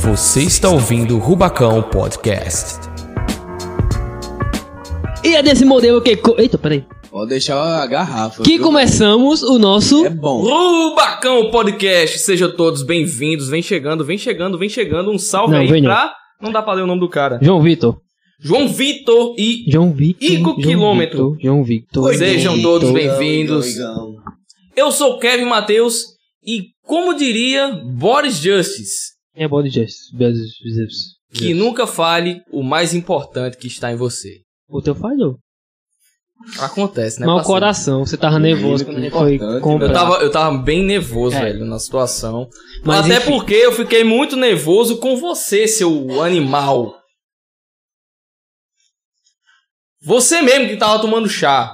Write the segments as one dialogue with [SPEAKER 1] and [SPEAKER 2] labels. [SPEAKER 1] Você está ouvindo o Rubacão Podcast.
[SPEAKER 2] E é desse modelo que. co- Eita, peraí.
[SPEAKER 3] Pode deixar a garrafa.
[SPEAKER 2] Que é?
[SPEAKER 3] viu?
[SPEAKER 2] começamos o nosso.
[SPEAKER 3] É bom.
[SPEAKER 1] Rubacão Podcast, sejam todos bem-vindos. Vem chegando, vem chegando, vem chegando. Um salve
[SPEAKER 2] Não,
[SPEAKER 1] aí
[SPEAKER 2] vem não.
[SPEAKER 1] pra. Não dá pra ler o nome do cara.
[SPEAKER 2] João Vitor.
[SPEAKER 1] João Vitor e.
[SPEAKER 2] João Vitor.
[SPEAKER 1] Ico
[SPEAKER 2] João
[SPEAKER 1] Quilômetro.
[SPEAKER 2] Vitor, João Vitor.
[SPEAKER 1] Oi, Sejam
[SPEAKER 2] Vitor.
[SPEAKER 1] todos bem-vindos. Eu sou o Kevin Matheus e, como diria Boris Justice,
[SPEAKER 2] É body justice.
[SPEAKER 1] que nunca fale o mais importante que está em você.
[SPEAKER 2] O teu falhou.
[SPEAKER 1] Acontece, né?
[SPEAKER 2] Mas o
[SPEAKER 1] parceiro?
[SPEAKER 2] coração, você tava nervoso quando foi
[SPEAKER 3] Importante,
[SPEAKER 2] comprar.
[SPEAKER 1] Eu tava, eu tava bem nervoso,
[SPEAKER 2] É.
[SPEAKER 1] velho, na situação.
[SPEAKER 2] Mas
[SPEAKER 1] Até
[SPEAKER 2] enfim.
[SPEAKER 1] porque eu fiquei muito nervoso com você, seu animal. Você mesmo que tava tomando chá.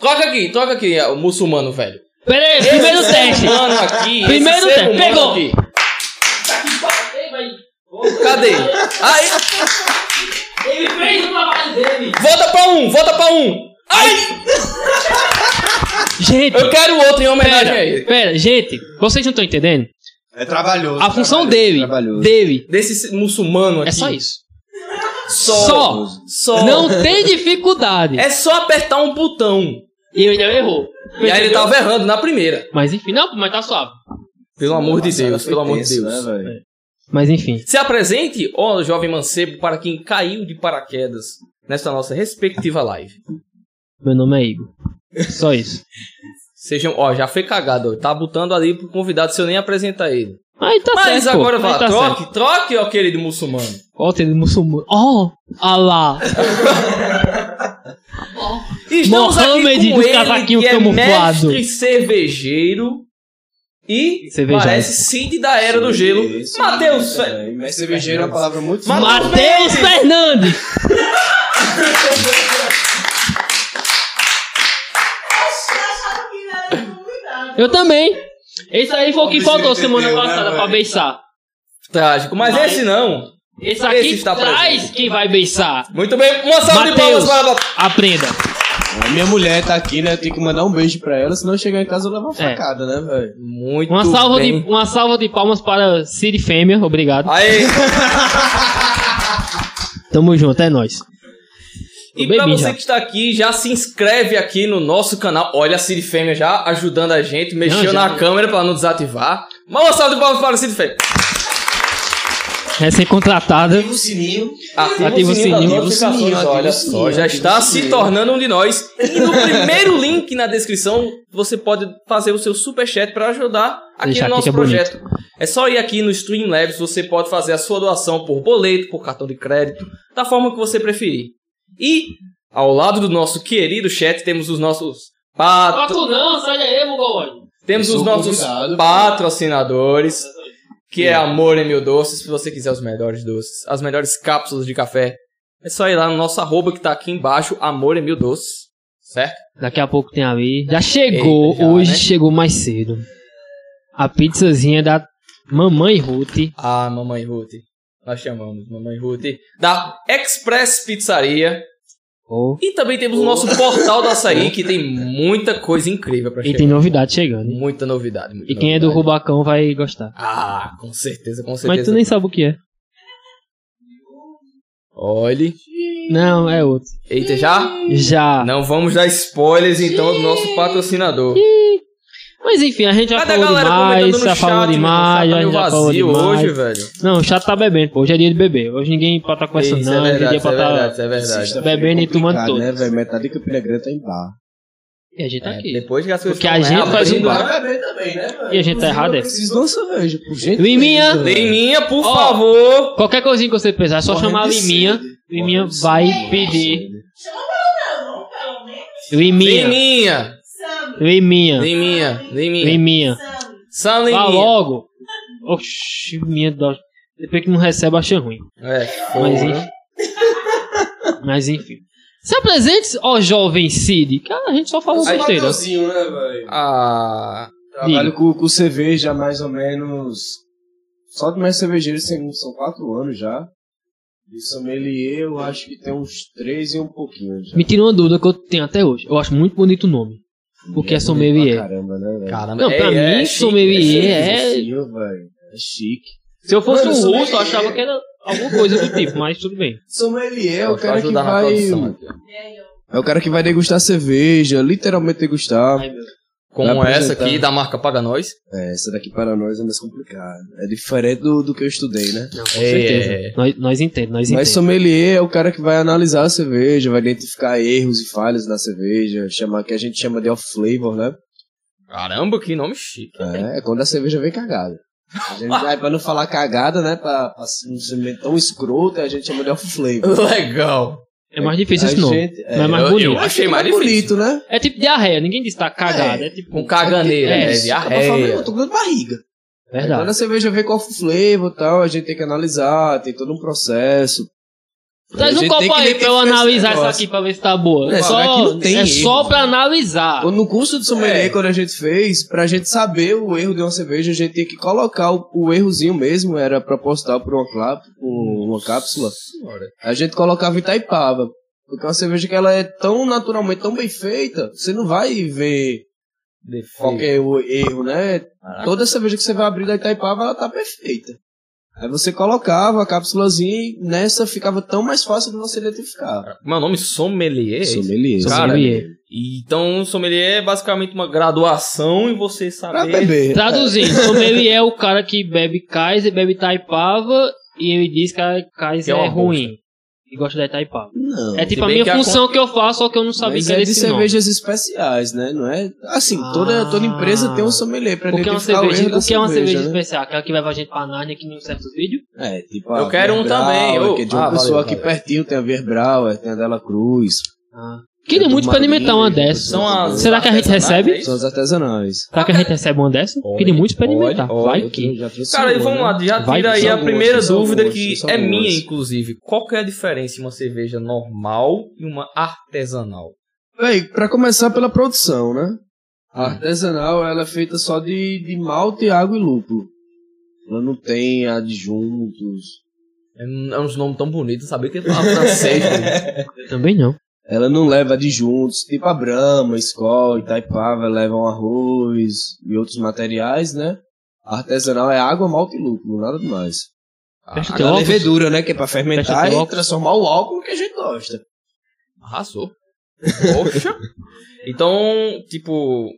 [SPEAKER 1] Troca aqui, troca aqui, ó, o muçulmano, velho.
[SPEAKER 2] Pera aí, primeiro
[SPEAKER 1] Esse é
[SPEAKER 2] teste.
[SPEAKER 1] ser humano aqui,
[SPEAKER 2] Primeiro
[SPEAKER 1] esse ser
[SPEAKER 2] teste,
[SPEAKER 1] humano
[SPEAKER 2] pegou.
[SPEAKER 1] aqui. Cadê? Aí,
[SPEAKER 2] Ele fez o trabalho dele.
[SPEAKER 1] volta pra um, volta pra um. Ai,
[SPEAKER 2] Gente,
[SPEAKER 1] eu quero outro em homenagem a
[SPEAKER 2] pera,
[SPEAKER 1] ele.
[SPEAKER 2] pera, gente, vocês não estão entendendo?
[SPEAKER 3] É trabalhoso.
[SPEAKER 2] A função dele,
[SPEAKER 3] Trabalhoso.
[SPEAKER 2] dele,
[SPEAKER 1] Desse muçulmano aqui.
[SPEAKER 2] é só isso.
[SPEAKER 1] Só.
[SPEAKER 2] Só. Não tem dificuldade.
[SPEAKER 1] É só apertar um botão.
[SPEAKER 2] E ele errou.
[SPEAKER 1] E aí ele tá- tava errando na primeira.
[SPEAKER 2] Mas enfim, não, mas tá suave.
[SPEAKER 1] Pelo amor de
[SPEAKER 3] Nossa,
[SPEAKER 1] Deus,
[SPEAKER 3] foi
[SPEAKER 1] pelo amor de
[SPEAKER 3] tenso,
[SPEAKER 1] Deus.
[SPEAKER 3] né, velho?
[SPEAKER 2] Mas enfim.
[SPEAKER 1] Se apresente, ó jovem mancebo, para quem caiu de paraquedas nesta nossa respectiva live.
[SPEAKER 2] Meu nome é Igor. Só isso.
[SPEAKER 1] Sejam, ó, já foi cagado, ó, tá botando ali pro convidado se eu nem apresentar ele.
[SPEAKER 2] Aí tá
[SPEAKER 1] Mas
[SPEAKER 2] certo.
[SPEAKER 1] agora
[SPEAKER 2] pô.
[SPEAKER 1] vá,
[SPEAKER 2] Aí tá certo.
[SPEAKER 1] troque, troque, ó querido muçulmano.
[SPEAKER 2] Ó, tem muçulmano. Ó, ah lá.
[SPEAKER 1] E Estamos
[SPEAKER 2] Mohamed
[SPEAKER 1] aqui com
[SPEAKER 2] de
[SPEAKER 1] ele,
[SPEAKER 2] casaquinho
[SPEAKER 1] que é
[SPEAKER 2] camuflado.
[SPEAKER 1] mestre cervejeiro e
[SPEAKER 2] Cervejado.
[SPEAKER 1] parece Cid da Era do Gelo.
[SPEAKER 3] Isso,
[SPEAKER 1] Mateus,
[SPEAKER 3] isso, velho. Mas cervejeiro é uma palavra muito
[SPEAKER 1] Mas-
[SPEAKER 3] forte.
[SPEAKER 2] Matheus Fernandes. Eu também. Esse aí foi o que
[SPEAKER 3] Você
[SPEAKER 2] faltou
[SPEAKER 3] entendeu,
[SPEAKER 2] semana
[SPEAKER 3] né,
[SPEAKER 2] passada pra
[SPEAKER 3] velho?
[SPEAKER 2] beiçar.
[SPEAKER 1] trágico, mas,
[SPEAKER 2] Mas-
[SPEAKER 1] esse não.
[SPEAKER 2] Esse aqui
[SPEAKER 1] Esse está
[SPEAKER 2] traz
[SPEAKER 1] presente.
[SPEAKER 2] quem vai beiçar.
[SPEAKER 1] Muito bem, uma salva de
[SPEAKER 2] Mateus.
[SPEAKER 1] palmas para
[SPEAKER 2] Aprenda.
[SPEAKER 3] A minha mulher tá aqui, né? Eu tenho que mandar um beijo pra ela, senão eu chegar em casa eu levo uma
[SPEAKER 2] É.
[SPEAKER 3] facada, né, velho?
[SPEAKER 1] Muito
[SPEAKER 2] Uma salva, de,
[SPEAKER 1] bem.
[SPEAKER 2] uma salva de palmas para Siri Fêmea. Obrigado.
[SPEAKER 1] Aê.
[SPEAKER 2] Tamo junto, é nóis.
[SPEAKER 1] E
[SPEAKER 2] Eu bebi
[SPEAKER 1] pra você
[SPEAKER 2] já.
[SPEAKER 1] que está aqui, já se inscreve aqui no nosso canal. Olha a Cid Fêmea já ajudando a gente, mexeu
[SPEAKER 2] Não,
[SPEAKER 1] na
[SPEAKER 2] já-
[SPEAKER 1] câmera pra não desativar. Mas uma salva de palmas para a Cid Fêmea.
[SPEAKER 2] Recém-contratada.
[SPEAKER 3] o um sininho.
[SPEAKER 1] Ah,
[SPEAKER 2] Ativa o sininho,
[SPEAKER 1] das
[SPEAKER 3] ativa o sininho,
[SPEAKER 1] notificações,
[SPEAKER 3] ativa
[SPEAKER 1] Olha
[SPEAKER 3] o sininho,
[SPEAKER 1] só, já
[SPEAKER 3] ativa
[SPEAKER 1] está
[SPEAKER 3] o
[SPEAKER 1] se
[SPEAKER 3] sininho.
[SPEAKER 1] tornando um de nós. E no primeiro link na descrição, você pode fazer o seu superchat para ajudar aqui
[SPEAKER 2] Deixar
[SPEAKER 1] no
[SPEAKER 2] aqui
[SPEAKER 1] nosso
[SPEAKER 2] que é bonito.
[SPEAKER 1] projeto. É só ir aqui no Streamlabs, você pode fazer a sua doação por boleto, por cartão de crédito, da forma que você preferir. E ao lado do nosso querido chat temos os nossos patro...
[SPEAKER 2] tu não, sai daí, Mugolone.
[SPEAKER 1] Temos
[SPEAKER 3] Eu
[SPEAKER 1] os
[SPEAKER 3] sou
[SPEAKER 1] nossos
[SPEAKER 3] convidado.
[SPEAKER 1] patrocinadores, que é Amor em Mil Doces, se você quiser os melhores doces, as melhores cápsulas de café. É só ir lá no nosso arroba que tá aqui embaixo, Amor em Mil Doces, certo?
[SPEAKER 2] Daqui a pouco tem ali. Já chegou,
[SPEAKER 1] Eita, já,
[SPEAKER 2] hoje
[SPEAKER 1] né?
[SPEAKER 2] chegou mais cedo. A pizzazinha da Mamãe Ruth.
[SPEAKER 1] Ah, Mamãe Ruth, nós chamamos Mamãe Ruth, da Express Pizzaria.
[SPEAKER 2] Oh,
[SPEAKER 1] E também temos o nosso portal do açaí, que tem muita coisa incrível pra
[SPEAKER 2] e
[SPEAKER 1] chegar.
[SPEAKER 2] tem novidade chegando.
[SPEAKER 1] Muita novidade. muita
[SPEAKER 2] E quem é do
[SPEAKER 1] novidade.
[SPEAKER 2] Rubacão vai gostar.
[SPEAKER 1] Ah, com certeza, com certeza.
[SPEAKER 2] Mas tu nem sabe o que é.
[SPEAKER 1] Olhe.
[SPEAKER 2] Não, é outro.
[SPEAKER 1] Eita, já?
[SPEAKER 2] Já.
[SPEAKER 1] Não vamos dar spoilers então do nosso patrocinador.
[SPEAKER 2] Mas enfim, a gente já
[SPEAKER 1] Cadê a
[SPEAKER 2] falou
[SPEAKER 1] galera
[SPEAKER 2] demais,
[SPEAKER 1] comentando
[SPEAKER 2] já
[SPEAKER 1] no
[SPEAKER 2] falou
[SPEAKER 1] chat?
[SPEAKER 2] demais,
[SPEAKER 1] meu,
[SPEAKER 2] já,
[SPEAKER 1] o
[SPEAKER 2] já
[SPEAKER 1] chat tá
[SPEAKER 2] falou
[SPEAKER 1] meio vazio
[SPEAKER 2] demais.
[SPEAKER 1] hoje, velho.
[SPEAKER 2] Não, o chat tá bebendo, pô. Hoje é dia de beber. Hoje ninguém pode estar tá conversando,
[SPEAKER 1] Isso
[SPEAKER 2] não.
[SPEAKER 1] é
[SPEAKER 2] Hoje é
[SPEAKER 1] verdade,
[SPEAKER 2] dia
[SPEAKER 1] isso
[SPEAKER 2] pra
[SPEAKER 1] é verdade,
[SPEAKER 2] estar.
[SPEAKER 1] isso é verdade.
[SPEAKER 3] Sexta-feira é
[SPEAKER 2] Bebendo e tomando
[SPEAKER 3] complicado,
[SPEAKER 2] todos.
[SPEAKER 3] Né, velho? Metade de Campina Grande tá em bar.
[SPEAKER 2] E a gente tá
[SPEAKER 1] É,
[SPEAKER 2] aqui.
[SPEAKER 1] depois que as coisas
[SPEAKER 2] Porque a
[SPEAKER 1] estão
[SPEAKER 2] gente faz um
[SPEAKER 1] reabrindo,
[SPEAKER 2] bar.
[SPEAKER 1] né?
[SPEAKER 3] beber também, né, velho?
[SPEAKER 2] E a gente tá errado, é?
[SPEAKER 3] Eu preciso de uma cerveja, por gente.
[SPEAKER 2] Liminha!
[SPEAKER 1] Liminha, por
[SPEAKER 2] Ó.
[SPEAKER 1] favor.
[SPEAKER 2] Qualquer coisinha que você precisar, é só chamar a
[SPEAKER 3] Morrendo de
[SPEAKER 2] Liminha.
[SPEAKER 3] sede.
[SPEAKER 2] Liminha
[SPEAKER 3] Morrendo de
[SPEAKER 2] vai
[SPEAKER 3] sede.
[SPEAKER 2] pedir.
[SPEAKER 4] Pelo menos
[SPEAKER 2] Liminha,
[SPEAKER 1] Liminha.
[SPEAKER 4] Sam.
[SPEAKER 2] Liminha,
[SPEAKER 1] Liminha. Liminha.
[SPEAKER 2] Liminha.
[SPEAKER 4] Sam.
[SPEAKER 1] São
[SPEAKER 2] Vá
[SPEAKER 1] Liminha.
[SPEAKER 2] logo. Oxi, minha dó. Depois que não recebe, acha ruim.
[SPEAKER 1] É,
[SPEAKER 2] Mas
[SPEAKER 1] foda.
[SPEAKER 2] enfim. Mas enfim. Se apresente, ó jovem Cid. Cara, a gente só falou
[SPEAKER 3] Eu sou
[SPEAKER 2] besteira.
[SPEAKER 3] Mateuzinho, né, velho?
[SPEAKER 1] Ah,
[SPEAKER 3] Trabalho com, com cerveja há mais ou menos. Só de mais cervejeiro sem- são quatro anos já. E sommelier eu acho que tem uns três e um pouquinho já.
[SPEAKER 2] Me tira uma dúvida que eu tenho até hoje. Eu acho muito bonito o nome. Porque é
[SPEAKER 3] bonito
[SPEAKER 2] sommelier.
[SPEAKER 3] pra Caramba, né, velho?
[SPEAKER 1] caramba.
[SPEAKER 2] Não, pra
[SPEAKER 1] é,
[SPEAKER 2] mim,
[SPEAKER 1] é chique,
[SPEAKER 2] sommelier
[SPEAKER 1] é chique.
[SPEAKER 2] é-
[SPEAKER 3] Chiquinho, velho. É chique.
[SPEAKER 2] Se eu fosse
[SPEAKER 3] Mano,
[SPEAKER 2] um
[SPEAKER 3] sommelier.
[SPEAKER 2] russo, eu achava que era alguma coisa do tipo, mas tudo bem.
[SPEAKER 3] Sommelier é o
[SPEAKER 1] Pra
[SPEAKER 3] cara que
[SPEAKER 1] ajudar na
[SPEAKER 3] vai.
[SPEAKER 1] produção aqui, ó.
[SPEAKER 3] É o cara que vai degustar cerveja, literalmente degustar.
[SPEAKER 2] Ai, meu.
[SPEAKER 1] Como
[SPEAKER 3] Vai
[SPEAKER 1] essa
[SPEAKER 3] apresentar.
[SPEAKER 1] aqui, da marca Paga Nós.
[SPEAKER 3] É, essa daqui para nós é mais complicada. É diferente do, do que eu estudei, né?
[SPEAKER 2] Não, com
[SPEAKER 1] É.
[SPEAKER 2] certeza. Nós, nós entendemos, nós
[SPEAKER 3] Mas
[SPEAKER 2] entendemos.
[SPEAKER 3] sommelier é o cara que vai analisar a cerveja, vai identificar erros e falhas na cerveja, chamar que a gente chama de off-flavor, né?
[SPEAKER 1] Caramba, que nome chique.
[SPEAKER 3] É, é quando a cerveja vem cagada. A gente, aí, pra não falar cagada, né? Pra, pra ser um segmento tão escroto, a gente chama de off-flavor.
[SPEAKER 1] Legal.
[SPEAKER 2] É mais difícil
[SPEAKER 3] A
[SPEAKER 2] isso não.
[SPEAKER 3] gente- é,
[SPEAKER 2] Mas é mais
[SPEAKER 1] eu-
[SPEAKER 2] bonito.
[SPEAKER 1] eu achei mais
[SPEAKER 3] é
[SPEAKER 1] difícil.
[SPEAKER 3] bonito, né?
[SPEAKER 2] É tipo diarreia, ninguém diz tá cagada. É, tipo.
[SPEAKER 1] Com caganeira,
[SPEAKER 2] É,
[SPEAKER 1] é,
[SPEAKER 2] isso,
[SPEAKER 3] Eu falo, "Meu,
[SPEAKER 1] diarreia.
[SPEAKER 3] eu tô com dor de barriga. Quando
[SPEAKER 2] É Verdade.
[SPEAKER 3] a cerveja vem com off-flavor e tal, a gente tem que analisar, tem todo um processo.
[SPEAKER 2] Traz
[SPEAKER 3] A
[SPEAKER 2] um
[SPEAKER 3] gente tem
[SPEAKER 2] copo
[SPEAKER 3] que
[SPEAKER 2] aí pra eu
[SPEAKER 3] identificar esse
[SPEAKER 2] analisar isso
[SPEAKER 3] negócio.
[SPEAKER 2] aqui pra ver se tá boa.
[SPEAKER 3] É, será que
[SPEAKER 2] só,
[SPEAKER 3] não tem
[SPEAKER 2] é
[SPEAKER 3] erro?
[SPEAKER 2] só pra analisar.
[SPEAKER 3] Quando- No curso de sommelier, quando a gente fez, pra gente saber o erro de uma cerveja, a gente tinha que colocar o, o errozinho mesmo, era proposital por uma, clap, por uma cápsula. A gente colocava Itaipava. Porque é uma cerveja que ela é tão naturalmente, tão bem feita, você não vai ver qual que é o erro, né? Toda cerveja que você vai abrir da Itaipava, ela tá perfeita. Aí você colocava a cápsulazinha e nessa ficava tão mais fácil de você identificar.
[SPEAKER 1] Meu nome é Sommelier.
[SPEAKER 3] Sommelier.
[SPEAKER 1] Cara,
[SPEAKER 2] Sommelier.
[SPEAKER 1] Então, sommelier é basicamente uma graduação e você
[SPEAKER 3] Pra
[SPEAKER 1] saber...
[SPEAKER 3] beber.
[SPEAKER 2] Traduzindo, sommelier é o cara que bebe Kaiser, bebe Taipava e ele diz que a
[SPEAKER 1] Que
[SPEAKER 2] Kaiser
[SPEAKER 1] é
[SPEAKER 2] é,
[SPEAKER 1] uma
[SPEAKER 2] ruim. E gosta da Taipava.
[SPEAKER 3] Não.
[SPEAKER 2] É tipo
[SPEAKER 1] Se
[SPEAKER 2] a
[SPEAKER 1] bem
[SPEAKER 2] minha
[SPEAKER 1] que a
[SPEAKER 2] função que eu faço, só que eu não sabia
[SPEAKER 3] Mas
[SPEAKER 2] que era
[SPEAKER 3] é de
[SPEAKER 2] esse nome.
[SPEAKER 3] cervejas especiais, né? Não é assim, toda, toda
[SPEAKER 2] Ah.
[SPEAKER 3] empresa tem um sommelier pra
[SPEAKER 2] O que é uma
[SPEAKER 3] identificar
[SPEAKER 2] cerveja,
[SPEAKER 3] o erro da
[SPEAKER 2] o que é uma cerveja,
[SPEAKER 3] cerveja, né?
[SPEAKER 2] especial? Aquela que vai pra gente pra Narnia que nem um certo vídeo?
[SPEAKER 3] É, tipo
[SPEAKER 1] Eu quero um
[SPEAKER 3] Wehrbrau,
[SPEAKER 1] também,
[SPEAKER 3] é
[SPEAKER 1] ô.
[SPEAKER 3] que é de uma
[SPEAKER 1] Ah, valeu,
[SPEAKER 3] pessoa aqui
[SPEAKER 1] valeu.
[SPEAKER 3] pertinho tem a Verbrauer, tem a Dela Cruz.
[SPEAKER 2] Ah. Queria
[SPEAKER 3] do
[SPEAKER 2] muito
[SPEAKER 3] Marinho,
[SPEAKER 2] experimentar uma
[SPEAKER 3] do-
[SPEAKER 2] dessas.
[SPEAKER 1] São as
[SPEAKER 2] Será que a gente
[SPEAKER 1] artesanais,
[SPEAKER 2] recebe?
[SPEAKER 1] é isso?
[SPEAKER 3] São as artesanais.
[SPEAKER 2] Será que a gente recebe uma dessa?
[SPEAKER 1] Olha,
[SPEAKER 2] Queria muito experimentar.
[SPEAKER 1] olha,
[SPEAKER 2] Vai
[SPEAKER 3] Eu
[SPEAKER 2] que.
[SPEAKER 3] já trouxe
[SPEAKER 1] Cara, e
[SPEAKER 3] uma,
[SPEAKER 1] vamos
[SPEAKER 3] né?
[SPEAKER 1] lá, já
[SPEAKER 2] Vai, um
[SPEAKER 1] tira aí
[SPEAKER 2] são
[SPEAKER 1] a
[SPEAKER 3] boas,
[SPEAKER 1] primeira
[SPEAKER 3] são
[SPEAKER 1] dúvida
[SPEAKER 3] boas,
[SPEAKER 1] que
[SPEAKER 2] um
[SPEAKER 3] são
[SPEAKER 1] é
[SPEAKER 3] boas.
[SPEAKER 1] minha, inclusive. Qual que é a diferença entre uma cerveja normal e uma artesanal?
[SPEAKER 3] Bem, pra começar pela produção, né? A artesanal, ela é feita só de, de malte, água e lúpulo. Ela não tem adjuntos.
[SPEAKER 1] É um, é uns nomes tão bonitos, eu sabia que ele falava francês. né?
[SPEAKER 2] Também não.
[SPEAKER 3] Ela não leva adjuntos, tipo a Brahma, Skol, Itaipava levam arroz e outros materiais, né? A artesanal é água, malte e lúpulo, nada demais.
[SPEAKER 2] Fecha
[SPEAKER 1] Ah,
[SPEAKER 2] teu
[SPEAKER 3] a
[SPEAKER 2] óculos.
[SPEAKER 3] levedura, né? Que é pra
[SPEAKER 2] Fecha
[SPEAKER 3] fermentar
[SPEAKER 2] teu
[SPEAKER 3] e
[SPEAKER 2] óculos.
[SPEAKER 3] transformar o álcool que a gente gosta.
[SPEAKER 1] Arrasou. Poxa. Então, tipo...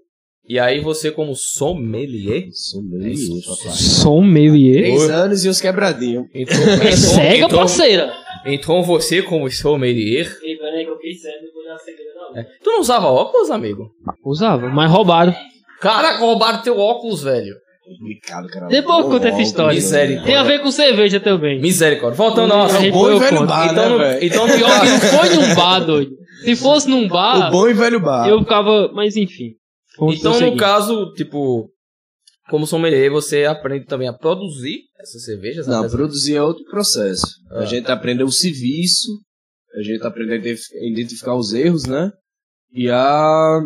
[SPEAKER 1] E aí você como sommelier...
[SPEAKER 3] Isso
[SPEAKER 1] É isso, papai.
[SPEAKER 2] Sommelier.
[SPEAKER 3] Três anos e uns quebradinhos.
[SPEAKER 1] Então,
[SPEAKER 2] um É cega, parceira.
[SPEAKER 1] então você como sommelier...
[SPEAKER 2] Ei, peraí que eu fiz sério, não vou dar segredo não.
[SPEAKER 1] é, Tu não usava óculos, amigo?
[SPEAKER 2] Usava, mas roubaram.
[SPEAKER 1] Cara, roubaram teu óculos, velho.
[SPEAKER 3] Complicado, cara.
[SPEAKER 2] Depois conta essa história.
[SPEAKER 1] Misericórdia.
[SPEAKER 2] Tem a ver com cerveja também.
[SPEAKER 1] Misericórdia. Voltando ao
[SPEAKER 2] A gente-
[SPEAKER 1] assunto.
[SPEAKER 3] Bom e
[SPEAKER 2] Eu
[SPEAKER 3] velho
[SPEAKER 2] conto.
[SPEAKER 3] bar,
[SPEAKER 1] Então,
[SPEAKER 3] né,
[SPEAKER 1] no-
[SPEAKER 3] velho?
[SPEAKER 1] então
[SPEAKER 2] Pior que não foi num bar, doido. Se fosse num
[SPEAKER 3] O
[SPEAKER 2] bar,
[SPEAKER 3] bom e velho bar.
[SPEAKER 2] eu ficava. Mas enfim. Vamos
[SPEAKER 1] Então, no
[SPEAKER 2] prosseguir.
[SPEAKER 1] caso, tipo, como sommelier, você aprende também a produzir essas cervejas.
[SPEAKER 3] Não,
[SPEAKER 1] artesanais.
[SPEAKER 3] produzir é outro processo.
[SPEAKER 1] Ah.
[SPEAKER 3] A gente aprende o serviço, a gente aprende a identif- identificar os erros, né? E a.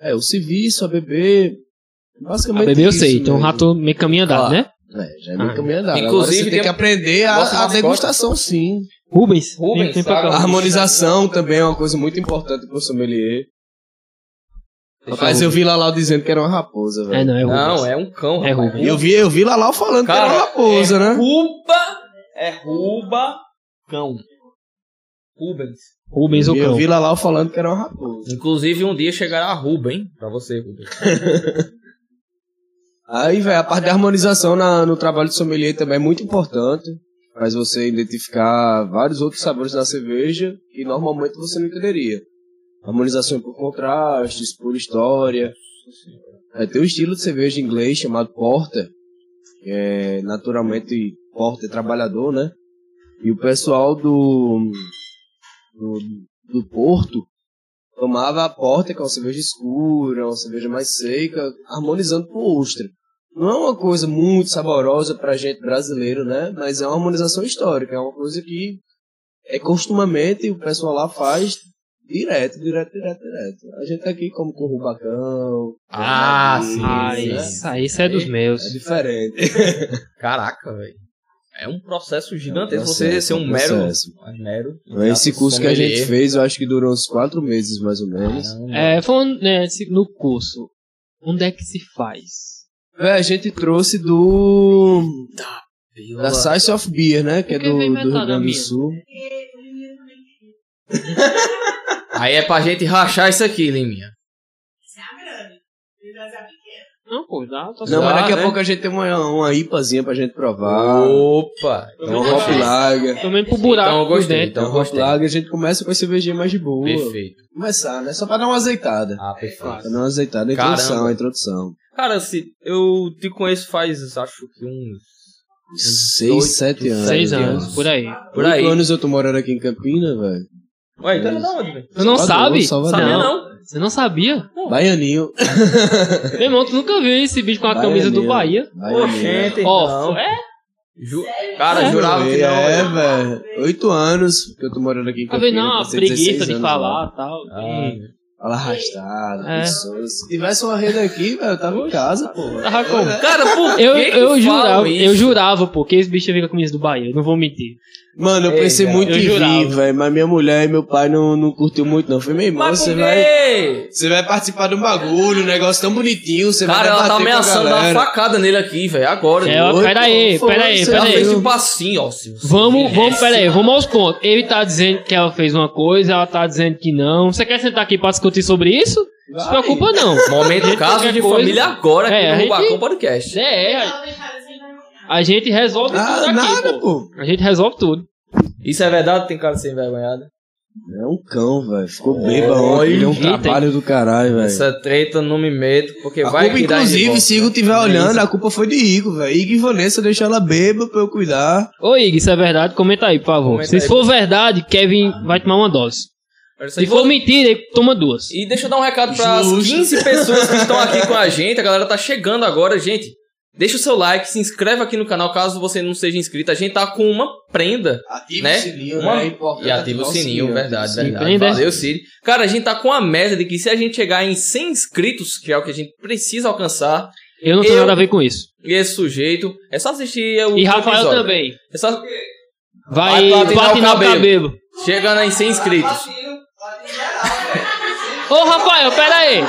[SPEAKER 3] É, o serviço, a beber. Basicamente.
[SPEAKER 2] A bebê eu
[SPEAKER 3] isso
[SPEAKER 2] sei, então o
[SPEAKER 3] mesmo.
[SPEAKER 2] rato meio caminho andado,
[SPEAKER 1] Claro.
[SPEAKER 2] né?
[SPEAKER 3] É, já é
[SPEAKER 2] Ah.
[SPEAKER 3] meio caminho andado. Agora
[SPEAKER 1] Inclusive,
[SPEAKER 3] você tem,
[SPEAKER 1] tem- um
[SPEAKER 3] que aprender a,
[SPEAKER 1] Gosto
[SPEAKER 3] a
[SPEAKER 1] das
[SPEAKER 3] degustação, sim.
[SPEAKER 2] Rubens.
[SPEAKER 1] Rubens,
[SPEAKER 2] vem- vem pra cá.
[SPEAKER 3] A
[SPEAKER 1] sabe?
[SPEAKER 3] harmonização também é uma coisa muito importante pro sommelier.
[SPEAKER 1] Deixa
[SPEAKER 3] Mas
[SPEAKER 1] eu-
[SPEAKER 3] eu vi Lalau dizendo que era uma raposa,
[SPEAKER 2] É,
[SPEAKER 3] velho.
[SPEAKER 2] não, é Rubens.
[SPEAKER 1] Não, é um cão.
[SPEAKER 2] É
[SPEAKER 1] rapaz.
[SPEAKER 2] Rubens.
[SPEAKER 3] E eu vi, eu vi Lalau falando que era uma raposa,
[SPEAKER 1] é
[SPEAKER 3] né?
[SPEAKER 1] Ruba, é Ruba, cão. Rubens.
[SPEAKER 2] Rubens ou
[SPEAKER 3] E eu
[SPEAKER 2] cão.
[SPEAKER 3] vi Lalau falando que era uma raposa.
[SPEAKER 1] Inclusive, um dia chegará a Ruba, hein? Pra você, Rubens.
[SPEAKER 3] Aí, velho, a parte da harmonização na- no trabalho de sommelier também é muito importante. Faz você identificar vários outros sabores da cerveja que normalmente você não entenderia. Harmonização por contrastes, por história. É, tem um estilo de cerveja em inglês chamado Porter. que é, naturalmente, Porter é trabalhador, né? E o pessoal do, do, do Porto tomava a porta, que é uma cerveja escura, uma cerveja mais seca, harmonizando com o ostra. Não é uma coisa muito saborosa pra gente brasileiro, né? Mas é uma harmonização histórica, é uma coisa que é costumamente o pessoal lá faz direto, direto, direto, direto. A gente tá aqui como com o Rubacão.
[SPEAKER 1] Ah,
[SPEAKER 3] com o
[SPEAKER 1] sim,
[SPEAKER 2] Ah,
[SPEAKER 3] Rubacão,
[SPEAKER 1] sim.
[SPEAKER 3] né?
[SPEAKER 2] isso aí isso é dos meus.
[SPEAKER 3] É diferente.
[SPEAKER 1] Caraca, velho. É um processo gigantesco
[SPEAKER 3] É um
[SPEAKER 1] você
[SPEAKER 3] processo,
[SPEAKER 1] ser
[SPEAKER 3] é
[SPEAKER 1] um
[SPEAKER 3] um
[SPEAKER 1] mero.
[SPEAKER 3] processo.
[SPEAKER 1] um mero
[SPEAKER 3] Esse curso que a gente
[SPEAKER 1] sommelier.
[SPEAKER 3] fez, eu acho que durou uns quatro meses, mais ou menos.
[SPEAKER 1] Caramba.
[SPEAKER 2] É, falando né, se- no curso, onde é que se faz?
[SPEAKER 3] Véi, a gente trouxe do. Da Science of Beer, né? Que é
[SPEAKER 2] Quem
[SPEAKER 3] do, do
[SPEAKER 2] vai inventar
[SPEAKER 3] Rio Grande
[SPEAKER 2] da
[SPEAKER 3] do
[SPEAKER 2] minha?
[SPEAKER 3] Sul.
[SPEAKER 4] Porque o menino também tinha.
[SPEAKER 1] Aí é pra gente rachar isso aqui, Liminha.
[SPEAKER 4] Isso é a grande. E o Brasil é pequeno.
[SPEAKER 2] Não, pô, dá, tá
[SPEAKER 3] Não,
[SPEAKER 1] Dá,
[SPEAKER 3] mas daqui a
[SPEAKER 1] né?
[SPEAKER 3] pouco a gente tem uma, uma IPAzinha pra gente provar.
[SPEAKER 1] Opa!
[SPEAKER 3] É um Hop
[SPEAKER 4] Mas-
[SPEAKER 3] Lager.
[SPEAKER 2] Tô meio né? pro buraco
[SPEAKER 1] Então
[SPEAKER 2] né?
[SPEAKER 1] eu
[SPEAKER 2] por
[SPEAKER 1] gostei.
[SPEAKER 2] dentro.
[SPEAKER 1] Então
[SPEAKER 3] Então,
[SPEAKER 1] eu
[SPEAKER 3] Hop
[SPEAKER 1] gostei.
[SPEAKER 3] Lager, a gente começa com a cervejinha mais de boa.
[SPEAKER 1] Perfeito.
[SPEAKER 3] Começar, né? Só pra dar uma azeitada.
[SPEAKER 1] Ah, perfeito.
[SPEAKER 3] Pra dar uma azeitada. A
[SPEAKER 1] Caramba.
[SPEAKER 3] introdução, a introdução.
[SPEAKER 1] Cara, se eu te conheço faz, acho que uns. Oito,
[SPEAKER 3] Seis, sete anos.
[SPEAKER 2] Seis
[SPEAKER 1] Sete
[SPEAKER 2] anos, por aí.
[SPEAKER 1] Por
[SPEAKER 3] Oito
[SPEAKER 1] aí.
[SPEAKER 3] anos eu tô morando aqui em Campina, velho.
[SPEAKER 1] Ué, então da onde, velho?
[SPEAKER 2] Tu não
[SPEAKER 3] Salvador,
[SPEAKER 2] sabe?
[SPEAKER 3] Salvador.
[SPEAKER 1] Sabia
[SPEAKER 2] Não.
[SPEAKER 1] não.
[SPEAKER 2] Você não sabia?
[SPEAKER 3] Baianinho.
[SPEAKER 2] Meu irmão, tu nunca viu esse bicho com a camisa do Bahia?
[SPEAKER 3] Baianinho.
[SPEAKER 2] Ó,
[SPEAKER 1] não.
[SPEAKER 2] é?
[SPEAKER 1] Ju-
[SPEAKER 4] Sério?
[SPEAKER 1] Cara,
[SPEAKER 2] É.
[SPEAKER 1] jurava que não. né?
[SPEAKER 3] É,
[SPEAKER 1] velho.
[SPEAKER 3] velho. Oito anos que eu tô morando aqui em
[SPEAKER 2] Tá
[SPEAKER 3] Campina.
[SPEAKER 2] vendo? Não,
[SPEAKER 3] vai
[SPEAKER 2] a
[SPEAKER 3] ser
[SPEAKER 2] preguiça
[SPEAKER 3] 16
[SPEAKER 2] de
[SPEAKER 3] anos
[SPEAKER 2] falar
[SPEAKER 3] lá.
[SPEAKER 2] e tal.
[SPEAKER 1] Ah,
[SPEAKER 2] Hum.
[SPEAKER 3] Fala arrastada,
[SPEAKER 2] É.
[SPEAKER 3] pessoas. Se tivesse uma rede aqui, velho, eu tava em casa, pô.
[SPEAKER 2] Tava como?
[SPEAKER 1] Cara, por
[SPEAKER 2] Eu,
[SPEAKER 1] que que
[SPEAKER 2] eu
[SPEAKER 1] falam
[SPEAKER 2] jurava,
[SPEAKER 1] isso?
[SPEAKER 2] eu jurava, pô, que esse bicho ia vir com a camisa do Bahia. eu Não vou mentir.
[SPEAKER 3] Mano, eu
[SPEAKER 1] Ei,
[SPEAKER 3] pensei
[SPEAKER 1] cara,
[SPEAKER 3] muito
[SPEAKER 2] eu
[SPEAKER 3] em vir,
[SPEAKER 2] jurava.
[SPEAKER 3] velho, mas minha mulher e meu pai não, não curtiu muito, não. Eu Falei, meu irmão,
[SPEAKER 1] Mas
[SPEAKER 3] você
[SPEAKER 1] por
[SPEAKER 3] vai.
[SPEAKER 1] quê?
[SPEAKER 3] Você vai participar de um bagulho, um negócio tão bonitinho, você vai
[SPEAKER 1] Cara, ela tá
[SPEAKER 3] debater com a
[SPEAKER 1] ameaçando dar
[SPEAKER 3] galera.
[SPEAKER 1] uma facada nele aqui, velho. Agora.
[SPEAKER 2] É, ó,
[SPEAKER 3] Oi,
[SPEAKER 2] pera aí,
[SPEAKER 3] pô,
[SPEAKER 2] pera aí,
[SPEAKER 3] você um
[SPEAKER 2] pera
[SPEAKER 1] ela fez
[SPEAKER 2] aí.
[SPEAKER 3] abriu.
[SPEAKER 1] tipo assim, ó. se você
[SPEAKER 2] Vamos,
[SPEAKER 1] viesse-
[SPEAKER 2] vamos, pera aí, vamos aos pontos. Ele tá dizendo que ela fez uma coisa, ela tá dizendo que não. Você quer sentar aqui pra discutir sobre isso? Não se
[SPEAKER 3] Vai.
[SPEAKER 2] preocupa, não.
[SPEAKER 1] Momento
[SPEAKER 2] Gente,
[SPEAKER 1] caso de
[SPEAKER 2] qualquer coisa.
[SPEAKER 1] família agora aqui
[SPEAKER 2] É, a
[SPEAKER 1] no
[SPEAKER 2] gente-
[SPEAKER 1] Rubacão Podcast.
[SPEAKER 2] É, é,
[SPEAKER 4] Ela deixava sem vergonha.
[SPEAKER 2] a gente resolve tudo
[SPEAKER 3] Ah,
[SPEAKER 2] aqui,
[SPEAKER 3] nada,
[SPEAKER 2] pô.
[SPEAKER 3] pô.
[SPEAKER 2] A gente resolve tudo.
[SPEAKER 1] Isso é verdade? Tem cara sem envergonhado?
[SPEAKER 3] É um cão, velho. Ficou bêbado
[SPEAKER 1] Olha,
[SPEAKER 3] ontem. Deu um
[SPEAKER 2] eita.
[SPEAKER 3] trabalho do caralho, velho.
[SPEAKER 1] Essa treta não me meto, porque
[SPEAKER 3] É. A
[SPEAKER 1] vai É
[SPEAKER 3] culpa,
[SPEAKER 1] que dá em
[SPEAKER 3] inclusive,
[SPEAKER 1] divórcio.
[SPEAKER 3] se Igor estiver olhando, a culpa foi de Igor, velho. Igor e Vanessa deixaram ela bêbada pra eu cuidar.
[SPEAKER 2] Ô, Ig, isso é verdade? Comenta aí, por favor.
[SPEAKER 1] Comenta
[SPEAKER 2] Se
[SPEAKER 1] aí.
[SPEAKER 2] isso for verdade, Kevin vai tomar uma dose. Se for mentira, ele toma duas.
[SPEAKER 1] E deixa eu dar um recado para as
[SPEAKER 3] Justo.
[SPEAKER 1] 15 pessoas que estão aqui com a gente. A galera tá chegando agora, gente. Deixa o seu like, se inscreve aqui no canal caso você não seja inscrito. A gente tá com uma prenda
[SPEAKER 3] Ativa é
[SPEAKER 1] Né? Uma-
[SPEAKER 3] importante
[SPEAKER 1] e ativa o
[SPEAKER 3] ativar
[SPEAKER 1] sininho, verdade, né?
[SPEAKER 3] Sim.
[SPEAKER 1] verdade.
[SPEAKER 2] prenda.
[SPEAKER 1] Valeu, Siri. Cara, a gente tá com a meta de que se a gente chegar em 100 inscritos, que é o que a gente precisa alcançar,
[SPEAKER 2] Eu não tenho
[SPEAKER 1] Eu-
[SPEAKER 2] nada a ver com isso.
[SPEAKER 1] esse sujeito, é só assistir o
[SPEAKER 2] E Rafael
[SPEAKER 1] episódio.
[SPEAKER 2] também.
[SPEAKER 1] É só Vai
[SPEAKER 2] Vai,
[SPEAKER 1] platinar o
[SPEAKER 2] platinar o cabelo.
[SPEAKER 1] chegando em 100 inscritos.
[SPEAKER 2] Ô, Rafael, pera aí.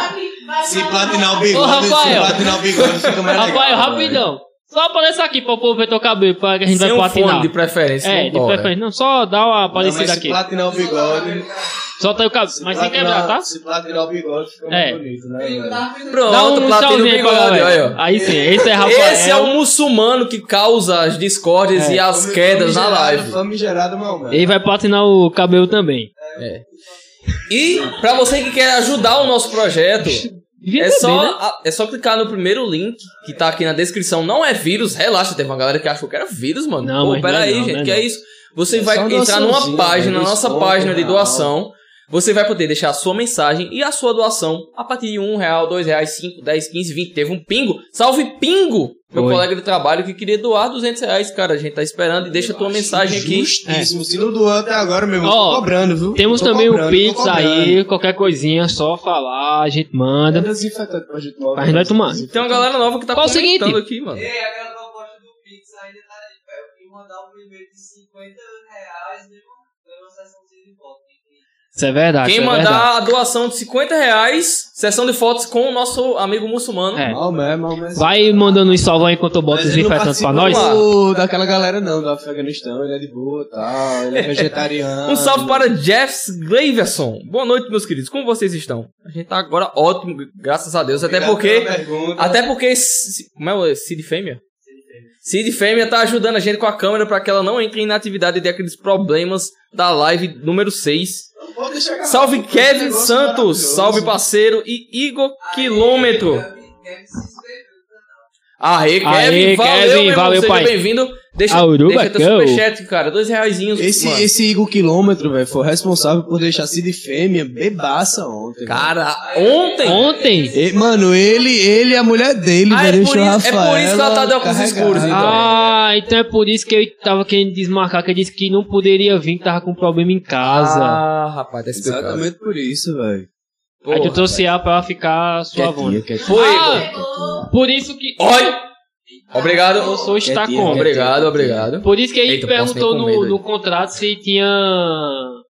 [SPEAKER 3] Se platinar o bigode,
[SPEAKER 2] Ô,
[SPEAKER 3] se
[SPEAKER 2] Rafael. Ah,
[SPEAKER 3] platinar o bigode, fica mais legal.
[SPEAKER 2] Rafael,
[SPEAKER 3] velho.
[SPEAKER 2] rapidão. Só apareça aqui pra o povo ver teu cabelo, pra que a gente
[SPEAKER 1] Sem
[SPEAKER 2] vai
[SPEAKER 1] um
[SPEAKER 2] platinar.
[SPEAKER 1] fone de preferência.
[SPEAKER 2] É,
[SPEAKER 1] não
[SPEAKER 2] de
[SPEAKER 1] dói.
[SPEAKER 2] preferência. Não, só dá uma
[SPEAKER 3] Não, mas
[SPEAKER 2] aparecida
[SPEAKER 3] se
[SPEAKER 2] aqui.
[SPEAKER 3] platinar o bigode...
[SPEAKER 2] Solta aí o cabelo. Mas sem quebrar, tá?
[SPEAKER 3] Se platinar o bigode, fica
[SPEAKER 2] É.
[SPEAKER 3] mais bonito, né, velho?
[SPEAKER 1] Pronto,
[SPEAKER 2] Dá um
[SPEAKER 1] platina o
[SPEAKER 2] tchauzinho aí pra
[SPEAKER 1] bigode,
[SPEAKER 2] galera.
[SPEAKER 1] olha aí, ó.
[SPEAKER 2] Aí sim, esse é Rafael.
[SPEAKER 1] Esse é o muçulmano que causa as discórdias
[SPEAKER 2] É.
[SPEAKER 1] e as quedas na live.
[SPEAKER 3] Famigerado, Maomé.
[SPEAKER 2] Ele vai platinar o cabelo também.
[SPEAKER 1] E pra você que quer ajudar o nosso projeto,
[SPEAKER 2] Devia
[SPEAKER 1] é
[SPEAKER 2] saber,
[SPEAKER 1] só,
[SPEAKER 2] né?
[SPEAKER 1] a- é só clicar no primeiro link que tá aqui na descrição. Não é vírus, relaxa, teve uma galera que achou que era vírus, mano.
[SPEAKER 2] Não,
[SPEAKER 1] Pô,
[SPEAKER 2] mas não
[SPEAKER 1] pera
[SPEAKER 2] é
[SPEAKER 1] aí,
[SPEAKER 2] não,
[SPEAKER 1] gente,
[SPEAKER 2] não é um
[SPEAKER 1] que
[SPEAKER 2] não.
[SPEAKER 1] é isso. Você
[SPEAKER 3] É
[SPEAKER 1] vai
[SPEAKER 3] só uma
[SPEAKER 1] entrar numa
[SPEAKER 3] doaçãozinha,
[SPEAKER 1] página, na
[SPEAKER 2] né?
[SPEAKER 3] velho,
[SPEAKER 1] nossa
[SPEAKER 3] desconto,
[SPEAKER 1] página de
[SPEAKER 3] real.
[SPEAKER 1] doação. Você vai poder deixar a sua mensagem e a sua doação a partir de um real, dois reais, cinco, dez, quinze, vinte. Teve um pingo. Salve pingo! Meu
[SPEAKER 2] Foi.
[SPEAKER 1] colega de trabalho que queria doar duzentos reais, cara. A gente tá esperando e deixa a tua mensagem aqui.
[SPEAKER 3] Justíssimo. Se não doar até agora, meu irmão,
[SPEAKER 2] Ó,
[SPEAKER 3] tô cobrando, viu?
[SPEAKER 2] Temos
[SPEAKER 3] Tô
[SPEAKER 2] também o
[SPEAKER 3] cobrando, tô
[SPEAKER 2] Pix
[SPEAKER 3] cobrando.
[SPEAKER 2] aí, qualquer coisinha, só falar, a gente
[SPEAKER 3] É
[SPEAKER 2] manda.
[SPEAKER 3] desinfetante pra gente tomar. né? Então,
[SPEAKER 2] Mas não vai tomar.
[SPEAKER 1] Tem uma galera nova que tá
[SPEAKER 2] Qual é o seguinte?
[SPEAKER 1] comentando aqui, mano.
[SPEAKER 5] Ei, aquela proposta do Pix ainda tá de pé. Eu queria mandar um primeiro de 50 reais, né? Eu não sei se eu de volta.
[SPEAKER 2] Isso é verdade.
[SPEAKER 1] Quem
[SPEAKER 2] isso é verdade.
[SPEAKER 1] mandar a doação de 50 reais, sessão de fotos com o nosso amigo muçulmano.
[SPEAKER 2] É.
[SPEAKER 3] Maomé, Maomé.
[SPEAKER 2] Vai mandando um salve aí enquanto eu boto
[SPEAKER 3] Mas ele não
[SPEAKER 2] desinfetante pra
[SPEAKER 3] participa
[SPEAKER 2] nós.
[SPEAKER 3] do- daquela galera não, do Afeganistão, ele é de boa e tal, ele é vegetariano.
[SPEAKER 1] Um salve para Jeffs Gleiverson. Boa noite, meus queridos. Como vocês estão? A gente tá agora ótimo, graças a Deus. Até
[SPEAKER 3] Obrigado
[SPEAKER 1] porque.
[SPEAKER 3] pela pergunta.
[SPEAKER 1] Até porque. C- Como é o Cid Fêmea? Cid Fêmea tá ajudando a gente com a câmera pra que ela não entre em inatividade e dê aqueles problemas da live número 6.
[SPEAKER 3] Não pode deixar acabar.
[SPEAKER 1] Salve
[SPEAKER 3] Esse
[SPEAKER 1] Kevin
[SPEAKER 3] um negócio
[SPEAKER 1] Santos,
[SPEAKER 3] é maravilhoso.
[SPEAKER 1] salve parceiro e Igor Quilômetro.
[SPEAKER 5] Deve se inscrever.
[SPEAKER 1] Aê, Kevin,
[SPEAKER 2] Aê,
[SPEAKER 1] valeu,
[SPEAKER 2] Kevin,
[SPEAKER 1] meu irmão,
[SPEAKER 2] valeu,
[SPEAKER 1] seja
[SPEAKER 2] pai. Ah,
[SPEAKER 1] bem-vindo. Deixa,
[SPEAKER 2] Aruba,
[SPEAKER 1] deixa teu
[SPEAKER 2] go.
[SPEAKER 1] superchat, cara, dois reaisinhos,
[SPEAKER 3] Esse,
[SPEAKER 1] mano.
[SPEAKER 3] esse Igor Quilômetro, velho, foi responsável por deixar Cid Fêmea bebaça ontem.
[SPEAKER 1] Cara, ontem...
[SPEAKER 2] Ontem.
[SPEAKER 3] velho. E, mano, ele ele e a mulher dele,
[SPEAKER 1] Ah, é
[SPEAKER 3] velho,
[SPEAKER 1] por
[SPEAKER 3] deixou
[SPEAKER 1] isso- é
[SPEAKER 3] Rafaela
[SPEAKER 1] por isso que ela tá de óculos
[SPEAKER 3] carregada.
[SPEAKER 1] escuros, então.
[SPEAKER 2] Ah, então é por isso que eu tava querendo desmarcar, que eu disse que não poderia vir, que tava com problema em casa.
[SPEAKER 1] Ah, rapaz, tá explicado.
[SPEAKER 3] Exatamente por isso, velho.
[SPEAKER 2] Aí tu
[SPEAKER 1] Porra.
[SPEAKER 2] trouxe ela pra ela ficar suavona.
[SPEAKER 3] Quietinha, quietinha.
[SPEAKER 1] Foi,
[SPEAKER 2] Ah!
[SPEAKER 1] Igor.
[SPEAKER 4] Pegou.
[SPEAKER 2] Por isso que.
[SPEAKER 1] Oi! Obrigado.
[SPEAKER 2] Eu sou está
[SPEAKER 3] Quietinha,
[SPEAKER 2] como.
[SPEAKER 3] quietinha.
[SPEAKER 1] Obrigado, obrigado.
[SPEAKER 2] Por isso que ele
[SPEAKER 1] Eita,
[SPEAKER 2] perguntou
[SPEAKER 1] posso nem
[SPEAKER 2] no,
[SPEAKER 1] comer,
[SPEAKER 2] no contrato se tinha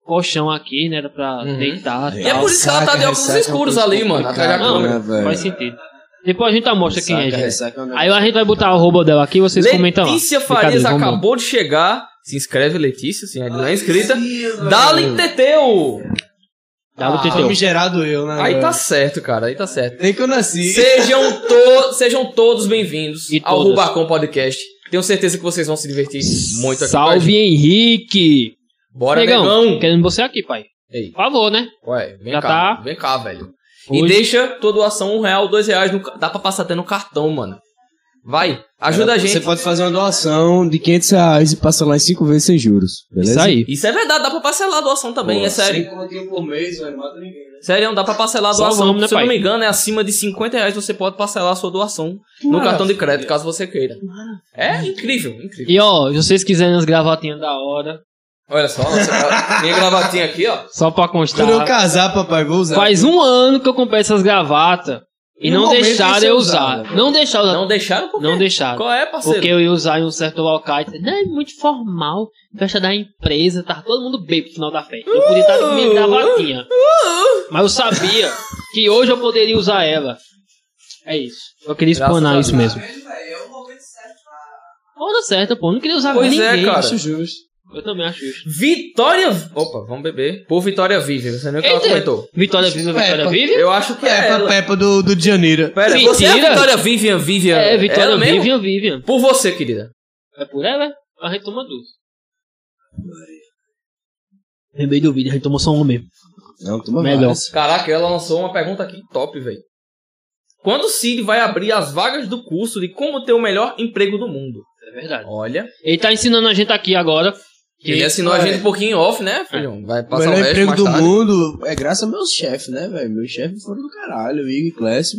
[SPEAKER 2] colchão aqui, né? Era pra
[SPEAKER 1] Uhum.
[SPEAKER 2] deitar.
[SPEAKER 1] E
[SPEAKER 2] tal.
[SPEAKER 1] é por isso que ela tá de óculos
[SPEAKER 3] Ressaca,
[SPEAKER 1] escuros
[SPEAKER 3] ressaca é uma
[SPEAKER 1] ali,
[SPEAKER 3] coisa
[SPEAKER 1] mano, tá atrás da
[SPEAKER 3] complicada,
[SPEAKER 2] câmera.
[SPEAKER 3] né, velho?
[SPEAKER 2] Faz sentido. Depois a gente mostra quem
[SPEAKER 3] Ressaca,
[SPEAKER 2] é, gente.
[SPEAKER 3] ressaca é um
[SPEAKER 2] Aí a gente vai botar o arroba dela aqui, vocês comentam lá.
[SPEAKER 1] Letícia Farias
[SPEAKER 2] Brincadeira, vamos lá.
[SPEAKER 1] acabou de chegar. Se inscreve, Letícia, se ainda não é inscrita.
[SPEAKER 5] Sim,
[SPEAKER 1] Dali Teteu!
[SPEAKER 2] Dá o TTO.
[SPEAKER 3] negócio gerado Tá eu, né?
[SPEAKER 1] Aí
[SPEAKER 3] velho?
[SPEAKER 1] tá certo, cara, aí tá certo.
[SPEAKER 3] Nem que eu nasci.
[SPEAKER 1] Sejam, to- sejam todos bem-vindos
[SPEAKER 2] E
[SPEAKER 1] ao
[SPEAKER 2] todas.
[SPEAKER 1] Rubacon Podcast. Tenho certeza que vocês vão se divertir muito aqui. com a
[SPEAKER 2] Salve
[SPEAKER 1] gente.
[SPEAKER 2] Henrique!
[SPEAKER 1] Bora, negão!
[SPEAKER 2] Querendo você aqui, pai.
[SPEAKER 1] Ei,
[SPEAKER 2] Por favor, né?
[SPEAKER 1] ué, vem
[SPEAKER 2] Já
[SPEAKER 1] cá,
[SPEAKER 2] tá?
[SPEAKER 1] vem cá, velho. E
[SPEAKER 2] Hoje-
[SPEAKER 1] deixa tua doação um real, dois reais. no ca- Dá pra passar até no cartão, mano. Vai, ajuda a gente.
[SPEAKER 3] Você pode fazer uma doação de 500 reais e passar lá em 5 vezes sem juros. Beleza?
[SPEAKER 2] Isso aí.
[SPEAKER 1] Isso é verdade, dá pra parcelar a doação também, é sério.
[SPEAKER 3] por mês, não mata ninguém, né?
[SPEAKER 1] Sério, dá pra parcelar a
[SPEAKER 2] Só
[SPEAKER 1] doação.
[SPEAKER 2] vamos, né,
[SPEAKER 1] Se eu não
[SPEAKER 2] pai?
[SPEAKER 1] me engano, é acima de 50 reais você pode parcelar a sua doação no cartão de crédito, caso você queira. É incrível, incrível.
[SPEAKER 2] E ó, se vocês quiserem as gravatinhas da hora,
[SPEAKER 1] Olha só, nossa, minha gravatinha aqui, ó.
[SPEAKER 2] só pra
[SPEAKER 3] Quando eu
[SPEAKER 2] constar.
[SPEAKER 3] casar, papai, vou usar.
[SPEAKER 2] Faz um ano que eu comprei essas gravatas e
[SPEAKER 3] No
[SPEAKER 2] não
[SPEAKER 3] momento
[SPEAKER 2] deixaram
[SPEAKER 3] isso é
[SPEAKER 2] eu
[SPEAKER 3] usado.
[SPEAKER 2] usar. Não deixaram usar.
[SPEAKER 1] Não deixaram por quê?
[SPEAKER 2] Não deixaram.
[SPEAKER 1] Qual é, parceiro?
[SPEAKER 2] Porque eu ia usar em um certo local e disse, não, é muito formal, festa da empresa, tá todo mundo bem pro final da festa. Eu podia estar com minha gravatinha. Mas eu sabia que hoje eu poderia usar ela. É isso. Eu queria
[SPEAKER 1] Graças a
[SPEAKER 2] explanar
[SPEAKER 1] Deus.
[SPEAKER 2] isso mesmo.
[SPEAKER 5] velho, é o momento certo pra
[SPEAKER 2] Hora certa, pô. Eu não queria usar
[SPEAKER 1] Pois é,
[SPEAKER 2] ninguém.
[SPEAKER 1] cara.
[SPEAKER 3] Acho justo.
[SPEAKER 2] Eu também acho isso.
[SPEAKER 1] Vitória. Opa, vamos beber. Por Vitória Vive, você nem o que ela
[SPEAKER 2] Eita.
[SPEAKER 1] comentou.
[SPEAKER 2] Vitória viva, Vitória
[SPEAKER 3] Peppa.
[SPEAKER 2] vive?
[SPEAKER 1] Eu acho que é.
[SPEAKER 3] Peppa,
[SPEAKER 1] Ela.
[SPEAKER 3] Peppa do, do de Janeiro.
[SPEAKER 1] Pera, você é a
[SPEAKER 2] Mentira.
[SPEAKER 1] Vitória Vivian, Vivian.
[SPEAKER 2] É, Vitória
[SPEAKER 1] ela mesmo?
[SPEAKER 2] Vivian, Vivian.
[SPEAKER 1] Por você, querida.
[SPEAKER 2] É por ela? A gente toma duas. Lembrei do vídeo, a gente tomou só uma mesmo.
[SPEAKER 3] Não, toma
[SPEAKER 2] Melhor.
[SPEAKER 3] várias.
[SPEAKER 1] Caraca, ela lançou uma pergunta aqui top, velho. Quando o Cid vai abrir as vagas do curso de como ter o melhor emprego do mundo?
[SPEAKER 2] É verdade.
[SPEAKER 1] Olha,
[SPEAKER 2] Ele tá ensinando a gente aqui agora. Que
[SPEAKER 1] ele assinou a
[SPEAKER 3] é.
[SPEAKER 1] gente um pouquinho em off, né, filhão? Vai
[SPEAKER 3] O
[SPEAKER 1] passar o
[SPEAKER 3] melhor
[SPEAKER 1] resto
[SPEAKER 3] emprego
[SPEAKER 1] mais
[SPEAKER 3] do
[SPEAKER 1] tarde.
[SPEAKER 3] mundo é graças aos meus chefes, né, velho? Meus chefes foram do caralho, Igor e Clécio.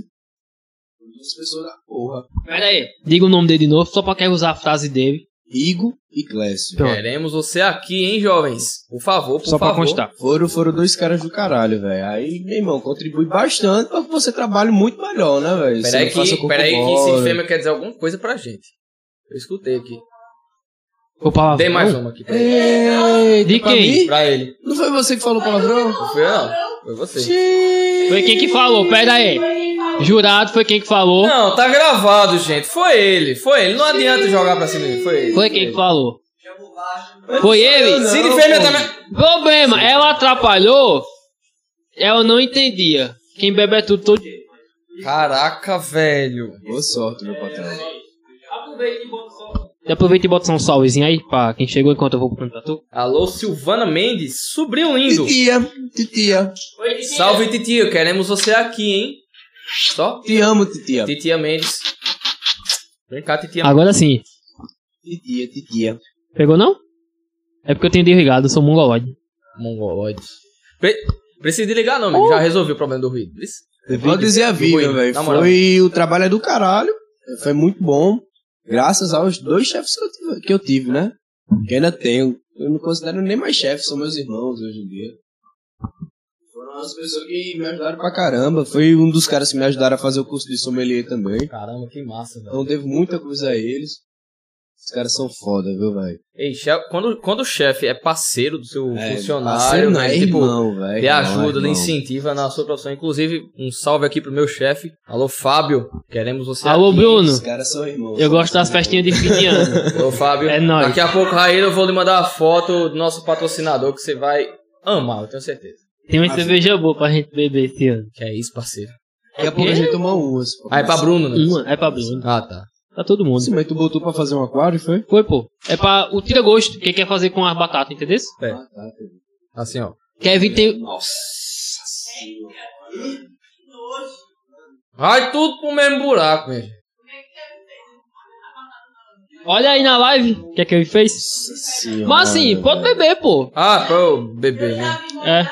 [SPEAKER 3] Duas pessoas da porra.
[SPEAKER 2] Pera aí, diga o nome dele de novo, só pra quem usar a frase dele.
[SPEAKER 3] Igor e Clécio.
[SPEAKER 2] Pronto.
[SPEAKER 1] Queremos você aqui, hein, jovens? Por favor, É, por
[SPEAKER 2] só
[SPEAKER 1] favor.
[SPEAKER 2] pra constar.
[SPEAKER 3] Foram, foram dois caras do caralho, velho. Aí, meu irmão, contribui bastante pra que você trabalhe muito melhor, né, velho? Você
[SPEAKER 1] Peraí
[SPEAKER 3] não faça né?
[SPEAKER 1] que,
[SPEAKER 3] corpo
[SPEAKER 1] peraí que
[SPEAKER 3] mole.
[SPEAKER 1] Cid Fêmea quer dizer alguma coisa pra gente. Eu escutei aqui.
[SPEAKER 2] O palavrão.
[SPEAKER 1] Tem mais um. uma aqui pra ele.
[SPEAKER 3] Ei,
[SPEAKER 2] De
[SPEAKER 3] É, pra
[SPEAKER 2] quem?
[SPEAKER 3] mim?
[SPEAKER 1] Pra ele.
[SPEAKER 3] Não foi você que falou palavrão?
[SPEAKER 1] Não foi eu, não. Foi você.
[SPEAKER 2] Foi quem que falou, pera aí. Jurado foi quem que falou.
[SPEAKER 1] Não, tá gravado, gente. Foi ele. Foi ele. Não adianta jogar pra cima dele. Foi ele.
[SPEAKER 2] Foi quem que falou.
[SPEAKER 5] já bobagem.
[SPEAKER 2] Foi ele.
[SPEAKER 1] Cid
[SPEAKER 3] Não,
[SPEAKER 1] Fêmea
[SPEAKER 3] pô.
[SPEAKER 1] também.
[SPEAKER 2] Problema, ela atrapalhou. Ela não entendia. Quem bebe é tudo todo dia.
[SPEAKER 1] Caraca, velho.
[SPEAKER 3] Boa sorte, meu patrão.
[SPEAKER 2] Aproveita e bota só um salvezinho aí pra quem chegou enquanto eu vou pro canto da tu.
[SPEAKER 1] Alô, Silvana Mendes, sobrinho lindo.
[SPEAKER 3] Titia, titia.
[SPEAKER 1] Salve, titia. Queremos você aqui, hein? Só?
[SPEAKER 3] Te amo, titia.
[SPEAKER 1] Titia Mendes. Vem cá, titia.
[SPEAKER 2] Agora sim.
[SPEAKER 3] Titia, titia.
[SPEAKER 2] Pegou não? É porque eu tenho desligado, eu sou mongoloide.
[SPEAKER 1] Mongoloide. Pre precisa desligar, não, meu. Já resolvi o problema do ruído. Isso.
[SPEAKER 3] Vou dizer a vida,
[SPEAKER 1] é Ruim, né?
[SPEAKER 3] velho.
[SPEAKER 1] na moral.
[SPEAKER 3] Foi o trabalho é do caralho. Foi muito bom. Graças aos dois chefes que eu tive, que eu tive, né? Que ainda tenho. Eu não considero nem mais chefe, são meus irmãos hoje em dia. Foram as pessoas que me ajudaram pra caramba. Foi um dos caras que me ajudaram a fazer o curso de sommelier também.
[SPEAKER 1] Caramba, que massa, velho.
[SPEAKER 3] Então devo muita coisa a eles. Os caras são foda, viu, velho?
[SPEAKER 1] Ei, chefe, quando, quando o chefe é parceiro do seu
[SPEAKER 3] assim
[SPEAKER 1] funcionário,
[SPEAKER 3] não
[SPEAKER 1] né,
[SPEAKER 3] é
[SPEAKER 1] tipo,
[SPEAKER 3] irmão, velho.
[SPEAKER 1] lhe
[SPEAKER 3] Não é
[SPEAKER 1] ajuda, lhe
[SPEAKER 3] irmão.
[SPEAKER 1] incentiva na sua profissão. Inclusive, um salve aqui pro meu chefe. Alô, Fábio. Queremos você
[SPEAKER 2] Alô,
[SPEAKER 1] aqui.
[SPEAKER 2] Bruno.
[SPEAKER 3] Os caras são irmãos.
[SPEAKER 2] Eu gosto das festinhas de fim de ano.
[SPEAKER 1] Ô, Fábio.
[SPEAKER 2] É nóis.
[SPEAKER 1] Daqui a pouco, Raíra, eu vou lhe mandar a foto do nosso patrocinador que você vai amar, eu tenho certeza.
[SPEAKER 2] Tem uma cerveja boa pra gente beber esse ano.
[SPEAKER 1] Que é isso, parceiro.
[SPEAKER 3] Daqui a pouco a gente toma umas.
[SPEAKER 1] Ah, é pra Bruno, né?
[SPEAKER 2] Uma é pra Bruno.
[SPEAKER 1] Ah, tá.
[SPEAKER 2] Pra todo mundo.
[SPEAKER 3] Sim, mas tu botou pra fazer um aquário, foi?
[SPEAKER 2] Foi, pô. É pra o tira-gosto. Quem quer fazer com as batatas, entendeu?
[SPEAKER 1] É.
[SPEAKER 3] Ah, tá.
[SPEAKER 1] Assim, ó.
[SPEAKER 2] Kevin tem.
[SPEAKER 1] Vai tudo pro mesmo buraco, minha gente.
[SPEAKER 2] Olha aí na live o que é que ele fez.
[SPEAKER 3] Nossa senhora.
[SPEAKER 2] Mas assim, pode beber, pô.
[SPEAKER 1] Ah, pra eu beber, né?
[SPEAKER 2] É.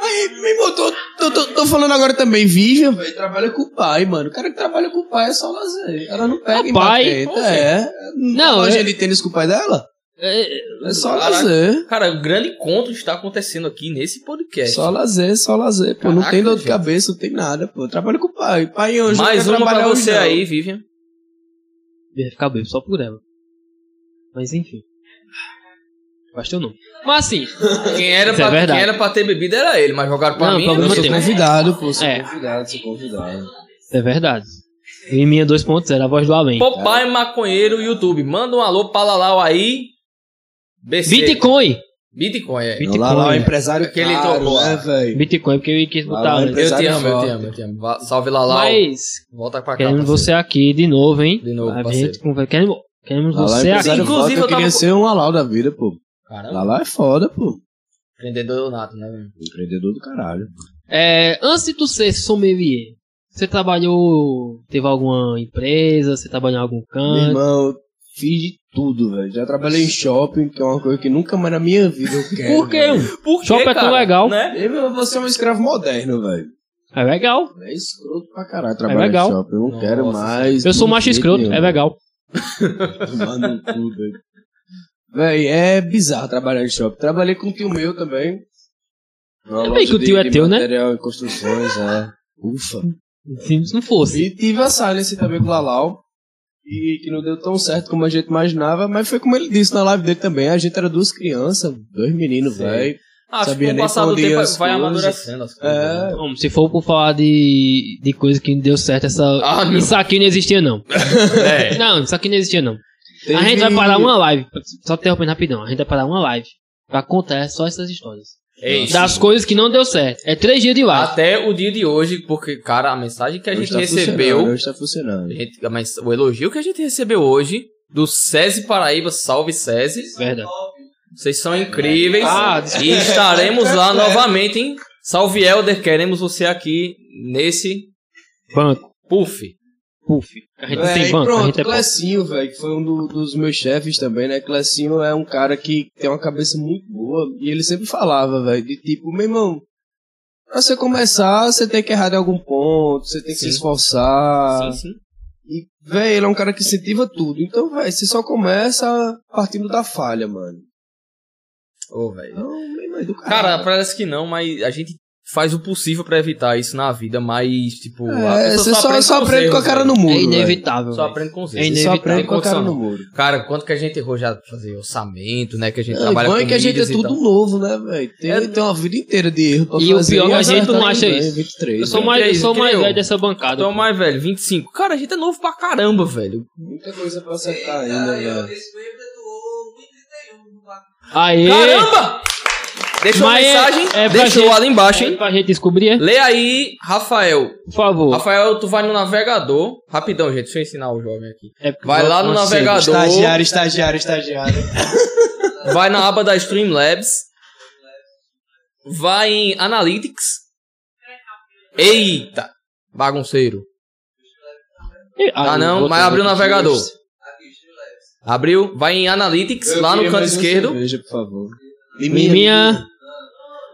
[SPEAKER 3] Aí, meu irmão, tô, tô, tô, tô falando agora também, Vivian, velho, trabalha com o pai, mano. O cara que trabalha com o pai é só lazer. Ela não pega
[SPEAKER 2] Ah,
[SPEAKER 3] em
[SPEAKER 2] pai?
[SPEAKER 3] bateta, é.
[SPEAKER 2] Não,
[SPEAKER 3] Hoje
[SPEAKER 2] é-
[SPEAKER 3] ele tênis com o pai dela?
[SPEAKER 2] É,
[SPEAKER 3] É só
[SPEAKER 1] Caraca.
[SPEAKER 3] lazer.
[SPEAKER 1] Cara, o grande encontro está acontecendo aqui nesse podcast.
[SPEAKER 3] Só lazer, só lazer, pô. não
[SPEAKER 1] Caraca,
[SPEAKER 3] tem dor de
[SPEAKER 1] gente.
[SPEAKER 3] cabeça, não tem nada, pô. Trabalha com o pai. Pai hoje não
[SPEAKER 2] é
[SPEAKER 1] Mais
[SPEAKER 3] quer
[SPEAKER 1] uma pra
[SPEAKER 3] trabalhar hoje,
[SPEAKER 1] você
[SPEAKER 3] não.
[SPEAKER 1] aí, Vivian.
[SPEAKER 2] Ia ficar bebo só por ela. Mas enfim. Faz teu nome. Mas assim,
[SPEAKER 1] Quem era,
[SPEAKER 2] Isso é
[SPEAKER 1] pra,
[SPEAKER 2] verdade.
[SPEAKER 1] quem era pra ter bebido era ele, mas jogaram pra
[SPEAKER 2] Não,
[SPEAKER 1] mim. eu
[SPEAKER 2] problema
[SPEAKER 3] Eu
[SPEAKER 1] não
[SPEAKER 2] teu.
[SPEAKER 3] sou
[SPEAKER 1] sei como-
[SPEAKER 3] convidado, pô. Sou
[SPEAKER 2] É.
[SPEAKER 3] convidado, sou convidado.
[SPEAKER 2] É verdade. E minha 2.0, a voz do além.
[SPEAKER 1] Popai Maconheiro YouTube. Manda um alô pra Lalau aí. BC.
[SPEAKER 2] Bitcoin!
[SPEAKER 1] Bitcoin, é.
[SPEAKER 2] Bitcoin,
[SPEAKER 3] Lá, lá, o
[SPEAKER 2] é.
[SPEAKER 3] empresário
[SPEAKER 1] Aquele
[SPEAKER 3] caro,
[SPEAKER 1] trocou.
[SPEAKER 3] né, velho?
[SPEAKER 2] Bitcoin, porque eu quis botar
[SPEAKER 3] Lalau é
[SPEAKER 2] antes.
[SPEAKER 1] Eu te
[SPEAKER 3] Empresário
[SPEAKER 1] amo, eu te
[SPEAKER 3] foda.
[SPEAKER 1] amo, eu te amo. Va- Salve Lalau.
[SPEAKER 2] Mas,
[SPEAKER 1] Volta pra cá.
[SPEAKER 2] queremos
[SPEAKER 1] parceiro.
[SPEAKER 2] você aqui de novo, hein?
[SPEAKER 1] De novo,
[SPEAKER 2] A
[SPEAKER 1] parceiro.
[SPEAKER 2] gente conver- Queremos, queremos
[SPEAKER 3] Lá, lá,
[SPEAKER 2] você é aqui.
[SPEAKER 3] empresário
[SPEAKER 1] Inclusive,
[SPEAKER 3] foda,
[SPEAKER 1] eu
[SPEAKER 3] eu queria
[SPEAKER 1] tava-
[SPEAKER 3] ser um Alau da vida, pô.
[SPEAKER 1] Caramba,
[SPEAKER 3] Lá, lá é foda, pô.
[SPEAKER 1] empreendedor nato, né? velho?
[SPEAKER 3] Empreendedor do caralho.
[SPEAKER 2] É, antes de tu ser sommelier, você trabalhou, teve alguma empresa, você trabalhou em algum
[SPEAKER 3] Meu
[SPEAKER 2] canto?
[SPEAKER 3] irmão, eu fiz de tudo, velho. Já trabalhei em shopping, que é uma coisa que nunca mais na minha vida eu quero.
[SPEAKER 2] Por quê?
[SPEAKER 3] velho.
[SPEAKER 1] Por quê,
[SPEAKER 2] Shopping é tão
[SPEAKER 1] cara?
[SPEAKER 2] legal.
[SPEAKER 1] Né?
[SPEAKER 3] Meu irmão, você é um escravo moderno, velho.
[SPEAKER 2] É legal.
[SPEAKER 3] É escroto pra caralho trabalhar
[SPEAKER 2] legal.
[SPEAKER 3] em shopping. Eu não
[SPEAKER 1] Nossa,
[SPEAKER 3] quero mais.
[SPEAKER 2] Eu sou
[SPEAKER 3] de
[SPEAKER 2] macho
[SPEAKER 3] jeito
[SPEAKER 2] escroto,
[SPEAKER 3] nenhum.
[SPEAKER 2] é legal.
[SPEAKER 3] Tomar no cu, velho. Véi, é bizarro trabalhar em shopping. Trabalhei com um tio meu também. Uma
[SPEAKER 2] É bem
[SPEAKER 3] loja
[SPEAKER 2] que o tio
[SPEAKER 3] de-
[SPEAKER 2] é
[SPEAKER 3] de
[SPEAKER 2] teu, né?
[SPEAKER 3] material e construções, é. Ufa.
[SPEAKER 2] Se não fosse.
[SPEAKER 3] E tive a silence também com o Lalau. E que não deu tão certo como a gente imaginava, mas foi como ele disse na live dele também. A gente era duas crianças, dois meninos,
[SPEAKER 1] Sim.
[SPEAKER 3] velho.
[SPEAKER 1] Acho
[SPEAKER 3] Sabia
[SPEAKER 1] que com o
[SPEAKER 3] nem
[SPEAKER 1] passar do
[SPEAKER 3] onde
[SPEAKER 1] tempo
[SPEAKER 3] ia
[SPEAKER 1] vai
[SPEAKER 3] as coisas.
[SPEAKER 1] amadurecendo as coisas.
[SPEAKER 3] É.
[SPEAKER 1] né?
[SPEAKER 2] Bom, se for por falar de, de coisa que não deu certo, essa,
[SPEAKER 1] Ah, meu-
[SPEAKER 2] isso aqui não existia, não.
[SPEAKER 1] É.
[SPEAKER 2] Não, isso aqui não existia, não.
[SPEAKER 3] Teve-
[SPEAKER 2] A gente vai parar uma live. Só interrompendo rapidão. A gente vai parar uma live. Pra contar só essas histórias.
[SPEAKER 1] É isso.
[SPEAKER 2] Das coisas que não deu certo. É três dias de live.
[SPEAKER 1] Até o dia de hoje, porque, cara, a mensagem que a
[SPEAKER 3] Hoje
[SPEAKER 1] gente
[SPEAKER 3] tá funcionando,
[SPEAKER 1] recebeu,
[SPEAKER 3] Hoje tá funcionando.
[SPEAKER 1] a gente- mas o elogio que a gente recebeu hoje do SESI Paraíba, salve SESI.
[SPEAKER 2] Verdade.
[SPEAKER 1] Vocês são incríveis.
[SPEAKER 2] Ah,
[SPEAKER 1] e estaremos lá
[SPEAKER 3] É.
[SPEAKER 1] novamente, hein? Salve Helder, queremos você aqui nesse
[SPEAKER 2] Banco.
[SPEAKER 1] puff.
[SPEAKER 2] Puf. A gente não
[SPEAKER 3] É,
[SPEAKER 2] tem
[SPEAKER 3] e
[SPEAKER 2] banco. a
[SPEAKER 3] pronto,
[SPEAKER 2] gente é pobre.
[SPEAKER 3] Clecinho, velho, que foi um do- dos meus chefes também, né? Clecinho é um cara que tem uma cabeça muito boa e ele sempre falava, velho, de tipo, meu irmão, pra você começar, você tem que errar de algum ponto, você tem que
[SPEAKER 1] Sim.
[SPEAKER 3] se esforçar.
[SPEAKER 1] Sim, sim.
[SPEAKER 3] E, velho, ele é um cara que incentiva tudo. Então, velho, você só começa partindo da falha, mano.
[SPEAKER 1] Ô, velho.
[SPEAKER 3] Então, meu irmão, é do
[SPEAKER 1] Cara,
[SPEAKER 3] caralho.
[SPEAKER 1] parece que não, mas a gente faz o possível pra evitar isso na vida, mas, tipo, a
[SPEAKER 3] é,
[SPEAKER 1] pessoa
[SPEAKER 3] você só, só
[SPEAKER 1] os
[SPEAKER 3] aprende com a
[SPEAKER 1] erros, né?
[SPEAKER 3] cara
[SPEAKER 1] velho.
[SPEAKER 3] no muro.
[SPEAKER 2] É
[SPEAKER 3] velho.
[SPEAKER 2] inevitável.
[SPEAKER 1] Só
[SPEAKER 2] velho.
[SPEAKER 1] aprende com os
[SPEAKER 2] É
[SPEAKER 1] erros.
[SPEAKER 3] Você
[SPEAKER 2] inevitável.
[SPEAKER 3] só aprende
[SPEAKER 1] Tem
[SPEAKER 3] com a cara
[SPEAKER 1] condição,
[SPEAKER 3] no
[SPEAKER 1] não.
[SPEAKER 3] muro.
[SPEAKER 1] Cara, quanto que a gente errou já pra fazer orçamento, né? Que a gente
[SPEAKER 3] É,
[SPEAKER 1] trabalha
[SPEAKER 3] bom é
[SPEAKER 1] com
[SPEAKER 3] que a gente é
[SPEAKER 1] mídias e
[SPEAKER 3] tudo
[SPEAKER 1] tal.
[SPEAKER 3] novo, né, velho? Tem,
[SPEAKER 1] É.
[SPEAKER 3] tem uma vida inteira de erro pra
[SPEAKER 2] então. E o
[SPEAKER 3] fazer.
[SPEAKER 2] pior é que a gente
[SPEAKER 3] acertar
[SPEAKER 2] não acha
[SPEAKER 3] também,
[SPEAKER 2] isso.
[SPEAKER 3] 23,
[SPEAKER 2] Eu sou
[SPEAKER 3] né?
[SPEAKER 1] Sim,
[SPEAKER 2] mais, eu
[SPEAKER 1] três,
[SPEAKER 2] sou
[SPEAKER 1] que
[SPEAKER 2] mais
[SPEAKER 1] nem eu.
[SPEAKER 2] velho dessa bancada.
[SPEAKER 1] Então,
[SPEAKER 2] pô.
[SPEAKER 1] mais velho, 25. Cara, a gente é novo pra caramba, velho.
[SPEAKER 3] Muita coisa pra
[SPEAKER 5] Eita,
[SPEAKER 3] acertar ainda,
[SPEAKER 5] eu-
[SPEAKER 3] velho.
[SPEAKER 5] esse foi o do ovo, 1,31 no barco.
[SPEAKER 2] Aê!
[SPEAKER 1] Caramba! Deixou uma
[SPEAKER 2] Mas é-
[SPEAKER 1] mensagem,
[SPEAKER 2] é pra
[SPEAKER 1] deixou
[SPEAKER 2] gente-
[SPEAKER 1] lá embaixo, hein?
[SPEAKER 2] Pra gente descobrir, é,
[SPEAKER 1] Lê aí, Rafael.
[SPEAKER 2] por favor.
[SPEAKER 1] Rafael, tu vai no navegador. Rapidão, gente, deixa eu ensinar o jovem aqui.
[SPEAKER 2] É porque
[SPEAKER 1] Vai
[SPEAKER 2] eu
[SPEAKER 1] lá no
[SPEAKER 2] consigo.
[SPEAKER 1] navegador.
[SPEAKER 3] Estagiário, estagiário, estagiário.
[SPEAKER 1] Vai na aba da Streamlabs. Vai em Analytics. Eita! Bagunceiro.
[SPEAKER 2] Ih,
[SPEAKER 1] Ah,
[SPEAKER 2] aí,
[SPEAKER 1] não,
[SPEAKER 2] outro
[SPEAKER 1] mas abriu o
[SPEAKER 2] outro.
[SPEAKER 1] navegador.
[SPEAKER 5] Aqui, estilo leve.
[SPEAKER 1] Abriu, vai em Analytics,
[SPEAKER 3] Eu
[SPEAKER 1] lá no
[SPEAKER 3] queria
[SPEAKER 1] canto
[SPEAKER 3] mais uma
[SPEAKER 1] esquerdo.
[SPEAKER 3] cerveja, por favor.
[SPEAKER 2] Minha.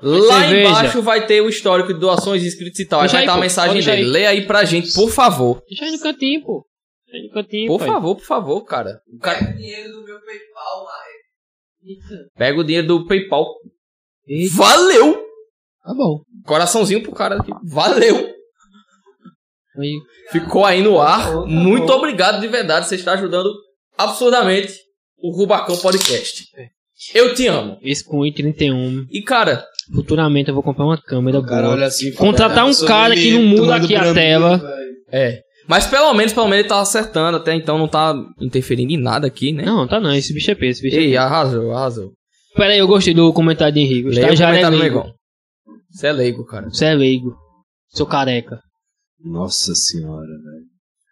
[SPEAKER 1] Lá
[SPEAKER 2] cerveja.
[SPEAKER 1] embaixo vai ter o histórico de doações, inscritos e tal. Aí
[SPEAKER 2] Deixa
[SPEAKER 1] vai
[SPEAKER 2] aí,
[SPEAKER 1] estar a
[SPEAKER 2] pô.
[SPEAKER 1] mensagem
[SPEAKER 2] Deixa
[SPEAKER 1] dele.
[SPEAKER 2] aí.
[SPEAKER 1] Lê aí pra gente, por favor.
[SPEAKER 2] Deixa aí no cantinho, pô. Deixa aí no cantinho,
[SPEAKER 1] Por
[SPEAKER 2] pai.
[SPEAKER 1] favor, por favor, cara. O cara
[SPEAKER 5] Pega o dinheiro do meu PayPal, Maia.
[SPEAKER 1] pega o dinheiro do PayPal.
[SPEAKER 2] Eita.
[SPEAKER 1] Valeu!
[SPEAKER 2] Tá bom.
[SPEAKER 1] Coraçãozinho pro cara aqui. Valeu!
[SPEAKER 2] Aí,
[SPEAKER 1] Ficou aí no ar.
[SPEAKER 3] bom, tá
[SPEAKER 1] Muito
[SPEAKER 3] bom.
[SPEAKER 1] obrigado de verdade. Você está ajudando absurdamente o Rubacão Podcast.
[SPEAKER 2] É.
[SPEAKER 1] Eu te amo.
[SPEAKER 2] Esse com 31.
[SPEAKER 1] E, cara,
[SPEAKER 2] Futuramente eu vou comprar uma câmera
[SPEAKER 3] O cara
[SPEAKER 2] boa.
[SPEAKER 3] olha assim.
[SPEAKER 2] Contratar um cara que não muda aqui a tela.
[SPEAKER 1] é. Mas pelo menos, pelo menos ele tá acertando. Até então não tá interferindo em nada aqui, né?
[SPEAKER 2] Não, tá não. Esse bicho é P, esse bicho é
[SPEAKER 1] Ei,
[SPEAKER 2] P.
[SPEAKER 1] arrasou, arrasou.
[SPEAKER 2] Pera aí, eu gostei do comentário de Henrique. O
[SPEAKER 1] Leia o
[SPEAKER 2] estagiário é
[SPEAKER 1] comentário do
[SPEAKER 2] leigo.
[SPEAKER 1] Negão. Você é leigo, cara.
[SPEAKER 2] Você é leigo. Sou careca.
[SPEAKER 3] Nossa senhora, velho.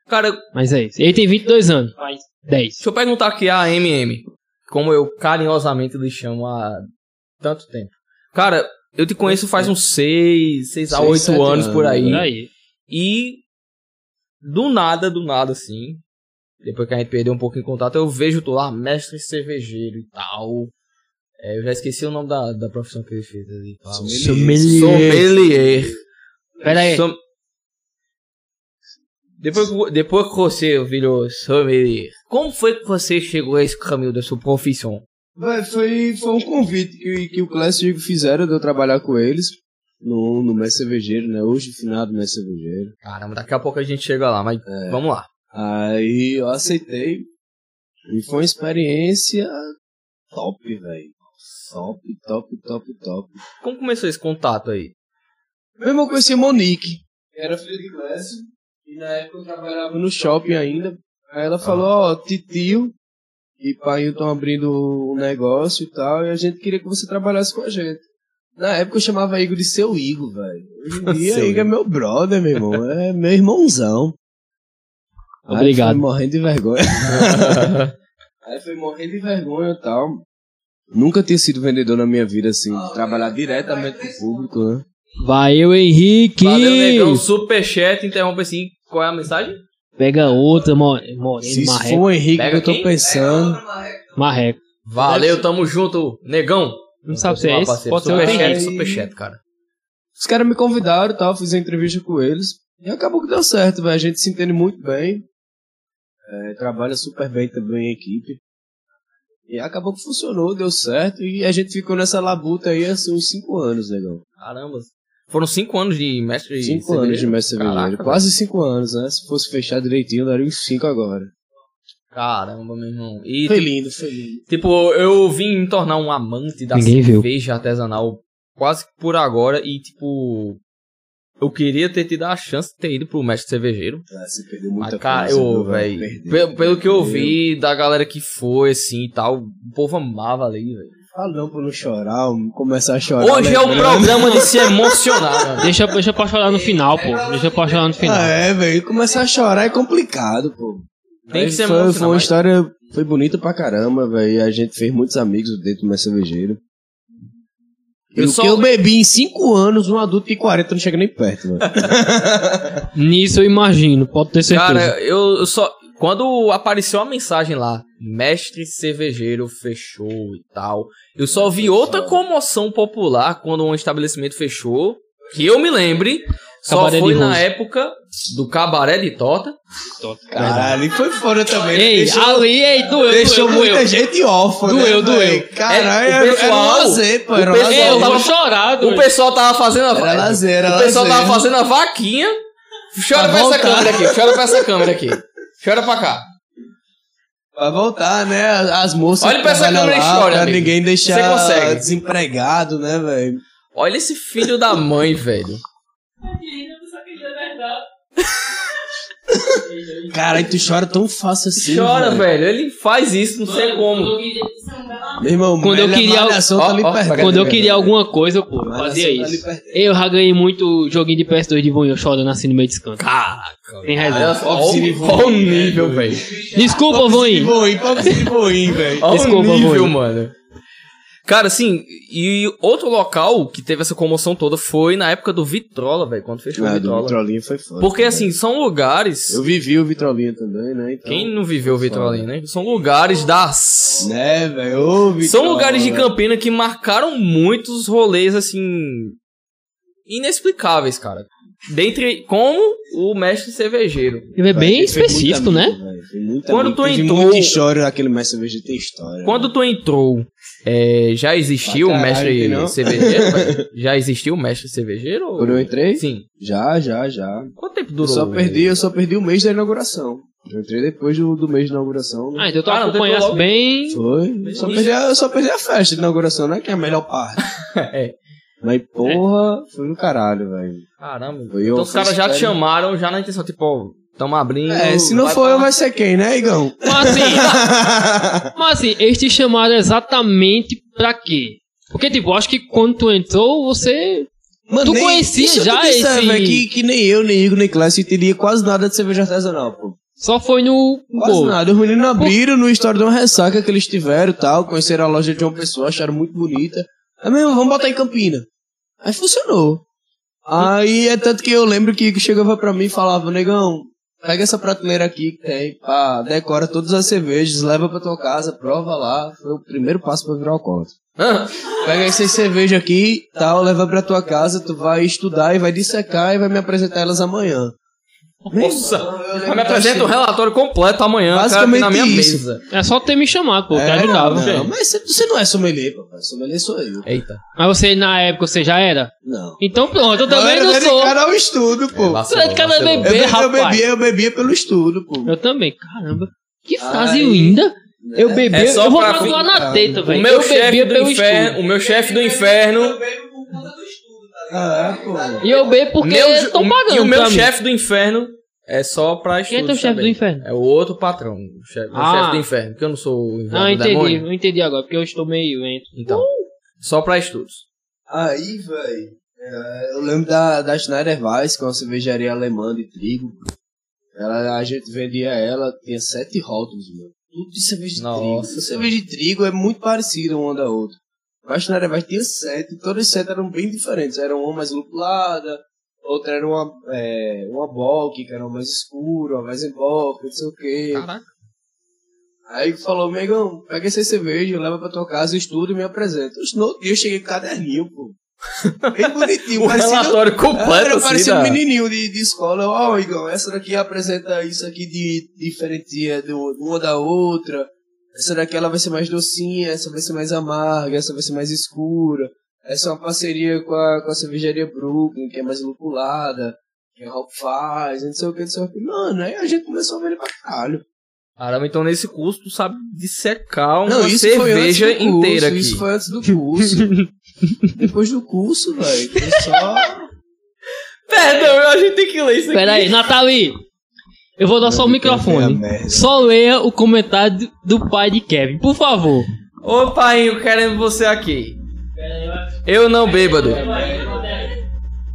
[SPEAKER 1] Cara, deixa
[SPEAKER 2] Mas é isso. Ele tem 22 anos. Faz 10.
[SPEAKER 1] eu perguntar aqui a MM. Como eu carinhosamente lhe chamo há tanto tempo. Cara, eu te conheço faz uns 6, 6 a
[SPEAKER 3] Seis,
[SPEAKER 1] 8
[SPEAKER 3] sete
[SPEAKER 1] anos por
[SPEAKER 3] anos,
[SPEAKER 1] aí.
[SPEAKER 2] Por aí.
[SPEAKER 1] E do nada, do nada, assim, depois que a gente perdeu um pouco em contato, eu vejo tu lá, mestre cervejeiro e tal. É, eu já esqueci o nome da, da profissão que ele fez ali. pá.
[SPEAKER 2] Sommelier.
[SPEAKER 1] Sommelier.
[SPEAKER 2] Pera aí.
[SPEAKER 1] Som- Depois, que- depois que você virou sommelier, como foi que você chegou a esse caminho da sua profissão?
[SPEAKER 3] Véi, foi, foi um convite que, que o Clássico e o Igor fizeram de eu trabalhar com eles no, no Mestre Cervejeiro, né? Hoje, finado Mestre Cervejeiro.
[SPEAKER 1] Caramba, daqui a pouco a gente chega lá, mas vamos lá.
[SPEAKER 3] Aí eu aceitei. E foi uma experiência top, velho. Top, top, top, top.
[SPEAKER 1] Como começou esse contato aí?
[SPEAKER 3] Mesmo eu conheci a Monique. que Era filha de Clécio. E na época eu trabalhava no shopping ainda. Aí ela falou, ó, titio e pai estão abrindo um negócio e tal, e a gente queria que você trabalhasse com a gente. Na época eu chamava Igor de seu Igor, velho. Hoje em dia
[SPEAKER 1] Seu
[SPEAKER 3] Igor é meu brother, meu irmão. É meu irmãozão. Aí
[SPEAKER 2] Obrigado.
[SPEAKER 3] foi morrendo de vergonha. Aí foi morrendo de vergonha e tal. Nunca tinha sido vendedor na minha vida, assim,
[SPEAKER 5] Ah,
[SPEAKER 3] trabalhar
[SPEAKER 5] velho,
[SPEAKER 3] diretamente
[SPEAKER 5] vai
[SPEAKER 3] com o público, né?
[SPEAKER 2] Valeu, Henrique.
[SPEAKER 1] Valeu, negão. Superchat, interrompe assim. Qual é a mensagem?
[SPEAKER 2] Pega outra, Mo- Moreno,
[SPEAKER 3] Se isso
[SPEAKER 2] Marreco.
[SPEAKER 3] for o Henrique
[SPEAKER 1] Pega
[SPEAKER 3] que eu tô
[SPEAKER 1] quem?
[SPEAKER 3] pensando.
[SPEAKER 2] Marreco.
[SPEAKER 1] Valeu, tamo junto, negão.
[SPEAKER 2] Não sabe se é esse? Pode ser o
[SPEAKER 1] superchat,
[SPEAKER 2] Henrique.
[SPEAKER 1] superchat, cara.
[SPEAKER 3] Os caras me convidaram e tal, fiz a entrevista com eles. E acabou que deu certo, velho. A gente se entende muito bem. É, trabalha super bem também em equipe. E acabou que funcionou, deu certo. E a gente ficou nessa labuta aí há assim, uns 5 anos, negão.
[SPEAKER 1] Caramba. Foram cinco anos de mestre
[SPEAKER 3] 5 anos de mestre cervejeiro.
[SPEAKER 1] Caraca,
[SPEAKER 3] Quase 5 anos, né? Se fosse fechar direitinho, daria uns 5 agora.
[SPEAKER 1] Caramba, meu irmão. E,
[SPEAKER 3] Foi
[SPEAKER 1] tipo,
[SPEAKER 3] lindo, foi lindo.
[SPEAKER 1] tipo, eu vim me tornar um amante da
[SPEAKER 2] Ninguém viu.
[SPEAKER 1] cerveja artesanal quase que por agora. E, tipo, eu queria ter tido a chance de ter ido pro mestre cervejeiro.
[SPEAKER 3] Ah, você perdeu muita
[SPEAKER 1] Mas, cara,
[SPEAKER 3] coisa,
[SPEAKER 1] eu,
[SPEAKER 3] viu,
[SPEAKER 1] velho.
[SPEAKER 3] Perdeu,
[SPEAKER 1] Pelo, pelo que eu
[SPEAKER 3] perdeu.
[SPEAKER 1] vi da galera que foi, assim e tal, o povo amava ali, velho.
[SPEAKER 3] Ah, não, pra não chorar, começar a chorar.
[SPEAKER 1] Hoje é o
[SPEAKER 3] lembrando.
[SPEAKER 1] programa de se emocionar, mano.
[SPEAKER 2] Deixa, deixa pra chorar no final, pô. Deixa pra chorar no final.
[SPEAKER 3] Ah, é, velho. Começar a chorar é complicado, pô.
[SPEAKER 1] Tem que ser
[SPEAKER 3] foi, um
[SPEAKER 1] emocionante.
[SPEAKER 3] foi uma história. Foi bonita pra caramba, velho. e A gente fez muitos amigos dentro do meu cervejeiro. E
[SPEAKER 1] Eu
[SPEAKER 3] o
[SPEAKER 1] só-
[SPEAKER 3] que eu bebi em 5 anos, um adulto de 40 não chega nem perto, velho.
[SPEAKER 2] Nisso eu imagino, pode ter certeza.
[SPEAKER 1] Cara, eu eu só. Quando apareceu a mensagem lá, mestre cervejeiro fechou e tal, eu só vi outra comoção popular quando um estabelecimento fechou, que eu me lembre, só
[SPEAKER 2] Cabaré de
[SPEAKER 1] foi na
[SPEAKER 2] Rosa.
[SPEAKER 1] época do cabaré de Tota.
[SPEAKER 3] Caralho, ali foi fora também. né?
[SPEAKER 2] Ei,
[SPEAKER 1] ah,
[SPEAKER 3] deixou
[SPEAKER 2] ali, ei, doeu,
[SPEAKER 3] deixou
[SPEAKER 2] doeu,
[SPEAKER 3] muita
[SPEAKER 2] doeu.
[SPEAKER 3] gente órfã.
[SPEAKER 2] Doeu,
[SPEAKER 3] né,
[SPEAKER 2] doeu.
[SPEAKER 3] velho? Caralho,
[SPEAKER 1] É, o
[SPEAKER 3] era, era um
[SPEAKER 1] pessoal-
[SPEAKER 3] lazer, pô.
[SPEAKER 1] o
[SPEAKER 3] Era um
[SPEAKER 1] pessoal
[SPEAKER 2] Ei,
[SPEAKER 3] lazer.
[SPEAKER 2] eu tava
[SPEAKER 1] Tava-
[SPEAKER 2] chorado.
[SPEAKER 1] O pessoal tava fazendo a
[SPEAKER 3] Era lazer, né? era
[SPEAKER 1] O pessoal
[SPEAKER 3] lazer.
[SPEAKER 1] tava fazendo a vaquinha. Chora
[SPEAKER 3] Pra
[SPEAKER 1] pra essa
[SPEAKER 3] voltar.
[SPEAKER 1] câmera aqui, chora pra essa câmera aqui. Chora pra cá.
[SPEAKER 3] Vai voltar, né? As moças.
[SPEAKER 1] Olha pra essa
[SPEAKER 3] trabalham
[SPEAKER 1] câmera
[SPEAKER 3] lá,
[SPEAKER 1] e chora,
[SPEAKER 3] Pra
[SPEAKER 1] amigo.
[SPEAKER 3] ninguém deixar
[SPEAKER 1] Você consegue.
[SPEAKER 3] desempregado, né, velho?
[SPEAKER 1] Olha esse filho da mãe, velho.
[SPEAKER 4] Menina, eu só queria verdade.
[SPEAKER 3] Caralho, tu chora tão fácil assim.
[SPEAKER 1] Chora, velho. Ele faz isso, não sei como.
[SPEAKER 4] São Bela.
[SPEAKER 3] Meu irmão,
[SPEAKER 2] Quando eu
[SPEAKER 3] Malha-
[SPEAKER 2] queria-
[SPEAKER 3] Malhação
[SPEAKER 1] Ó,
[SPEAKER 3] tá ali
[SPEAKER 1] ó,
[SPEAKER 3] perto.
[SPEAKER 2] Quando eu queria alguma coisa, pô, eu
[SPEAKER 3] Malhação
[SPEAKER 2] fazia
[SPEAKER 3] tá ali
[SPEAKER 2] isso.
[SPEAKER 3] perto.
[SPEAKER 2] Eu já ganhei muito joguinho de PS2 de Vonho chorando assim no meio de escanto.
[SPEAKER 1] Caraca.
[SPEAKER 3] Ah,
[SPEAKER 2] Tem
[SPEAKER 1] Olha
[SPEAKER 2] razão.
[SPEAKER 1] só, olha o nível, velho.
[SPEAKER 2] Desculpa,
[SPEAKER 3] Pobrezinho
[SPEAKER 2] Vonho.
[SPEAKER 3] Boim, pobrezinho Boim, velho.
[SPEAKER 1] Olha
[SPEAKER 2] Desculpa,
[SPEAKER 1] o nível,
[SPEAKER 2] Rui.
[SPEAKER 1] mano. Cara, assim, e outro local que teve essa comoção toda foi na época do Vitrola, velho, quando fechou o
[SPEAKER 3] Ah, do
[SPEAKER 1] Vitrola.
[SPEAKER 3] Vitrolinha foi foda.
[SPEAKER 1] Porque,
[SPEAKER 3] né?
[SPEAKER 1] assim, são lugares.
[SPEAKER 3] Eu vivi o Vitrolinha também, né? Então,
[SPEAKER 1] Quem não viveu o
[SPEAKER 3] Foda.
[SPEAKER 1] Vitrolinha, né? São lugares das.
[SPEAKER 3] Né, velho? Ô, Vitrola. né?
[SPEAKER 1] São lugares de Campina que marcaram muitos rolês, assim. inexplicáveis, cara. Dentre. Como o mestre cervejeiro.
[SPEAKER 2] É bem
[SPEAKER 3] Velho, foi muito
[SPEAKER 2] específico, né?
[SPEAKER 3] amigo, velho, foi muito
[SPEAKER 1] Quando
[SPEAKER 3] amigo.
[SPEAKER 1] tu
[SPEAKER 3] Teve
[SPEAKER 1] entrou-
[SPEAKER 3] muita história daquele mestre cerveja, tem história. né?
[SPEAKER 1] Quando tu entrou, é, já existia
[SPEAKER 3] Pra
[SPEAKER 1] o
[SPEAKER 3] caralho,
[SPEAKER 1] mestre
[SPEAKER 3] não?
[SPEAKER 1] cervejeiro? velho? já existia o mestre cervejeiro?
[SPEAKER 3] Quando eu entrei?
[SPEAKER 1] Sim.
[SPEAKER 3] Já, já, já.
[SPEAKER 1] Quanto tempo
[SPEAKER 3] Eu
[SPEAKER 1] durou?
[SPEAKER 3] só, perdi, eu só perdi o mês da inauguração. Eu entrei depois do, do mês da inauguração. né?
[SPEAKER 2] Ah, então tu
[SPEAKER 1] Ah, não,
[SPEAKER 2] acompanhasse
[SPEAKER 1] logo.
[SPEAKER 2] bem.
[SPEAKER 3] Foi. Só perdi, a, só perdi a festa de inauguração, né? Que é a melhor parte.
[SPEAKER 1] É.
[SPEAKER 3] Mas, porra, foi no caralho, velho.
[SPEAKER 1] Caramba.
[SPEAKER 3] Foi
[SPEAKER 1] Então
[SPEAKER 3] uma
[SPEAKER 1] os caras
[SPEAKER 3] festa,
[SPEAKER 1] já te
[SPEAKER 3] né?
[SPEAKER 1] chamaram, já na intenção, tipo, ó, tamo abrindo.
[SPEAKER 3] É, se não
[SPEAKER 1] vai
[SPEAKER 3] for
[SPEAKER 1] pra-
[SPEAKER 3] eu, vai ser quem, né, Igão?
[SPEAKER 2] Mas assim, mas assim, eles te chamaram exatamente pra quê? Porque, tipo, eu acho que quando tu entrou, você.
[SPEAKER 3] Mano,
[SPEAKER 2] Tu
[SPEAKER 3] nem-
[SPEAKER 2] conhecia
[SPEAKER 3] deixa eu te
[SPEAKER 2] já esse-
[SPEAKER 3] velho, que, que nem eu, nem Igor, nem Clássico entendia quase nada de cerveja artesanal, pô.
[SPEAKER 2] Só foi no.
[SPEAKER 3] Quase
[SPEAKER 2] gol.
[SPEAKER 3] nada. Os meninos abriram no história de uma ressaca que eles tiveram e tal. Conheceram a loja de uma pessoa, acharam muito bonita. Aí mesmo, vamos botar em Campina. Aí funcionou. Aí é tanto que eu lembro que Igor chegava pra mim e falava, negão, pega essa prateleira aqui que tem, pá, decora todas as cervejas, leva pra tua casa, prova lá. Foi o primeiro passo pra virar o conto.
[SPEAKER 1] Ah,
[SPEAKER 3] Pega essas cervejas aqui, tal, leva pra tua casa, tu vai estudar e vai dissecar e vai me apresentar elas amanhã.
[SPEAKER 1] Nossa!
[SPEAKER 3] Eu lembro
[SPEAKER 1] Eu me
[SPEAKER 3] que eu
[SPEAKER 1] apresento o
[SPEAKER 3] cheguei-
[SPEAKER 1] relatório completo amanhã, cara, aqui
[SPEAKER 3] Basicamente
[SPEAKER 1] na minha
[SPEAKER 3] isso.
[SPEAKER 1] mesa.
[SPEAKER 2] É só ter me chamado, pô, te
[SPEAKER 3] É,
[SPEAKER 2] ajudava.
[SPEAKER 3] não,
[SPEAKER 2] velho.
[SPEAKER 3] mas você, você não é sommelier, papai. Sommelier sou eu.
[SPEAKER 1] Eita.
[SPEAKER 2] Mas você, na época, você já era?
[SPEAKER 3] Não.
[SPEAKER 2] Então pronto, eu também
[SPEAKER 3] eu
[SPEAKER 2] não
[SPEAKER 3] era
[SPEAKER 2] sou.
[SPEAKER 3] dedicado ao estudo, pô.
[SPEAKER 2] Você é de cada
[SPEAKER 1] vacilou.
[SPEAKER 3] eu,
[SPEAKER 2] bebê,
[SPEAKER 3] be- eu
[SPEAKER 2] rapaz.
[SPEAKER 3] bebia, eu bebia pelo estudo, pô.
[SPEAKER 2] Eu também, caramba. Que frase
[SPEAKER 3] Ai.
[SPEAKER 2] linda. Eu bebi,
[SPEAKER 1] É só
[SPEAKER 2] eu vou
[SPEAKER 1] pra ficar-
[SPEAKER 2] tatuar na teta, velho.
[SPEAKER 1] O meu
[SPEAKER 2] eu
[SPEAKER 1] chefe
[SPEAKER 2] bebia
[SPEAKER 1] do
[SPEAKER 2] pelo
[SPEAKER 1] inferno,
[SPEAKER 2] estudo.
[SPEAKER 1] o meu chefe do inferno,
[SPEAKER 5] Eu bebo por conta do estudo, tá ligado?
[SPEAKER 3] Ah, é, pô.
[SPEAKER 2] E eu bebo porque
[SPEAKER 1] meu, ju-
[SPEAKER 2] estão
[SPEAKER 1] o-
[SPEAKER 2] pagando
[SPEAKER 1] e o meu
[SPEAKER 2] pra mim.
[SPEAKER 1] chefe do inferno É só pra
[SPEAKER 2] Quem é
[SPEAKER 1] estudos
[SPEAKER 2] teu chefe do
[SPEAKER 1] também.
[SPEAKER 2] inferno?
[SPEAKER 1] É o outro patrão. O chefe, o
[SPEAKER 2] Ah.
[SPEAKER 1] chefe do inferno. Porque eu não sou o inferno
[SPEAKER 3] é
[SPEAKER 2] Ah,
[SPEAKER 1] do
[SPEAKER 2] entendi, Uh.
[SPEAKER 1] demônio.
[SPEAKER 2] eu entendi agora, porque eu estou meio lento.
[SPEAKER 1] Então, só pra estudos.
[SPEAKER 3] Aí, velho, é, eu lembro da, da Schneider Weiss, que é uma cervejaria alemã de trigo. Ela, a gente vendia ela, tinha sete rótulos, mano. Tudo de cerveja de
[SPEAKER 1] Nossa
[SPEAKER 3] trigo.
[SPEAKER 1] Senhora.
[SPEAKER 3] Cerveja de trigo é muito parecida uma da outra. Mas a Schneider Weiss tinha sete, e todas as sete eram bem diferentes. Era uma mais lupulada, outra era uma, é, uma Bock, que era uma mais escura, uma mais Bock, não sei o quê.
[SPEAKER 1] Caraca.
[SPEAKER 3] Aí falou, Megão, pega essa cerveja, leva pra tua casa, estuda e me apresenta. Eu disse, No outro dia eu cheguei com caderninho, pô. Bem bonitinho,
[SPEAKER 1] O
[SPEAKER 3] parecia,
[SPEAKER 1] relatório completo,
[SPEAKER 3] Ah, era,
[SPEAKER 1] assim,
[SPEAKER 3] parecia um
[SPEAKER 1] da...
[SPEAKER 3] menininho de, de escola. Eu, Ó, Igão, essa daqui apresenta isso aqui de diferente de uma da outra. Essa daqui ela vai ser mais docinha, essa vai ser mais amarga, essa vai ser mais escura. Essa é uma parceria com a, com a cervejaria Brooklyn, que é mais lupulada, que a Hop faz, não sei o que, não sei o que. Mano, aí a gente começou a ver ele pra caralho.
[SPEAKER 1] Caramba, então nesse curso tu sabe dissecar uma
[SPEAKER 3] Não, isso foi antes do
[SPEAKER 1] cerveja
[SPEAKER 3] curso,
[SPEAKER 1] inteira aqui.
[SPEAKER 3] Isso foi antes do curso. Depois do curso, velho. foi Só...
[SPEAKER 1] Perdão, a gente tem que ler isso aqui.
[SPEAKER 2] Pera aí, Nathalie, eu vou dar só o microfone. Só leia o comentário do- do pai de Kevin, por favor.
[SPEAKER 1] Ô, painho, querendo você aqui. Eu não bêbado.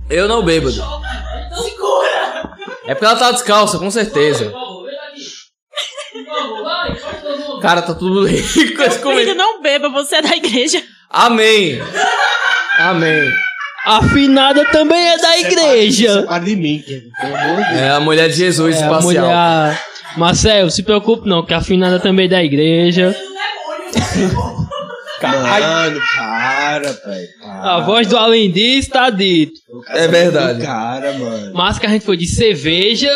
[SPEAKER 1] Eu não bêbado. É porque ela tá descalça, com certeza. Cara, tá tudo rico esse
[SPEAKER 4] Filho,
[SPEAKER 1] comentário.
[SPEAKER 4] não beba, você é da igreja.
[SPEAKER 1] Amém. Amém.
[SPEAKER 2] Afinada também é da igreja.
[SPEAKER 3] Para de mim, Kevin, pelo amor de Deus.
[SPEAKER 1] É a mulher de Jesus
[SPEAKER 2] É a
[SPEAKER 1] espacial.
[SPEAKER 2] mulher. Marcelo, se preocupe não, que a afinada também é da igreja.
[SPEAKER 3] Mano, para, velho.
[SPEAKER 2] A voz do além disso tá dito.
[SPEAKER 1] É verdade.
[SPEAKER 3] cara, mano.
[SPEAKER 2] Mas que a gente foi de cerveja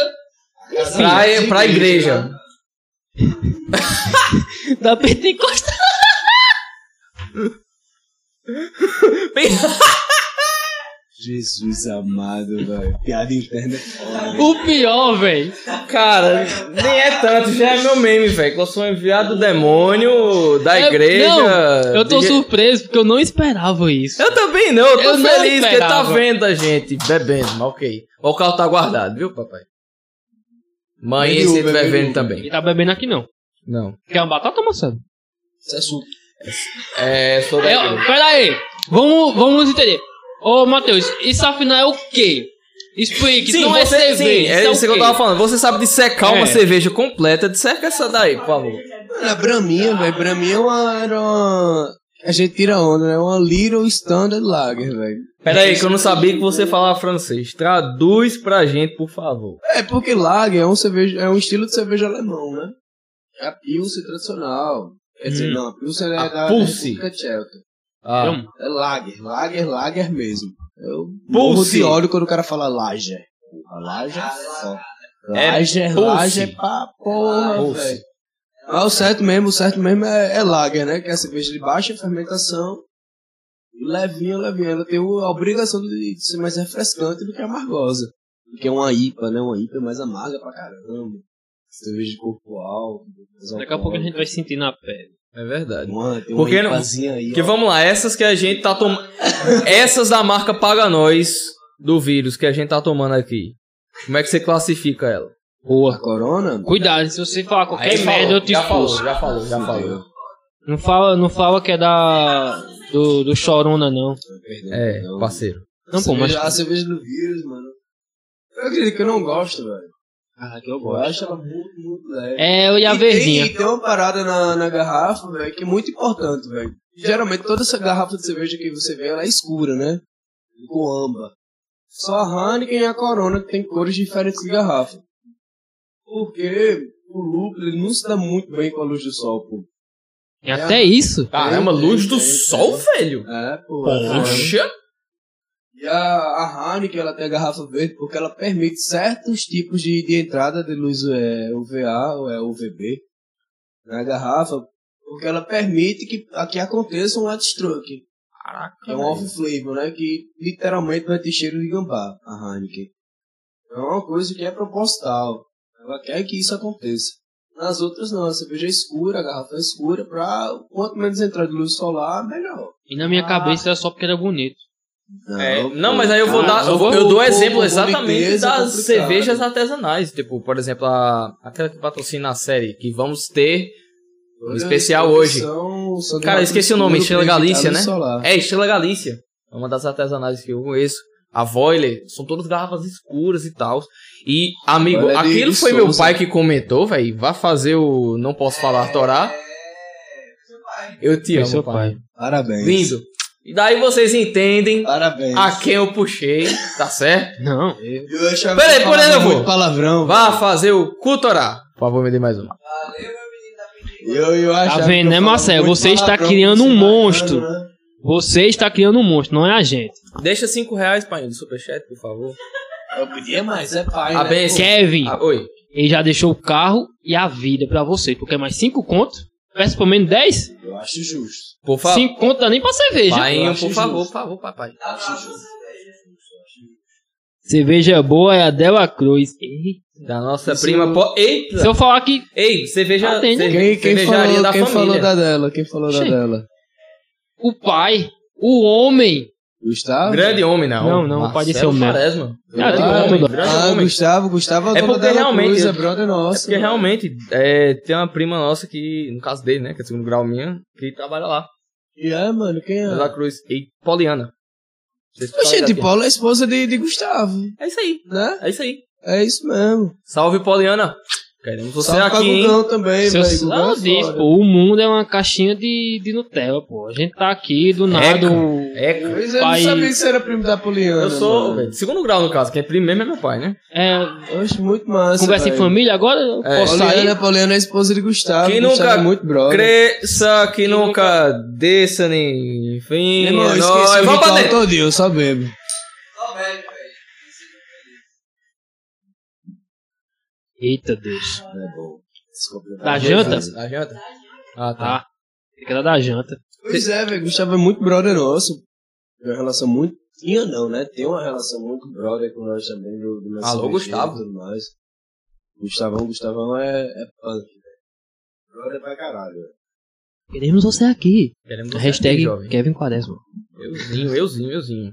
[SPEAKER 2] assim.
[SPEAKER 1] Pra, pra igreja.
[SPEAKER 2] da Pentecostal.
[SPEAKER 3] Jesus amado, velho. Piada interna é foda.
[SPEAKER 2] O pior, velho.
[SPEAKER 1] Cara, nem é tanto, já é meu meme, velho. Que eu sou enviado do demônio, da
[SPEAKER 2] É,
[SPEAKER 1] igreja.
[SPEAKER 2] não, eu tô
[SPEAKER 1] de-
[SPEAKER 2] surpreso porque eu não esperava isso.
[SPEAKER 1] Eu também não, eu tô
[SPEAKER 2] Eu não
[SPEAKER 1] feliz que tá
[SPEAKER 2] esperava.
[SPEAKER 1] vendo a gente bebendo, mas ok. Mas O carro tá guardado, viu, papai? Mãe,
[SPEAKER 3] Bebe
[SPEAKER 1] esse
[SPEAKER 3] Uber,
[SPEAKER 1] estiver
[SPEAKER 3] bebe um.
[SPEAKER 1] vendo
[SPEAKER 3] Uber.
[SPEAKER 2] Ele
[SPEAKER 1] também.
[SPEAKER 2] tá bebendo aqui não.
[SPEAKER 1] Não.
[SPEAKER 2] Quer uma batata, Marcelo?
[SPEAKER 3] Isso é suco.
[SPEAKER 1] É, sou da
[SPEAKER 2] É,
[SPEAKER 1] igreja.
[SPEAKER 2] ó, pera aí. Vamos, vamos entender. Ô, Matheus, isso afinal é o quê? Explique, não é
[SPEAKER 1] você-
[SPEAKER 2] cerveja.
[SPEAKER 1] sim, é
[SPEAKER 2] o
[SPEAKER 1] isso que eu
[SPEAKER 2] quê?
[SPEAKER 1] tava falando. Você sabe dissecar
[SPEAKER 2] É.
[SPEAKER 1] uma cerveja completa, disseca essa daí, por favor.
[SPEAKER 3] Mano, a Braminha, velho. Braminha é uma, era uma. A gente tira onda, né? Uma Little Standard Lager, velho.
[SPEAKER 1] Pera aí, que eu não sabia que você falava francês. Traduz pra gente, por favor.
[SPEAKER 3] É porque Lager é um, cerveja, é um estilo de cerveja alemão, né? É a Pilsen tradicional. Quer dizer,
[SPEAKER 1] Hum.
[SPEAKER 3] não, a Pilsen é
[SPEAKER 1] A
[SPEAKER 3] da
[SPEAKER 1] Pulse.
[SPEAKER 3] República Tcheca.
[SPEAKER 1] Ah,
[SPEAKER 2] Então,
[SPEAKER 3] É Lager, Lager, Lager mesmo. Eu morro
[SPEAKER 1] Pulse.
[SPEAKER 3] de óleo quando o cara fala Lager. Porra, Lager é foda.
[SPEAKER 1] É
[SPEAKER 3] Lager,
[SPEAKER 1] Pulse.
[SPEAKER 3] Lager é pra porra,
[SPEAKER 1] Pulse.
[SPEAKER 3] velho. Ah, o certo mesmo, o certo mesmo é, é Lager, né? Que é a cerveja de baixa fermentação. E levinha, levinha. Ela tem o- a obrigação de de ser mais refrescante do que amargosa. Porque é uma IPA, né? Uma IPA é mais amarga pra caramba. Cerveja de corpo alto.
[SPEAKER 2] daqui a pouco a gente vai sentir na pele.
[SPEAKER 1] é verdade.
[SPEAKER 3] Mano, tem
[SPEAKER 1] Porque não-
[SPEAKER 3] uma IPAzinha aí.
[SPEAKER 1] Que
[SPEAKER 3] ó.
[SPEAKER 1] vamos lá, essas que a gente tá tomando. Essas da marca Paga Nós do vírus que a gente tá tomando aqui. Como é que você classifica ela?
[SPEAKER 3] A Corona?
[SPEAKER 2] Cuidado, se você falar qualquer merda, eu te
[SPEAKER 1] já falou,
[SPEAKER 2] expulso.
[SPEAKER 1] já falou, já falou.
[SPEAKER 2] Não fala, não fala que é da. do, do Chorona, não.
[SPEAKER 3] Perdão,
[SPEAKER 1] É,
[SPEAKER 3] perdão.
[SPEAKER 1] parceiro.
[SPEAKER 2] Não, pô, mas.
[SPEAKER 3] Cerveja- A cerveja do vírus, mano. Eu acredito que eu não gosto, velho.
[SPEAKER 2] Ah, que eu
[SPEAKER 3] Eu acho ela muito, muito leve.
[SPEAKER 2] É, eu e a
[SPEAKER 3] E tem-
[SPEAKER 2] verdinha.
[SPEAKER 3] Tem, uma parada na, na garrafa, velho, que é muito importante, velho. Geralmente toda essa garrafa de cerveja que você vê, ela é escura, né? Com âmbar. Só a Heineken e a Corona que tem cores diferentes de garrafa. Porque o lúpulo ele não se dá muito bem com a luz do sol, pô.
[SPEAKER 2] E É até isso.
[SPEAKER 1] Caramba,
[SPEAKER 3] Tem,
[SPEAKER 1] luz
[SPEAKER 3] tem,
[SPEAKER 1] do
[SPEAKER 3] tem,
[SPEAKER 1] sol, velho.
[SPEAKER 3] É, pô. é.
[SPEAKER 1] Poxa.
[SPEAKER 3] E a, a Heineken, ela tem a garrafa verde porque ela permite certos tipos de, de entrada de luz é, UVA ou é UVB na garrafa, porque ela permite que aqui aconteça um light stroke. que é um off flavor, né? Que literalmente vai ter cheiro de gambá, a Heineken. É uma coisa que é proposital. Ela quer que isso aconteça. Nas outras não, a cerveja é escura, a garrafa é escura, pra quanto menos entrar de luz solar, melhor.
[SPEAKER 2] E na minha
[SPEAKER 3] Ah.
[SPEAKER 2] cabeça era só porque era bonito.
[SPEAKER 3] Não,
[SPEAKER 1] É,
[SPEAKER 3] pô.
[SPEAKER 1] não, mas aí eu vou
[SPEAKER 2] Ah,
[SPEAKER 1] dar. Eu,
[SPEAKER 2] eu vou-
[SPEAKER 1] eu dou
[SPEAKER 3] pô,
[SPEAKER 1] exemplo
[SPEAKER 3] pô,
[SPEAKER 1] exatamente
[SPEAKER 3] polidez é
[SPEAKER 1] das
[SPEAKER 3] complicado.
[SPEAKER 1] cervejas artesanais. Tipo, por exemplo, a, aquela que patrocina a série, que vamos ter. Um especial hoje.
[SPEAKER 3] São- são
[SPEAKER 1] Cara, eu esqueci o nome, Estrela Galícia, né?
[SPEAKER 3] Solar.
[SPEAKER 1] É, Estrela Galícia. É uma das artesanais que eu conheço. A Voiler, são todas garrafas escuras e tal. E, amigo,
[SPEAKER 3] Voiler de-
[SPEAKER 1] aquilo
[SPEAKER 3] de
[SPEAKER 1] foi meu
[SPEAKER 3] Souza.
[SPEAKER 1] pai que comentou, velho. Vá fazer o Não Posso Falar Torá.
[SPEAKER 5] É, seu pai.
[SPEAKER 1] Eu te
[SPEAKER 2] Foi
[SPEAKER 1] amo,
[SPEAKER 2] seu
[SPEAKER 1] pai.
[SPEAKER 2] pai.
[SPEAKER 3] Parabéns.
[SPEAKER 1] Lindo. Ah, E daí vocês entendem
[SPEAKER 3] Parabéns.
[SPEAKER 1] a quem eu puxei, tá certo?
[SPEAKER 2] Não.
[SPEAKER 3] Eu achava
[SPEAKER 1] Peraí,
[SPEAKER 3] que eu
[SPEAKER 1] porém,
[SPEAKER 3] falava
[SPEAKER 1] eu vou.
[SPEAKER 3] muito palavrão.
[SPEAKER 1] Vá fazer o Cutorá. Por favor, me dê mais uma.
[SPEAKER 5] Valeu, meu menino da
[SPEAKER 3] Eu,
[SPEAKER 5] Pinguim.
[SPEAKER 3] eu achava
[SPEAKER 2] vendo,
[SPEAKER 3] que eu
[SPEAKER 2] né,
[SPEAKER 3] falava
[SPEAKER 2] Marcelo?
[SPEAKER 3] muito
[SPEAKER 2] Você está
[SPEAKER 3] palavrão,
[SPEAKER 2] criando um
[SPEAKER 3] você tá
[SPEAKER 2] monstro.
[SPEAKER 3] errando, né?
[SPEAKER 2] Você está criando um monstro, não é a gente.
[SPEAKER 1] Deixa cinco reais, pai, do superchat, por favor.
[SPEAKER 3] Eu podia mais, é pai.
[SPEAKER 1] A
[SPEAKER 3] né?
[SPEAKER 1] benção.
[SPEAKER 2] Kevin,
[SPEAKER 1] Ah, oi.
[SPEAKER 2] ele já deixou o carro e a vida pra você. Tu quer mais 5 conto? Peço pelo menos 10?
[SPEAKER 3] Eu acho justo.
[SPEAKER 1] Por favor.
[SPEAKER 2] 5 conto dá nem pra cerveja.
[SPEAKER 1] Pai,
[SPEAKER 3] Eu
[SPEAKER 1] por
[SPEAKER 3] acho
[SPEAKER 1] favor, por
[SPEAKER 3] justo.
[SPEAKER 1] favor, papai.
[SPEAKER 5] Dá pra
[SPEAKER 3] Acho
[SPEAKER 5] você.
[SPEAKER 2] Cerveja boa é a Dela Cruz. Ei,
[SPEAKER 1] Da nossa
[SPEAKER 3] Isso-
[SPEAKER 1] prima. Po... é Eita!
[SPEAKER 2] Se eu falar que.
[SPEAKER 1] Ei, cerveja,
[SPEAKER 2] Ah, tem, né?
[SPEAKER 1] cerve-
[SPEAKER 3] Quem, quem,
[SPEAKER 1] cervejaria
[SPEAKER 3] falou,
[SPEAKER 1] da
[SPEAKER 3] da quem
[SPEAKER 1] família.
[SPEAKER 3] falou da dela? Quem falou da
[SPEAKER 2] Gente.
[SPEAKER 3] dela?
[SPEAKER 2] o pai, o homem.
[SPEAKER 3] Gustavo?
[SPEAKER 1] Ah, Grande homem, não.
[SPEAKER 2] Não, não, pode ser o mesmo.
[SPEAKER 1] Quaresma.
[SPEAKER 2] Ah, tem
[SPEAKER 1] Grande
[SPEAKER 2] como
[SPEAKER 1] homem,
[SPEAKER 2] mudar.
[SPEAKER 1] grande
[SPEAKER 3] Ah,
[SPEAKER 1] homem.
[SPEAKER 3] Gustavo, Gustavo é o
[SPEAKER 1] É
[SPEAKER 3] dono
[SPEAKER 1] porque
[SPEAKER 3] da Dela
[SPEAKER 1] realmente-
[SPEAKER 3] Cruz, é brother
[SPEAKER 1] É
[SPEAKER 3] nosso.
[SPEAKER 1] porque realmente é, tem uma prima nossa que, no caso dele, né? Que é segundo grau minha, que trabalha lá.
[SPEAKER 3] E é, mano, quem é?
[SPEAKER 1] Dela Cruz e Poliana. Vocês sabem
[SPEAKER 3] Oxente,
[SPEAKER 1] daqui.
[SPEAKER 3] Paulo é a esposa de, de Gustavo,
[SPEAKER 1] É isso aí,
[SPEAKER 3] né?
[SPEAKER 1] é isso aí.
[SPEAKER 3] É isso mesmo.
[SPEAKER 1] Salve, Poliana. Queremos você
[SPEAKER 3] Salve pra
[SPEAKER 1] aqui, hein?
[SPEAKER 3] Gugão também,
[SPEAKER 2] Se eu
[SPEAKER 3] velho. Gugão
[SPEAKER 2] não
[SPEAKER 3] é
[SPEAKER 2] diz,
[SPEAKER 3] foda.
[SPEAKER 2] pô, o mundo é uma caixinha de, de Nutella, pô. A gente tá aqui do nada. o-
[SPEAKER 1] É,
[SPEAKER 3] Pois eu
[SPEAKER 2] Pai-
[SPEAKER 3] não sabia que você era primo da Poliana.
[SPEAKER 1] eu sou
[SPEAKER 3] mano.
[SPEAKER 1] velho, segundo grau, no caso. Quem é primo mesmo é meu pai, né?
[SPEAKER 2] É,
[SPEAKER 3] Oxe, muito massa.
[SPEAKER 2] conversa em
[SPEAKER 3] velho.
[SPEAKER 2] família agora? Eu
[SPEAKER 1] É.
[SPEAKER 2] Posso
[SPEAKER 3] Poliana,
[SPEAKER 2] sair?
[SPEAKER 3] Poliana é a esposa de Gustavo.
[SPEAKER 1] Quem
[SPEAKER 3] Gustavo
[SPEAKER 1] nunca
[SPEAKER 3] é muito brother.
[SPEAKER 1] Cresça que nunca desça, nem enfim.
[SPEAKER 3] Meu irmão, eu
[SPEAKER 1] é
[SPEAKER 3] esqueci
[SPEAKER 1] nóis. Vamos
[SPEAKER 3] o
[SPEAKER 1] pra
[SPEAKER 3] ritual
[SPEAKER 1] dentro.
[SPEAKER 3] todo dia, eu só bebo.
[SPEAKER 5] Só velho, velho. Esse não foi ele.
[SPEAKER 2] Eita Deus.
[SPEAKER 3] É bom. Desculpa.
[SPEAKER 2] Da janta?
[SPEAKER 1] Da Tá, janta? Ah, tá.
[SPEAKER 2] Tá. Tem que dar janta.
[SPEAKER 3] Pois é, velho. Gustavo é muito brother nosso. Tem uma relação muito. Tinha não, né? Tem uma relação muito brother com nós também. Do, do nosso
[SPEAKER 1] Alô,
[SPEAKER 3] RPG
[SPEAKER 1] Gustavo.
[SPEAKER 3] E tudo mais. Gustavão, Gustavão é, é punk, velho. Brother pra caralho. velho.
[SPEAKER 2] Queremos você aqui.
[SPEAKER 1] Queremos você aqui,
[SPEAKER 2] Hashtag
[SPEAKER 1] jovem.
[SPEAKER 2] Kevin Quaresma.
[SPEAKER 1] Euzinho, euzinho, euzinho.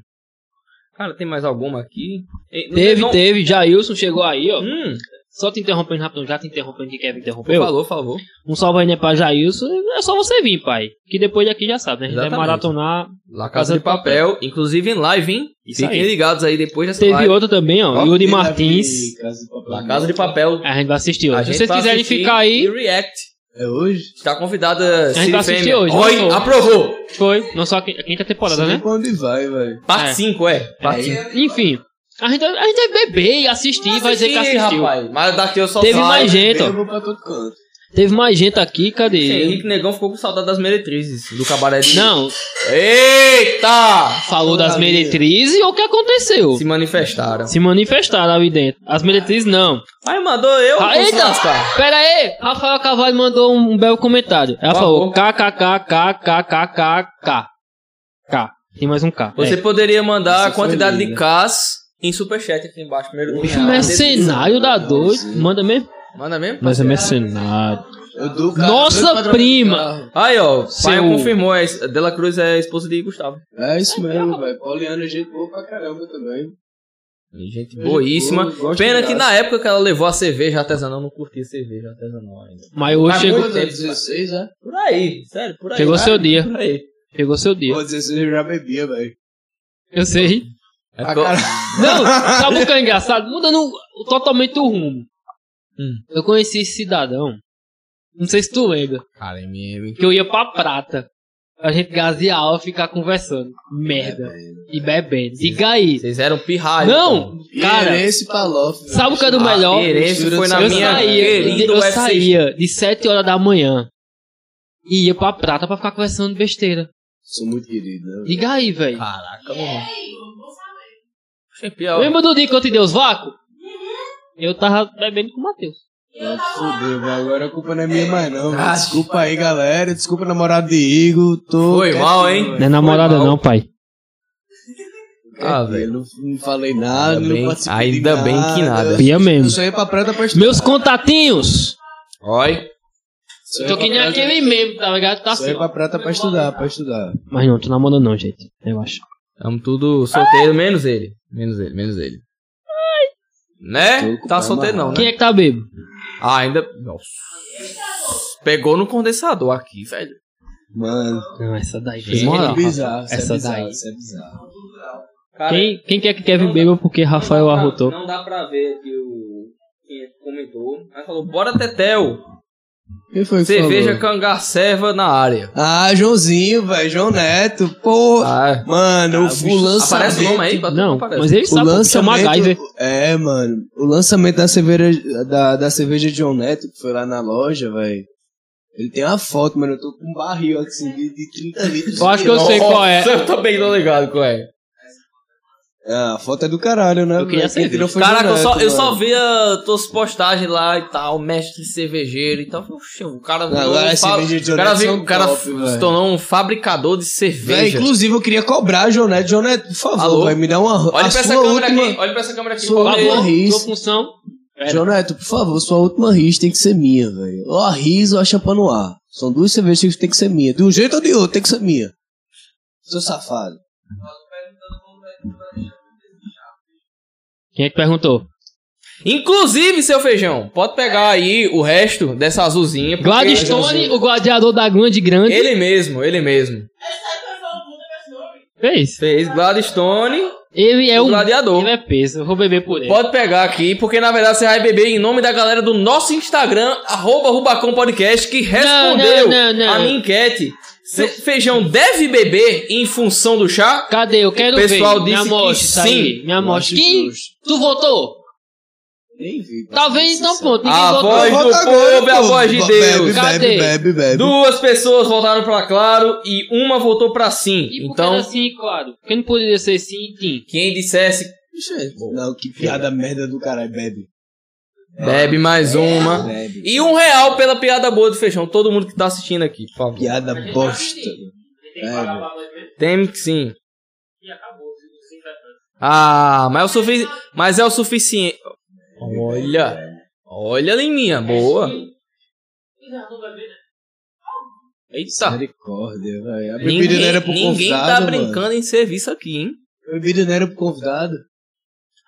[SPEAKER 1] Cara, tem mais alguma aqui? Ei, não-
[SPEAKER 2] Teve,
[SPEAKER 1] não-
[SPEAKER 2] teve. Jailson chegou aí, ó.
[SPEAKER 1] Hum,
[SPEAKER 2] Só te interrompendo rapidão. Já te interrompendo que Kevin
[SPEAKER 1] por
[SPEAKER 2] interrompeu.
[SPEAKER 1] favor, por favor.
[SPEAKER 2] Um salve aí, né, pra Jailson. É só você vir, pai. Que depois daqui já sabe, né? A gente vai
[SPEAKER 1] Exatamente.
[SPEAKER 2] maratonar.
[SPEAKER 1] La Casa de Papel, inclusive em live, hein?
[SPEAKER 2] Isso
[SPEAKER 1] Fiquem
[SPEAKER 2] aí.
[SPEAKER 1] ligados aí depois dessa
[SPEAKER 2] Teve
[SPEAKER 1] live.
[SPEAKER 2] outro também, ó.
[SPEAKER 1] Ó,
[SPEAKER 2] Yuri
[SPEAKER 3] Ele
[SPEAKER 2] Martins.
[SPEAKER 3] aqui, Casa de Papel.
[SPEAKER 1] La Casa de Papel.
[SPEAKER 2] A gente vai assistir
[SPEAKER 1] A
[SPEAKER 2] hoje. Se
[SPEAKER 1] gente
[SPEAKER 2] vocês
[SPEAKER 1] vai
[SPEAKER 2] quiserem
[SPEAKER 1] assistir
[SPEAKER 2] ficar
[SPEAKER 1] E
[SPEAKER 2] aí,
[SPEAKER 1] react.
[SPEAKER 3] É hoje?
[SPEAKER 1] Está convidada
[SPEAKER 2] gente
[SPEAKER 1] Ciri
[SPEAKER 2] vai assistir
[SPEAKER 1] Fêmea.
[SPEAKER 2] hoje,
[SPEAKER 1] Oi,
[SPEAKER 2] não sou.
[SPEAKER 1] aprovou.
[SPEAKER 2] foi. Não só a quinta a quinta temporada,
[SPEAKER 3] Sei
[SPEAKER 2] né?
[SPEAKER 3] pra onde vai, velho.
[SPEAKER 1] Parte
[SPEAKER 2] É.
[SPEAKER 1] 5, é. Parte 5.
[SPEAKER 2] Enfim. A gente, a gente vai beber e assistir, vai dizer que assistiu.
[SPEAKER 1] rapaz. Mas daqui eu só
[SPEAKER 2] Teve
[SPEAKER 1] saio.
[SPEAKER 2] mais gente,
[SPEAKER 3] Eu
[SPEAKER 2] ó.
[SPEAKER 3] vou pra todo canto.
[SPEAKER 2] Teve mais gente aqui, cadê?
[SPEAKER 1] Sim, Henrique Negão ficou com saudade das meretrizes do cabaré de...
[SPEAKER 2] Não,
[SPEAKER 1] Eita!
[SPEAKER 2] falou das
[SPEAKER 3] Maravilha.
[SPEAKER 2] meretrizes ou o que aconteceu?
[SPEAKER 1] Se manifestaram.
[SPEAKER 2] Se manifestaram ali dentro. As meretrizes não.
[SPEAKER 1] Aí mandou eu.
[SPEAKER 2] Ah,
[SPEAKER 1] vou se
[SPEAKER 2] eita!
[SPEAKER 1] lascar.
[SPEAKER 2] Pera aí, Rafael Carvalho mandou um, um belo comentário. Ela
[SPEAKER 1] Por
[SPEAKER 2] falou
[SPEAKER 1] favor.
[SPEAKER 2] kkkkkkkkk. K. Tem mais um K.
[SPEAKER 1] Você
[SPEAKER 2] é.
[SPEAKER 1] poderia mandar
[SPEAKER 3] Isso
[SPEAKER 1] a
[SPEAKER 3] foi
[SPEAKER 1] quantidade de
[SPEAKER 3] lindo.
[SPEAKER 1] Ks em superchat aqui embaixo. Primeiro
[SPEAKER 3] Ui,
[SPEAKER 1] do
[SPEAKER 3] mas-
[SPEAKER 2] Mercenário da dois. Manda mesmo?
[SPEAKER 1] Manda mesmo?
[SPEAKER 2] Mas é mercenário.
[SPEAKER 3] Eu dou o cara doido pra
[SPEAKER 2] Nossa
[SPEAKER 3] trocar de carro.
[SPEAKER 2] prima!
[SPEAKER 1] Aí, ó. Pai
[SPEAKER 2] Seu-
[SPEAKER 1] confirmou. É, Dela Cruz é a esposa de Gustavo.
[SPEAKER 3] É isso mesmo, velho. Poliana é gente boa pra caramba também.
[SPEAKER 1] Gente boíssima.
[SPEAKER 3] Eu gosto
[SPEAKER 1] Pena
[SPEAKER 3] de
[SPEAKER 1] que
[SPEAKER 3] graça.
[SPEAKER 1] na época que ela levou a cerveja artesanal, eu não curtia cerveja artesanal ainda.
[SPEAKER 2] Mas hoje
[SPEAKER 1] Mas
[SPEAKER 2] chegou,
[SPEAKER 1] muito-
[SPEAKER 3] Quantos anos? 16, né?
[SPEAKER 1] Por aí, sério, por aí.
[SPEAKER 2] chegou
[SPEAKER 1] vai,
[SPEAKER 2] seu dia.
[SPEAKER 1] Por aí.
[SPEAKER 2] Chegou seu dia.
[SPEAKER 3] Pô, 16 eu já bebia, velho.
[SPEAKER 2] Eu sei.
[SPEAKER 1] É
[SPEAKER 3] Ah,
[SPEAKER 1] porque eu-
[SPEAKER 3] caralho.
[SPEAKER 2] Não, sabe o que é engraçado? Mudando totalmente o rumo.
[SPEAKER 1] Hum.
[SPEAKER 2] Eu conheci esse cidadão. Não sei se tu lembra.
[SPEAKER 1] Cara, MM.
[SPEAKER 2] Que eu ia pra prata. A gente gaseava e ficar conversando. Merda. E bebendo. Diga aí.
[SPEAKER 1] Vocês eram pirralho.
[SPEAKER 2] Não!
[SPEAKER 3] Cara,
[SPEAKER 2] Cara,
[SPEAKER 3] é esse palof. velho.
[SPEAKER 2] sabe o que é do
[SPEAKER 1] então.
[SPEAKER 2] melhor?
[SPEAKER 1] A Tereza foi na
[SPEAKER 2] Eu
[SPEAKER 1] minha
[SPEAKER 2] saía,
[SPEAKER 1] querida
[SPEAKER 2] eu
[SPEAKER 1] UFC.
[SPEAKER 2] saía de 7 horas da manhã. E ia pra prata pra ficar conversando besteira.
[SPEAKER 3] Sou muito querido, né?
[SPEAKER 2] Diga aí, velho.
[SPEAKER 1] Caraca, mano.
[SPEAKER 4] Ei, eu vou saber.
[SPEAKER 1] Achei pior.
[SPEAKER 2] Lembra do dia que eu te dei os vácuos? Eu tava bebendo com o Matheus.
[SPEAKER 3] Vai te fuder, velho. Agora a culpa não é minha mais, não. velho. Desculpa aí, galera. Desculpa, namorado de Igor. Tô
[SPEAKER 1] Foi
[SPEAKER 3] quietinho,
[SPEAKER 1] mal, hein?
[SPEAKER 3] velho.
[SPEAKER 2] Não é namorada
[SPEAKER 1] mal.
[SPEAKER 2] não, pai.
[SPEAKER 1] Ah,
[SPEAKER 3] Quietinho,
[SPEAKER 1] velho.
[SPEAKER 3] Não, não falei nada,
[SPEAKER 1] Ainda
[SPEAKER 3] não
[SPEAKER 1] bem-
[SPEAKER 3] participei de
[SPEAKER 1] ainda bem que nada.
[SPEAKER 2] Pia
[SPEAKER 3] Eu
[SPEAKER 2] mesmo.
[SPEAKER 3] só ia pra prata pra estudar.
[SPEAKER 2] Meus contatinhos.
[SPEAKER 1] Oi.
[SPEAKER 3] Só ia
[SPEAKER 2] Tô
[SPEAKER 3] é pra
[SPEAKER 2] que nem
[SPEAKER 3] prata- é
[SPEAKER 2] aquele mesmo, tá ligado? Tá
[SPEAKER 3] Só
[SPEAKER 2] assim.
[SPEAKER 3] ia pra prata pra estudar, pra estudar.
[SPEAKER 2] Mas não, tu namora não, gente. Eu acho.
[SPEAKER 1] Estamos tudo solteiro, menos ele. Menos ele, menos ele. Né?
[SPEAKER 3] Estou
[SPEAKER 1] Tá
[SPEAKER 3] com
[SPEAKER 1] solteiro não,
[SPEAKER 2] Quem
[SPEAKER 1] né?
[SPEAKER 2] é que tá bebo?
[SPEAKER 1] Ah, ainda... Nossa. Pegou no condensador aqui, velho.
[SPEAKER 3] Mano,
[SPEAKER 2] Não, essa daí.
[SPEAKER 1] Gente,
[SPEAKER 2] Olha,
[SPEAKER 1] bizarro,
[SPEAKER 2] essa
[SPEAKER 3] isso é bizarro,
[SPEAKER 2] daí.
[SPEAKER 3] isso é bizarro.
[SPEAKER 5] cultural.
[SPEAKER 2] Quem, quem quer que Kevin beba porque Rafael
[SPEAKER 1] não dá pra-
[SPEAKER 2] arrotou?
[SPEAKER 1] Não dá pra ver que o... Quem é comentou. Mas falou, bora Tetel.
[SPEAKER 3] Quem foi que
[SPEAKER 1] Cerveja
[SPEAKER 3] falou?
[SPEAKER 1] cangaceva na área.
[SPEAKER 3] Ah, Joãozinho, velho, João Neto, porra.
[SPEAKER 1] Ah,
[SPEAKER 3] Mano, o, o
[SPEAKER 1] aparece o
[SPEAKER 3] lançamento...
[SPEAKER 1] nome aí? Patrão?
[SPEAKER 2] Não,
[SPEAKER 1] aparece.
[SPEAKER 2] mas ele
[SPEAKER 3] O
[SPEAKER 2] sabe porque é o MacGyver.
[SPEAKER 3] É, mano. O lançamento da cerveja, da, da cerveja de John Neto, que foi lá na loja, velho. Ele tem uma foto, mano. Eu tô com um barril assim de, de 30 litros.
[SPEAKER 2] Eu acho que eu sei qual é.
[SPEAKER 1] Nossa, Eu também tô ligado qual é.
[SPEAKER 3] Ah, a foto é do caralho, né?
[SPEAKER 2] Eu queria
[SPEAKER 3] velho? Quem
[SPEAKER 2] cerveja.
[SPEAKER 3] tirou foi
[SPEAKER 1] Caraca,
[SPEAKER 3] João
[SPEAKER 1] eu só,
[SPEAKER 3] Neto,
[SPEAKER 1] eu só
[SPEAKER 3] mano.
[SPEAKER 1] via tuas postagens lá e tal, mestre cervejeiro e tal. Oxe, o cara
[SPEAKER 3] Não,
[SPEAKER 1] virou
[SPEAKER 3] agora
[SPEAKER 1] um
[SPEAKER 3] esse
[SPEAKER 1] fa-
[SPEAKER 3] vídeo de
[SPEAKER 1] o cara,
[SPEAKER 3] Johnny
[SPEAKER 1] virou-
[SPEAKER 3] são
[SPEAKER 1] o cara
[SPEAKER 3] top,
[SPEAKER 1] f- se
[SPEAKER 3] velho.
[SPEAKER 1] tornou um fabricador de
[SPEAKER 3] Véi,
[SPEAKER 1] cerveja.
[SPEAKER 3] inclusive, eu queria cobrar, João Neto. João Neto, por
[SPEAKER 1] Alô?
[SPEAKER 3] favor, vai me dá
[SPEAKER 1] olha
[SPEAKER 3] uma. a
[SPEAKER 1] pra essa
[SPEAKER 3] sua
[SPEAKER 1] câmera
[SPEAKER 3] última...
[SPEAKER 1] aqui, olha pra essa câmera aqui.
[SPEAKER 3] Sua
[SPEAKER 2] Por
[SPEAKER 1] Olha aí.
[SPEAKER 3] última-
[SPEAKER 2] favor,
[SPEAKER 3] Isso.
[SPEAKER 2] sua função. Pera.
[SPEAKER 3] João Neto, por favor, sua última riz tem que ser minha, velho. Ou a riz ou a chapa no ar. São duas cervejas que tem que ser minha. De um jeito ou de outro, tem que ser minha. Seu safado.
[SPEAKER 2] Quem é que perguntou?
[SPEAKER 1] Inclusive, seu feijão, pode pegar aí o resto dessa azulzinha. porque-
[SPEAKER 2] Gladstone, o gladiador da Grande Grande.
[SPEAKER 1] é Ele mesmo, ele mesmo.
[SPEAKER 2] Fez.
[SPEAKER 1] Fez Gladstone,
[SPEAKER 2] é Ele é
[SPEAKER 1] o
[SPEAKER 2] o.
[SPEAKER 1] gladiador.
[SPEAKER 2] Ele é peso. Eu vou beber por ele.
[SPEAKER 1] Pode pegar aqui, porque na verdade você vai beber em nome da galera do nosso Instagram, arroba Rubacon Podcast, que respondeu
[SPEAKER 2] não, não, não.
[SPEAKER 1] a minha enquete. Se feijão deve beber em função do chá?
[SPEAKER 2] Cadê? Eu quero
[SPEAKER 1] O pessoal
[SPEAKER 2] ver.
[SPEAKER 1] disse
[SPEAKER 2] Me amostra
[SPEAKER 1] que
[SPEAKER 2] isso aí. Me amostra. Quem? Tu votou?
[SPEAKER 3] Nem vi.
[SPEAKER 2] Tá vendo? Então pronto. Ninguém
[SPEAKER 1] Ah,
[SPEAKER 2] votou.
[SPEAKER 1] voz do povo, é a voz de Deus.
[SPEAKER 2] Cadê?
[SPEAKER 3] Bebe, bebe, bebe.
[SPEAKER 1] Duas pessoas votaram pra claro e uma votou pra sim.
[SPEAKER 2] E por que
[SPEAKER 1] Então,
[SPEAKER 2] era sim, claro? Porque não poderia ser sim, Tim.
[SPEAKER 1] quem dissesse
[SPEAKER 3] Gente, é, Não, que piada merda do caralho, bebe.
[SPEAKER 1] bebe mais uma.
[SPEAKER 3] Bebe.
[SPEAKER 1] E um real pela piada boa do feijão. Todo mundo que tá assistindo aqui, por favor.
[SPEAKER 3] Piada bosta. Bebe.
[SPEAKER 1] Tem que sim. Ah, mas é o, sufici mas é o suficiente. Olha. Olha em minha, boa.
[SPEAKER 2] né? Tá.
[SPEAKER 1] Eita.
[SPEAKER 3] Misericórdia, velho. A bebida
[SPEAKER 1] Ninguém,
[SPEAKER 3] não era pro convidado.
[SPEAKER 1] ninguém tá
[SPEAKER 3] mano.
[SPEAKER 1] brincando em serviço aqui, hein?
[SPEAKER 3] A bebida não era pro convidado.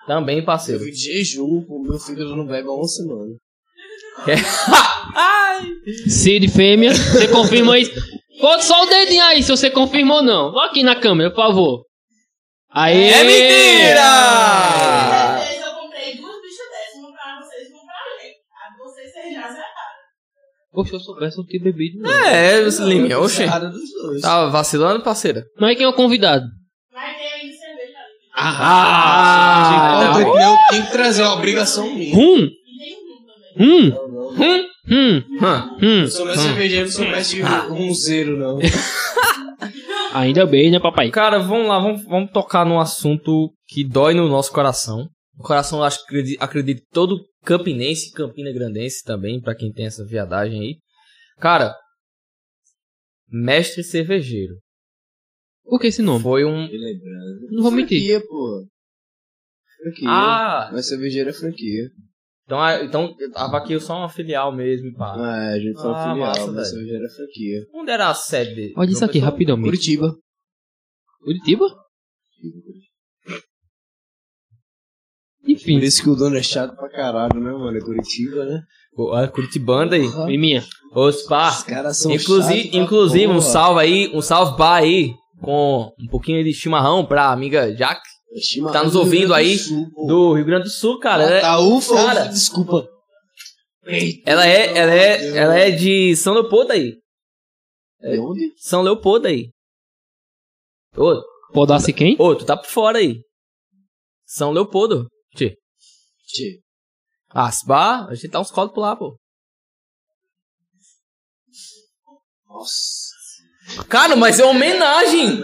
[SPEAKER 1] Também,
[SPEAKER 3] Eu
[SPEAKER 1] parceiro.
[SPEAKER 3] vi de jejum, pô, meu fígado não bebe há uma semana.
[SPEAKER 2] Cid fêmea, você confirma isso? Bota só o dedinho aí se você confirmou ou não. Vou aqui na câmera, por favor. Aê!
[SPEAKER 1] É
[SPEAKER 2] Ah.
[SPEAKER 1] mentira!
[SPEAKER 4] Dessa vez eu comprei duas bichas dessas, uma pra vocês e uma pra ele. A de vocês vocês já acertaram.
[SPEAKER 2] Poxa, eu soubesse, eu não tinha bebido. Não.
[SPEAKER 1] É, Liminha, oxe.
[SPEAKER 3] Cara dos dois.
[SPEAKER 1] Tá vacilando, parceira?
[SPEAKER 2] Mas quem é o convidado?
[SPEAKER 4] Mas tem ainda cerveja ali.
[SPEAKER 1] Ah!
[SPEAKER 3] Não, eu tenho que trazer uma obrigação minha.
[SPEAKER 2] Hum,
[SPEAKER 4] E tem um também.
[SPEAKER 2] hum,
[SPEAKER 3] Não, não.
[SPEAKER 1] Hum,
[SPEAKER 2] hum,
[SPEAKER 1] hum.
[SPEAKER 2] hum.
[SPEAKER 3] Eu sou mais cervejeiro, não sou mais de rumzeiro, não.
[SPEAKER 2] Ainda bem, né, papai?
[SPEAKER 1] Cara, vamos lá, vamos, vamos tocar num assunto que dói no nosso coração. O coração, eu acho que acredi- acredito, que todo campinense, campina grandense também, pra quem tem essa viadagem aí. Cara, Mestre Cervejeiro.
[SPEAKER 2] Por que esse nome?
[SPEAKER 1] Foi um.
[SPEAKER 3] Me lembrando.
[SPEAKER 2] Não vou mentir.
[SPEAKER 3] é Franquia, pô. Franquia.
[SPEAKER 1] Ah!
[SPEAKER 3] Mas cervejeira é franquia.
[SPEAKER 1] Então, ah, então tava aqui só uma filial mesmo, pá.
[SPEAKER 3] Ah, a gente fala
[SPEAKER 1] Ah,
[SPEAKER 3] filial,
[SPEAKER 1] massa, velho.
[SPEAKER 3] mas cervejeira é franquia.
[SPEAKER 1] Onde era a sede dele?
[SPEAKER 2] Olha isso aqui, rapidão. mesmo.
[SPEAKER 3] Curitiba.
[SPEAKER 2] Curitiba? Enfim,
[SPEAKER 3] Por isso que o dono é chato pra caralho, né, mano? É Curitiba, né?
[SPEAKER 1] rapidinho. Curitibanda aí.
[SPEAKER 2] e minha.
[SPEAKER 1] Os pá.
[SPEAKER 3] Os caras são
[SPEAKER 1] Inclusive,
[SPEAKER 3] chatos pra
[SPEAKER 1] inclusive um
[SPEAKER 3] porra.
[SPEAKER 1] salve aí, um salve pá aí. Com um pouquinho de chimarrão pra amiga Jack
[SPEAKER 3] Chimarrão
[SPEAKER 1] tá nos
[SPEAKER 3] do Rio
[SPEAKER 1] ouvindo
[SPEAKER 3] Grande do
[SPEAKER 1] aí?
[SPEAKER 3] Sul, pô.
[SPEAKER 1] do Rio Grande do Sul, cara. Ela é-
[SPEAKER 3] Ataúfa,
[SPEAKER 1] cara.
[SPEAKER 3] Tá, desculpa.
[SPEAKER 1] Ela
[SPEAKER 3] tá
[SPEAKER 1] é, ela
[SPEAKER 3] né?
[SPEAKER 1] é, ela é de São Leopoldo aí.
[SPEAKER 3] De É onde?
[SPEAKER 1] São Leopoldo aí. Ô,
[SPEAKER 2] Podasse quem?
[SPEAKER 1] ô, tu tá por fora aí. São Leopoldo.
[SPEAKER 3] Tchê.
[SPEAKER 1] Asba, Ah, a gente tá uns colos por lá, pô.
[SPEAKER 3] Nossa.
[SPEAKER 1] Cara, mas é uma homenagem.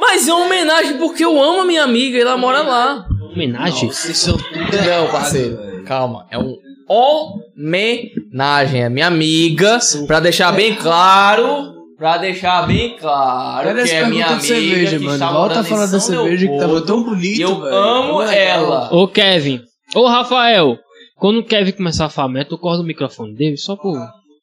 [SPEAKER 1] Mas é uma homenagem porque eu amo a minha amiga e ela mora lá.
[SPEAKER 2] Homenagem?
[SPEAKER 3] Vocês são tudo errado,
[SPEAKER 1] Não, parceiro.
[SPEAKER 3] velho.
[SPEAKER 1] Calma, é um homenagem. É minha amiga,
[SPEAKER 3] Sim.
[SPEAKER 1] pra deixar bem claro... Pra deixar bem claro
[SPEAKER 3] Olha
[SPEAKER 1] que
[SPEAKER 3] essa
[SPEAKER 1] é minha
[SPEAKER 3] pergunta
[SPEAKER 1] amiga
[SPEAKER 3] de cerveja,
[SPEAKER 1] que
[SPEAKER 3] mano.
[SPEAKER 1] está
[SPEAKER 3] Volta a
[SPEAKER 1] morando em
[SPEAKER 3] falar
[SPEAKER 1] São
[SPEAKER 3] da cerveja que
[SPEAKER 1] Leopoldo.
[SPEAKER 3] tava tão bonito,
[SPEAKER 1] E eu
[SPEAKER 3] velho. é
[SPEAKER 1] amo
[SPEAKER 3] Tão legal.
[SPEAKER 1] ela.
[SPEAKER 2] Ô, Kevin. Ô, Rafael. Quando o Kevin começar a falar merda, tu corta o microfone dele só por...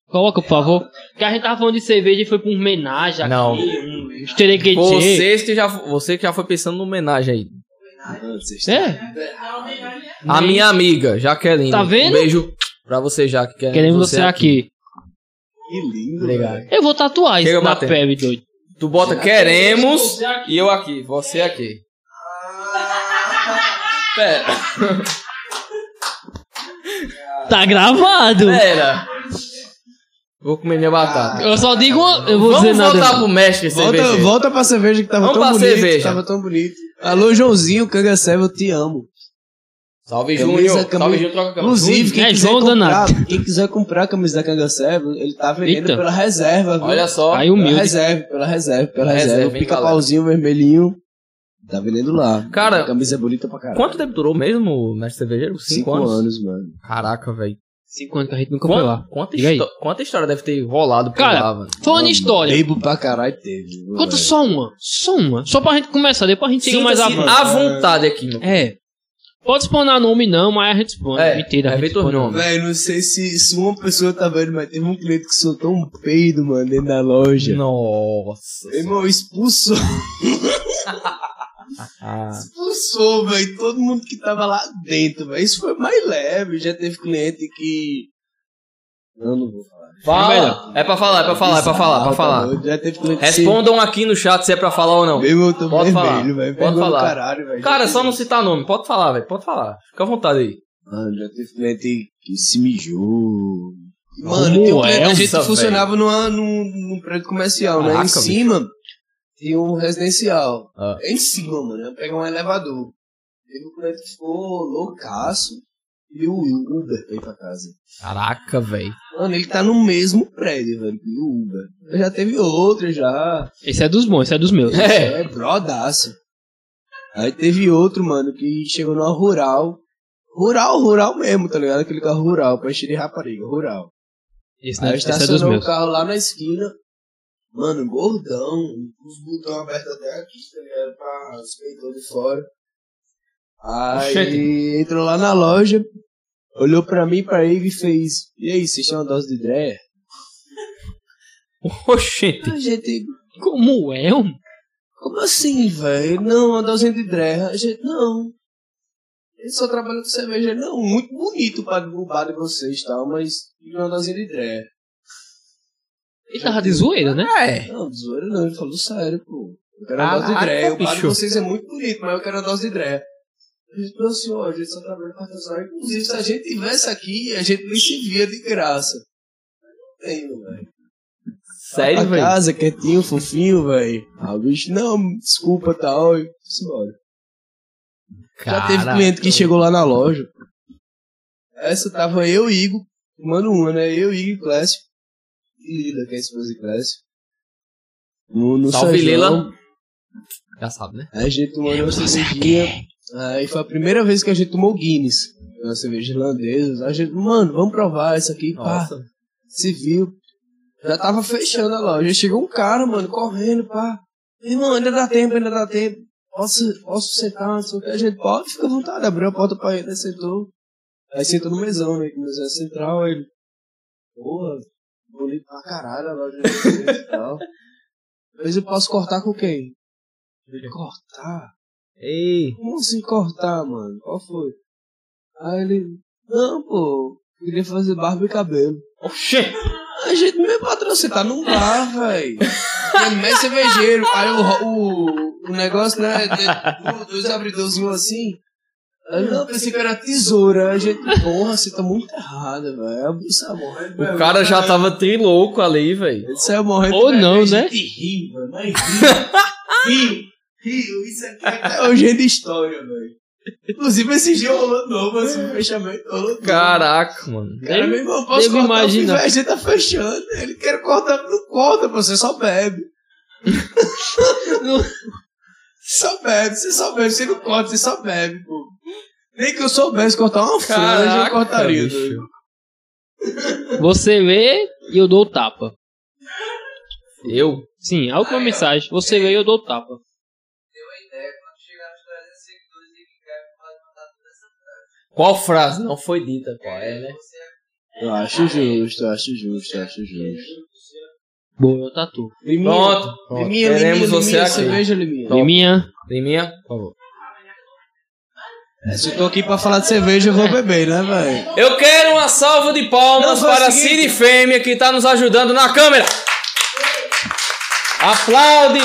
[SPEAKER 2] Coloca, por favor. Porque a gente tava falando de cerveja e foi pra um homenagem aqui.
[SPEAKER 1] Não.
[SPEAKER 3] Hum,
[SPEAKER 2] Um esterequetê.
[SPEAKER 1] Você que, já, você que já foi pensando numa homenagem aí.
[SPEAKER 2] É,
[SPEAKER 5] Ah,
[SPEAKER 4] Não, melhor é.
[SPEAKER 1] A
[SPEAKER 2] Nem-
[SPEAKER 1] minha amiga, Jaqueline.
[SPEAKER 2] Tá vendo?
[SPEAKER 1] Um beijo pra você, é Jaque. Queremos,
[SPEAKER 2] queremos você aqui.
[SPEAKER 3] Que lindo,
[SPEAKER 1] Legal.
[SPEAKER 3] velho.
[SPEAKER 2] Eu vou tatuar
[SPEAKER 1] Chega
[SPEAKER 2] isso na
[SPEAKER 1] batendo.
[SPEAKER 2] pele, doido.
[SPEAKER 1] Tu bota queremos
[SPEAKER 2] Você aqui.
[SPEAKER 1] e eu aqui. Você aqui. Pera,
[SPEAKER 2] Tá gravado.
[SPEAKER 1] pera. Vou comer minha batata.
[SPEAKER 2] Eu só digo. uma- Eu vou
[SPEAKER 1] Vamos
[SPEAKER 2] dizer nada.
[SPEAKER 1] voltar
[SPEAKER 2] não.
[SPEAKER 1] pro mestre
[SPEAKER 3] Volta,
[SPEAKER 1] cervejeiro.
[SPEAKER 3] volta pra cerveja que tava
[SPEAKER 1] Vamos
[SPEAKER 3] tão
[SPEAKER 1] pra
[SPEAKER 3] bonito.
[SPEAKER 1] cerveja.
[SPEAKER 3] Tava tão bonito. Alô, Joãozinho, Canga Serva, eu te amo.
[SPEAKER 1] Salve,
[SPEAKER 3] Camisa,
[SPEAKER 1] Júnior.
[SPEAKER 3] camisa.
[SPEAKER 1] Salve, Júnior. Troca a camisa.
[SPEAKER 3] Inclusive, quem,
[SPEAKER 2] É,
[SPEAKER 3] quiser
[SPEAKER 2] João
[SPEAKER 3] comprar,
[SPEAKER 2] Donato.
[SPEAKER 3] quem quiser comprar a camisa da Canga Serva, ele tá vendendo
[SPEAKER 2] Eita.
[SPEAKER 3] pela reserva. Viu?
[SPEAKER 1] Olha só.
[SPEAKER 2] Aí um-
[SPEAKER 3] Pela
[SPEAKER 2] humilde.
[SPEAKER 3] reserva, pela reserva, pela
[SPEAKER 1] Pela
[SPEAKER 3] reserva.
[SPEAKER 1] reserva, hein,
[SPEAKER 3] Pica-pauzinho vermelhinho. Tá vendendo lá.
[SPEAKER 1] Cara,
[SPEAKER 3] A camisa é bonita pra caralho.
[SPEAKER 1] Quanto tempo durou mesmo o mestre cervejeiro? Cinco,
[SPEAKER 3] Cinco
[SPEAKER 1] anos.
[SPEAKER 3] anos, mano.
[SPEAKER 1] Caraca, velho.
[SPEAKER 2] Cinco anos que a gente nunca foi lá.
[SPEAKER 1] Quanta, quanta,
[SPEAKER 2] Diga aí.
[SPEAKER 1] histó- quanta história deve ter rolado por
[SPEAKER 2] Cara,
[SPEAKER 1] lá, velho?
[SPEAKER 2] Falando em história.
[SPEAKER 3] Bebo pra caralho teve. viu,
[SPEAKER 2] Conta
[SPEAKER 3] velho?
[SPEAKER 2] só uma. Só uma. Só pra gente começar. Depois a gente chega mais
[SPEAKER 1] Sinta-se
[SPEAKER 2] avante.
[SPEAKER 1] à vontade aqui, meu.
[SPEAKER 2] É. Pode explanar nome não, mas a gente expõe.
[SPEAKER 1] É,
[SPEAKER 2] Mentira, a
[SPEAKER 1] é
[SPEAKER 2] gente
[SPEAKER 1] Vitor
[SPEAKER 2] expõe
[SPEAKER 1] Nome.
[SPEAKER 3] Velho, não sei se, se uma pessoa tá vendo, mas teve um cliente que soltou um peido, mano, dentro da loja.
[SPEAKER 1] Nossa.
[SPEAKER 3] Meu irmão, expulsou,
[SPEAKER 1] Ah.
[SPEAKER 3] expulsou, velho, todo mundo que tava lá dentro, velho. Isso foi mais leve. Já teve cliente que. Não, não vou falar.
[SPEAKER 1] Fala. É pra falar, é pra falar, é pra falar, é pra
[SPEAKER 3] Tá
[SPEAKER 1] falar.
[SPEAKER 3] doido, Já teve cliente que-
[SPEAKER 1] Respondam aqui no chat se é pra falar ou não.
[SPEAKER 3] Meu irmão, eu tô
[SPEAKER 1] Pode falar.
[SPEAKER 3] vermelho, velho.
[SPEAKER 1] Pode
[SPEAKER 3] Vergonha do
[SPEAKER 1] falar.
[SPEAKER 3] Caralho, velho.
[SPEAKER 1] Cara, é
[SPEAKER 3] Já
[SPEAKER 1] só
[SPEAKER 3] teve-
[SPEAKER 1] não citar nome. Pode falar, velho. Pode falar. Fica à vontade aí.
[SPEAKER 3] Mano, Ah, já teve cliente que se mijou.
[SPEAKER 2] Como
[SPEAKER 3] Mano, tem um
[SPEAKER 2] é
[SPEAKER 3] prédio, a gente
[SPEAKER 1] essa,
[SPEAKER 3] funcionava numa, num, num prédio comercial, né?
[SPEAKER 1] Caraca,
[SPEAKER 3] Em
[SPEAKER 1] bicho.
[SPEAKER 3] cima tinha um residencial.
[SPEAKER 1] Ah.
[SPEAKER 3] Em cima, mano, ia pegar um elevador. Teve um cliente que ficou loucaço e o Uber veio pra casa.
[SPEAKER 1] Caraca, velho.
[SPEAKER 3] Mano, ele tá no mesmo prédio, velho, que o Uber. Já teve outro, já.
[SPEAKER 2] Esse é dos bons, esse é dos meus.
[SPEAKER 1] É.
[SPEAKER 3] É, brodaço. Aí teve outro, mano, que chegou numa rural. Rural, rural mesmo, tá ligado? Aquele carro rural, pra encher de rapariga, rural.
[SPEAKER 2] Esse, não é-
[SPEAKER 3] Aí
[SPEAKER 1] tá
[SPEAKER 2] esse é dos
[SPEAKER 3] estacionou o
[SPEAKER 2] meus.
[SPEAKER 3] carro lá na esquina. Mano, gordão, com os botões abertos até aqui, tá ligado? Pra os peitos de fora. Aí entrou lá na loja, olhou pra mim, pra ele e fez: E aí, vocês têm uma dose de dreia?
[SPEAKER 1] Oxente.
[SPEAKER 3] A gente
[SPEAKER 2] Como é, homem?
[SPEAKER 3] Como assim, velho? Não, a dozinha de drerra. A gente, não. Ele só trabalha com cerveja. Não, muito bonito pra derrubar de vocês e tal, mas queria uma dozinha de drerra.
[SPEAKER 2] Ele tava de zoeira, né?
[SPEAKER 1] É.
[SPEAKER 3] Não, zoeira não, ele falou sério, pô. Eu quero uma
[SPEAKER 1] Caraca,
[SPEAKER 3] dose de drerra. O bar de
[SPEAKER 1] bicho.
[SPEAKER 3] vocês é muito bonito, mas eu quero uma dose de drerra. A gente falou assim, ó, a gente só trabalha com artesanal. Inclusive, se a gente tivesse aqui, a gente nem se via de graça. Não tem, velho.
[SPEAKER 1] Sério,
[SPEAKER 3] a
[SPEAKER 1] velho.
[SPEAKER 3] casa, quietinho, fofinho, velho. Ah, o bicho, não, desculpa, tal, e simbora. Já teve cliente que chegou lá na loja. Essa tava eu e Igor, mano uma, né? Eu, Igor e Clécio. E Lila, que é a esposa de Clécio. No, no
[SPEAKER 1] Salve,
[SPEAKER 3] São
[SPEAKER 1] Lila.
[SPEAKER 3] João.
[SPEAKER 1] Já sabe, né?
[SPEAKER 3] Aí A gente tomou uma cervejinha. Aí foi a primeira vez que a gente tomou Guinness. Uma cerveja irlandesa. A gente, mano, vamos provar isso aqui. Pá,
[SPEAKER 1] Nossa.
[SPEAKER 3] se viu. Já tava fechando a loja. Chegou um cara, mano, correndo, pá. Irmão, ainda dá tempo, ainda dá tempo. Posso, posso sentar, não sei o que. A gente pode, fica à vontade. Abriu a porta pra ele, sentou. Aí sentou no mesão, né? No mesão central, aí ele... Porra, bonito pra caralho a loja de vocês e tal. Mas eu posso cortar com quem? Cortar? Ah.
[SPEAKER 1] Ei.
[SPEAKER 3] Como assim cortar, mano? Qual foi? Aí ele... Não, pô. Queria fazer barba e cabelo.
[SPEAKER 1] Oxê.
[SPEAKER 3] A gente não é patrão, você tá num bar, velho. É mais cervejeiro. Aí o, ro- o, o negócio, né? de- do- Dos abridorzinhos assim. Aí, não, pensei que era tesoura. Aí A gente, porra, você tá muito errado, velho. Aí O é saiu morrendo.
[SPEAKER 1] O cara já tá- tava trilouco ali, velho.
[SPEAKER 3] Ele saiu morrendo.
[SPEAKER 2] Ou
[SPEAKER 3] velho.
[SPEAKER 2] não,
[SPEAKER 3] Aí é a
[SPEAKER 2] né?
[SPEAKER 3] gente Ri, mano. Mas ri. Ri. Rio, isso aqui até hoje é de história, velho. Inclusive, esse dia rolou novo, assim, o fechamento rolou novo.
[SPEAKER 1] Caraca, mano.
[SPEAKER 3] Cara,
[SPEAKER 2] Devo-
[SPEAKER 3] meu irmão, posso
[SPEAKER 2] devo
[SPEAKER 3] cortar
[SPEAKER 2] imaginar.
[SPEAKER 3] o fio? A gente tá fechando. Ele quer cortar, não corta, pô, você só bebe. Não- só bebe, você só bebe, você não corta, você só bebe, pô. Nem que eu soubesse cortar uma franja, eu
[SPEAKER 1] Caraca,
[SPEAKER 3] cortaria.
[SPEAKER 1] bicho.
[SPEAKER 3] doido.
[SPEAKER 2] Você lê e eu dou o tapa.
[SPEAKER 1] Eu?
[SPEAKER 2] Sim, a última mensagem. Você lê e eu dou o tapa.
[SPEAKER 5] Deu uma ideia quando chegar nos 300 seguidores e Guilherme pode mandar toda essa
[SPEAKER 1] Qual frase não foi dita? Qual é, né?
[SPEAKER 5] Você
[SPEAKER 3] Eu acho justo, eu acho justo, eu acho justo.
[SPEAKER 2] Boa, tá tatu.
[SPEAKER 3] Liminha.
[SPEAKER 1] Pronto. Pronto.
[SPEAKER 3] Liminha,
[SPEAKER 1] Queremos
[SPEAKER 3] liminha,
[SPEAKER 1] você
[SPEAKER 3] liminha,
[SPEAKER 1] aqui.
[SPEAKER 3] cerveja, liminha.
[SPEAKER 1] Top.
[SPEAKER 2] Liminha.
[SPEAKER 1] Liminha, por favor.
[SPEAKER 3] Se eu tô aqui pra falar de cerveja, eu vou beber, né, velho?
[SPEAKER 1] Eu quero uma salva de palmas
[SPEAKER 3] Não, faz
[SPEAKER 1] para a
[SPEAKER 3] o seguinte.
[SPEAKER 1] Cid Fêmea que tá nos ajudando na câmera. Aplaude!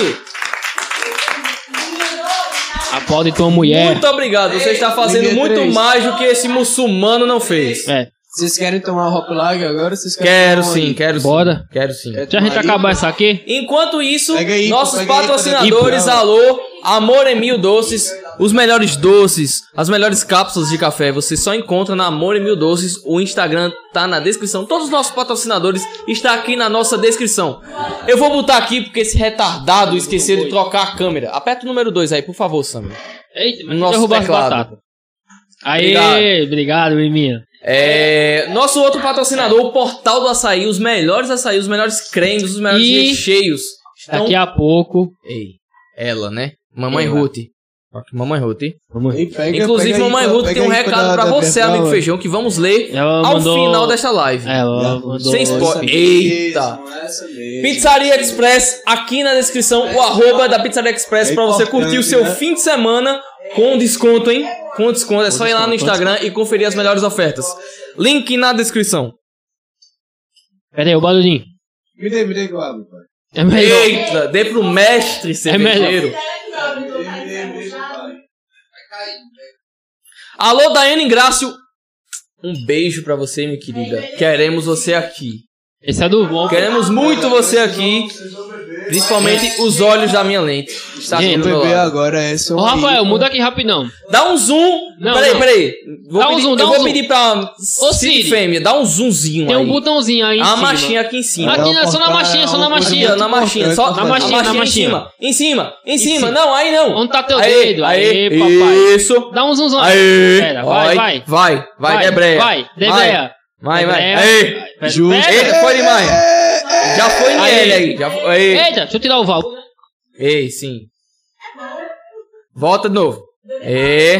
[SPEAKER 2] Aplaude tua mulher.
[SPEAKER 1] Muito obrigado. Você está fazendo
[SPEAKER 3] Liminha
[SPEAKER 1] muito
[SPEAKER 3] é três.
[SPEAKER 1] mais do que esse muçulmano não fez.
[SPEAKER 2] É,
[SPEAKER 3] Vocês querem tomar hop lag agora? Vocês querem
[SPEAKER 1] Quero
[SPEAKER 3] tomar
[SPEAKER 1] sim,
[SPEAKER 3] onde?
[SPEAKER 1] quero sim.
[SPEAKER 2] Bora.
[SPEAKER 1] Quero sim.
[SPEAKER 3] Quer
[SPEAKER 2] deixa a gente
[SPEAKER 3] tomar
[SPEAKER 2] acabar
[SPEAKER 3] aí?
[SPEAKER 2] essa aqui.
[SPEAKER 1] Enquanto isso,
[SPEAKER 3] Pega aí, pô,
[SPEAKER 1] nossos
[SPEAKER 3] pega aí,
[SPEAKER 1] patrocinadores,
[SPEAKER 3] pega aí.
[SPEAKER 1] alô, Amor Emil Doces, os melhores doces, as melhores cápsulas de café, você só encontra na Amor Emil Doces, o Instagram tá na descrição, todos os nossos patrocinadores estão aqui na nossa descrição. Eu vou botar aqui porque esse retardado esqueceu de trocar a câmera. Aperta o número 2 aí, por favor, Sam.
[SPEAKER 2] Eita, mas
[SPEAKER 1] Nosso
[SPEAKER 2] derrubar as
[SPEAKER 1] teclado.
[SPEAKER 2] batatas. Aê, obrigado, Liminha.
[SPEAKER 1] É, nosso outro patrocinador, o Portal do Açaí, os melhores açaí, os melhores cremes, os melhores
[SPEAKER 2] E-
[SPEAKER 1] recheios. Estão
[SPEAKER 2] Daqui a pouco.
[SPEAKER 1] Ei, ela, né? Mamãe
[SPEAKER 3] Ela.
[SPEAKER 1] Ruth. Mamãe Ruth.
[SPEAKER 2] Vamos
[SPEAKER 3] Ei, pega-
[SPEAKER 1] Inclusive,
[SPEAKER 3] pega aí,
[SPEAKER 1] Mamãe
[SPEAKER 3] pô,
[SPEAKER 1] Ruth
[SPEAKER 3] pega
[SPEAKER 1] tem um
[SPEAKER 3] aí
[SPEAKER 1] recado pra
[SPEAKER 3] da- da
[SPEAKER 1] você, amigo
[SPEAKER 3] Bertão.
[SPEAKER 1] Feijão, que vamos ler
[SPEAKER 2] Ela
[SPEAKER 1] ao
[SPEAKER 2] mandou- É,
[SPEAKER 1] final desta live.
[SPEAKER 2] Ela mandou.
[SPEAKER 1] Sem spoiler.
[SPEAKER 3] Essa
[SPEAKER 1] Eita.
[SPEAKER 3] mesmo, essa mesmo.
[SPEAKER 1] Pizzaria Express, aqui na descrição, o arroba da Pizzaria Express
[SPEAKER 3] É
[SPEAKER 1] pra você
[SPEAKER 3] importante,
[SPEAKER 1] curtir o seu
[SPEAKER 3] né?
[SPEAKER 1] fim de semana com desconto, hein? Com desconto. É só ir lá no Instagram e conferir as melhores ofertas. Link na descrição.
[SPEAKER 2] Pera aí, o barulhinho.
[SPEAKER 3] Me dê, me dê que eu abro, pai.
[SPEAKER 2] É melhor.
[SPEAKER 1] Eita, dê pro mestre cervejeiro.
[SPEAKER 3] Me dê, me dê, pai.
[SPEAKER 1] Alô, Daiane Ingrácio. Um beijo pra você, minha querida. Queremos você aqui.
[SPEAKER 2] Esse é do bom.
[SPEAKER 1] Queremos muito você aqui. Principalmente os olhos da minha lente. Está aqui
[SPEAKER 2] Gente,
[SPEAKER 1] do Tá
[SPEAKER 3] O
[SPEAKER 1] meu
[SPEAKER 3] bebê
[SPEAKER 1] lado.
[SPEAKER 3] agora é seu
[SPEAKER 2] Ô, Rafael,
[SPEAKER 3] amigo.
[SPEAKER 2] muda aqui rapidão.
[SPEAKER 1] Dá um zoom.
[SPEAKER 2] Não,
[SPEAKER 1] peraí,
[SPEAKER 2] não.
[SPEAKER 1] peraí. Vou
[SPEAKER 2] Dá um
[SPEAKER 1] pedir,
[SPEAKER 2] zoom, dá
[SPEAKER 1] eu
[SPEAKER 2] um
[SPEAKER 1] vou
[SPEAKER 2] zoom.
[SPEAKER 1] pedir pra
[SPEAKER 2] Ô,
[SPEAKER 1] Cid
[SPEAKER 2] Siri.
[SPEAKER 1] Fêmea, dá um zoomzinho
[SPEAKER 2] Tem
[SPEAKER 1] aí.
[SPEAKER 2] um botãozinho aí em
[SPEAKER 1] a
[SPEAKER 2] cima.
[SPEAKER 1] marchinha aqui em cima.
[SPEAKER 2] Aqui,
[SPEAKER 3] É um
[SPEAKER 2] só na
[SPEAKER 3] portal-
[SPEAKER 2] marchinha, só na
[SPEAKER 3] é um
[SPEAKER 2] marchinha.
[SPEAKER 1] Aqui, ó, na marchinha, só
[SPEAKER 3] importante,
[SPEAKER 1] na
[SPEAKER 2] importante.
[SPEAKER 1] marchinha,
[SPEAKER 2] Na
[SPEAKER 1] em
[SPEAKER 2] marchinha.
[SPEAKER 1] cima, em cima, em
[SPEAKER 2] cima.
[SPEAKER 1] cima, não, aí não.
[SPEAKER 2] Onde tá teu
[SPEAKER 1] Aê,
[SPEAKER 2] dedo?
[SPEAKER 1] aê,
[SPEAKER 2] Aê, papai.
[SPEAKER 1] Isso.
[SPEAKER 2] Dá um zoomzão.
[SPEAKER 1] Aê.
[SPEAKER 2] Pera, vai, vai.
[SPEAKER 1] Vai, vai, Debreia.
[SPEAKER 2] Vai, Debreia.
[SPEAKER 1] Vai, vai.
[SPEAKER 2] Debreia.
[SPEAKER 1] Aê.
[SPEAKER 2] Pera,
[SPEAKER 3] Ju-
[SPEAKER 2] pera.
[SPEAKER 1] Eita, foi demais. Já foi
[SPEAKER 2] Aê.
[SPEAKER 1] nele aí. Já foi. Aê.
[SPEAKER 2] Eita, deixa eu tirar o Val.
[SPEAKER 1] Ei, sim. Volta de novo. É.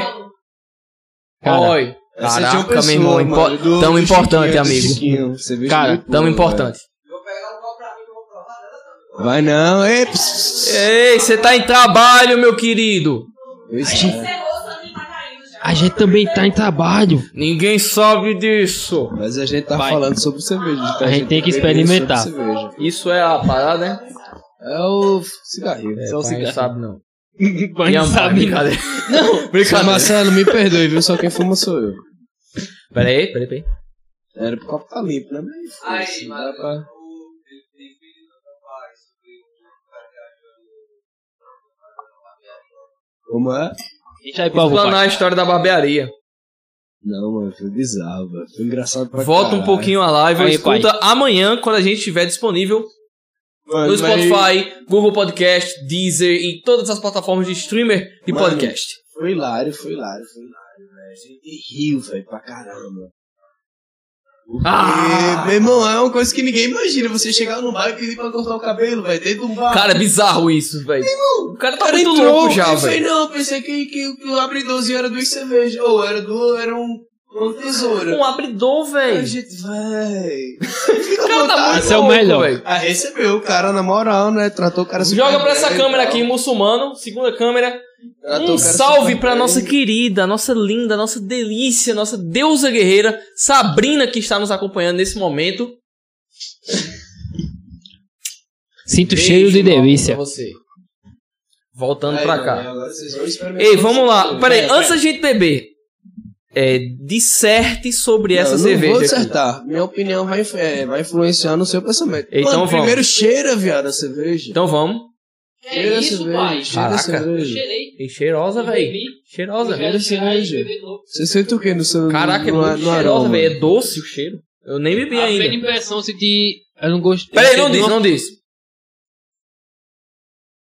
[SPEAKER 2] Cara,
[SPEAKER 1] Oi.
[SPEAKER 3] Essa é de uma
[SPEAKER 1] Caraca, meu
[SPEAKER 3] pessoa,
[SPEAKER 1] irmão.
[SPEAKER 3] mano,
[SPEAKER 1] um
[SPEAKER 3] um
[SPEAKER 1] impo-
[SPEAKER 3] do-
[SPEAKER 1] tão
[SPEAKER 3] do
[SPEAKER 1] importante,
[SPEAKER 3] Chiquinho, do
[SPEAKER 1] amigo.
[SPEAKER 3] Chiquinho. Você viu
[SPEAKER 2] Cara,
[SPEAKER 3] muito
[SPEAKER 1] Tão
[SPEAKER 3] bom,
[SPEAKER 1] importante.
[SPEAKER 5] Vou pegar um copo pra mim que eu vou provar tá dela também.
[SPEAKER 3] velho. Vai não, ei, pss,
[SPEAKER 1] Ei, você tá em trabalho, meu querido.
[SPEAKER 3] eu estive.
[SPEAKER 2] A gente também tá em trabalho.
[SPEAKER 1] Ninguém sabe disso.
[SPEAKER 3] Mas a gente tá
[SPEAKER 2] Vai.
[SPEAKER 3] falando sobre cerveja. então
[SPEAKER 2] A gente tem que
[SPEAKER 3] vai beber
[SPEAKER 2] experimentar.
[SPEAKER 3] sobre cerveja.
[SPEAKER 1] Isso é a parada, né?
[SPEAKER 3] É o cigarrinho.
[SPEAKER 1] É,
[SPEAKER 3] Só o
[SPEAKER 1] pai, não
[SPEAKER 3] cigarro.
[SPEAKER 1] sabe não.
[SPEAKER 2] Mas
[SPEAKER 1] Minha
[SPEAKER 2] não
[SPEAKER 1] mãe,
[SPEAKER 2] sabe.
[SPEAKER 1] brincadeira. Não.
[SPEAKER 3] Seu
[SPEAKER 1] Brincadeira.
[SPEAKER 3] Marcelo, me perdoe, viu? Só quem fuma sou eu.
[SPEAKER 1] Peraí, peraí, peraí.
[SPEAKER 3] Era pro copo tá limpo, né? Mas,
[SPEAKER 5] Aí,
[SPEAKER 3] assim,
[SPEAKER 5] mano,
[SPEAKER 3] dá pra...
[SPEAKER 5] o- ele tem pedido pra falar sobre o
[SPEAKER 3] Como é?
[SPEAKER 2] Deixa aí pra
[SPEAKER 1] Explanar
[SPEAKER 2] vovó.
[SPEAKER 1] a história da barbearia.
[SPEAKER 3] Não, mano, foi bizarro, velho. Foi engraçado pra
[SPEAKER 1] Volta um
[SPEAKER 3] caralho.
[SPEAKER 1] pouquinho a live. ou
[SPEAKER 2] Aí,
[SPEAKER 1] escuta amanhã, quando a gente estiver disponível
[SPEAKER 3] Mano,
[SPEAKER 1] no
[SPEAKER 3] mas-
[SPEAKER 1] Spotify, Google Podcast, Deezer e todas as plataformas de streamer de
[SPEAKER 3] Mano.
[SPEAKER 1] podcast.
[SPEAKER 3] Foi hilário, foi hilário, foi hilário, velho. A gente riu, velho, pra caramba.
[SPEAKER 1] Ah!
[SPEAKER 3] E, meu irmão, é uma coisa que ninguém imagina. Você chegar no bar e pedir pra cortar o cabelo, velho, dentro de um bar.
[SPEAKER 1] Cara, é bizarro isso, velho. O cara tá
[SPEAKER 3] Cara,
[SPEAKER 1] muito
[SPEAKER 3] entrou,
[SPEAKER 1] louco já,
[SPEAKER 3] eu falei,
[SPEAKER 1] velho.
[SPEAKER 3] não, pensei que, que, que o abridorzinho era duas cervejas. Ou era do, era um, uma tesoura.
[SPEAKER 1] Um abridor,
[SPEAKER 3] é Ai,
[SPEAKER 1] velho.
[SPEAKER 3] gente, véi.
[SPEAKER 1] O cara tá muito
[SPEAKER 2] Esse é o
[SPEAKER 1] louco,
[SPEAKER 2] melhor.
[SPEAKER 1] velho.
[SPEAKER 3] Ah, recebeu o cara na moral, né? Tratou o cara super
[SPEAKER 1] Joga pra
[SPEAKER 3] bem
[SPEAKER 1] essa
[SPEAKER 3] e
[SPEAKER 1] câmera
[SPEAKER 3] tal.
[SPEAKER 1] aqui, muçulmano. Segunda câmera.
[SPEAKER 3] Tratou
[SPEAKER 1] um
[SPEAKER 3] o cara
[SPEAKER 1] salve
[SPEAKER 3] super
[SPEAKER 1] pra
[SPEAKER 3] bem.
[SPEAKER 1] nossa querida, nossa linda, nossa delícia, nossa deusa guerreira, Sabrina, que está nos acompanhando nesse momento.
[SPEAKER 2] Sinto
[SPEAKER 1] Beijo
[SPEAKER 2] cheiro de
[SPEAKER 1] enorme
[SPEAKER 2] delícia.
[SPEAKER 1] pra você. Voltando
[SPEAKER 3] Aí,
[SPEAKER 1] pra
[SPEAKER 3] mano,
[SPEAKER 1] cá.
[SPEAKER 3] agora vocês vão experimentar
[SPEAKER 1] Ei, vamos lá.
[SPEAKER 3] essa
[SPEAKER 1] Peraí,
[SPEAKER 2] Pera,
[SPEAKER 1] antes da gente beber, é, disserte sobre essa
[SPEAKER 3] não,
[SPEAKER 1] cerveja
[SPEAKER 3] Não vou
[SPEAKER 1] aqui.
[SPEAKER 3] acertar. Minha opinião vai, influ- é, vai influenciar no seu pensamento.
[SPEAKER 1] Então
[SPEAKER 3] Mano,
[SPEAKER 1] vamos.
[SPEAKER 3] primeiro cheira, viado, a cerveja.
[SPEAKER 1] Então vamos.
[SPEAKER 2] é
[SPEAKER 3] cheira a cerveja, cheira
[SPEAKER 1] Caraca.
[SPEAKER 3] a cerveja.
[SPEAKER 2] Cheirei.
[SPEAKER 1] E cheirosa, velho. Cheirosa.
[SPEAKER 3] Cheiro, cerveja.
[SPEAKER 2] Tá
[SPEAKER 3] Você sente o que no seu
[SPEAKER 1] Caraca, é
[SPEAKER 3] no,
[SPEAKER 1] muito
[SPEAKER 3] no
[SPEAKER 1] cheirosa,
[SPEAKER 3] aroma?
[SPEAKER 1] velho. É doce o cheiro. Eu nem bebi
[SPEAKER 2] A primeira
[SPEAKER 1] ainda.
[SPEAKER 2] impressão se de... Eu não gosto...
[SPEAKER 1] Peraí, não diz, não diz.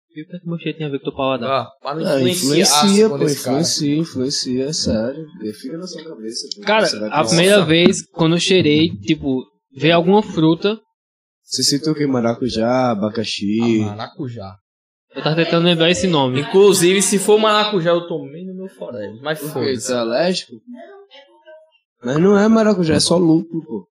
[SPEAKER 2] O que é que meu cheiro tem a ver com o teu paladar?
[SPEAKER 1] Ah, para não
[SPEAKER 3] Ah,
[SPEAKER 1] influenciar
[SPEAKER 3] influencia,
[SPEAKER 1] com
[SPEAKER 3] pô,
[SPEAKER 1] esse cara.
[SPEAKER 3] influencia, influencia, é sério. Fica na sua cabeça.
[SPEAKER 1] Ah,
[SPEAKER 3] pô.
[SPEAKER 2] Cara,
[SPEAKER 3] Será que
[SPEAKER 2] a
[SPEAKER 3] você-
[SPEAKER 2] primeira vez, quando eu cheirei, tipo... Veio alguma fruta,
[SPEAKER 3] Você sentiu o que? Maracujá, abacaxi.
[SPEAKER 1] Ah, maracujá.
[SPEAKER 2] eu tava tentando lembrar esse nome.
[SPEAKER 1] Inclusive, se for maracujá, eu tomei no meu forever. Mas
[SPEAKER 3] Por quê?
[SPEAKER 1] foda-se.
[SPEAKER 3] Você é alérgico? Mas não é maracujá, é só lúpulo, pô.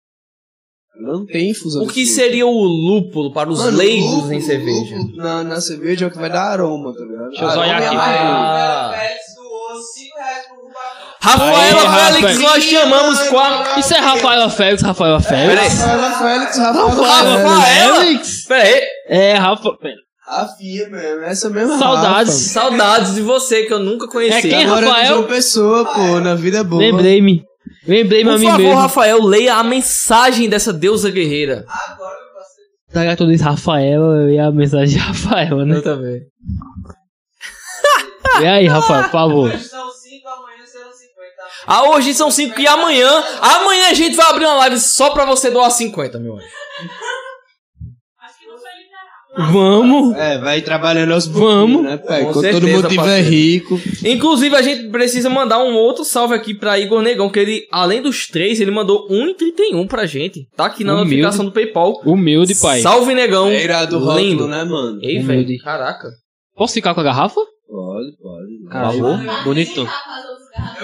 [SPEAKER 3] Ela não tem infusão
[SPEAKER 1] O
[SPEAKER 3] de
[SPEAKER 1] que
[SPEAKER 3] fruta.
[SPEAKER 1] seria o lúpulo para os
[SPEAKER 3] tá Mano,
[SPEAKER 1] leigos
[SPEAKER 3] lúpulo-
[SPEAKER 1] em cerveja?
[SPEAKER 3] lúpulo Na, na cerveja é o que vai dar aroma, tá ligado?
[SPEAKER 2] Deixa eu
[SPEAKER 3] Aroma
[SPEAKER 2] zoiar
[SPEAKER 3] e
[SPEAKER 2] aqui.
[SPEAKER 3] amarelo.
[SPEAKER 1] Ah.
[SPEAKER 5] Vera Félix doou 5 reais pro Rubacão.
[SPEAKER 1] Rafaela
[SPEAKER 2] Aí,
[SPEAKER 1] Félix,
[SPEAKER 2] Rafa.
[SPEAKER 1] nós chamamos quatro.
[SPEAKER 2] Isso é Rafaela Félix, Rafaela
[SPEAKER 1] Peraí.
[SPEAKER 2] Félix.
[SPEAKER 3] Rafaela Félix, Rafaela
[SPEAKER 1] Rafaela
[SPEAKER 3] Félix.
[SPEAKER 1] Félix? Peraí,
[SPEAKER 2] É, Rafa. pera.
[SPEAKER 3] A FIA mesmo, essa mesma
[SPEAKER 2] Saudades.
[SPEAKER 1] saudades de você que eu nunca
[SPEAKER 2] É
[SPEAKER 1] conheci.
[SPEAKER 2] quem,
[SPEAKER 3] Rafa. Agora é de
[SPEAKER 2] Rafael?
[SPEAKER 3] João Pessoa, pô, na vida é boa.
[SPEAKER 2] Lembrei-me. Lembrei-me a
[SPEAKER 1] Por
[SPEAKER 2] mim
[SPEAKER 1] favor,
[SPEAKER 2] mesmo. Ah,
[SPEAKER 1] Rafael, leia a mensagem dessa deusa guerreira.
[SPEAKER 5] Agora eu posso ter
[SPEAKER 2] Da gata diz Rafael e a mensagem de Rafael, né?
[SPEAKER 1] também.
[SPEAKER 2] E aí, Rafael, por favor.
[SPEAKER 5] Hoje são 5, amanhã serão 50.
[SPEAKER 1] Ah, hoje são 5 e amanhã, amanhã a gente vai abrir uma live só pra você doar 50, meu anjo.
[SPEAKER 4] Acho que não foi liberado.
[SPEAKER 2] Vamos.
[SPEAKER 3] É, vai trabalhando aos
[SPEAKER 2] Vamos.
[SPEAKER 3] pouquinhos, né, pai?
[SPEAKER 1] Com
[SPEAKER 3] Quando todo
[SPEAKER 1] certeza,
[SPEAKER 3] mundo tiver
[SPEAKER 1] parceiro. Então,
[SPEAKER 3] rico.
[SPEAKER 1] Inclusive, a gente precisa mandar um outro salve aqui pra Igor Negão, que ele, além dos três, ele mandou 1,31 pra gente. Tá aqui na
[SPEAKER 2] Humilde.
[SPEAKER 1] notificação do PayPal.
[SPEAKER 2] Humilde, pai.
[SPEAKER 1] Salve, Negão.
[SPEAKER 3] É irado o
[SPEAKER 1] lindo.
[SPEAKER 3] rótulo, né, mano?
[SPEAKER 1] Ei,
[SPEAKER 2] Humilde.
[SPEAKER 1] velho. Caraca.
[SPEAKER 2] Posso ficar com a garrafa?
[SPEAKER 3] Pode, pode.
[SPEAKER 1] Ah,
[SPEAKER 2] Por favor. Bonito.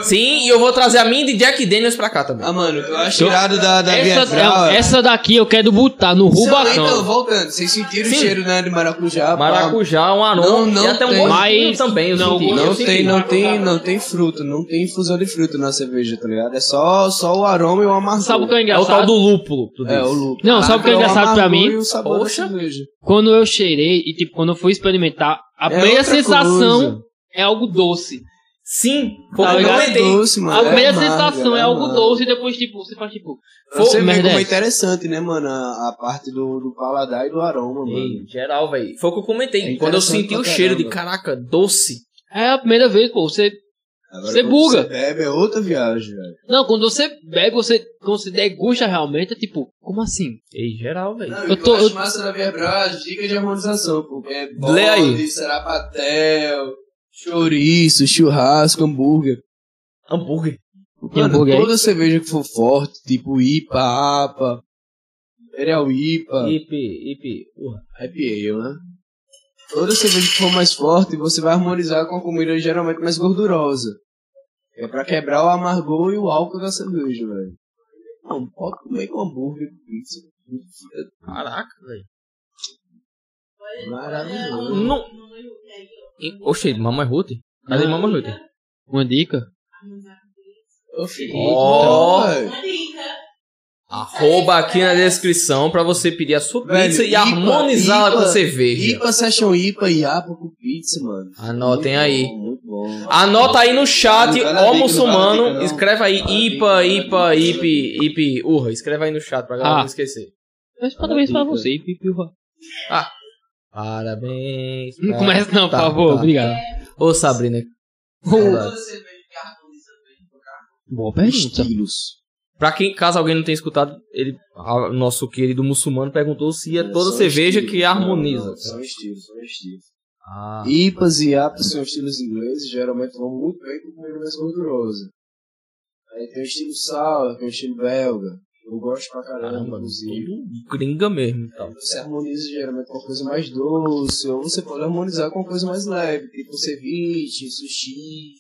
[SPEAKER 1] Sim, e eu vou trazer a minha de Jack Daniels pra cá também.
[SPEAKER 3] Ah, mano, eu acho
[SPEAKER 2] Seu-
[SPEAKER 3] irado da, da
[SPEAKER 1] é
[SPEAKER 3] Vietral.
[SPEAKER 2] Essa, essa daqui eu quero botar no
[SPEAKER 3] Então,
[SPEAKER 2] Rubacão.
[SPEAKER 3] voltando, vocês sentiram
[SPEAKER 1] Sim.
[SPEAKER 3] o cheiro, né, de maracujá? pá?
[SPEAKER 1] Maracujá, um aroma
[SPEAKER 3] Não, não
[SPEAKER 1] e até um
[SPEAKER 3] tem.
[SPEAKER 1] gostinho
[SPEAKER 2] Mas-
[SPEAKER 1] também. Eu
[SPEAKER 2] não,
[SPEAKER 1] senti, eu
[SPEAKER 3] Não
[SPEAKER 1] senti.
[SPEAKER 3] tem, não tem, não tem fruto, não tem infusão de fruto na cerveja, tá ligado? É só, só o aroma e o amargor.
[SPEAKER 2] Sabe o que é
[SPEAKER 1] É o tal
[SPEAKER 2] engraçado?
[SPEAKER 1] do lúpulo. tu
[SPEAKER 3] É,
[SPEAKER 1] diz.
[SPEAKER 3] o lucro.
[SPEAKER 2] Não, sabe o que é
[SPEAKER 3] Ah,
[SPEAKER 2] engraçado pra
[SPEAKER 3] amargor
[SPEAKER 2] mim?
[SPEAKER 3] e o sabor da
[SPEAKER 1] Poxa.
[SPEAKER 3] cerveja.
[SPEAKER 2] Quando eu cheirei e, tipo, quando eu fui experimentar, a
[SPEAKER 3] É
[SPEAKER 2] primeira
[SPEAKER 3] outra
[SPEAKER 2] sensação
[SPEAKER 3] coisa.
[SPEAKER 2] é algo doce.
[SPEAKER 1] Sim, porque
[SPEAKER 2] Tá
[SPEAKER 1] eu
[SPEAKER 2] ligado?
[SPEAKER 1] não
[SPEAKER 3] é
[SPEAKER 1] tentei.
[SPEAKER 3] doce, mano.
[SPEAKER 2] A primeira
[SPEAKER 3] amargo,
[SPEAKER 2] sensação é algo
[SPEAKER 3] amargo.
[SPEAKER 2] doce e depois, tipo, você faz, tipo...
[SPEAKER 3] Pra Você
[SPEAKER 2] Pô,
[SPEAKER 3] vê
[SPEAKER 2] merda
[SPEAKER 3] como é
[SPEAKER 2] é.
[SPEAKER 3] interessante, né, mano? A, a parte do, do paladar e do aroma, mano.
[SPEAKER 1] Ei, geral, velho. Foi o que eu comentei.
[SPEAKER 3] É
[SPEAKER 1] Quando eu
[SPEAKER 3] interessante
[SPEAKER 1] senti
[SPEAKER 3] pra
[SPEAKER 1] o cheiro de
[SPEAKER 3] caramba.
[SPEAKER 1] caraca, doce.
[SPEAKER 2] É a primeira vez, pô. Você...
[SPEAKER 3] Agora,
[SPEAKER 2] Você
[SPEAKER 3] quando
[SPEAKER 2] buga.
[SPEAKER 3] Você bebe, é outra viagem, velho.
[SPEAKER 2] Não, quando você bebe, você... Quando você degusta realmente, é tipo... Como assim?
[SPEAKER 1] Ei, geral, velho.
[SPEAKER 2] Eu tô- eu-
[SPEAKER 3] massa da Verbral, dica de harmonização, porque é
[SPEAKER 1] Lê aí.
[SPEAKER 3] bode, sarapatel, chouriço, churrasco, hambúrguer.
[SPEAKER 1] Hambúrguer.
[SPEAKER 2] E
[SPEAKER 3] Mano,
[SPEAKER 2] hambúrguer aí?
[SPEAKER 3] toda cerveja que for forte, tipo IPA, APA, Imperial IPA,
[SPEAKER 1] Ipi, ipi. Urra.
[SPEAKER 3] IPA, né? Toda cerveja que for mais forte, você vai harmonizar com a comida geralmente mais gordurosa. É pra quebrar o amargor e o álcool da cerveja, velho. Não, pode comer com hambúrguer, pizza.
[SPEAKER 1] Caraca, velho.
[SPEAKER 3] Maravilhoso.
[SPEAKER 1] Não.
[SPEAKER 4] é
[SPEAKER 1] E- Oxe, Mamãe Ruth? Cadê
[SPEAKER 2] Não.
[SPEAKER 3] Hum.
[SPEAKER 1] Mamãe Ruth?
[SPEAKER 2] Uma dica?
[SPEAKER 3] Eu fico.
[SPEAKER 1] Ó.
[SPEAKER 2] É.
[SPEAKER 3] Então, velho.
[SPEAKER 4] Uma dica.
[SPEAKER 1] Arroba aqui na descrição pra você pedir a sua
[SPEAKER 3] Velho,
[SPEAKER 1] pizza e
[SPEAKER 3] IPA,
[SPEAKER 1] harmonizá-la com
[SPEAKER 3] IPA,
[SPEAKER 1] cerveja.
[SPEAKER 3] IPA Session IPA e APA com pizza, mano.
[SPEAKER 1] Anotem
[SPEAKER 3] Muito
[SPEAKER 1] aí. Ah,
[SPEAKER 3] bom, Muito bom.
[SPEAKER 1] Anota aí no chat,
[SPEAKER 3] Não, não
[SPEAKER 1] ó
[SPEAKER 3] vai na dica,
[SPEAKER 1] muçulmano.
[SPEAKER 3] não.
[SPEAKER 1] Escreve aí
[SPEAKER 3] Não,
[SPEAKER 1] IPA,
[SPEAKER 3] dica, não,
[SPEAKER 1] IPA,
[SPEAKER 3] dica.
[SPEAKER 1] IPI, IPI. Urra, escreve aí no chat pra galera
[SPEAKER 2] Ah.
[SPEAKER 1] não esquecer.
[SPEAKER 2] Mas parabéns pra
[SPEAKER 3] dica.
[SPEAKER 2] você, Pipiu.
[SPEAKER 1] Parabéns.
[SPEAKER 2] Não começa não, por
[SPEAKER 1] Tá,
[SPEAKER 2] favor.
[SPEAKER 1] tá.
[SPEAKER 2] Obrigado.
[SPEAKER 1] Ô, Sabrina.
[SPEAKER 5] Toda cerveja que harmoniza bem com o carro.
[SPEAKER 2] Boa pergunta.
[SPEAKER 3] Estilos.
[SPEAKER 1] Pra quem, caso alguém não tenha escutado, ele, a- nosso querido muçulmano perguntou se é toda
[SPEAKER 3] São
[SPEAKER 1] cerveja
[SPEAKER 3] estilos.
[SPEAKER 1] que harmoniza.
[SPEAKER 3] Não, não, São estilos, são estilos.
[SPEAKER 1] Ah,
[SPEAKER 3] IPAs e APAs são estilos ingleses, geralmente vão muito bem com comida mais gordurosa. Aí tem o estilo sour, tem o estilo belga. Eu gosto pra caramba,
[SPEAKER 1] caramba,
[SPEAKER 3] inclusive.
[SPEAKER 1] tudo gringa mesmo. então. e tal.
[SPEAKER 3] Você harmoniza geralmente com uma coisa mais doce, ou você pode harmonizar com uma coisa mais leve, tipo ceviche, sushi.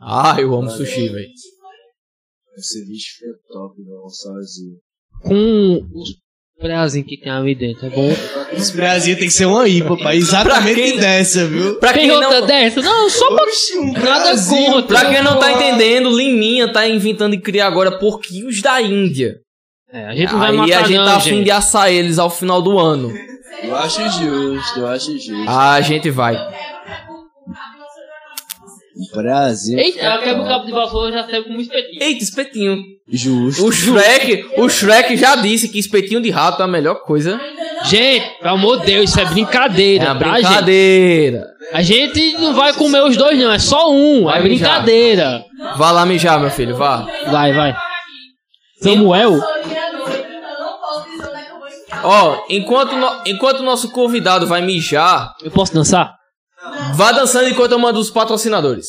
[SPEAKER 1] Ah, eu amo sushi, velho.
[SPEAKER 3] É, Ceviche fica top, né? Um não, sozinho.
[SPEAKER 2] Com os brasinhos que tem ali dentro, é bom.
[SPEAKER 3] Esse Brasil tem que ser uma IPA, pai.
[SPEAKER 1] Pra
[SPEAKER 3] Exatamente
[SPEAKER 1] quem-
[SPEAKER 3] dessa, viu?
[SPEAKER 1] Pra quem
[SPEAKER 2] Tem
[SPEAKER 1] não,
[SPEAKER 2] outra dessa? Não, só pra...
[SPEAKER 3] Oxi, um
[SPEAKER 2] Nada contra.
[SPEAKER 1] pra quem não tá entendendo, Liminha tá inventando e criar agora porquinhos da Índia.
[SPEAKER 2] É, a gente não vai
[SPEAKER 1] Aí
[SPEAKER 2] matar
[SPEAKER 1] a gente
[SPEAKER 2] não,
[SPEAKER 1] tá
[SPEAKER 2] gente.
[SPEAKER 1] afim de assar eles ao final do ano. Ah,
[SPEAKER 3] Eu acho justo, eu acho justo.
[SPEAKER 1] A gente vai.
[SPEAKER 4] Eu quebro, quebro o cabo e você joga com você.
[SPEAKER 3] Brasil.
[SPEAKER 2] Eita, ela quebra o cabo de vassoura e já serve como espetinho.
[SPEAKER 1] Eita, espetinho.
[SPEAKER 3] Justo.
[SPEAKER 1] O Shrek, o Shrek já disse que espetinho de rato é a melhor coisa.
[SPEAKER 4] Ainda não.
[SPEAKER 2] Gente, pelo amor de Deus, isso é
[SPEAKER 1] É
[SPEAKER 2] brincadeira,
[SPEAKER 1] a
[SPEAKER 2] tá, gente?
[SPEAKER 1] brincadeira.
[SPEAKER 2] A gente não vai comer os dois, não, é só um,
[SPEAKER 1] Vai mijar.
[SPEAKER 2] é brincadeira.
[SPEAKER 1] Vá lá mijar, meu filho, vá.
[SPEAKER 2] Vai, vai. Samuel?
[SPEAKER 4] Eu sou minha noiva, então eu não posso dizer onde é que eu vou enfiar.
[SPEAKER 1] Ó, enquanto, no- enquanto o nosso convidado vai mijar,
[SPEAKER 2] Eu posso dançar?
[SPEAKER 1] vá dançando enquanto eu mando os patrocinadores.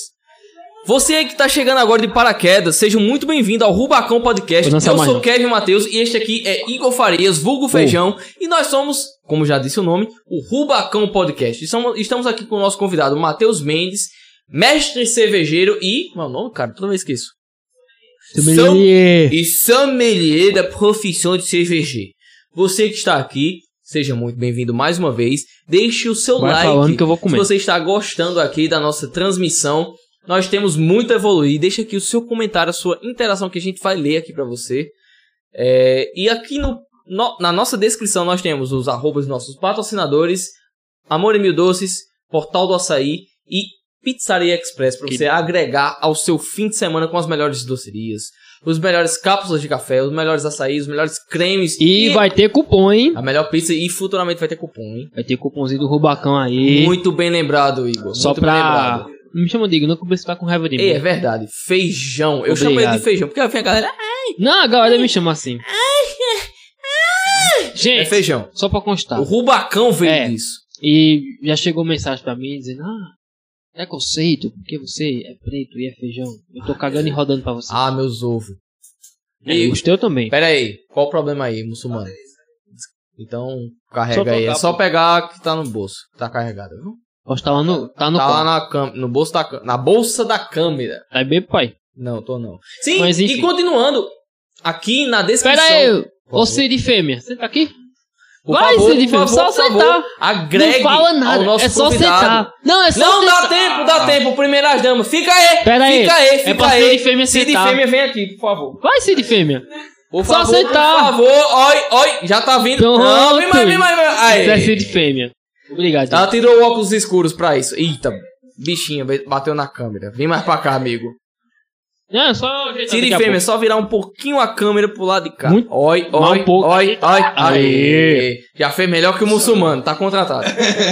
[SPEAKER 1] Você aí que tá chegando agora de paraquedas, seja muito bem-vindo ao Rubacão Podcast.
[SPEAKER 2] Vou dançar
[SPEAKER 1] Eu
[SPEAKER 2] mais um.
[SPEAKER 1] sou
[SPEAKER 2] Uh. não.
[SPEAKER 1] Kevin Matheus e este aqui é Igor Farias, vulgo Feijão, e nós somos, como já disse o nome, o Rubacão Podcast. E somo- Estamos aqui com o nosso convidado é Matheus Mendes, mestre cervejeiro e, meu nome, cara, toda vez que isso.
[SPEAKER 2] Sommelier.
[SPEAKER 1] e sommelier da profissão de cervejeiro. Você que está aqui, seja muito bem-vindo mais uma vez. Deixe o seu
[SPEAKER 2] Vai
[SPEAKER 1] like.
[SPEAKER 2] falando que eu vou comer.
[SPEAKER 1] Se você está gostando aqui da nossa transmissão, nós temos muito a evoluir. Deixa aqui o seu comentário, a sua interação que a gente vai ler aqui para você. É, e aqui no- no- na nossa descrição nós temos os arrobas dos nossos patrocinadores, Amor e Mil Doces, Portal do Açaí e Pizzaria Express para
[SPEAKER 2] Que-
[SPEAKER 1] você agregar ao seu fim de semana com as melhores docerias, os melhores cápsulas de café, os melhores açaís, os melhores cremes
[SPEAKER 2] E vai ter cupom, hein?
[SPEAKER 1] a melhor pizza e futuramente vai ter cupom, hein?
[SPEAKER 2] Vai ter cupomzinho do Rubacão aí.
[SPEAKER 1] Muito bem lembrado, Igor.
[SPEAKER 2] Só
[SPEAKER 1] muito
[SPEAKER 2] pra-
[SPEAKER 1] bem lembrado.
[SPEAKER 2] Não me chama de ignorante, que você tá com raiva de mim.
[SPEAKER 1] Ei, é verdade. Feijão. Eu
[SPEAKER 2] Obrigado.
[SPEAKER 1] chamo ele de feijão, porque vem a galera. "Ah,
[SPEAKER 2] Não, a galera me chama assim.
[SPEAKER 1] É
[SPEAKER 2] Gente,
[SPEAKER 1] feijão. Tá.
[SPEAKER 2] só pra constar.
[SPEAKER 1] O Rubacão veio
[SPEAKER 2] É.
[SPEAKER 1] disso.
[SPEAKER 2] E já chegou mensagem pra mim dizendo: Ah, preconceito, porque você é preto e é feijão. Eu tô cagando e rodando pra você.
[SPEAKER 1] Ah, meus ovos.
[SPEAKER 2] É, os teus também.
[SPEAKER 1] Pera aí. Qual o problema aí, muçulmano? Então,
[SPEAKER 2] Só
[SPEAKER 1] carrega
[SPEAKER 2] tocar,
[SPEAKER 1] aí. É
[SPEAKER 2] pô.
[SPEAKER 1] só pegar que tá no bolso. Tá carregado, viu?
[SPEAKER 2] Hoje tá lá no. Tá no.
[SPEAKER 1] Tá lá
[SPEAKER 2] quarto.
[SPEAKER 1] na, cam... no bolso da... cam- na bolsa da câmera.
[SPEAKER 2] Tá bem, pai.
[SPEAKER 1] Não, tô não. Sim,
[SPEAKER 2] Mas enfim.
[SPEAKER 1] e continuando. Aqui na
[SPEAKER 2] Pera
[SPEAKER 1] descrição.
[SPEAKER 2] aí,
[SPEAKER 1] Por favor.
[SPEAKER 2] ô Cid Fêmea, você tá aqui?
[SPEAKER 1] Por
[SPEAKER 2] Vai,
[SPEAKER 1] favor,
[SPEAKER 2] Cid
[SPEAKER 1] por
[SPEAKER 2] Fêmea,
[SPEAKER 1] favor,
[SPEAKER 2] só
[SPEAKER 1] por favor,
[SPEAKER 2] aceitar.
[SPEAKER 1] Agregue
[SPEAKER 2] não fala nada,
[SPEAKER 1] ao nosso
[SPEAKER 2] é só
[SPEAKER 1] convidado.
[SPEAKER 2] aceitar. Não, é só
[SPEAKER 1] Não
[SPEAKER 2] aceitar.
[SPEAKER 1] dá tempo, dá tempo. Primeiras damas, fica aí.
[SPEAKER 2] Pera aí,
[SPEAKER 1] Fica aí,
[SPEAKER 2] é
[SPEAKER 1] fica
[SPEAKER 2] pra
[SPEAKER 1] aí.
[SPEAKER 2] Cid Fêmea
[SPEAKER 1] Cid
[SPEAKER 2] aceitar.
[SPEAKER 1] Fêmea, vem aqui, por favor.
[SPEAKER 2] Vai, Cid Fêmea.
[SPEAKER 1] Por
[SPEAKER 2] Só
[SPEAKER 1] favor,
[SPEAKER 2] aceitar.
[SPEAKER 1] Por favor, oi, oi. Já tá vindo. Não, vem mais, vem mais. Vem mais.
[SPEAKER 2] Você Então, é
[SPEAKER 1] Aí. Tá.
[SPEAKER 2] Cid Fêmea. Obrigado.
[SPEAKER 1] Ela tirou o óculos escuros pra isso. Eita, bichinha, bateu na câmera. Vem mais pra cá, amigo.
[SPEAKER 2] Não, é só ajeitar
[SPEAKER 1] Cid
[SPEAKER 2] daqui a
[SPEAKER 1] Fêmea, é
[SPEAKER 2] pouco.
[SPEAKER 1] só virar um pouquinho a câmera pro lado de cá.
[SPEAKER 2] Muito-
[SPEAKER 1] Oi,
[SPEAKER 2] mais
[SPEAKER 1] oi,
[SPEAKER 2] um pouco.
[SPEAKER 1] oi, oi.
[SPEAKER 2] Aê.
[SPEAKER 1] Aê. Já fez melhor que o muçulmano, tá contratado.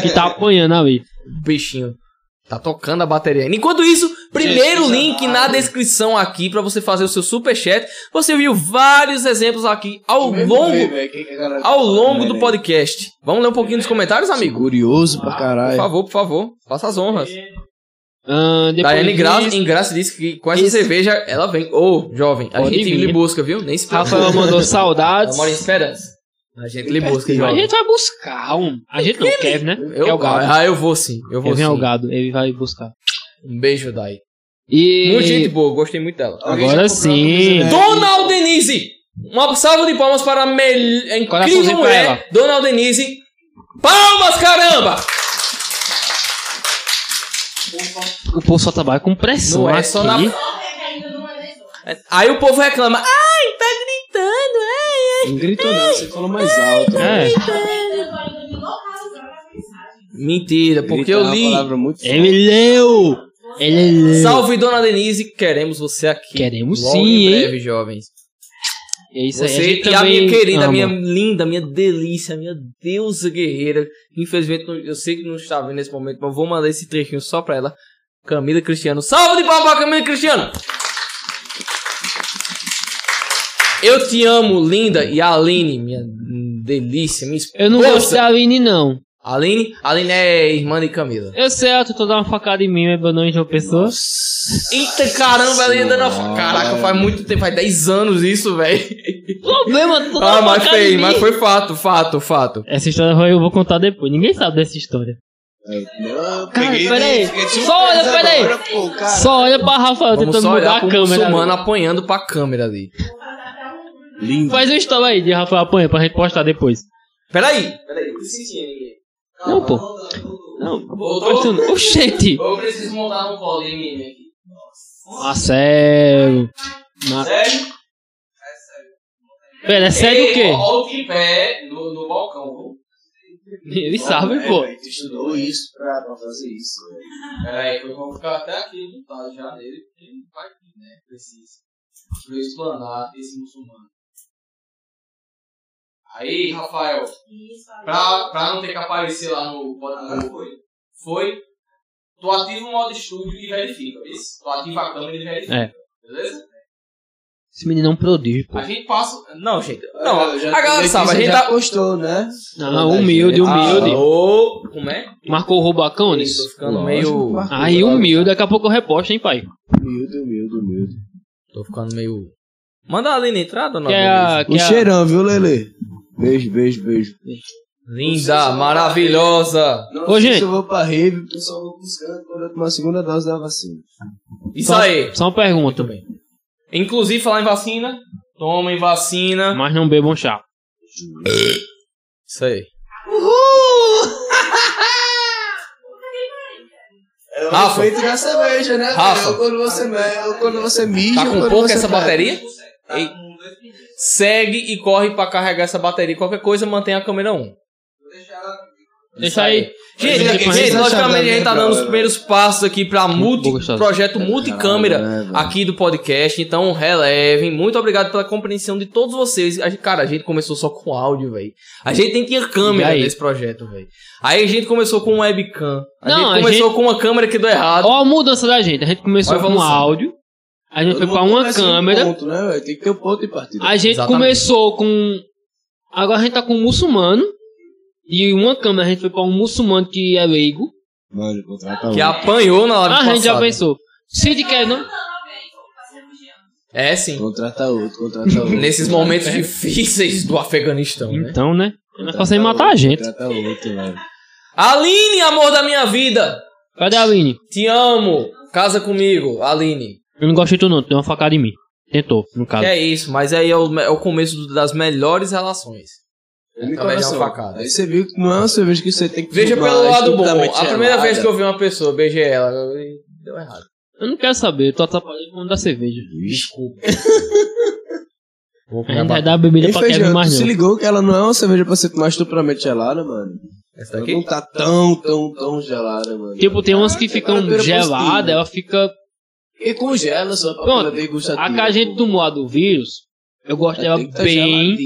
[SPEAKER 2] Que tá apanhando ali.
[SPEAKER 1] bichinho. Tá tocando a bateria. Enquanto isso, primeiro
[SPEAKER 5] Jesus
[SPEAKER 1] link na
[SPEAKER 5] amado.
[SPEAKER 1] descrição aqui pra você fazer o seu superchat. Você viu vários exemplos aqui ao
[SPEAKER 2] né?
[SPEAKER 1] longo,
[SPEAKER 3] tá
[SPEAKER 1] ao longo
[SPEAKER 3] né?
[SPEAKER 1] do podcast. Vamos ler um pouquinho dos comentários, amigo?
[SPEAKER 3] Curioso pra
[SPEAKER 1] Por
[SPEAKER 3] caralho.
[SPEAKER 1] favor, por favor, faça as honras.
[SPEAKER 2] Ah, depois
[SPEAKER 1] Daiane
[SPEAKER 2] disso,
[SPEAKER 1] Graça, em Graça disse que com essa
[SPEAKER 2] Esse-
[SPEAKER 1] cerveja ela vem. Ô, jovem, a
[SPEAKER 2] Pode
[SPEAKER 1] gente
[SPEAKER 2] vir.
[SPEAKER 1] lhe busca, viu? Nem se preocupe.
[SPEAKER 2] Rafael mandou
[SPEAKER 1] Ela
[SPEAKER 2] saudades.
[SPEAKER 1] mora em Esperança. A gente lhe busca,
[SPEAKER 2] A
[SPEAKER 1] jovem.
[SPEAKER 2] gente vai buscar um. A gente não, o Kevin, né?
[SPEAKER 1] Eu,
[SPEAKER 2] que é o gado.
[SPEAKER 1] ah, eu vou sim, eu vou
[SPEAKER 2] Kevin
[SPEAKER 1] sim.
[SPEAKER 2] é o gado, ele vai buscar.
[SPEAKER 1] Um beijo, Dai.
[SPEAKER 2] E.
[SPEAKER 1] Muito gente boa, gostei muito dela.
[SPEAKER 2] Agora sim.
[SPEAKER 3] né?
[SPEAKER 1] Donald Denise! Uma salva de palmas para a mel- a incrível
[SPEAKER 2] Coraçãozinho pra ela.
[SPEAKER 1] mulher, Donald Denise. Palmas, caramba!
[SPEAKER 2] O povo só trabalha com pressão.
[SPEAKER 1] Não é
[SPEAKER 2] aqui.
[SPEAKER 1] só na-
[SPEAKER 4] Corre que ainda não é nem
[SPEAKER 1] Aí o povo reclama. Ai, tá gritando, ai,
[SPEAKER 3] Não gritou não, você falou mais alto. né?
[SPEAKER 2] É.
[SPEAKER 4] Eu tô ainda me localizando as mensagens.
[SPEAKER 1] ai. Mentira, é porque eu li.
[SPEAKER 3] é palavra muito
[SPEAKER 2] Ele leu! Ele leu!
[SPEAKER 1] Salve, Dona Denise, queremos você aqui.
[SPEAKER 2] Queremos
[SPEAKER 1] Logo
[SPEAKER 2] sim,
[SPEAKER 1] em
[SPEAKER 2] hein?
[SPEAKER 1] breve, jovens.
[SPEAKER 2] É isso aí. A
[SPEAKER 1] Você
[SPEAKER 2] gente
[SPEAKER 1] e a
[SPEAKER 2] também
[SPEAKER 1] minha querida, a
[SPEAKER 2] ama.
[SPEAKER 1] minha linda, minha delícia, minha deusa guerreira. Infelizmente, não- eu sei que não está vendo nesse momento, mas eu vou mandar esse trechinho só pra ela. Camila Cristiano. Salve de palmas pra Camila Cristiano! Eu te amo, linda. E a Aline, minha hum, delícia, minha esposa.
[SPEAKER 2] Eu não gosto da Aline, não.
[SPEAKER 1] Aline, Aline é irmã de Camila.
[SPEAKER 2] Eu sei, ela tentou dar uma facada em mim, mas eu não enjoo pessoas.
[SPEAKER 1] Eita caramba, ela é ainda não. Caraca, faz muito tempo, faz 10 anos isso, velho.
[SPEAKER 2] Problema, tu
[SPEAKER 1] Ah,
[SPEAKER 2] dá uma
[SPEAKER 1] mas
[SPEAKER 2] facada em
[SPEAKER 1] foi,
[SPEAKER 2] mim.
[SPEAKER 1] mas foi fato, fato, fato.
[SPEAKER 2] Essa história eu vou contar depois. Ninguém sabe dessa história.
[SPEAKER 3] É,
[SPEAKER 2] Cara,
[SPEAKER 3] né?
[SPEAKER 2] pera aí. Só olha, pera aí. Só olha pra Rafael
[SPEAKER 1] Vamos
[SPEAKER 2] tentando
[SPEAKER 1] só
[SPEAKER 2] mudar
[SPEAKER 1] olhar
[SPEAKER 2] a
[SPEAKER 1] pro muçulmano
[SPEAKER 2] câmera.
[SPEAKER 1] apanhando pra câmera ali.
[SPEAKER 4] Vou fazer até um.
[SPEAKER 3] Lindo.
[SPEAKER 2] Faz um story aí de Rafael apanha pra gente postar depois.
[SPEAKER 1] Peraí!
[SPEAKER 2] Não, pô. Não, postando. Oxente!
[SPEAKER 1] Eu preciso montar um colo em mim aqui.
[SPEAKER 2] Marcelo! é Ma-
[SPEAKER 1] Sério?
[SPEAKER 2] Pera, é sério o quê?
[SPEAKER 1] Olha o tripé no, no balcão.
[SPEAKER 2] Ele sabe, pô. É,
[SPEAKER 3] Tu estudou isso pra, pra fazer isso. velho.
[SPEAKER 1] Peraí, eu vou ficar até aqui montado já nele, porque não vai aqui, né? Preciso. Pra eu explanar esse muçulmano. Aí, Rafael,
[SPEAKER 4] Isso, aí.
[SPEAKER 1] pra, pra não ter que aparecer lá no botão foi. Foi. Tu ativa o modo estúdio e verifica, isso? Tu ativa a câmera e verifica.
[SPEAKER 2] É.
[SPEAKER 1] Beleza?
[SPEAKER 2] Esse menino é um prodígio, pô.
[SPEAKER 1] A gente passa. Não, gente.
[SPEAKER 3] Ah,
[SPEAKER 1] Não,
[SPEAKER 3] já-
[SPEAKER 1] a galera
[SPEAKER 3] já-
[SPEAKER 1] sabe, a
[SPEAKER 3] você
[SPEAKER 1] gente
[SPEAKER 3] já
[SPEAKER 1] tá.
[SPEAKER 3] postou, né?
[SPEAKER 2] Não,
[SPEAKER 1] né?
[SPEAKER 2] humilde, humilde.
[SPEAKER 1] Alô, como é?
[SPEAKER 2] Marcou o Rubacones?
[SPEAKER 1] Tô ficando
[SPEAKER 3] Lógico,
[SPEAKER 1] meio.
[SPEAKER 3] claro.
[SPEAKER 2] Aí, humilde. Daqui a pouco eu reposto, hein, pai?
[SPEAKER 3] Humilde, humilde, humilde.
[SPEAKER 1] Tô ficando meio. Manda a Aline entrar, dona
[SPEAKER 2] Que é a... Que
[SPEAKER 3] O
[SPEAKER 2] é a-
[SPEAKER 3] Um cheirão, viu, Lele? Beijo, beijo, beijo.
[SPEAKER 1] Linda, maravilhosa.
[SPEAKER 3] Não
[SPEAKER 2] Ô,
[SPEAKER 3] sei
[SPEAKER 2] gente.
[SPEAKER 3] se eu vou pra rave, o pessoal vou buscando quando eu tomar a segunda dose da vacina.
[SPEAKER 1] Isso aí.
[SPEAKER 2] Só uma pergunta.
[SPEAKER 1] bem. Inclusive, falar em vacina, tomem vacina.
[SPEAKER 2] Mas não bebam chá.
[SPEAKER 1] Isso aí.
[SPEAKER 3] É o
[SPEAKER 1] Rafa.
[SPEAKER 3] efeito da cerveja, né?
[SPEAKER 1] Rafa.
[SPEAKER 3] É Quando você mel, quando você mija.
[SPEAKER 1] Tá com
[SPEAKER 3] quando
[SPEAKER 1] pouco
[SPEAKER 3] você
[SPEAKER 1] essa
[SPEAKER 3] bebe.
[SPEAKER 2] né?
[SPEAKER 1] bateria?
[SPEAKER 5] Tá
[SPEAKER 1] Ei.
[SPEAKER 5] com dois minutos.
[SPEAKER 1] Segue e corre pra carregar essa bateria. Qualquer coisa, mantém a câmera 1.
[SPEAKER 5] Vou deixar ela.
[SPEAKER 2] Deixa aí.
[SPEAKER 1] Gente,
[SPEAKER 2] Mas,
[SPEAKER 1] gente,
[SPEAKER 2] mas,
[SPEAKER 1] gente,
[SPEAKER 3] mas,
[SPEAKER 1] logicamente a gente tá dando os
[SPEAKER 2] né?
[SPEAKER 3] galera.
[SPEAKER 1] primeiros passos aqui pra multi,
[SPEAKER 2] boa, gostosa.
[SPEAKER 1] projeto multicâmera
[SPEAKER 3] Caralho, né, velho?
[SPEAKER 1] aqui do podcast. Então, relevem. Muito obrigado pela compreensão de todos vocês. A gente- cara, a gente começou só com áudio, velho. A gente nem tinha câmera
[SPEAKER 2] E aí?
[SPEAKER 1] nesse projeto, velho. Aí a gente começou com webcam. A
[SPEAKER 2] Não,
[SPEAKER 1] gente
[SPEAKER 2] a
[SPEAKER 1] começou com uma câmera que deu errado.
[SPEAKER 2] Ó a mudança da gente. A gente começou
[SPEAKER 1] Olha a
[SPEAKER 2] com um
[SPEAKER 1] evolução.
[SPEAKER 2] áudio. A gente
[SPEAKER 3] Todo
[SPEAKER 2] foi pra
[SPEAKER 3] mundo
[SPEAKER 2] uma
[SPEAKER 3] começa em um
[SPEAKER 2] câmera.
[SPEAKER 3] ponto, né, velho? Tem que ter um ponto de partida.
[SPEAKER 2] A gente
[SPEAKER 1] Exatamente.
[SPEAKER 2] começou com. Agora a gente tá com um muçulmano. E uma câmera a gente foi pra um muçulmano que é leigo.
[SPEAKER 3] Mano, contrata
[SPEAKER 1] Que apanhou na hora
[SPEAKER 2] Ah,
[SPEAKER 1] do
[SPEAKER 2] a gente já
[SPEAKER 1] passado.
[SPEAKER 2] pensou. Cid quer não?
[SPEAKER 1] É sim.
[SPEAKER 3] Contrata outro, contrata outro.
[SPEAKER 1] Nesses momentos difíceis do Afeganistão, né?
[SPEAKER 2] Então, né? Nós
[SPEAKER 3] Contrata
[SPEAKER 2] passamos a matar
[SPEAKER 3] outro,
[SPEAKER 2] a gente.
[SPEAKER 3] Contrata outro, velho.
[SPEAKER 1] Aline, amor da minha vida!
[SPEAKER 2] Cadê a Aline?
[SPEAKER 1] Te amo! Casa comigo, Aline.
[SPEAKER 2] Eu não gostei de tu não, tu deu uma facada em mim. Tentou, no
[SPEAKER 1] Que
[SPEAKER 2] caso.
[SPEAKER 1] é isso, mas aí é o, é o começo do- das melhores relações.
[SPEAKER 3] É de
[SPEAKER 1] Através de uma
[SPEAKER 3] coração.
[SPEAKER 1] facada.
[SPEAKER 3] Aí você viu que não é uma cerveja que você tem que
[SPEAKER 1] Veja
[SPEAKER 3] tomar
[SPEAKER 1] pelo lado bom.
[SPEAKER 3] estupidamente
[SPEAKER 1] A primeira
[SPEAKER 3] gelada.
[SPEAKER 1] vez que eu vi uma pessoa, beijei ela, eu- deu errado.
[SPEAKER 2] Eu não quero saber, eu tô atrapalhando o mundo da cerveja.
[SPEAKER 1] Desculpa. Vou
[SPEAKER 2] A
[SPEAKER 1] comer a
[SPEAKER 2] gente vai
[SPEAKER 1] batata.
[SPEAKER 2] dar bebida
[SPEAKER 3] Ei,
[SPEAKER 2] pra Kevin
[SPEAKER 3] feijão, tu
[SPEAKER 2] mais
[SPEAKER 3] se
[SPEAKER 2] não.
[SPEAKER 3] ligou que ela não é uma cerveja pra ser mais estupidamente gelada, mano?
[SPEAKER 1] Essa
[SPEAKER 3] Ela
[SPEAKER 1] daqui?
[SPEAKER 3] não tá tão, tão, tão gelada, mano.
[SPEAKER 2] Tipo, tem umas que ficam
[SPEAKER 3] Temperatura
[SPEAKER 2] geladas,
[SPEAKER 3] positiva.
[SPEAKER 2] ela fica...
[SPEAKER 3] E congela só pra
[SPEAKER 2] Pronto,
[SPEAKER 3] poder degustar.
[SPEAKER 2] A que a gente tomou a do vírus, eu gosto dela bem...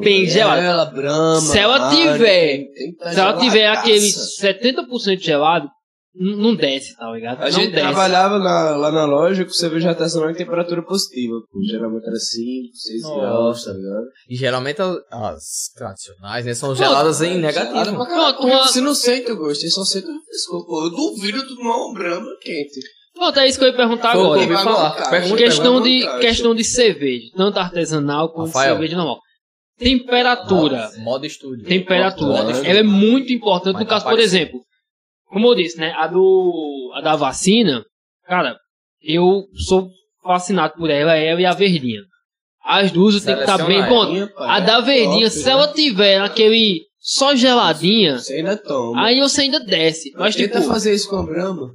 [SPEAKER 2] bem gelada.
[SPEAKER 3] tá Ela, brama,
[SPEAKER 2] Se ela
[SPEAKER 3] Heineken,
[SPEAKER 2] tiver-
[SPEAKER 3] tem que tá
[SPEAKER 2] Se ela tiver
[SPEAKER 3] geladaça.
[SPEAKER 2] aquele 70% gelado, n- não desce, tá ligado?
[SPEAKER 3] A
[SPEAKER 2] não
[SPEAKER 3] gente
[SPEAKER 2] desce.
[SPEAKER 3] trabalhava na- lá na loja com cerveja artesanal em temperatura positiva. pô. Geralmente era 5, 6
[SPEAKER 1] Nossa.
[SPEAKER 3] graus, tá ligado?
[SPEAKER 1] E geralmente as, as tradicionais, né? São geladas em
[SPEAKER 3] Gelada
[SPEAKER 1] negativo.
[SPEAKER 3] pra caralho,
[SPEAKER 2] Pronto, uma-
[SPEAKER 3] Você não sente o gosto, você só sente o frescor. Pô, eu duvido tu tomar um brama quente.
[SPEAKER 2] Pronto, é isso que eu ia
[SPEAKER 1] Foi o
[SPEAKER 2] perguntar
[SPEAKER 1] que eu
[SPEAKER 2] agora.
[SPEAKER 1] ouvi
[SPEAKER 3] Pega
[SPEAKER 1] falar.
[SPEAKER 3] no caixa.
[SPEAKER 1] Pergunta,
[SPEAKER 2] Questão
[SPEAKER 1] pergunta.
[SPEAKER 2] de,
[SPEAKER 3] Pergunta,
[SPEAKER 2] questão de cerveja, tanto artesanal quanto
[SPEAKER 1] Rafael.
[SPEAKER 2] cerveja normal. Temperatura.
[SPEAKER 1] Modo estúdio.
[SPEAKER 2] temperatura.
[SPEAKER 1] Modo estúdio.
[SPEAKER 2] Ela é muito importante
[SPEAKER 1] Mas tá
[SPEAKER 2] no caso, por
[SPEAKER 1] rapaz,
[SPEAKER 2] exemplo, como eu disse, né, a do a da vacina, cara, eu sou fascinado por ela, ela e a verdinha. As duas tem que estar bem pronto.
[SPEAKER 3] Minha, pai,
[SPEAKER 2] A da
[SPEAKER 3] é
[SPEAKER 2] verdinha,
[SPEAKER 3] top,
[SPEAKER 2] se
[SPEAKER 3] né?
[SPEAKER 2] ela tiver aquele só geladinha,
[SPEAKER 3] Você ainda toma.
[SPEAKER 2] aí você ainda desce, mas tipo,
[SPEAKER 3] Tenta fazer isso com a brama.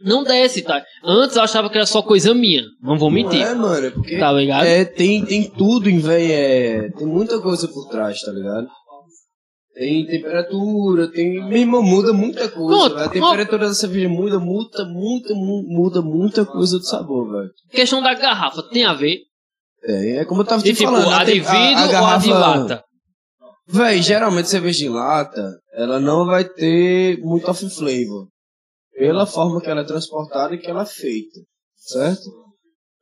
[SPEAKER 2] não desce, tá? Antes eu achava que era só coisa minha, não vou mentir.
[SPEAKER 3] Não é, mano, é porque...
[SPEAKER 2] Tá ligado?
[SPEAKER 3] É, tem, tem tudo em véi, é, tem muita coisa por trás, tá ligado? Tem temperatura, tem. Meu irmão, muda muita coisa.
[SPEAKER 2] Pronto,
[SPEAKER 3] velho. a temperatura da cerveja muda, muda, muda, mu- muda muita coisa do sabor, velho.
[SPEAKER 2] Questão da garrafa, tem a ver?
[SPEAKER 3] É, é como eu tava te
[SPEAKER 2] E, tipo,
[SPEAKER 3] falando.
[SPEAKER 2] a de vidro ou a de lata?
[SPEAKER 3] Véi, geralmente cerveja de lata, ela não vai ter muito off-flavor. Pela forma que ela é transportada e que ela é feita, certo?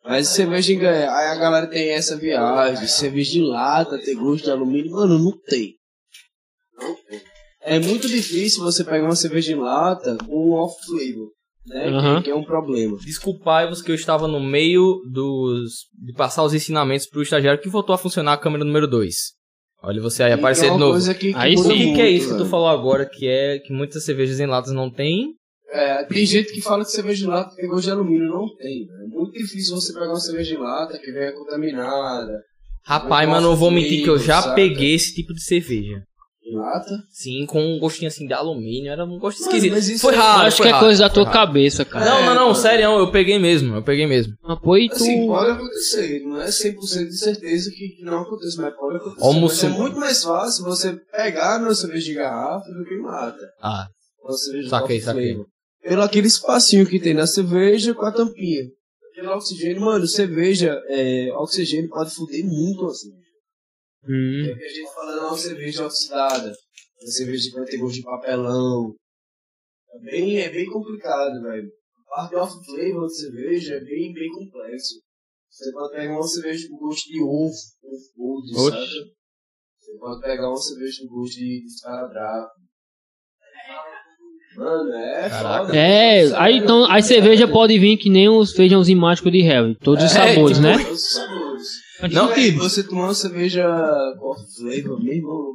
[SPEAKER 3] Mas cerveja em... ga- Aí a galera tem essa viagem, de cerveja de lata, tem gosto de alumínio. Mano, não tem. É muito difícil você pegar uma cerveja de lata com um off-flavor, né?
[SPEAKER 2] Aham.
[SPEAKER 3] Que, que é um problema.
[SPEAKER 1] Desculpai-vos que eu estava no meio dos de passar os ensinamentos pro estagiário que voltou a funcionar a câmera número 2. Olha você aí,
[SPEAKER 3] E
[SPEAKER 1] aparecer
[SPEAKER 3] é uma
[SPEAKER 1] de novo.
[SPEAKER 3] coisa que- que
[SPEAKER 2] Aí
[SPEAKER 1] O
[SPEAKER 3] muda
[SPEAKER 1] que,
[SPEAKER 3] muito,
[SPEAKER 1] que é isso que
[SPEAKER 3] velho.
[SPEAKER 1] tu falou agora, que é que muitas cervejas em latas não tem?
[SPEAKER 3] É, tem gente que fala que cerveja de lata tem gosto de alumínio. Não tem, né? É muito difícil você pegar uma cerveja de lata que venha contaminada.
[SPEAKER 1] Rapaz,
[SPEAKER 3] Eu
[SPEAKER 1] mas não
[SPEAKER 3] gosto
[SPEAKER 1] vou
[SPEAKER 3] de
[SPEAKER 1] mentir que eu já
[SPEAKER 3] saca?
[SPEAKER 1] peguei esse tipo de cerveja.
[SPEAKER 3] De lata?
[SPEAKER 1] Sim, com um gostinho assim de alumínio, era um gosto
[SPEAKER 3] Mano,
[SPEAKER 1] esquisito.
[SPEAKER 3] mas isso
[SPEAKER 1] foi
[SPEAKER 3] é-
[SPEAKER 1] raro,
[SPEAKER 2] acho
[SPEAKER 1] foi
[SPEAKER 2] que é
[SPEAKER 1] raro,
[SPEAKER 2] coisa da
[SPEAKER 1] foi
[SPEAKER 2] tua
[SPEAKER 1] raro.
[SPEAKER 2] cabeça, cara.
[SPEAKER 1] Não, não, não,
[SPEAKER 3] É,
[SPEAKER 1] sério, eu peguei mesmo, eu peguei mesmo.
[SPEAKER 2] Mas, pô, e tu...
[SPEAKER 3] Assim, pode acontecer. Não é 100% de certeza que não acontece, mas pode acontecer.
[SPEAKER 1] Ó, o
[SPEAKER 3] Mas é
[SPEAKER 1] muçulmano.
[SPEAKER 3] muito mais fácil você pegar uma cerveja de garrafa do que em lata.
[SPEAKER 1] Ah,
[SPEAKER 3] Uma cerveja de
[SPEAKER 1] Saquei,
[SPEAKER 3] coffee
[SPEAKER 1] saquei.
[SPEAKER 3] flavor. Pelo aquele espacinho que tem na cerveja com a tampinha. Pelo oxigênio, mano, cerveja, é, oxigênio pode foder muito assim.
[SPEAKER 2] Hum.
[SPEAKER 3] É que a gente fala, não, cerveja oxidada, uma cerveja que vai ter gosto de papelão. É bem, é bem complicado, velho. A parte do off-flavor da cerveja é bem, bem complexo. Você pode pegar uma cerveja com gosto de ovo, ovo gordo,
[SPEAKER 2] Oxe.
[SPEAKER 3] sabe? Você pode pegar uma cerveja com gosto de esparadrapo. Mano, é
[SPEAKER 1] Caraca.
[SPEAKER 3] foda.
[SPEAKER 2] É,
[SPEAKER 3] Isso
[SPEAKER 2] aí então as cerveja pode vir que nem os feijãozinhos mágicos de Harry, todos os
[SPEAKER 1] É,
[SPEAKER 2] sabores,
[SPEAKER 1] tipo,
[SPEAKER 2] né?
[SPEAKER 3] Todos os sabores.
[SPEAKER 1] Não,
[SPEAKER 3] Não, que você tomar uma cerveja com flavor, meu irmão,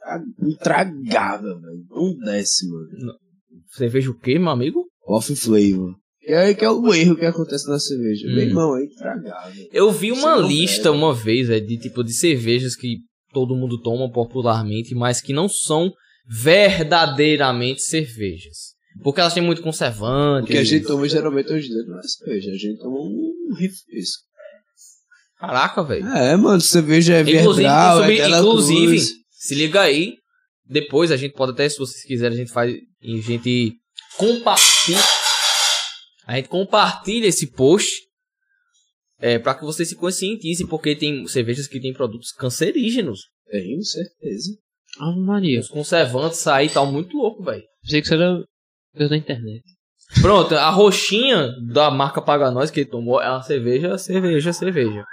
[SPEAKER 3] tá intragável, velho. Não desce, mano.
[SPEAKER 1] cerveja o quê, meu amigo?
[SPEAKER 3] Off flavor. E aí que é o erro que acontece na cerveja.
[SPEAKER 1] Hum.
[SPEAKER 3] Meu irmão, é aí estragado.
[SPEAKER 1] Eu vi uma
[SPEAKER 3] Você não
[SPEAKER 1] lista uma vez, é, de tipo de cervejas que todo mundo toma popularmente, mas que não são verdadeiramente cervejas. Porque elas têm muito
[SPEAKER 3] O
[SPEAKER 1] conservante.
[SPEAKER 3] que a gente toma geralmente hoje em dia não é cerveja, a gente toma um refresco.
[SPEAKER 1] Caraca, velho.
[SPEAKER 3] É, mano, cerveja é
[SPEAKER 1] Inclusive,
[SPEAKER 3] verbal,
[SPEAKER 1] sobre-
[SPEAKER 3] é Bela
[SPEAKER 1] inclusive,
[SPEAKER 3] Cruz.
[SPEAKER 1] se liga aí. Depois a gente pode até, se vocês quiserem, a gente faz. A gente compartilha. A gente compartilha esse post. É, para que vocês se conscientizem, porque tem cervejas que têm produtos cancerígenos.
[SPEAKER 3] Tenho certeza.
[SPEAKER 2] Ave Maria.
[SPEAKER 1] Os conservantes aí tal, muito louco, velho.
[SPEAKER 2] Pensei que isso era Deus da internet.
[SPEAKER 1] Pronto, a roxinha da marca Paga Nós que ele tomou é uma cerveja, cerveja, cerveja.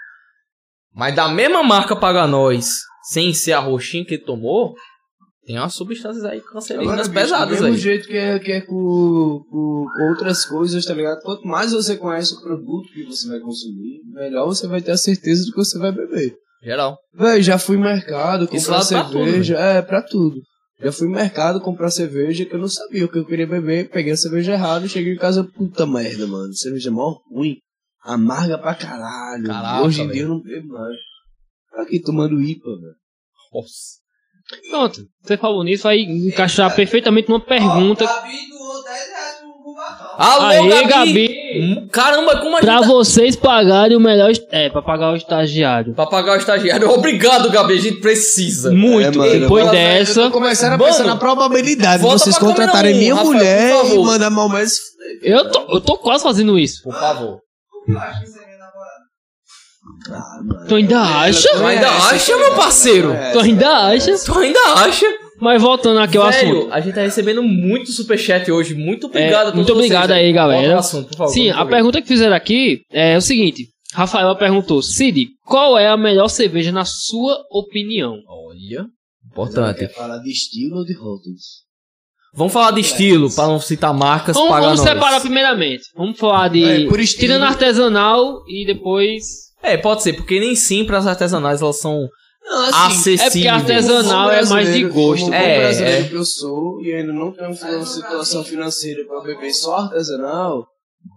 [SPEAKER 1] Mas da mesma marca Paga Nós, sem ser a roxinha que ele tomou, tem umas substâncias aí cancerígenas
[SPEAKER 3] bicho,
[SPEAKER 1] pesadas
[SPEAKER 3] do mesmo
[SPEAKER 1] aí.
[SPEAKER 3] jeito que é, que é com, com outras coisas, tá ligado? Quanto mais você conhece o produto que você vai consumir, melhor você vai ter a certeza do que você vai beber.
[SPEAKER 1] Geral.
[SPEAKER 3] Véi, já fui em mercado
[SPEAKER 1] Isso
[SPEAKER 3] comprar
[SPEAKER 1] vale pra tudo, né?
[SPEAKER 3] cerveja. é, pra tudo. Já fui em mercado comprar cerveja que eu não sabia o que eu queria beber. Peguei a cerveja errada, cheguei em casa, puta merda, mano. Cerveja mó ruim. Amarga pra caralho.
[SPEAKER 1] Caraca,
[SPEAKER 3] Hoje em dia
[SPEAKER 1] velho.
[SPEAKER 3] eu não bebo mais. Tá aqui tomando IPA, velho.
[SPEAKER 1] Nossa.
[SPEAKER 2] Pronto, você falou nisso, vai encaixar perfeitamente numa pergunta.
[SPEAKER 5] Gabi doou 10 reais pro Bubatão.
[SPEAKER 1] Alô,
[SPEAKER 2] Aê,
[SPEAKER 1] Gabi!
[SPEAKER 2] Gabi!
[SPEAKER 1] Hum, Caramba, como a
[SPEAKER 2] Pra
[SPEAKER 1] gente.
[SPEAKER 2] vocês pagarem o melhor. est- É, pra pagar o estagiário.
[SPEAKER 1] Tá... Pra pagar o estagiário. Obrigado, Gabi, a gente precisa.
[SPEAKER 2] Muito.
[SPEAKER 3] É, mano,
[SPEAKER 2] Depois
[SPEAKER 1] eu-
[SPEAKER 2] dessa,
[SPEAKER 3] Começaram a
[SPEAKER 1] Mano,
[SPEAKER 3] pensar na probabilidade de
[SPEAKER 1] volta
[SPEAKER 3] vocês
[SPEAKER 1] pra câmera
[SPEAKER 3] contratarem
[SPEAKER 1] um,
[SPEAKER 3] minha
[SPEAKER 1] Rafael, por
[SPEAKER 3] mulher e
[SPEAKER 1] favor.
[SPEAKER 3] mandar mal mais.
[SPEAKER 2] eu tô, eu tô quase fazendo isso.
[SPEAKER 1] Por favor.
[SPEAKER 5] O que eu acho que seria namorado?
[SPEAKER 3] Ah, mano.
[SPEAKER 2] Tu ainda acha?
[SPEAKER 1] Tu ainda
[SPEAKER 3] Essa-
[SPEAKER 1] acha, meu parceiro?
[SPEAKER 3] É,
[SPEAKER 2] Tu ainda acha?
[SPEAKER 1] Tu ainda acha?
[SPEAKER 2] Mas voltando aqui ao
[SPEAKER 1] Velho,
[SPEAKER 2] assunto.
[SPEAKER 1] a gente tá recebendo muito superchat hoje. Muito obrigado a todos
[SPEAKER 2] É, muito obrigado
[SPEAKER 1] vocês, Volta
[SPEAKER 2] aí, galera.
[SPEAKER 1] pro assunto, por favor,
[SPEAKER 2] Sim,
[SPEAKER 1] muito
[SPEAKER 2] a
[SPEAKER 1] obrigado.
[SPEAKER 2] pergunta que fizeram aqui é o seguinte: Rafaela perguntou, Cid, qual é a melhor cerveja na sua opinião?
[SPEAKER 1] Olha,
[SPEAKER 3] Quer
[SPEAKER 1] importante.
[SPEAKER 3] falar de estilo ou de rótulos?
[SPEAKER 1] Vamos falar de estilo, pra não citar marcas,
[SPEAKER 2] Vamos,
[SPEAKER 1] paga
[SPEAKER 2] vamos
[SPEAKER 1] nós.
[SPEAKER 2] separar primeiramente. Vamos falar de.
[SPEAKER 3] É, por estilo.
[SPEAKER 2] tirando artesanal e depois.
[SPEAKER 1] É, pode ser, porque nem sempre as artesanais elas são
[SPEAKER 3] Não,
[SPEAKER 1] Assim.
[SPEAKER 2] é porque
[SPEAKER 1] acessíveis.
[SPEAKER 2] artesanal-
[SPEAKER 3] Como
[SPEAKER 2] é mais de
[SPEAKER 3] brasileiro,
[SPEAKER 2] gosto.
[SPEAKER 3] Como
[SPEAKER 1] É,
[SPEAKER 3] bom brasileiro
[SPEAKER 1] é.
[SPEAKER 3] que eu sou e ainda não tenho uma situação financeira pra beber só artesanal,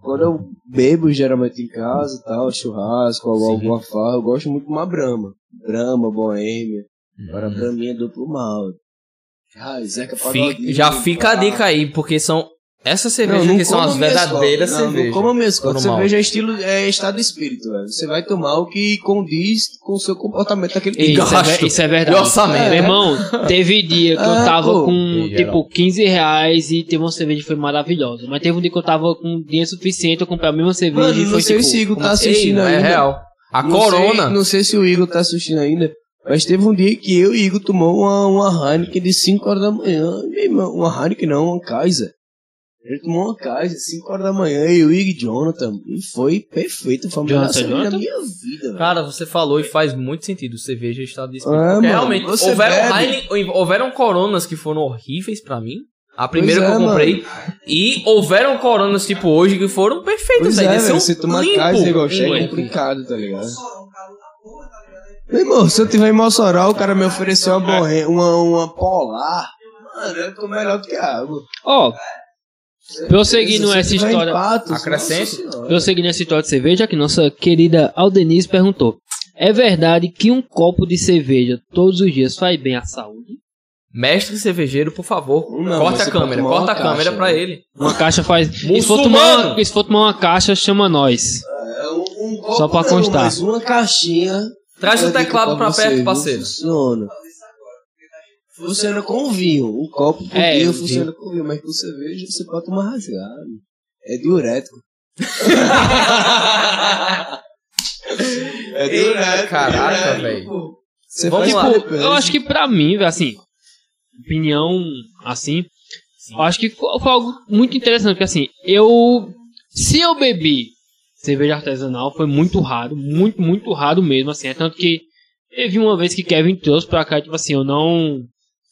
[SPEAKER 3] quando eu bebo geralmente em casa e tal, churrasco,
[SPEAKER 1] Sim.
[SPEAKER 3] alguma, alguma farra, eu gosto muito de uma brama. Brama, boêmia, para
[SPEAKER 1] Hum.
[SPEAKER 3] braminha duplo mal. Ah, Zeca
[SPEAKER 1] Fica-
[SPEAKER 3] Pagodinho,
[SPEAKER 1] já fica a
[SPEAKER 3] pá.
[SPEAKER 1] dica aí, porque são essas cervejas
[SPEAKER 3] Não, não
[SPEAKER 1] que são
[SPEAKER 3] coma
[SPEAKER 1] as
[SPEAKER 3] minhas
[SPEAKER 1] verdadeiras
[SPEAKER 3] costas. Não,
[SPEAKER 1] cervejas.
[SPEAKER 3] Não, como minhas costas.
[SPEAKER 1] Normal.
[SPEAKER 3] Cerveja é estilo, é estado de espírito, velho. Você vai tomar o que condiz com o seu comportamento daquele
[SPEAKER 2] Ei,
[SPEAKER 3] dia.
[SPEAKER 2] Isso, é,
[SPEAKER 1] gasto.
[SPEAKER 2] ver- isso é
[SPEAKER 1] E
[SPEAKER 2] verdade.
[SPEAKER 1] orçamento.
[SPEAKER 2] Meu irmão, teve dia que eu
[SPEAKER 3] Ah,
[SPEAKER 2] tava
[SPEAKER 3] pô.
[SPEAKER 2] com
[SPEAKER 1] Ei, geral.
[SPEAKER 2] tipo 15 reais e teve uma cerveja que foi maravilhosa. Mas teve um dia que eu tava com dinheiro suficiente, eu comprei a mesma cerveja
[SPEAKER 3] Mano,
[SPEAKER 2] e
[SPEAKER 3] não
[SPEAKER 2] foi
[SPEAKER 3] sei
[SPEAKER 2] tipo,
[SPEAKER 3] se o Igor tá
[SPEAKER 1] Ei,
[SPEAKER 3] assistindo
[SPEAKER 1] é
[SPEAKER 3] ainda.
[SPEAKER 1] real. A
[SPEAKER 3] Não
[SPEAKER 1] Corona.
[SPEAKER 3] sei- não sei se o Igor tá assistindo ainda, mas teve um dia que eu e o Igor tomou uma, uma Heineken de 5 horas da manhã. Meu irmão, Uma Heineken não, uma Kaiser. Ele tomou uma Kaiser 5 horas da manhã, eu, o Igor e Jonathan. E foi perfeito, foi a melhor
[SPEAKER 2] Jonathan,
[SPEAKER 3] cerveja da
[SPEAKER 2] Jonathan?
[SPEAKER 3] minha vida, velho.
[SPEAKER 1] Cara, você falou e faz muito sentido cerveja em estado de espírito.
[SPEAKER 3] É,
[SPEAKER 1] Porque
[SPEAKER 3] mano,
[SPEAKER 1] realmente,
[SPEAKER 3] você
[SPEAKER 1] houveram,
[SPEAKER 3] bebe.
[SPEAKER 1] Heineken- houveram coronas que foram horríveis pra mim. A primeira
[SPEAKER 3] Pois
[SPEAKER 1] que eu
[SPEAKER 3] é,
[SPEAKER 1] comprei. E houveram coronas tipo hoje que foram perfeitas.
[SPEAKER 3] Pois
[SPEAKER 1] aí,
[SPEAKER 3] é,
[SPEAKER 1] desceu
[SPEAKER 3] velho, você tomar
[SPEAKER 1] um limpo,
[SPEAKER 3] Kaiser igual chega é
[SPEAKER 1] limpo.
[SPEAKER 3] complicado, tá ligado?
[SPEAKER 5] Só um calor da porra, tá ligado?
[SPEAKER 3] Meu irmão, se eu tiver em Mossoró, o cara me ofereceu uma, borre- uma, uma polar. Mano, eu tô melhor do que a água.
[SPEAKER 2] Ó, prosseguindo
[SPEAKER 3] Se eu
[SPEAKER 2] essa
[SPEAKER 3] tiver em
[SPEAKER 2] história.
[SPEAKER 3] Patos,
[SPEAKER 1] Acrescente?
[SPEAKER 3] nossa senhora.
[SPEAKER 2] Prosseguindo essa história de cerveja, que nossa querida Aldenise perguntou: É verdade que um copo de cerveja todos os dias faz bem à saúde?
[SPEAKER 1] Mestre cervejeiro, por favor,
[SPEAKER 3] Não,
[SPEAKER 1] corta
[SPEAKER 3] mas
[SPEAKER 1] a
[SPEAKER 3] você tá
[SPEAKER 1] câmera,
[SPEAKER 3] pode tomar
[SPEAKER 1] corta a
[SPEAKER 3] uma caixa,
[SPEAKER 1] câmera pra
[SPEAKER 3] né?
[SPEAKER 1] ele.
[SPEAKER 2] Uma caixa faz. E se for
[SPEAKER 1] Muçulmano!
[SPEAKER 2] tomar, e se for tomar uma caixa, chama nós.
[SPEAKER 3] É um- um
[SPEAKER 2] Só
[SPEAKER 3] copo
[SPEAKER 2] pra
[SPEAKER 3] não,
[SPEAKER 2] constar.
[SPEAKER 3] mas uma caixinha.
[SPEAKER 1] Traz o
[SPEAKER 3] Eu digo
[SPEAKER 1] teclado pra
[SPEAKER 3] vocês,
[SPEAKER 1] perto,
[SPEAKER 3] não
[SPEAKER 1] parceiro.
[SPEAKER 3] Funciona. Funciona com vinho. Um copo por
[SPEAKER 2] É,
[SPEAKER 3] dia
[SPEAKER 2] eu
[SPEAKER 3] funciona com vinho, mas com cerveja você pode tomar rasgado. É diurético. é
[SPEAKER 1] Eita, caraca, velho.
[SPEAKER 3] Você
[SPEAKER 1] Vamos
[SPEAKER 3] faz
[SPEAKER 1] lá.
[SPEAKER 3] com-
[SPEAKER 2] Eu acho que pra mim, velho, assim, opinião assim, eu acho que co- foi algo muito interessante, porque assim, eu. Se eu bebi cerveja artesanal, foi muito raro, muito, muito raro mesmo, assim. É tanto que teve uma vez que Kevin trouxe pra cá, tipo assim, eu não.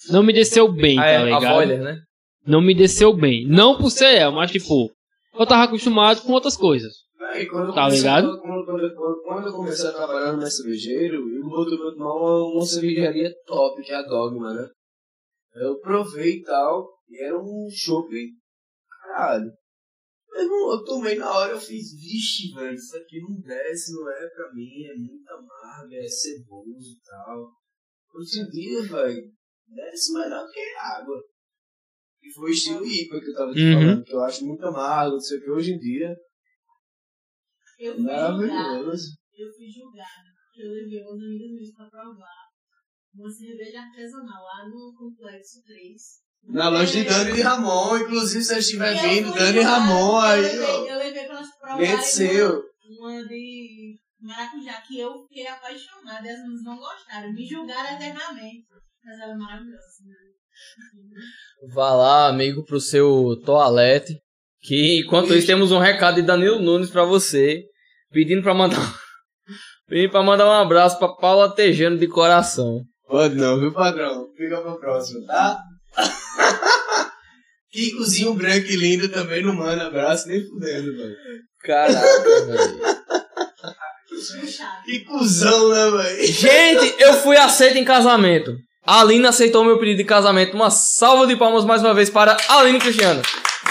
[SPEAKER 2] Não me desceu bem,
[SPEAKER 1] Ah,
[SPEAKER 2] tá
[SPEAKER 1] é, a
[SPEAKER 2] ligado?
[SPEAKER 1] boiler, né?
[SPEAKER 2] Não me desceu bem. Não por ser ela, mas tipo, eu tava acostumado com outras coisas.
[SPEAKER 3] Aí, quando eu
[SPEAKER 2] Tá
[SPEAKER 3] comecei-
[SPEAKER 2] ligado?
[SPEAKER 3] Quando, quando- quando- quando eu comecei a trabalhar no meu cervejeiro, eu botei pra tomar uma, uma cervejaria top, que é a Dogma, né? Eu provei e tal, e era um chope. Caralho. Eu, não, eu tomei na hora, eu fiz, vixe, velho, isso aqui não desce, não é pra mim, é muito amargo, é ceboso e tal. Hoje em dia, velho, desce melhor que água. E foi o estilo IPA que eu tava te
[SPEAKER 2] Uhum.
[SPEAKER 3] falando, que eu acho muito amargo, não sei o que, hoje em dia,
[SPEAKER 4] Eu fui julgada.
[SPEAKER 3] maravilhoso.
[SPEAKER 4] Eu fui julgada. Porque eu levei umas amigas minhas pra provar uma cerveja artesanal lá no Complexo 3.
[SPEAKER 3] Na loja de Dani e Ramon, inclusive se você estiver
[SPEAKER 4] E eu
[SPEAKER 3] vindo,
[SPEAKER 4] fui
[SPEAKER 3] Dani e
[SPEAKER 4] julgada,
[SPEAKER 3] Ramon,
[SPEAKER 4] eu um
[SPEAKER 3] aí,
[SPEAKER 4] levei-
[SPEAKER 3] ó,
[SPEAKER 4] Eu levei pra elas provarem.
[SPEAKER 3] cliente seu.
[SPEAKER 4] uma de maracujá que eu fiquei apaixonada e as meninas não gostaram, me julgaram eternamente. Mas ela é maravilhosa.
[SPEAKER 1] Vá lá, amigo, pro seu toalete. Que enquanto isso temos um recado de Danilo Nunes pra você, pedindo pra mandar um, pedindo para mandar um abraço pra Paula Tejano de coração.
[SPEAKER 3] Pode não, viu, padrão? Fica pro próximo, tá? Kikozinho branco e lindo também não manda abraço nem fudendo, velho.
[SPEAKER 1] Caraca, velho.
[SPEAKER 4] Puxada.
[SPEAKER 3] Que cuzão, né, velho?
[SPEAKER 1] Gente, eu fui aceito em casamento. A Aline aceitou meu pedido de casamento. Uma salva de palmas mais uma vez para Aline Cristiano.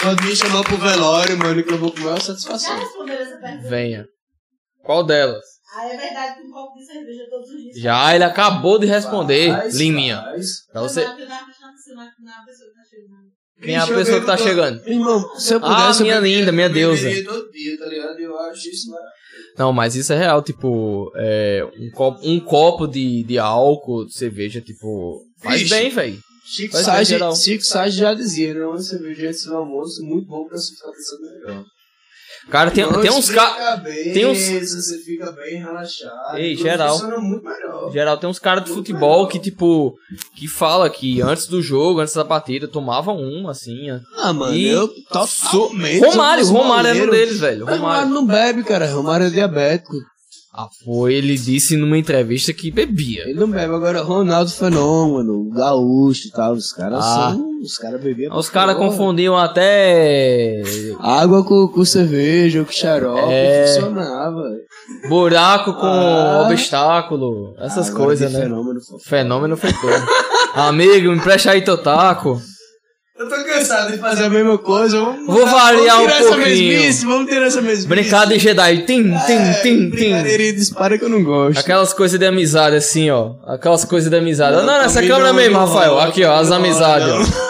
[SPEAKER 3] Pode me chamar pro velório, mano, que eu vou com maior
[SPEAKER 4] Já
[SPEAKER 3] satisfação.
[SPEAKER 4] responderam essa pergunta?
[SPEAKER 1] Venha. Qual delas?
[SPEAKER 4] Ah, é verdade que um copo de cerveja todos os dias.
[SPEAKER 1] Já ele acabou de responder,
[SPEAKER 3] Faz,
[SPEAKER 1] Liminha.
[SPEAKER 3] faz.
[SPEAKER 1] Pra você,
[SPEAKER 4] Na, na, na, na pessoa que tá chegando.
[SPEAKER 1] quem é a
[SPEAKER 3] Bicho, eu
[SPEAKER 1] pessoa que tá
[SPEAKER 3] bebo todo-
[SPEAKER 1] chegando?
[SPEAKER 3] Irmão, se eu
[SPEAKER 1] Ah,
[SPEAKER 3] pudesse... eu
[SPEAKER 1] minha
[SPEAKER 3] beberia-
[SPEAKER 1] linda, minha
[SPEAKER 3] eu beberia
[SPEAKER 1] deusa.
[SPEAKER 3] todo dia, tá ligado? Eu acho isso maravilhoso.
[SPEAKER 1] Não, mas isso é real, tipo, é, um copo, um copo de, de álcool, de cerveja, tipo, faz
[SPEAKER 3] Vixe.
[SPEAKER 1] bem, velho.
[SPEAKER 3] Chico
[SPEAKER 1] Faz bem,
[SPEAKER 3] Sage-
[SPEAKER 1] geral.
[SPEAKER 3] Chico Sage já dizia, né? Uma cerveja antes do almoço, muito bom pra se fortalecer melhor.
[SPEAKER 1] Cara, tem, tem uns caras, tem
[SPEAKER 3] Tem
[SPEAKER 1] uns-
[SPEAKER 3] uns. Você fica bem relaxado.
[SPEAKER 1] Ei,
[SPEAKER 3] tudo
[SPEAKER 1] geral.
[SPEAKER 3] Funciona muito melhor.
[SPEAKER 1] geral, tem uns caras de futebol que, tipo, que fala que antes do jogo, antes da partida, tomava um, assim, ó.
[SPEAKER 3] Ah, mano,
[SPEAKER 1] E- tá
[SPEAKER 3] eu totalmente.
[SPEAKER 1] Romário,
[SPEAKER 3] sou
[SPEAKER 1] Romário era um
[SPEAKER 3] brasileiro.
[SPEAKER 1] deles, velho,
[SPEAKER 3] Mas Romário
[SPEAKER 1] Romário.
[SPEAKER 3] não bebe, cara. Romário é diabético.
[SPEAKER 1] Ah, foi, ele disse numa entrevista que bebia.
[SPEAKER 3] Ele não bebe. Agora, Ronaldo Fenômeno, Gaúcho e tal. Os caras
[SPEAKER 1] Ah.
[SPEAKER 3] são. Os caras bebiam.
[SPEAKER 1] Os
[SPEAKER 3] pra
[SPEAKER 1] caras
[SPEAKER 3] porra.
[SPEAKER 1] confundiam até
[SPEAKER 3] Água com, com cerveja, com xarope.
[SPEAKER 1] É.
[SPEAKER 3] Funcionava.
[SPEAKER 1] buraco com
[SPEAKER 3] Ah.
[SPEAKER 1] obstáculo, essas
[SPEAKER 3] Agora
[SPEAKER 1] coisas,
[SPEAKER 3] de
[SPEAKER 1] né?
[SPEAKER 3] Fenômeno.
[SPEAKER 1] Fenômeno foi todo. Amigo, me empresta aí teu taco.
[SPEAKER 3] Eu tô cansado de fazer a mesma coisa. Vamos
[SPEAKER 1] Vou variar
[SPEAKER 3] vamos
[SPEAKER 1] um
[SPEAKER 3] tirar essa
[SPEAKER 1] pouquinho.
[SPEAKER 3] mesmice, Vamos tirar essa mesmice.
[SPEAKER 1] Brincar de Jedi. Tim, tim,
[SPEAKER 3] É,
[SPEAKER 1] tim, tim.
[SPEAKER 3] Brincadeirinha de dispara que eu não gosto.
[SPEAKER 1] Aquelas coisas de amizade, assim, ó. Aquelas coisas de amizade. Não, não, essa
[SPEAKER 3] também
[SPEAKER 1] câmera
[SPEAKER 3] não, tá
[SPEAKER 1] mesmo,
[SPEAKER 3] não,
[SPEAKER 1] Rafael.
[SPEAKER 3] não, tá
[SPEAKER 1] Aqui, ó, as
[SPEAKER 3] não,
[SPEAKER 1] amizades. ó.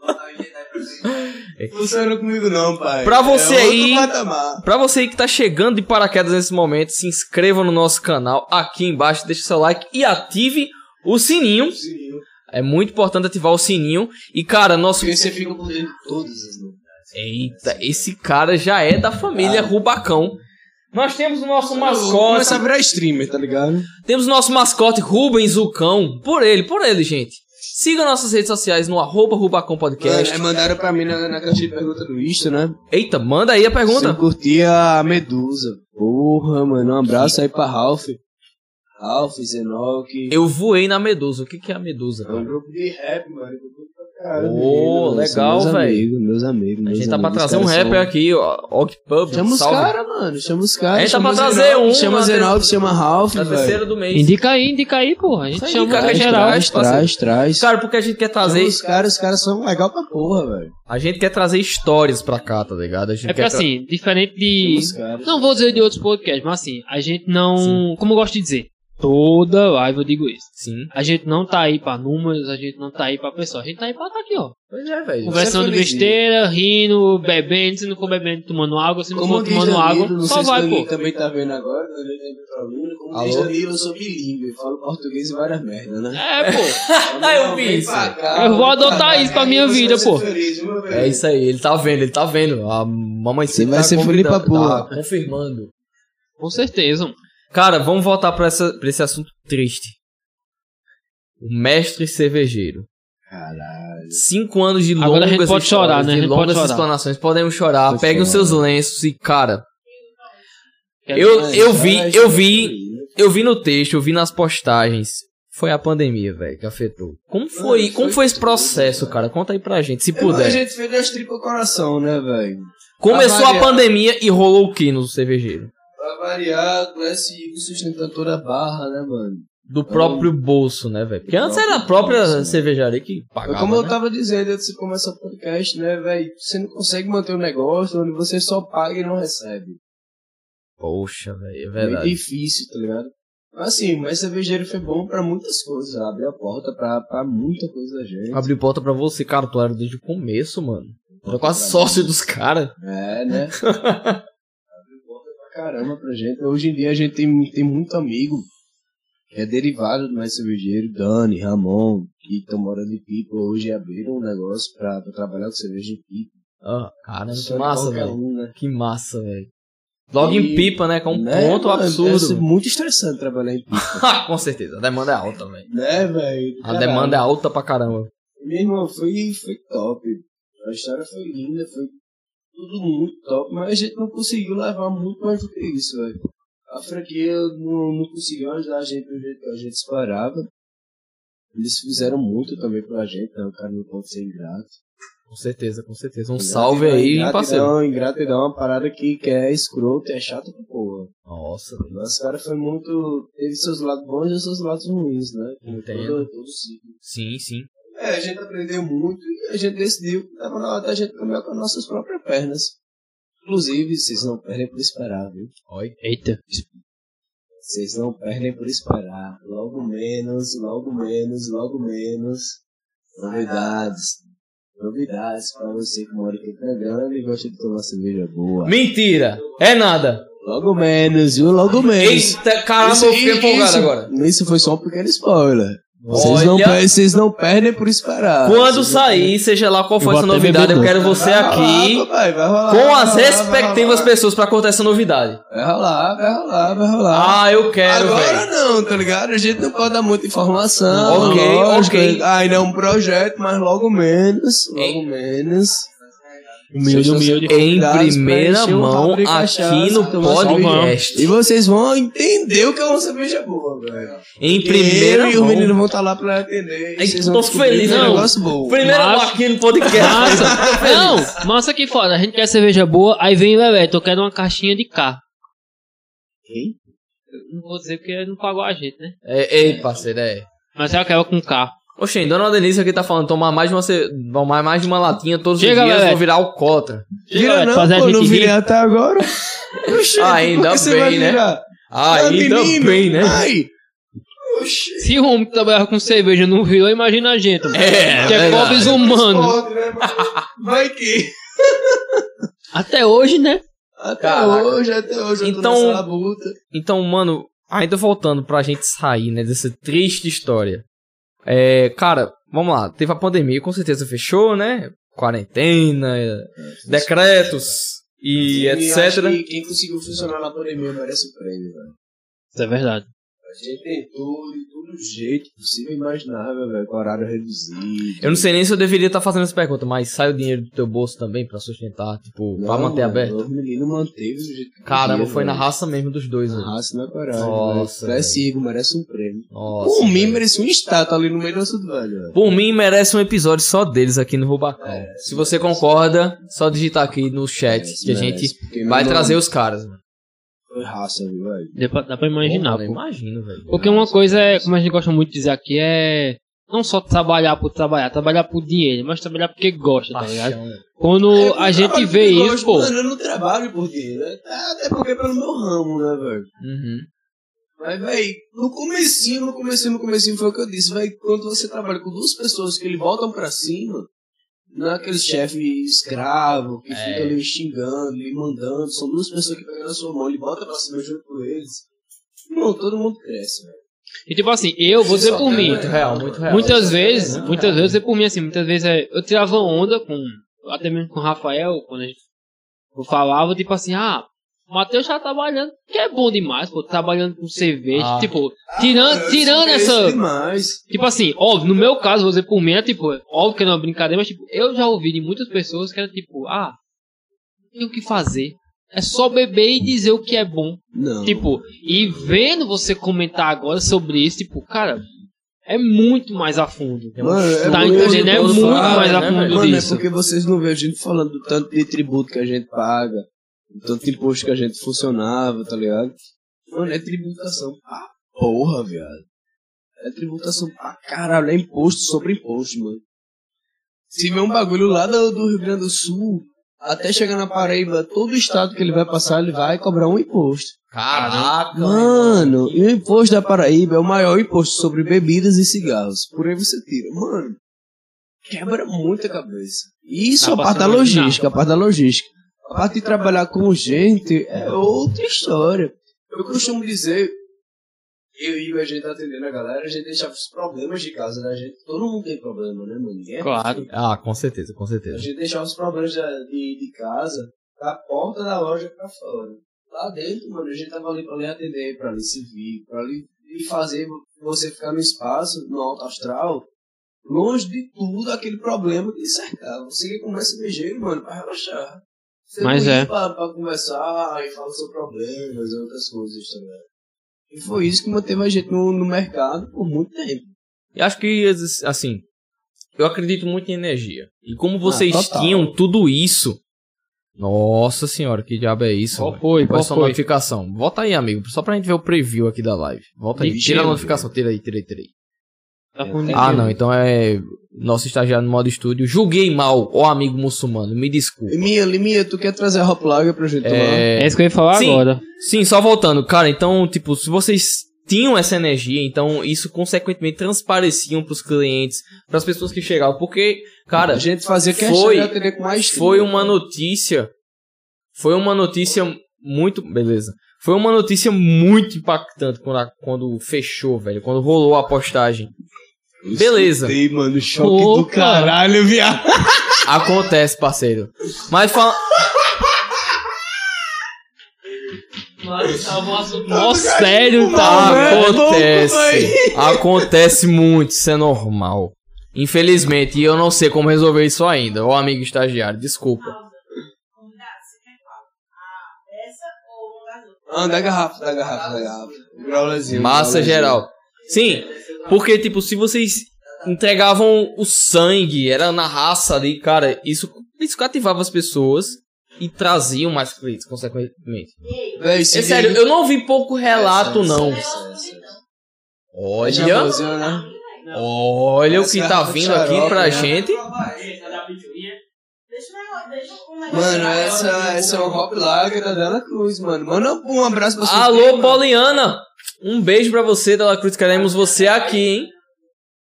[SPEAKER 5] Botar o Jedi pra frente.
[SPEAKER 3] Funciona comigo não, pai.
[SPEAKER 1] Pra você
[SPEAKER 3] é outro
[SPEAKER 1] aí-
[SPEAKER 3] patamar.
[SPEAKER 1] Pra você aí que tá chegando de paraquedas nesse momento, se inscreva no nosso canal aqui embaixo, deixa seu like e ative o sininho. É muito importante ativar o sininho. E, cara, nosso.
[SPEAKER 3] Porque você fica por dentro de todas as novidades.
[SPEAKER 1] Eita, esse cara já é da família Rubacão. Nós temos o nosso
[SPEAKER 3] Eu vou
[SPEAKER 1] mascote.
[SPEAKER 3] começar Ah. a virar streamer, tá ligado?
[SPEAKER 1] Temos o nosso mascote Rubens, o cão. Por ele, por ele, gente. Siga nossas redes sociais no arroba Rubacão Podcast.
[SPEAKER 3] Mano, É, mandaram pra mim na, na caixa de pergunta do Insta, né?
[SPEAKER 1] Eita, manda aí a
[SPEAKER 3] Se eu
[SPEAKER 1] pergunta.
[SPEAKER 3] curtia a Medusa. Porra, mano. Um abraço aí pra Ralph. Ralph, Zenoc.
[SPEAKER 1] Eu voei na Medusa. O que, que é a Medusa?
[SPEAKER 3] É um grupo de rap, mano. que eu curto pra
[SPEAKER 1] Ô,
[SPEAKER 3] caralho, menino, mano. São
[SPEAKER 1] legal,
[SPEAKER 3] meus
[SPEAKER 1] velho.
[SPEAKER 3] amigos, Meus amigos,
[SPEAKER 1] A
[SPEAKER 3] meus
[SPEAKER 1] gente tá pra
[SPEAKER 3] amigos,
[SPEAKER 1] trazer um
[SPEAKER 3] os caras
[SPEAKER 1] rapper
[SPEAKER 3] são-
[SPEAKER 1] aqui, ó. Ocpub.
[SPEAKER 3] Chama os
[SPEAKER 1] salve.
[SPEAKER 3] caras, mano. Chama os caras.
[SPEAKER 1] A gente tá
[SPEAKER 3] chama
[SPEAKER 1] pra trazer
[SPEAKER 3] Zenoc,
[SPEAKER 1] um, Tá
[SPEAKER 3] Chama
[SPEAKER 1] na
[SPEAKER 3] Zenoc,
[SPEAKER 1] terça-
[SPEAKER 3] chama Ralph,
[SPEAKER 1] Na
[SPEAKER 3] velho.
[SPEAKER 1] terceira do mês.
[SPEAKER 2] Indica aí, indica aí, porra. A gente
[SPEAKER 1] Isso aí,
[SPEAKER 2] chama
[SPEAKER 1] cara,
[SPEAKER 2] cara,
[SPEAKER 1] que
[SPEAKER 2] geral.
[SPEAKER 1] traz,
[SPEAKER 3] Traz, traz, traz.
[SPEAKER 1] Cara, porque a gente quer
[SPEAKER 3] Chama
[SPEAKER 1] trazer.
[SPEAKER 3] os caras, os caras são legal pra porra, velho.
[SPEAKER 1] A gente quer trazer histórias pra cá, tá ligado? A gente
[SPEAKER 2] É porque
[SPEAKER 1] quer tra-
[SPEAKER 2] assim, diferente de.
[SPEAKER 3] Chama os caras.
[SPEAKER 2] Não vou dizer de outros podcasts, mas assim, a gente não.
[SPEAKER 1] Sim.
[SPEAKER 2] Como eu gosto de dizer, toda live eu digo isso.
[SPEAKER 1] Sim.
[SPEAKER 2] A gente não tá aí pra números, a gente não tá aí pra pessoa. A gente tá aí pra tá aqui, ó.
[SPEAKER 1] Pois é, velho.
[SPEAKER 3] Conversa-
[SPEAKER 2] Conversando
[SPEAKER 3] felizinho.
[SPEAKER 2] besteira, rindo, bebendo, se não for bebendo, tomando água, se não
[SPEAKER 3] Como
[SPEAKER 2] for
[SPEAKER 3] diz
[SPEAKER 2] tomando
[SPEAKER 3] Danilo,
[SPEAKER 2] água,
[SPEAKER 3] não
[SPEAKER 2] só
[SPEAKER 3] sei se
[SPEAKER 2] vai,
[SPEAKER 3] Danilo
[SPEAKER 2] pô.
[SPEAKER 3] também tá vendo agora, Danilo é meu aluno. Como diz
[SPEAKER 1] Alô?
[SPEAKER 3] Danilo, eu sou bilíngue, falo português e várias merdas, né?
[SPEAKER 2] É, pô.
[SPEAKER 1] Ah, eu vi
[SPEAKER 3] Vem
[SPEAKER 1] isso.
[SPEAKER 3] pra cá,
[SPEAKER 2] Eu vou
[SPEAKER 3] vem pra
[SPEAKER 2] adotar
[SPEAKER 3] cá,
[SPEAKER 2] isso pra
[SPEAKER 3] aí
[SPEAKER 2] minha
[SPEAKER 3] você
[SPEAKER 2] vida,
[SPEAKER 3] vai ser
[SPEAKER 2] pô.
[SPEAKER 3] feliz, meu velho.
[SPEAKER 1] É isso aí, ele tá vendo, ele tá vendo. A mamãe
[SPEAKER 3] Você vai ser feliz pra porra.
[SPEAKER 1] Tá confirmando.
[SPEAKER 2] Com certeza, mano.
[SPEAKER 1] Cara, vamos voltar pra, essa, pra esse assunto triste. O mestre cervejeiro.
[SPEAKER 3] Caralho.
[SPEAKER 1] Cinco anos de longas
[SPEAKER 2] Agora a gente pode
[SPEAKER 1] histórias,
[SPEAKER 2] chorar, né? A
[SPEAKER 1] de
[SPEAKER 2] gente
[SPEAKER 1] longas
[SPEAKER 2] pode chorar.
[SPEAKER 1] explanações. Podemos chorar.
[SPEAKER 3] Pode
[SPEAKER 1] Peguem os
[SPEAKER 3] chorar.
[SPEAKER 1] seus lenços e, cara,
[SPEAKER 2] Quer
[SPEAKER 1] Eu-
[SPEAKER 2] dizer,
[SPEAKER 1] vi-
[SPEAKER 3] Cara,
[SPEAKER 1] eu
[SPEAKER 3] isso é
[SPEAKER 1] vi-
[SPEAKER 3] feliz.
[SPEAKER 1] eu vi no texto, eu vi nas postagens. Foi a pandemia, velho, que afetou. Como foi,
[SPEAKER 3] Mano,
[SPEAKER 1] como
[SPEAKER 3] foi
[SPEAKER 1] foi esse
[SPEAKER 3] tudo,
[SPEAKER 1] processo,
[SPEAKER 3] velho.
[SPEAKER 1] cara? Conta aí pra gente, se
[SPEAKER 3] A
[SPEAKER 1] puder.
[SPEAKER 3] gente fez das tripas coração, né, velho?
[SPEAKER 1] Começou a
[SPEAKER 3] avaliar.
[SPEAKER 1] pandemia e rolou o que no cervejeiro?
[SPEAKER 3] é Pra variar, o S. Igor sustentando toda a barra, né, mano?
[SPEAKER 1] do próprio bolso, né, velho? Porque antes era a própria cervejaria que pagava.
[SPEAKER 3] né? É Como eu
[SPEAKER 1] né?
[SPEAKER 3] tava dizendo antes de começar o podcast, né, velho? Você não consegue manter um negócio onde você só paga e não recebe.
[SPEAKER 1] Poxa, velho, é
[SPEAKER 3] É
[SPEAKER 1] verdade.
[SPEAKER 3] difícil, tá ligado? Assim, mas cervejeiro foi bom pra muitas coisas. Abriu a porta pra, pra muita coisa da gente.
[SPEAKER 1] Abri porta pra você, cara, tu era desde o começo, mano. Tu é quase sócio dos caras.
[SPEAKER 3] É, né? Abriu porta pra caramba pra gente. Hoje em dia a gente tem, tem muito amigo que é derivado do mais cervejeiro, Dani, Ramon, que estão morando em Pipa. Hoje abriram um negócio pra, pra trabalhar com cerveja em Pipa.
[SPEAKER 1] Ah, cara, que
[SPEAKER 3] Só de
[SPEAKER 1] massa,
[SPEAKER 3] qualquer
[SPEAKER 1] velho.
[SPEAKER 3] um, né?
[SPEAKER 1] Que massa, velho. Logo em
[SPEAKER 3] E-
[SPEAKER 1] pipa, né? Que é um
[SPEAKER 3] Né,
[SPEAKER 1] ponto
[SPEAKER 3] mano? Deve ser
[SPEAKER 1] absurdo.
[SPEAKER 3] muito estressante trabalhar em Pipa.
[SPEAKER 1] Ah, Com certeza, a demanda é alta, velho.
[SPEAKER 3] né, velho?
[SPEAKER 1] A demanda é alta pra caramba.
[SPEAKER 3] Meu irmão, foi, foi top. A história foi linda, foi tudo muito top, mas a gente não conseguiu levar muito mais do que isso, velho. A franquia não, não conseguiu ajudar a gente do jeito que a gente esperava. Eles fizeram muito também pra gente, né? O cara não pode ser ingrato.
[SPEAKER 1] Com certeza, com certeza. Um salve aí, hein,
[SPEAKER 3] ingratidão,
[SPEAKER 1] parceiro.
[SPEAKER 3] Ingratidão é uma parada que, que é escroto, é chato pra porra.
[SPEAKER 1] Nossa, velho.
[SPEAKER 3] Mas o cara foi muito. Teve seus lados bons e seus lados ruins, né? Como
[SPEAKER 1] Entendo.
[SPEAKER 3] Todo, todo ciclo.
[SPEAKER 1] Sim, sim.
[SPEAKER 3] É, a gente aprendeu muito e a gente decidiu que tava na hora da gente comer com as nossas próprias pernas. Inclusive, vocês não perdem por esperar, viu?
[SPEAKER 1] Oi.
[SPEAKER 2] Eita.
[SPEAKER 3] Vocês não perdem por esperar. Logo menos, logo menos, logo menos. Novidades. Novidades pra você que mora aqui em Cagando e gosta de tomar cerveja boa.
[SPEAKER 1] Mentira! É nada!
[SPEAKER 3] Logo menos, viu? Logo menos.
[SPEAKER 1] Eita, caramba, eu fiquei empolgado
[SPEAKER 3] É isso-
[SPEAKER 1] agora.
[SPEAKER 3] Isso foi só um pequeno spoiler. Vocês
[SPEAKER 1] Olha.
[SPEAKER 3] não, per- vocês não perdem por esperar.
[SPEAKER 1] Quando
[SPEAKER 3] Vocês não
[SPEAKER 1] sair, seja lá qual for
[SPEAKER 2] vou
[SPEAKER 1] essa
[SPEAKER 2] até
[SPEAKER 1] novidade,
[SPEAKER 2] beber
[SPEAKER 1] eu quero você aqui
[SPEAKER 3] Ah, Vai rolar, papai, vai rolar,
[SPEAKER 1] com
[SPEAKER 3] vai
[SPEAKER 1] as
[SPEAKER 3] rolar,
[SPEAKER 1] respectivas
[SPEAKER 3] vai
[SPEAKER 1] pessoas pra contar essa novidade.
[SPEAKER 3] rolar, Vai rolar, vai rolar, vai rolar.
[SPEAKER 1] Ah, eu quero,
[SPEAKER 3] Agora
[SPEAKER 1] velho.
[SPEAKER 3] não, tá ligado? A gente não pode dar muita informação.
[SPEAKER 1] Ok,
[SPEAKER 3] lógico.
[SPEAKER 1] ok.
[SPEAKER 3] Ainda é um projeto, mas logo menos, logo
[SPEAKER 1] Em-
[SPEAKER 3] menos.
[SPEAKER 2] Humilde, humilde.
[SPEAKER 1] Em primeira
[SPEAKER 3] Pra encher o
[SPEAKER 1] mão,
[SPEAKER 3] cobre de
[SPEAKER 1] aqui
[SPEAKER 3] cachaça,
[SPEAKER 1] no
[SPEAKER 3] tomar um E
[SPEAKER 1] podcast.
[SPEAKER 3] vocês vão entender o que é uma cerveja boa, velho.
[SPEAKER 1] Em primeira
[SPEAKER 3] Eu e os
[SPEAKER 1] mão.
[SPEAKER 3] meninos vão estar lá pra atender.
[SPEAKER 1] Ai,
[SPEAKER 3] e vocês
[SPEAKER 1] tô
[SPEAKER 3] vão descobrir
[SPEAKER 1] feliz,
[SPEAKER 3] que é um
[SPEAKER 2] não.
[SPEAKER 3] negócio bom.
[SPEAKER 1] Primeira mão
[SPEAKER 2] Massa.
[SPEAKER 1] aqui no podcast.
[SPEAKER 2] Massa. Não, massa aqui fora. A gente quer cerveja boa, aí vem o Leleto. Eu quero uma caixinha de cá.
[SPEAKER 3] Quem?
[SPEAKER 2] Não vou dizer porque ele não pagou a gente, né?
[SPEAKER 1] É, ei, parceiro, é.
[SPEAKER 2] Mas eu quero com K.
[SPEAKER 1] Oxe, Dona Denise aqui tá falando, tomar mais de uma, ce- tomar mais de uma latinha todos
[SPEAKER 2] Chega,
[SPEAKER 1] os dias,
[SPEAKER 2] Lelé.
[SPEAKER 1] vou virar alcoólatra.
[SPEAKER 3] Vira
[SPEAKER 2] Leleto,
[SPEAKER 3] não,
[SPEAKER 2] fazer a
[SPEAKER 3] pô,
[SPEAKER 2] gente
[SPEAKER 3] não virei
[SPEAKER 2] rir.
[SPEAKER 3] até agora. Oxi,
[SPEAKER 1] Ah, Ainda
[SPEAKER 3] por que você vai
[SPEAKER 1] bem, né?
[SPEAKER 3] virar?
[SPEAKER 1] Ainda
[SPEAKER 3] Ah, menino,
[SPEAKER 1] bem, né?
[SPEAKER 3] Ai. Oxi.
[SPEAKER 2] Se o homem que trabalhava com cerveja não virou, imagina a gente. mano.
[SPEAKER 1] É,
[SPEAKER 2] que é
[SPEAKER 1] verdade.
[SPEAKER 2] pobres humanos.
[SPEAKER 3] Pode, né? Mas Vai que.
[SPEAKER 2] Até hoje, né?
[SPEAKER 3] Até
[SPEAKER 1] Ah, Caraca.
[SPEAKER 3] hoje, até hoje eu
[SPEAKER 1] Então-
[SPEAKER 3] tô nessa labuta.
[SPEAKER 1] Então, mano, ainda voltando pra gente sair, né, dessa triste história. É, cara, vamos lá, teve a pandemia, com certeza fechou, né? Quarentena, é, decretos e,
[SPEAKER 3] eu acho
[SPEAKER 1] etc.
[SPEAKER 3] que quem conseguiu funcionar na pandemia merece o prêmio, velho.
[SPEAKER 2] Isso é verdade.
[SPEAKER 3] A gente tentou de todo jeito possível e imaginável, velho, com horário reduzido.
[SPEAKER 1] Eu não sei nem se eu deveria estar fazendo essa pergunta, mas sai o dinheiro do teu bolso também pra sustentar, tipo, pra
[SPEAKER 3] Não,
[SPEAKER 1] manter
[SPEAKER 3] mano,
[SPEAKER 1] aberto?
[SPEAKER 3] O menino manteve do jeito que
[SPEAKER 1] Caramba,
[SPEAKER 3] podia,
[SPEAKER 1] foi na
[SPEAKER 3] velho.
[SPEAKER 1] raça mesmo dos dois.
[SPEAKER 3] Na
[SPEAKER 1] velho.
[SPEAKER 3] raça, na coragem.
[SPEAKER 1] Nossa,
[SPEAKER 3] Nossa. Merece Igor, merece um prêmio.
[SPEAKER 1] Nossa.
[SPEAKER 3] Por mim,
[SPEAKER 1] velho.
[SPEAKER 3] merece uma estátua ali no meio do assunto, velho.
[SPEAKER 1] Por mim, merece um episódio só deles aqui no Rubacal.
[SPEAKER 3] É.
[SPEAKER 1] Se você concorda, só digitar aqui no chat que a gente vai trazer os caras, mano.
[SPEAKER 3] Foi raça, viu, velho?
[SPEAKER 2] Dá pra, dá pra imaginar,
[SPEAKER 1] Pô,
[SPEAKER 2] pô.
[SPEAKER 1] mano, imagino, velho.
[SPEAKER 2] Porque uma coisa é, como a gente gosta muito de dizer aqui, é não só trabalhar por trabalhar, trabalhar por dinheiro, mas trabalhar porque gosta, tá ligado?
[SPEAKER 1] Paixão.
[SPEAKER 2] Quando
[SPEAKER 3] É,
[SPEAKER 2] a
[SPEAKER 3] eu
[SPEAKER 2] gente
[SPEAKER 3] trabalho
[SPEAKER 2] vê
[SPEAKER 3] porque
[SPEAKER 2] isso,
[SPEAKER 3] gosto,
[SPEAKER 2] pô.
[SPEAKER 3] Mano, eu não trabalho por dinheiro. né? Até porque é pelo meu ramo, né, velho?
[SPEAKER 1] Uhum.
[SPEAKER 3] Mas, velho, no comecinho, no comecinho, no comecinho foi o que eu disse, velho. Quando você trabalha com duas pessoas que ele voltam pra cima, não é aquele chefe escravo que
[SPEAKER 1] É.
[SPEAKER 3] fica ali xingando, lhe mandando. São duas pessoas que pegam na sua mão, ele bota pra cima junto com eles. Não, todo mundo cresce, velho.
[SPEAKER 2] E tipo assim, eu vou dizer por mim.
[SPEAKER 1] Muito real, muito real.
[SPEAKER 2] Muitas vezes, muitas vezes é por mim assim, muitas vezes é, eu tirava onda com, até mesmo com o Rafael, quando a gente, eu falava, tipo assim, ah, o Matheus tá trabalhando, que é bom demais, pô, trabalhando com cerveja,
[SPEAKER 1] Ah.
[SPEAKER 2] tipo,
[SPEAKER 3] Ah,
[SPEAKER 2] tirando, tirando essa,
[SPEAKER 3] Demais.
[SPEAKER 2] tipo assim, óbvio, no meu caso, vou dizer por mim, é tipo, óbvio que não é uma brincadeira, mas tipo, eu já ouvi de muitas pessoas que era tipo, ah, não tem o que fazer, é só beber e dizer o que é bom.
[SPEAKER 3] Não.
[SPEAKER 2] Tipo, e vendo você comentar agora sobre isso, tipo, cara, é muito mais a fundo.
[SPEAKER 3] Mano,
[SPEAKER 2] tá
[SPEAKER 3] muito
[SPEAKER 2] entendendo? É
[SPEAKER 3] bom
[SPEAKER 2] muito
[SPEAKER 3] falar,
[SPEAKER 2] mais a
[SPEAKER 1] né,
[SPEAKER 2] fundo
[SPEAKER 1] velho?
[SPEAKER 3] Mano,
[SPEAKER 2] disso.
[SPEAKER 3] é porque vocês não veem a gente falando do tanto de tributo que a gente paga, do tanto de imposto que a gente funcionava, tá ligado? Mano, é tributação. Ah, porra, viado. É tributação pra caralho, é imposto sobre imposto, mano. Se vê um bagulho lá do, do Rio Grande do Sul, até chegar na Paraíba, todo estado que ele vai passar, ele vai cobrar um imposto. né?
[SPEAKER 1] Caraca,
[SPEAKER 3] Mano, e o imposto da Paraíba é o maior imposto sobre bebidas e cigarros. Por aí você tira. Mano, quebra muita cabeça. E Isso
[SPEAKER 2] Tá
[SPEAKER 3] é a parte da
[SPEAKER 2] passando no
[SPEAKER 3] logística,
[SPEAKER 2] final.
[SPEAKER 3] a parte da logística. A parte de trabalhar com gente é outra história. Eu costumo dizer, eu e o a gente tá atendendo a galera, a gente deixava os problemas de casa da gente. Todo mundo tem problema, né, mano? Ninguém é
[SPEAKER 2] Claro.
[SPEAKER 1] Ah, com certeza, com
[SPEAKER 3] a
[SPEAKER 1] certeza.
[SPEAKER 3] gente deixava os problemas da- de, de casa da porta da loja pra fora. Lá dentro, mano, a gente tava ali pra lhe atender, pra lhe servir, pra lhe, lhe fazer você ficar no espaço, no alto astral, longe de tudo aquele problema que lhe cercava. Você que começa a beijar, mano, pra relaxar. Você
[SPEAKER 2] Mas
[SPEAKER 3] não ia
[SPEAKER 2] é.
[SPEAKER 3] Pra, pra conversar e falar sobre problemas e outras coisas também. E foi isso que manteve a gente no, no mercado por muito tempo.
[SPEAKER 1] E acho que, assim, eu acredito muito em energia. E como vocês
[SPEAKER 3] total.
[SPEAKER 1] tinham tudo isso. Nossa senhora, que diabo é isso?
[SPEAKER 2] Qual
[SPEAKER 1] velho?
[SPEAKER 2] foi?
[SPEAKER 1] Qual
[SPEAKER 2] Qual
[SPEAKER 1] é sua
[SPEAKER 2] foi?
[SPEAKER 1] notificação? Volta aí, amigo, só pra gente ver o preview aqui da live. Volta aí.
[SPEAKER 3] Vixe,
[SPEAKER 1] Tira a
[SPEAKER 3] meu
[SPEAKER 1] notificação, tira aí, tira aí, tira aí.
[SPEAKER 2] Tá falando de
[SPEAKER 1] Ah,
[SPEAKER 2] quê?
[SPEAKER 1] não, então é nosso estagiário no modo estúdio. Julguei mal, ó amigo muçulmano, me desculpe.
[SPEAKER 3] Liminha, Liminha, tu quer trazer a Hoplaga pra gente tomar?
[SPEAKER 1] É,
[SPEAKER 2] É isso que eu ia falar
[SPEAKER 1] Sim.
[SPEAKER 2] agora.
[SPEAKER 1] Sim, só voltando, cara, então, tipo, se vocês tinham essa energia, então isso consequentemente transpareciam pros clientes, pras pessoas que chegavam, porque, cara,
[SPEAKER 3] a gente fazia questão
[SPEAKER 1] foi-
[SPEAKER 3] de atender com mais
[SPEAKER 1] foi uma notícia, foi uma notícia muito, beleza, foi uma notícia muito impactante quando, a- quando fechou, velho, quando rolou a postagem. Beleza.
[SPEAKER 3] Escutei, mano, choque do
[SPEAKER 2] Opa.
[SPEAKER 3] caralho, viado.
[SPEAKER 1] Acontece, parceiro. Mas fala...
[SPEAKER 2] Nossa, sério,
[SPEAKER 3] mal,
[SPEAKER 2] tá?
[SPEAKER 3] velho.
[SPEAKER 1] Acontece. Acontece muito, isso é normal. Infelizmente, e eu não sei como resolver isso ainda. Ô amigo estagiário, desculpa.
[SPEAKER 4] Pausa. Convidado, você quer qual? Ah, essa ou um azul?
[SPEAKER 3] Ah, da garrafa, da garrafa, da garrafa. Graulazinho.
[SPEAKER 1] Massa geral. Sim, porque, tipo, se vocês entregavam o sangue, era na raça ali, cara, isso, isso cativava as pessoas e traziam mais clientes, consequentemente.
[SPEAKER 4] Ei,
[SPEAKER 3] Véi,
[SPEAKER 1] É sério, eu não vi pouco
[SPEAKER 3] É,
[SPEAKER 1] relato, não.
[SPEAKER 4] então.
[SPEAKER 1] Olha,
[SPEAKER 3] né?
[SPEAKER 1] olha
[SPEAKER 3] é
[SPEAKER 1] o que tá vindo aqui pra gente.
[SPEAKER 5] é
[SPEAKER 4] Deixa eu deixa eu- um negócio.
[SPEAKER 3] Mano, essa, essa é uma Hop Lager da Dela Cruz, mano. Manda um abraço pra sua
[SPEAKER 1] Alô,
[SPEAKER 3] prima.
[SPEAKER 1] Poliana! Um beijo pra você, Dela Cruz. Queremos você aqui, hein?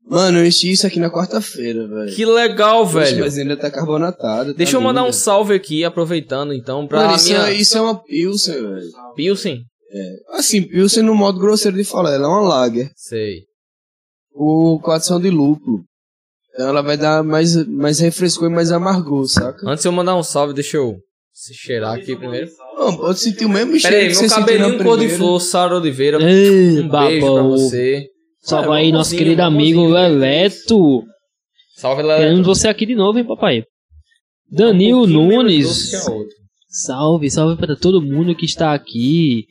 [SPEAKER 3] Mano, eu enchi isso aqui na quarta-feira, velho.
[SPEAKER 1] Que legal, velho.
[SPEAKER 3] Mas ainda tá carbonatado. tá
[SPEAKER 1] Deixa eu mandar um
[SPEAKER 3] lindo.
[SPEAKER 1] salve aqui, aproveitando então, pra
[SPEAKER 3] Mano, isso,
[SPEAKER 1] minha
[SPEAKER 3] é, isso é uma Pilsen, velho.
[SPEAKER 1] Pilsen.
[SPEAKER 3] Assim, Pilsen no modo grosseiro de falar, ela é uma lager.
[SPEAKER 1] Sei.
[SPEAKER 3] o com adição de lúpulo. Então ela vai dar mais, mais refrescor e mais amargor, saca?
[SPEAKER 1] Antes de eu mandar um salve, deixa eu se cheirar aqui primeiro.
[SPEAKER 3] Não, pode sentir o mesmo
[SPEAKER 1] Pera
[SPEAKER 3] cheiro
[SPEAKER 1] aí,
[SPEAKER 3] que
[SPEAKER 1] meu
[SPEAKER 3] você sentiu na
[SPEAKER 1] cabelinho
[SPEAKER 3] primeira.
[SPEAKER 1] cor de flor, Sara Oliveira.
[SPEAKER 2] Ei,
[SPEAKER 1] Um beijo pra
[SPEAKER 2] baba,
[SPEAKER 1] você.
[SPEAKER 2] Salve
[SPEAKER 1] É,
[SPEAKER 2] aí, nosso
[SPEAKER 1] bonzinho,
[SPEAKER 2] querido
[SPEAKER 1] bonzinho.
[SPEAKER 2] amigo Leleto.
[SPEAKER 1] Salve, Leleto.
[SPEAKER 2] Queremos você aqui de novo, hein, papai? Danilo
[SPEAKER 1] É. Um pouquinho menos doce
[SPEAKER 2] Nunes.
[SPEAKER 1] que a outra.
[SPEAKER 2] Salve, salve pra todo mundo que está aqui.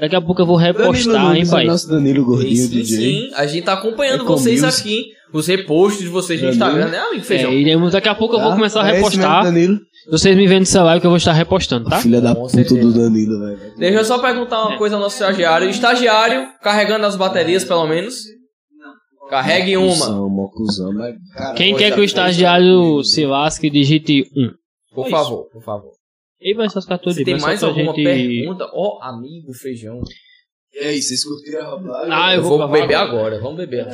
[SPEAKER 2] Daqui a pouco eu vou repostar,
[SPEAKER 3] Danilo
[SPEAKER 2] hein,
[SPEAKER 3] Nunes,
[SPEAKER 1] é
[SPEAKER 2] pai?
[SPEAKER 3] o nosso Danilo Gordinho,
[SPEAKER 1] Sim,
[SPEAKER 3] DJ.
[SPEAKER 1] sim, a gente tá acompanhando
[SPEAKER 3] É com
[SPEAKER 1] vocês
[SPEAKER 3] music.
[SPEAKER 1] aqui. Os repostos de vocês no
[SPEAKER 3] É
[SPEAKER 1] Instagram,
[SPEAKER 3] mesmo?
[SPEAKER 1] né, amigo
[SPEAKER 2] É,
[SPEAKER 1] Feijão? Ah,
[SPEAKER 2] iremos- daqui a pouco eu vou
[SPEAKER 3] Tá?
[SPEAKER 2] começar a
[SPEAKER 3] É esse mesmo,
[SPEAKER 2] repostar.
[SPEAKER 3] Danilo?
[SPEAKER 2] Vocês me vendo no celular que eu vou estar repostando, tá?
[SPEAKER 3] Filha da
[SPEAKER 1] Com
[SPEAKER 3] puta
[SPEAKER 1] certeza.
[SPEAKER 3] do Danilo, velho.
[SPEAKER 1] Deixa eu só perguntar uma
[SPEAKER 2] É.
[SPEAKER 1] coisa ao nosso estagiário. Estagiário, carregando as baterias, pelo menos. Carregue uma,
[SPEAKER 3] Mocuzão, mocuzão, mas, cara,
[SPEAKER 2] Quem
[SPEAKER 1] Pois
[SPEAKER 2] quer
[SPEAKER 1] é,
[SPEAKER 2] que o
[SPEAKER 1] pois é.
[SPEAKER 2] estagiário se lasque, digite um.
[SPEAKER 1] por favor, por favor.
[SPEAKER 2] E vai essas cartas
[SPEAKER 1] Se
[SPEAKER 2] de
[SPEAKER 1] tem
[SPEAKER 2] só
[SPEAKER 1] mais
[SPEAKER 2] pra
[SPEAKER 1] alguma
[SPEAKER 2] gente.
[SPEAKER 1] pergunta, ó amigo feijão.
[SPEAKER 3] E aí, vocês curtiram a roubada?
[SPEAKER 2] Ah,
[SPEAKER 1] Eu,
[SPEAKER 2] eu
[SPEAKER 1] vou,
[SPEAKER 2] vou
[SPEAKER 1] beber
[SPEAKER 2] agora.
[SPEAKER 1] agora, vamos beber.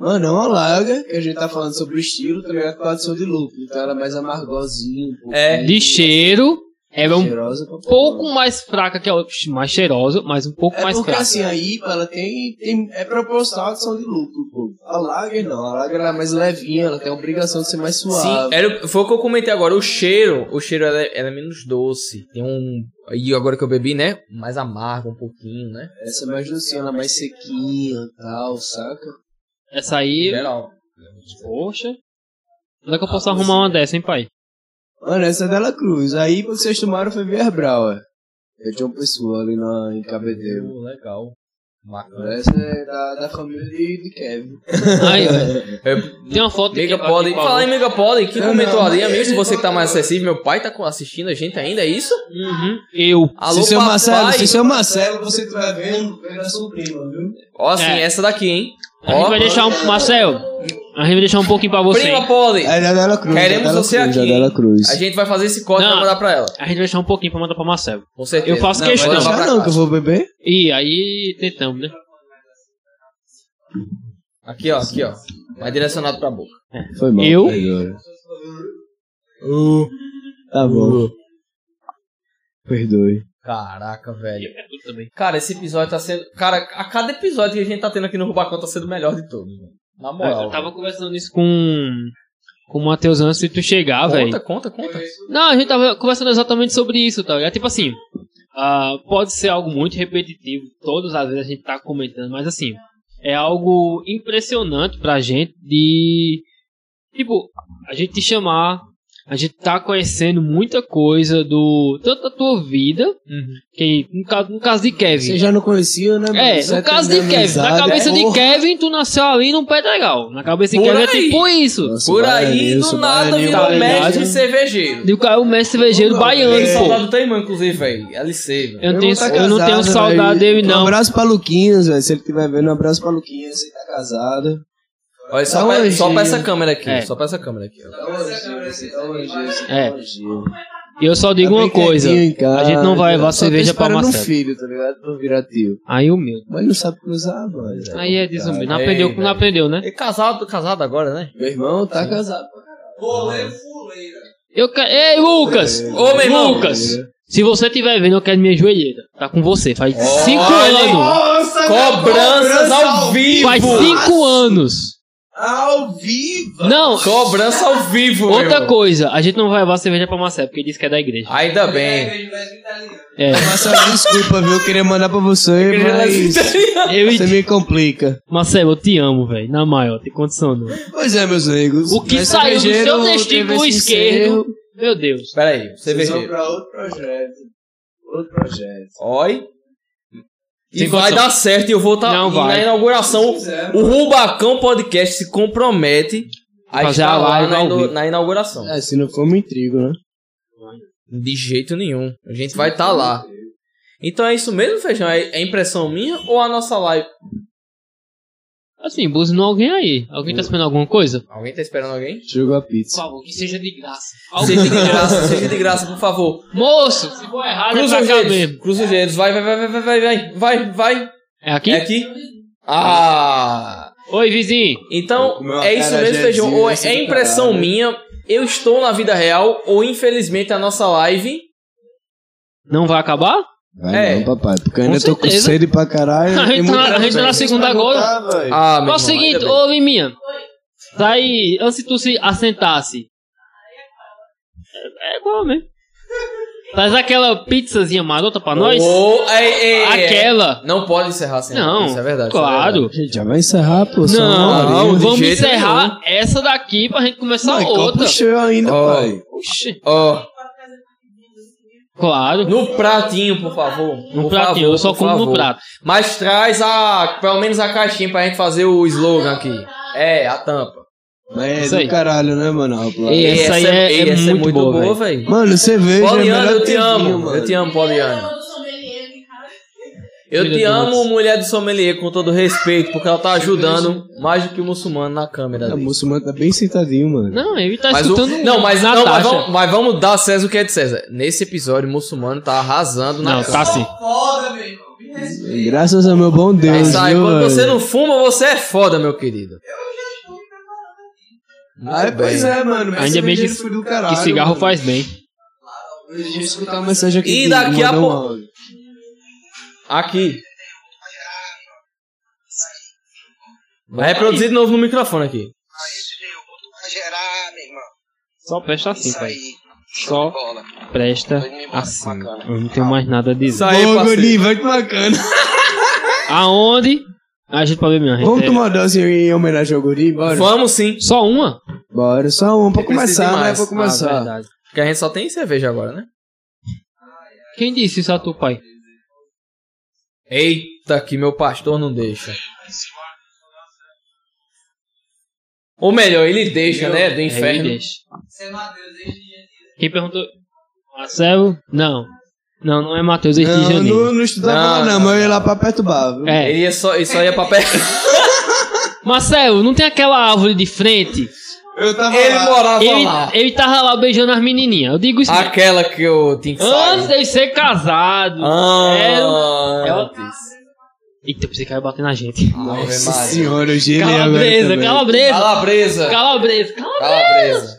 [SPEAKER 3] Mano, é uma lager que a gente tá falando sobre o estilo, tá ligado? Com adição de lúpulo. Então ela é mais amargosinha, um pouco
[SPEAKER 1] É.
[SPEAKER 2] De cheiro, é um
[SPEAKER 3] cheirosa pra
[SPEAKER 2] pouco mais fraca que a outra. Mais cheirosa, mas um pouco
[SPEAKER 3] É
[SPEAKER 2] mais
[SPEAKER 3] porque
[SPEAKER 2] fraca.
[SPEAKER 3] assim, a IPA ela tem, tem. É proporcional à adição de lucro, pô. A Lager não, a Lager ela é mais levinha, ela tem a obrigação de ser mais
[SPEAKER 1] Sim,
[SPEAKER 3] suave.
[SPEAKER 1] era, o- foi o que eu comentei agora. O cheiro, o cheiro ela é, ela é menos doce. Tem um. E agora que eu bebi, né? Mais amargo um pouquinho, né?
[SPEAKER 3] Essa é mais docinha, ela é mais sequinha e tal, saca?
[SPEAKER 2] Essa aí,
[SPEAKER 1] Geral.
[SPEAKER 2] poxa. Onde é que eu
[SPEAKER 1] Ah,
[SPEAKER 2] posso arrumar uma dessa, hein, pai?
[SPEAKER 3] Mano, essa é dela cruz. A IPA que um vocês tomaram foi Verbrau, é. Eu tinha uma pessoa ali na, em KBD.
[SPEAKER 1] Legal. Bacana.
[SPEAKER 3] Essa é da, da família de, de Kevin.
[SPEAKER 2] Aí, ó.
[SPEAKER 1] É,
[SPEAKER 2] Tem uma foto
[SPEAKER 1] Mega
[SPEAKER 2] aqui,
[SPEAKER 1] Polly.
[SPEAKER 2] aqui, por favor.
[SPEAKER 1] Fala aí, Mega Polly. Quem
[SPEAKER 3] Não,
[SPEAKER 1] comentou
[SPEAKER 3] não,
[SPEAKER 1] ali?
[SPEAKER 3] mas- é
[SPEAKER 1] Amigo, se você que tá mais acessível, meu pai tá co- assistindo a gente ainda, é isso?
[SPEAKER 2] Uhum. Eu.
[SPEAKER 1] Alô,
[SPEAKER 3] se seu
[SPEAKER 1] papai.
[SPEAKER 3] Marcelo, se seu Marcelo, você estiver vendo, pega a sua prima, viu?
[SPEAKER 1] Ó, assim,
[SPEAKER 2] É.
[SPEAKER 1] essa daqui, hein?
[SPEAKER 2] A gente
[SPEAKER 1] Ó,
[SPEAKER 2] vai deixar um. Marcel, a gente vai deixar um pouquinho pra você.
[SPEAKER 1] prima Polly.
[SPEAKER 3] É da Dela Cruz.
[SPEAKER 1] Queremos
[SPEAKER 3] é Dela
[SPEAKER 1] você
[SPEAKER 3] Cruz,
[SPEAKER 1] aqui,
[SPEAKER 3] é Dela
[SPEAKER 1] hein?
[SPEAKER 3] Cruz.
[SPEAKER 1] A gente vai fazer esse corte e
[SPEAKER 2] Não.
[SPEAKER 1] vai mandar pra ela.
[SPEAKER 2] A gente vai deixar um pouquinho pra mandar pra Marcel.
[SPEAKER 1] Com certeza.
[SPEAKER 2] Eu faço
[SPEAKER 3] Não,
[SPEAKER 2] questão.
[SPEAKER 3] vai
[SPEAKER 1] Vamos lá
[SPEAKER 3] deixar
[SPEAKER 1] pra
[SPEAKER 3] não,
[SPEAKER 1] cá.
[SPEAKER 3] que eu vou beber.
[SPEAKER 2] E aí tentamos, né?
[SPEAKER 1] Aqui, ó, aqui, ó. Vai direcionado pra boca.
[SPEAKER 3] Foi mal.
[SPEAKER 2] Eu?
[SPEAKER 3] perdoa. Tá bom, perdoe.
[SPEAKER 1] Caraca, velho.
[SPEAKER 2] Eu É também.
[SPEAKER 1] Cara, esse episódio tá sendo. Cara, a cada episódio que a gente tá tendo aqui no Rubacão tá sendo o melhor de todos, velho. Na moral.
[SPEAKER 2] Eu tava conversando isso com. Com o Matheus antes de tu chegar, Ah, velho.
[SPEAKER 1] Conta, conta, conta.
[SPEAKER 2] Não, a gente tava conversando exatamente sobre isso, tá ligado? Tipo assim, ah, pode ser algo muito repetitivo, todas as vezes a gente tá comentando, mas assim, é algo impressionante pra gente de. Tipo, a gente te chamar, a gente tá conhecendo muita coisa do. Tanto da tua vida,
[SPEAKER 1] Uhum.
[SPEAKER 2] que no caso, no caso de Kevin.
[SPEAKER 3] Você já não conhecia, né?
[SPEAKER 2] É,
[SPEAKER 3] mano? Você
[SPEAKER 2] no caso de
[SPEAKER 3] atendeu
[SPEAKER 2] Kevin. na
[SPEAKER 3] amizade,
[SPEAKER 2] cabeça
[SPEAKER 3] é,
[SPEAKER 2] de
[SPEAKER 3] porra.
[SPEAKER 2] Kevin, tu nasceu ali num pedregal. Na cabeça de
[SPEAKER 1] Por
[SPEAKER 2] Kevin é
[SPEAKER 1] aí.
[SPEAKER 2] tipo isso.
[SPEAKER 3] Nossa,
[SPEAKER 1] Por aí,
[SPEAKER 3] baianinho,
[SPEAKER 1] do
[SPEAKER 3] sou
[SPEAKER 1] nada,
[SPEAKER 3] baianinho,
[SPEAKER 1] virou
[SPEAKER 2] tá ligado?
[SPEAKER 1] mestre cervejeiro.
[SPEAKER 2] E o cara é o mestre vejeiro
[SPEAKER 3] Não,
[SPEAKER 2] baiano,
[SPEAKER 1] Tem
[SPEAKER 3] É.
[SPEAKER 1] saudade
[SPEAKER 2] pô.
[SPEAKER 1] do teu irmão, inclusive, velho. LC, velho.
[SPEAKER 2] Eu, não tenho,
[SPEAKER 3] Meu irmão tá
[SPEAKER 2] eu não tenho
[SPEAKER 3] casado,
[SPEAKER 2] saudade
[SPEAKER 3] velho.
[SPEAKER 2] dele, não.
[SPEAKER 3] Um abraço pra Luquinhas, velho. Se ele estiver vendo, um abraço pra Luquinhas. Ele tá casado.
[SPEAKER 1] Olha, só,
[SPEAKER 3] Dá
[SPEAKER 1] pra,
[SPEAKER 3] uma
[SPEAKER 1] só pra
[SPEAKER 3] gíria.
[SPEAKER 1] essa câmera aqui,
[SPEAKER 2] É.
[SPEAKER 1] só pra essa câmera aqui. ó.
[SPEAKER 3] Dá um anjinho, dá um anjinho,
[SPEAKER 2] É.
[SPEAKER 3] dá um anjinho.
[SPEAKER 2] E eu só digo
[SPEAKER 3] Tá
[SPEAKER 2] uma
[SPEAKER 3] bem
[SPEAKER 2] coisa.
[SPEAKER 3] quietinho em casa,
[SPEAKER 2] A gente não vai levar
[SPEAKER 3] só tô
[SPEAKER 2] cerveja pra
[SPEAKER 3] esperando um
[SPEAKER 2] Marcelo.
[SPEAKER 3] filho, tá ligado? Pra virar tio.
[SPEAKER 2] Aí humilde.
[SPEAKER 3] Mas não sabe cruzar, mano.
[SPEAKER 2] Aí é desumilde. Não
[SPEAKER 1] Ei,
[SPEAKER 2] aprendeu, não
[SPEAKER 1] velho.
[SPEAKER 2] aprendeu, né?
[SPEAKER 1] E casado, casado agora, né?
[SPEAKER 3] Meu irmão tá casado.
[SPEAKER 5] Rolê fuleira.
[SPEAKER 2] Eu quero. Ei, Lucas!
[SPEAKER 1] Ô, meu irmão!
[SPEAKER 3] tá
[SPEAKER 2] Lucas! Se você estiver vendo, eu quero minha joelheira. Tá com você. Faz cinco
[SPEAKER 1] Olha!
[SPEAKER 2] anos.
[SPEAKER 3] Nossa,
[SPEAKER 1] Cobranças ao vivo!
[SPEAKER 2] Faz cinco anos.
[SPEAKER 3] Ao vivo!
[SPEAKER 2] Não,
[SPEAKER 1] Cobrança ao vivo, meu
[SPEAKER 2] outra
[SPEAKER 1] irmão.
[SPEAKER 2] coisa. A gente não vai levar cerveja pra Marcelo, porque ele disse que é da igreja.
[SPEAKER 1] Ainda
[SPEAKER 5] É,
[SPEAKER 1] bem.
[SPEAKER 5] igreja presbiteriana.
[SPEAKER 2] É.
[SPEAKER 3] Marcelo, desculpa, viu? Eu queria mandar pra você, mas...
[SPEAKER 2] Eu e
[SPEAKER 3] Você me complica.
[SPEAKER 2] Marcelo, eu te amo, velho. Na maior, tem condição não.
[SPEAKER 3] Pois é, meus amigos.
[SPEAKER 2] O que saiu do seu testículo esquerdo? Meu Deus.
[SPEAKER 1] Pera aí,
[SPEAKER 3] Vocês vão
[SPEAKER 1] cervejeiro.
[SPEAKER 3] pra outro projeto. Outro projeto.
[SPEAKER 1] Oi. E
[SPEAKER 2] Sem
[SPEAKER 1] vai
[SPEAKER 2] condição.
[SPEAKER 1] dar certo e eu vou estar
[SPEAKER 2] Não vai.
[SPEAKER 1] na inauguração.
[SPEAKER 3] Fizeram.
[SPEAKER 1] O Rubacão Podcast se compromete a
[SPEAKER 2] Fazer
[SPEAKER 1] estar
[SPEAKER 2] a
[SPEAKER 1] lá
[SPEAKER 2] live
[SPEAKER 1] na,
[SPEAKER 2] ao
[SPEAKER 1] ino-
[SPEAKER 2] vivo.
[SPEAKER 1] na inauguração.
[SPEAKER 3] É, se não for, me intrigo, né?
[SPEAKER 1] De jeito nenhum. A gente vai estar lá. Então é isso mesmo, Feijão? É é impressão minha ou a nossa live?
[SPEAKER 2] Assim, buzinou alguém aí. Alguém tá esperando alguma coisa?
[SPEAKER 1] Alguém tá esperando alguém?
[SPEAKER 3] Jogou a
[SPEAKER 2] Por
[SPEAKER 3] pizza.
[SPEAKER 2] favor, que seja de graça.
[SPEAKER 1] Seja de graça, seja de graça, por favor.
[SPEAKER 2] Moço, se for errado é
[SPEAKER 1] Cruza
[SPEAKER 2] pra
[SPEAKER 1] os
[SPEAKER 2] cá mesmo.
[SPEAKER 1] dedos. Cruza os dedos. Vai, vai, vai, vai, vai, vai, vai, vai.
[SPEAKER 2] É aqui?
[SPEAKER 1] É aqui? Ah!
[SPEAKER 2] Oi, vizinho.
[SPEAKER 3] Eu comi
[SPEAKER 1] Então,
[SPEAKER 3] uma
[SPEAKER 1] é isso mesmo,
[SPEAKER 3] acarajézinho,
[SPEAKER 1] Feijão. Ou é,
[SPEAKER 3] esse
[SPEAKER 1] é
[SPEAKER 3] do
[SPEAKER 1] impressão
[SPEAKER 3] caralho.
[SPEAKER 1] minha, eu estou na vida real, ou infelizmente a nossa live.
[SPEAKER 2] Não vai acabar?
[SPEAKER 3] Vai
[SPEAKER 1] É.
[SPEAKER 3] não, papai, porque eu ainda
[SPEAKER 2] Com
[SPEAKER 3] tô com
[SPEAKER 2] certeza.
[SPEAKER 3] sede pra caralho.
[SPEAKER 2] A
[SPEAKER 3] tem
[SPEAKER 2] gente tá-
[SPEAKER 3] muita
[SPEAKER 2] a gente tá na
[SPEAKER 3] coisa
[SPEAKER 2] segunda
[SPEAKER 3] pra contar, velho.
[SPEAKER 1] Ah,
[SPEAKER 2] Ó, o seguinte, ô Liminha. Sai, antes que tu se assentasse. É igual mesmo. Traz aquela pizzazinha marota pra nós? Aquela.
[SPEAKER 1] Não pode encerrar sem
[SPEAKER 2] Não,
[SPEAKER 1] isso é verdade. isso é
[SPEAKER 2] claro.
[SPEAKER 1] verdade.
[SPEAKER 3] Gente, já vai encerrar, pô. só uma
[SPEAKER 2] Não,
[SPEAKER 1] Não,
[SPEAKER 3] horinha.
[SPEAKER 1] de
[SPEAKER 2] vamos
[SPEAKER 1] jeito então,
[SPEAKER 2] encerrar essa daqui pra gente começar
[SPEAKER 3] Não, e
[SPEAKER 2] outra.
[SPEAKER 3] Copo cheio ainda,
[SPEAKER 1] Ó.
[SPEAKER 3] pai.
[SPEAKER 2] Oxi.
[SPEAKER 1] Ó,
[SPEAKER 2] Claro.
[SPEAKER 1] no pratinho, por favor.
[SPEAKER 2] No
[SPEAKER 1] por
[SPEAKER 2] pratinho,
[SPEAKER 1] favor,
[SPEAKER 2] eu só
[SPEAKER 1] por
[SPEAKER 2] como no
[SPEAKER 1] favor.
[SPEAKER 2] prato.
[SPEAKER 1] Mas traz a, pelo menos a caixinha pra gente fazer o slogan aqui. É, a tampa.
[SPEAKER 3] Mas
[SPEAKER 2] Isso
[SPEAKER 3] é
[SPEAKER 2] aí.
[SPEAKER 3] do caralho, né, mano? rapaz?
[SPEAKER 2] E- Essa aí é-
[SPEAKER 1] ei,
[SPEAKER 2] é muito boa,
[SPEAKER 1] velho.
[SPEAKER 3] Mano, cerveja é
[SPEAKER 1] Poliana,
[SPEAKER 3] melhor
[SPEAKER 1] eu
[SPEAKER 3] que
[SPEAKER 1] te
[SPEAKER 3] vinho,
[SPEAKER 1] amo. Eu
[SPEAKER 3] mano.
[SPEAKER 1] te amo, Poliana.
[SPEAKER 4] Eu sou meliane, cara.
[SPEAKER 1] Eu
[SPEAKER 2] Filha
[SPEAKER 1] te
[SPEAKER 2] do
[SPEAKER 1] amo,
[SPEAKER 2] Max.
[SPEAKER 1] mulher do sommelier, com todo respeito, porque ela tá ajudando mais do que o muçulmano na câmera.
[SPEAKER 3] A
[SPEAKER 1] ali.
[SPEAKER 3] muçulmana tá bem sentadinho, mano.
[SPEAKER 2] Não, ele tá
[SPEAKER 1] Mas o-
[SPEAKER 2] escutando.
[SPEAKER 1] não, mas,
[SPEAKER 2] Natasha.
[SPEAKER 1] não, mas, vamos, mas vamos dar César o que é de César. Nesse episódio, o muçulmano tá arrasando na
[SPEAKER 2] Não,
[SPEAKER 1] câmera.
[SPEAKER 2] tá sim.
[SPEAKER 5] Foda, meu irmão. Me respeita.
[SPEAKER 3] Graças ao meu bom
[SPEAKER 1] É
[SPEAKER 3] Deus,
[SPEAKER 1] isso aí,
[SPEAKER 3] viu,
[SPEAKER 1] quando
[SPEAKER 3] mano?
[SPEAKER 1] você não fuma, você é foda, meu querido. Muito
[SPEAKER 3] Ah, pois
[SPEAKER 1] bem.
[SPEAKER 3] é, mano. mas
[SPEAKER 2] Ainda bem que-
[SPEAKER 3] cerveja foi do caralho,
[SPEAKER 2] Que cigarro
[SPEAKER 3] mano.
[SPEAKER 2] faz bem.
[SPEAKER 3] Deixa eu escutar uma mensagem aqui.
[SPEAKER 1] E
[SPEAKER 3] que
[SPEAKER 1] daqui a
[SPEAKER 3] mandou um
[SPEAKER 1] pouco-
[SPEAKER 3] áudio.
[SPEAKER 1] Aqui. Vai reproduzir de novo no microfone aqui.
[SPEAKER 6] Vai gerar, meu irmão.
[SPEAKER 2] Só presta assim,
[SPEAKER 6] Isso
[SPEAKER 2] pai.
[SPEAKER 6] aí.
[SPEAKER 2] Só
[SPEAKER 6] Bola.
[SPEAKER 2] presta
[SPEAKER 6] Tô indo embora,
[SPEAKER 2] assim.
[SPEAKER 6] bacana.
[SPEAKER 2] Eu não tenho mais nada a
[SPEAKER 1] Isso
[SPEAKER 2] dizer.
[SPEAKER 1] aí,
[SPEAKER 3] Ô,
[SPEAKER 1] parceiro.
[SPEAKER 3] Guri, vai tomar cana.
[SPEAKER 2] Aonde? A gente pode ver minha
[SPEAKER 3] Vamos
[SPEAKER 2] gente.
[SPEAKER 3] tomar uma dose em homenagem ao Guri? Bora.
[SPEAKER 1] Vamos sim.
[SPEAKER 2] Só uma?
[SPEAKER 3] Bora, só um pra
[SPEAKER 1] Eu preciso de
[SPEAKER 3] começar, né?
[SPEAKER 1] mais.
[SPEAKER 3] Pra
[SPEAKER 2] Ah,
[SPEAKER 3] começar.
[SPEAKER 2] verdade.
[SPEAKER 1] Porque a gente só tem cerveja agora, né?
[SPEAKER 2] Quem disse isso a tu, pai?
[SPEAKER 1] Ei, Eita, que meu pastor não deixa. Ou melhor, ele deixa, né? Do
[SPEAKER 2] Aí
[SPEAKER 1] inferno.
[SPEAKER 2] deixa.
[SPEAKER 5] Você é Matheus desde Janeiro.
[SPEAKER 2] Quem perguntou? Marcelo? Não. Não, não é Matheus, é de
[SPEAKER 3] Não, eu
[SPEAKER 2] Janeiro.
[SPEAKER 3] não, não estudava
[SPEAKER 1] Não,
[SPEAKER 3] lá, não,
[SPEAKER 1] não,
[SPEAKER 3] mas eu ia lá pra perturbar. viu?
[SPEAKER 2] É.
[SPEAKER 1] Ele ia só, ele só ia pra perto.
[SPEAKER 2] Marcelo, não tem aquela árvore de frente?
[SPEAKER 3] Eu tava
[SPEAKER 1] Ele
[SPEAKER 3] lá.
[SPEAKER 1] morava
[SPEAKER 2] Ele,
[SPEAKER 1] Tá lá. Ah,
[SPEAKER 2] ele tava lá beijando as menininhas. Eu digo isso mesmo.
[SPEAKER 1] Aquela que eu tinha que
[SPEAKER 2] antes
[SPEAKER 1] sair.
[SPEAKER 2] de ser casado. Era-
[SPEAKER 1] Ah,
[SPEAKER 2] Ela- Eita, pensei que ia bater na gente.
[SPEAKER 1] Ave
[SPEAKER 3] Nossa
[SPEAKER 1] Maria.
[SPEAKER 3] senhora, eu gelei agora
[SPEAKER 2] Calabresa,
[SPEAKER 3] também.
[SPEAKER 2] calabresa,
[SPEAKER 1] Calabresa.
[SPEAKER 2] calabresa, cala-
[SPEAKER 1] Calabresa.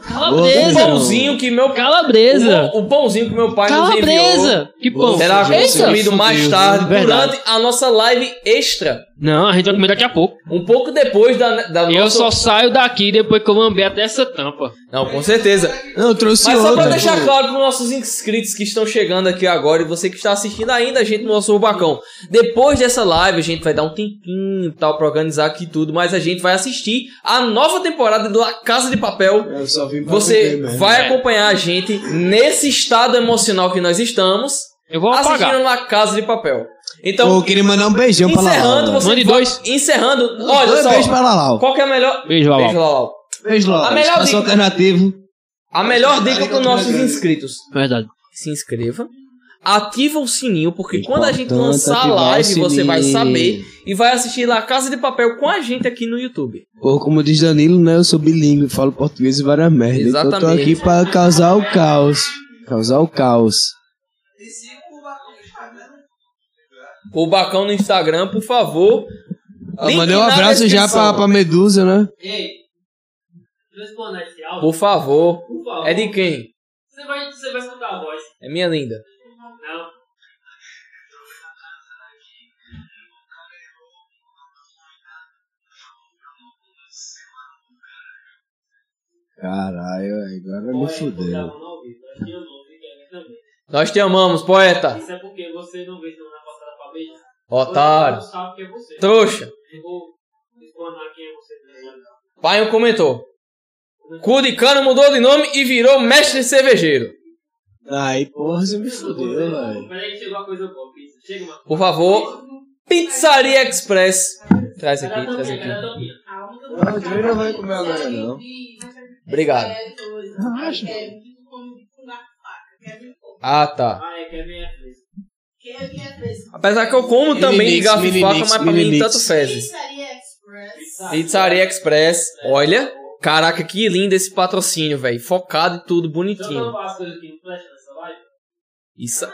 [SPEAKER 1] O
[SPEAKER 2] calabresa,
[SPEAKER 1] pãozinho que meu
[SPEAKER 2] calabresa,
[SPEAKER 1] O, o pãozinho que meu pai nos enviou.
[SPEAKER 2] calabresa. Que pão?
[SPEAKER 1] Será
[SPEAKER 3] Eita.
[SPEAKER 1] consumido mais tarde
[SPEAKER 2] Verdade.
[SPEAKER 1] durante a nossa live extra.
[SPEAKER 2] Não, a gente vai comer daqui a pouco.
[SPEAKER 1] Um pouco depois da, da
[SPEAKER 2] Eu
[SPEAKER 1] nossa.
[SPEAKER 2] só saio daqui depois que eu mambei até essa tampa.
[SPEAKER 1] Não, com certeza.
[SPEAKER 3] Não, eu trouxe
[SPEAKER 1] Mas só
[SPEAKER 3] outra.
[SPEAKER 1] pra deixar
[SPEAKER 3] pô.
[SPEAKER 1] claro para nossos inscritos que estão chegando aqui agora e você que está assistindo ainda a gente no nosso Rubacão. Depois dessa live, a gente vai dar um tempinho e tal pra organizar aqui tudo, mas a gente vai assistir a nova temporada do La Casa de Papel.
[SPEAKER 3] Eu só vim pra
[SPEAKER 1] Você
[SPEAKER 3] fuder mesmo.
[SPEAKER 2] É.
[SPEAKER 1] vai acompanhar a gente nesse estado emocional que nós estamos,
[SPEAKER 2] Eu vou apagar.
[SPEAKER 1] assistindo La Casa de Papel.
[SPEAKER 3] Pô,
[SPEAKER 1] Então,
[SPEAKER 3] eu queria mandar um beijão pra
[SPEAKER 1] encerrando,
[SPEAKER 3] Lalau.
[SPEAKER 1] você
[SPEAKER 2] Mande
[SPEAKER 1] vai-
[SPEAKER 2] dois.
[SPEAKER 1] Encerrando, olha
[SPEAKER 3] Dois Beijo
[SPEAKER 1] só,
[SPEAKER 3] pra Lalau.
[SPEAKER 1] qual que é a melhor...
[SPEAKER 2] Beijo, Lalau.
[SPEAKER 1] Beijo, Lalau.
[SPEAKER 3] Beijo, Lalau.
[SPEAKER 1] A melhor
[SPEAKER 3] Espaço
[SPEAKER 1] dica-
[SPEAKER 3] alternativo.
[SPEAKER 1] A melhor dica para os nossos inscritos.
[SPEAKER 2] Verdade.
[SPEAKER 1] se inscreva, ativa o sininho, porque quando a gente
[SPEAKER 3] Importante
[SPEAKER 1] lançar a
[SPEAKER 3] ativar o
[SPEAKER 1] live, você vai
[SPEAKER 3] sininho.
[SPEAKER 1] saber e vai assistir lá Casa de Papel com a gente aqui no YouTube.
[SPEAKER 3] Pô, como diz Danilo, né? Eu sou bilíngue, falo português e várias merdas. Então eu tô
[SPEAKER 1] Exatamente.
[SPEAKER 3] aqui pra causar o caos. Causar o caos.
[SPEAKER 5] E siga o Rubacão no Instagram.
[SPEAKER 1] O Bacão no Instagram, por favor.
[SPEAKER 3] Eu
[SPEAKER 1] Link
[SPEAKER 3] mandei um
[SPEAKER 1] na
[SPEAKER 3] abraço já pra,
[SPEAKER 1] descrição.
[SPEAKER 3] pra Medusa, né?
[SPEAKER 2] Ei, responda esse áudio,
[SPEAKER 1] Por favor.
[SPEAKER 2] por favor.
[SPEAKER 1] É de quem?
[SPEAKER 2] Você vai, você vai escutar a voz.
[SPEAKER 1] É minha linda.
[SPEAKER 2] Não.
[SPEAKER 3] Caralho, agora me fudeu.
[SPEAKER 2] né?
[SPEAKER 1] Nós te amamos, poeta.
[SPEAKER 2] Isso é porque você não veio semana passada pra beijar.
[SPEAKER 1] Otário.
[SPEAKER 2] Você não sabe quem é você.
[SPEAKER 1] Trouxa.
[SPEAKER 2] Eu vou explanar quem é você. também.
[SPEAKER 1] Pai comentou. Cu de cana mudou de nome e virou mestre cervejeiro.
[SPEAKER 3] Ai, porra, você me
[SPEAKER 2] Você-
[SPEAKER 3] fudeu, velho.
[SPEAKER 2] Peraí, que chegou uma coisa boa. Pizza. Chega uma
[SPEAKER 1] Por favor. Pizzaria Express. Traz aqui,
[SPEAKER 2] Cada
[SPEAKER 1] traz
[SPEAKER 2] tampinha, cada
[SPEAKER 1] aqui.
[SPEAKER 2] tampinha.
[SPEAKER 3] Não, o Júnior não vai comer agora, não.
[SPEAKER 1] Obrigado.
[SPEAKER 3] Relaxa.
[SPEAKER 1] Ah, tá.
[SPEAKER 2] Ah, é que é meia três.
[SPEAKER 1] Apesar que eu como também de
[SPEAKER 3] Mini-mix,
[SPEAKER 1] garfo e faca,
[SPEAKER 3] mini-mix,
[SPEAKER 1] mas pra mim
[SPEAKER 3] mini-mix.
[SPEAKER 1] tanto fezes.
[SPEAKER 4] Pizzaria Express.
[SPEAKER 6] Ah,
[SPEAKER 1] Pizzaria Express, olha. Caraca, que lindo esse patrocínio, velho. Focado e tudo,
[SPEAKER 2] Deixa
[SPEAKER 1] bonitinho.
[SPEAKER 2] eu tampar as coisas aqui. Não presta nessa live.
[SPEAKER 1] Isso,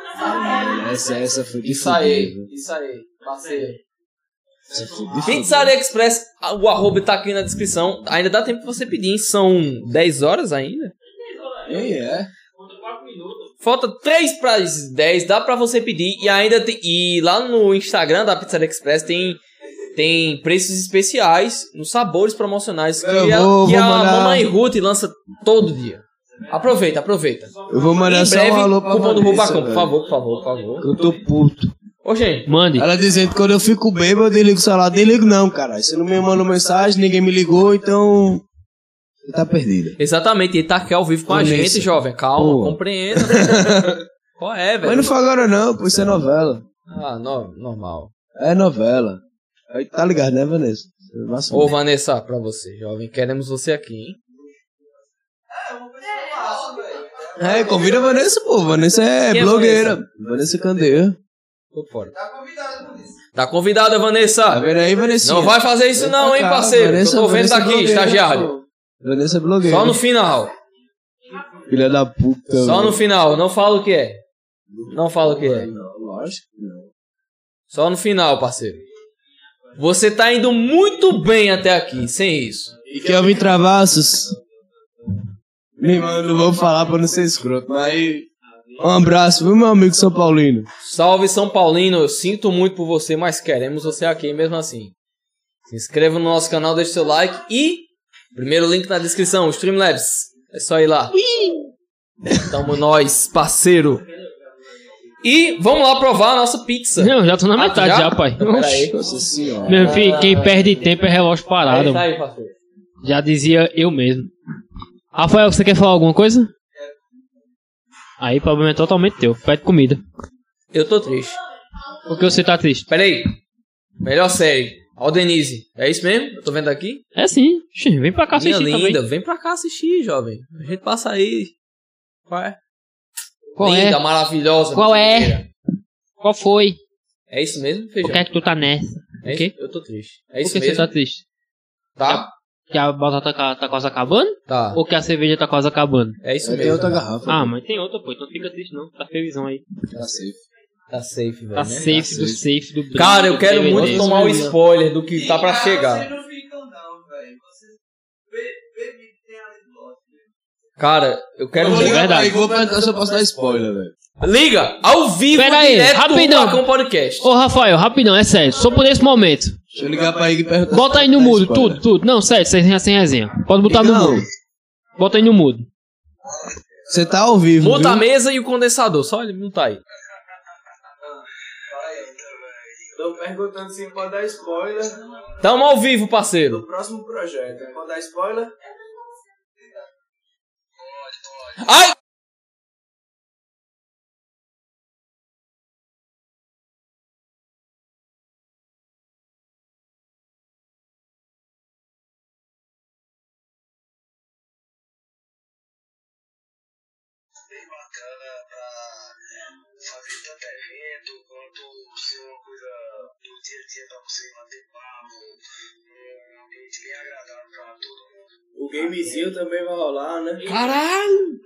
[SPEAKER 3] Essa, essa foi de
[SPEAKER 1] isso aí,
[SPEAKER 3] fuder, velho.
[SPEAKER 1] isso aí. Parceiro.
[SPEAKER 3] Essa foi de fuder.
[SPEAKER 1] Pizzaria Express, o arroba tá aqui na descrição. Ainda dá tempo pra você pedir, hein? São 10 horas ainda?
[SPEAKER 3] Ei, é.
[SPEAKER 2] Conta quatro minutos.
[SPEAKER 1] Falta 3 para 10, dá pra você pedir. E ainda tem. E lá no Instagram da Pizzaria Express tem. Tem preços especiais nos sabores promocionais que,
[SPEAKER 3] Eu
[SPEAKER 1] a,
[SPEAKER 3] vou-
[SPEAKER 1] que
[SPEAKER 3] vou
[SPEAKER 1] a
[SPEAKER 3] mandar-
[SPEAKER 1] Mamãe Ruth lança todo dia. Aproveita, aproveita.
[SPEAKER 3] Eu vou mandar
[SPEAKER 1] em
[SPEAKER 3] só
[SPEAKER 1] breve,
[SPEAKER 3] um alô pra
[SPEAKER 1] culpa do
[SPEAKER 3] Vanessa,
[SPEAKER 1] Rubacão, por
[SPEAKER 3] velho.
[SPEAKER 1] favor, por favor, por favor.
[SPEAKER 3] Eu tô puto.
[SPEAKER 1] Ô, gente,
[SPEAKER 2] Mande.
[SPEAKER 3] Ela dizendo que quando eu fico bêbado, eu desligo o celular. Desligo não, caralho. Você não me mandou mensagem, ninguém me ligou, então... Você tá perdida.
[SPEAKER 1] exatamente, ele tá aqui ao vivo com a
[SPEAKER 3] Vanessa.
[SPEAKER 1] gente, jovem. Calma,
[SPEAKER 3] Boa.
[SPEAKER 1] compreenda. Qual é,
[SPEAKER 3] Mas
[SPEAKER 1] velho?
[SPEAKER 3] não foi agora não, pô. Isso é novela.
[SPEAKER 1] Ah, no- normal.
[SPEAKER 3] É novela. Aí Tá ligado, né, Vanessa? Você vacilou.
[SPEAKER 1] Ô, Vanessa, pra você, jovem, queremos você aqui, hein?
[SPEAKER 5] É, uma pessoa massa, velho.
[SPEAKER 3] É, convida a Vanessa, pô. Vanessa é
[SPEAKER 1] Quem é
[SPEAKER 3] blogueira. Vanessa Candeia.
[SPEAKER 1] Tô fora.
[SPEAKER 5] Tá convidado por isso.
[SPEAKER 1] Tá convidada,
[SPEAKER 3] Tá
[SPEAKER 1] Vanessa.
[SPEAKER 3] vendo aí, Vanessa? Tá,
[SPEAKER 1] Não vai fazer isso não, hein, parceiro. que eu tô vendo daqui, estagiário.
[SPEAKER 3] Vanessa é blogueira.
[SPEAKER 1] Só no final.
[SPEAKER 3] Filha da puta.
[SPEAKER 1] Só no final. Não fala o que é. Não fala o que é.
[SPEAKER 3] Não, lógico que não.
[SPEAKER 1] Só no final, parceiro. Você tá indo muito bem até aqui, sem isso.
[SPEAKER 3] E Kelvin Travassos. Meu irmão, eu não vou falar pra não ser escroto, mas. Um abraço, viu, meu amigo São Paulino?
[SPEAKER 1] Salve São Paulino, eu sinto muito por você, mas queremos você aqui mesmo assim. Se inscreva no nosso canal, deixe seu like e primeiro link na descrição, Streamlabs. É só ir lá. Tamo nós, parceiro. E vamos lá provar a nossa pizza.
[SPEAKER 2] Não, já tô na
[SPEAKER 1] Ah,
[SPEAKER 2] metade
[SPEAKER 1] já?
[SPEAKER 2] já, pai.
[SPEAKER 1] Então, peraí. Ah,
[SPEAKER 3] Nossa senhora.
[SPEAKER 2] Meu filho, quem perde tempo é relógio parado.
[SPEAKER 1] Aí, tá aí, parceiro.
[SPEAKER 2] Já dizia eu mesmo. Rafael, você quer falar alguma coisa? Aí o problema é totalmente teu. Pede comida.
[SPEAKER 1] Eu tô triste.
[SPEAKER 2] Por que você tá triste?
[SPEAKER 1] Peraí. Melhor série. Ó, Denise. É isso mesmo? Eu tô vendo aqui.
[SPEAKER 2] É sim. Ixi, Vem pra cá
[SPEAKER 1] Minha
[SPEAKER 2] assistir também.
[SPEAKER 1] linda, vem pra cá assistir, jovem. A gente passa aí. Qual é?
[SPEAKER 2] Qual é?
[SPEAKER 1] linda, maravilhosa.
[SPEAKER 2] Qual é?
[SPEAKER 1] brasileira.
[SPEAKER 2] Qual foi?
[SPEAKER 1] É isso mesmo, feijão?
[SPEAKER 2] Por que é que tu tá nessa?
[SPEAKER 1] É
[SPEAKER 2] o quê?
[SPEAKER 1] isso? Eu tô triste. É
[SPEAKER 2] Por
[SPEAKER 1] isso
[SPEAKER 2] que você
[SPEAKER 1] mesmo?
[SPEAKER 2] tá triste?
[SPEAKER 1] Tá?
[SPEAKER 2] Que a batata ca- tá quase acabando?
[SPEAKER 1] Tá.
[SPEAKER 2] Ou que a cerveja tá quase acabando?
[SPEAKER 1] É isso
[SPEAKER 3] Aí tem
[SPEAKER 1] mesmo.
[SPEAKER 3] outra garrafa.
[SPEAKER 2] Ah, mas tem outra, pô. Então fica triste não. Tá felizão aí.
[SPEAKER 3] Tá safe.
[SPEAKER 1] Tá safe, velho.
[SPEAKER 2] Tá
[SPEAKER 1] né?
[SPEAKER 2] safe
[SPEAKER 3] tá
[SPEAKER 2] do safe do brinco,
[SPEAKER 1] Cara, eu
[SPEAKER 2] do
[SPEAKER 1] quero muito
[SPEAKER 2] DVD.
[SPEAKER 1] tomar um o
[SPEAKER 3] Isso mesmo.
[SPEAKER 1] spoiler do que tá pra
[SPEAKER 5] Ah,
[SPEAKER 1] chegar.
[SPEAKER 5] Vocês não ficam, não, velho. Vocês. Be- Bebida tem a bloco.
[SPEAKER 1] né? Cara, eu quero
[SPEAKER 3] Eu vou
[SPEAKER 1] muito.
[SPEAKER 2] É
[SPEAKER 3] ligar pra
[SPEAKER 2] verdade.
[SPEAKER 3] ele e vou perguntar se eu posso dar spoiler, velho.
[SPEAKER 1] Liga! Ao vivo,
[SPEAKER 2] Pera aí,
[SPEAKER 1] direto
[SPEAKER 2] rapidão.
[SPEAKER 1] do Facão Podcast.
[SPEAKER 2] Ô, Rafael, rapidão, é sério. Só por esse momento.
[SPEAKER 3] Deixa eu ligar pra ele e perguntar.
[SPEAKER 2] Bota aí no mudo, tudo, tudo. Não, sério, sem resenha, sem resenha. Pode botar no
[SPEAKER 3] Não.
[SPEAKER 1] Então.
[SPEAKER 2] mudo. Bota aí no mudo.
[SPEAKER 3] Você tá ao vivo,
[SPEAKER 1] Muta a
[SPEAKER 3] viu?
[SPEAKER 1] mesa e o condensador. Só ele mutar aí.
[SPEAKER 5] Tô perguntando se pode dar spoiler
[SPEAKER 1] Tamo ao vivo, parceiro.
[SPEAKER 5] próximo projeto. Pode dar spoiler?
[SPEAKER 1] Ai!
[SPEAKER 6] bem bacana pra fazer tanto evento quanto ser uma coisa do dia a dia pra você bater papo, um ambiente bem agradável pra todo mundo.
[SPEAKER 5] O gamezinho também vai rolar, né?
[SPEAKER 1] Caralho!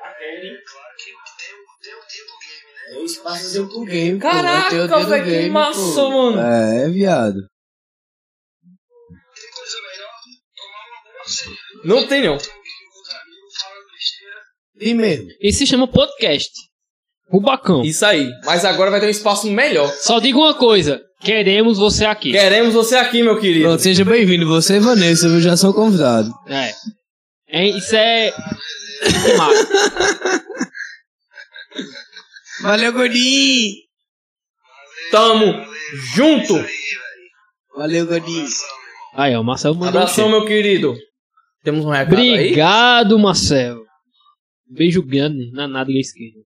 [SPEAKER 6] Claro que tem, o- tem o dia do game, né?
[SPEAKER 5] Tem espaço
[SPEAKER 3] um Pro game, pô.
[SPEAKER 1] Caraca,
[SPEAKER 3] Vai ter o dedo
[SPEAKER 1] velho, que
[SPEAKER 3] game, pô.
[SPEAKER 1] massa, mano.
[SPEAKER 3] É, viado.
[SPEAKER 6] Tem coisa melhor? Tomar uma boa cerveja.
[SPEAKER 1] Não tem não.
[SPEAKER 6] Tem um game com os amigos, fala besteira.
[SPEAKER 3] E mesmo.
[SPEAKER 2] Esse se chama podcast. Rubacão.
[SPEAKER 1] Isso aí. Mas agora vai ter um espaço melhor.
[SPEAKER 2] Só digo uma coisa. Queremos você aqui.
[SPEAKER 1] Queremos você aqui, meu querido.
[SPEAKER 3] Pronto, seja bem-vindo. Você e Vanessa, eu já sou convidado.
[SPEAKER 2] É. É, Isso é... Massa.
[SPEAKER 3] Valeu, Gordinho!
[SPEAKER 1] Tamo junto.
[SPEAKER 3] Valeu, Gordinho.
[SPEAKER 2] Aí, ó, o Marcelo mandou um
[SPEAKER 1] Abração,
[SPEAKER 2] cheiro.
[SPEAKER 1] meu querido. Temos um recado aí?
[SPEAKER 2] Obrigado, Marcelo. Beijo grande na nádega esquerda.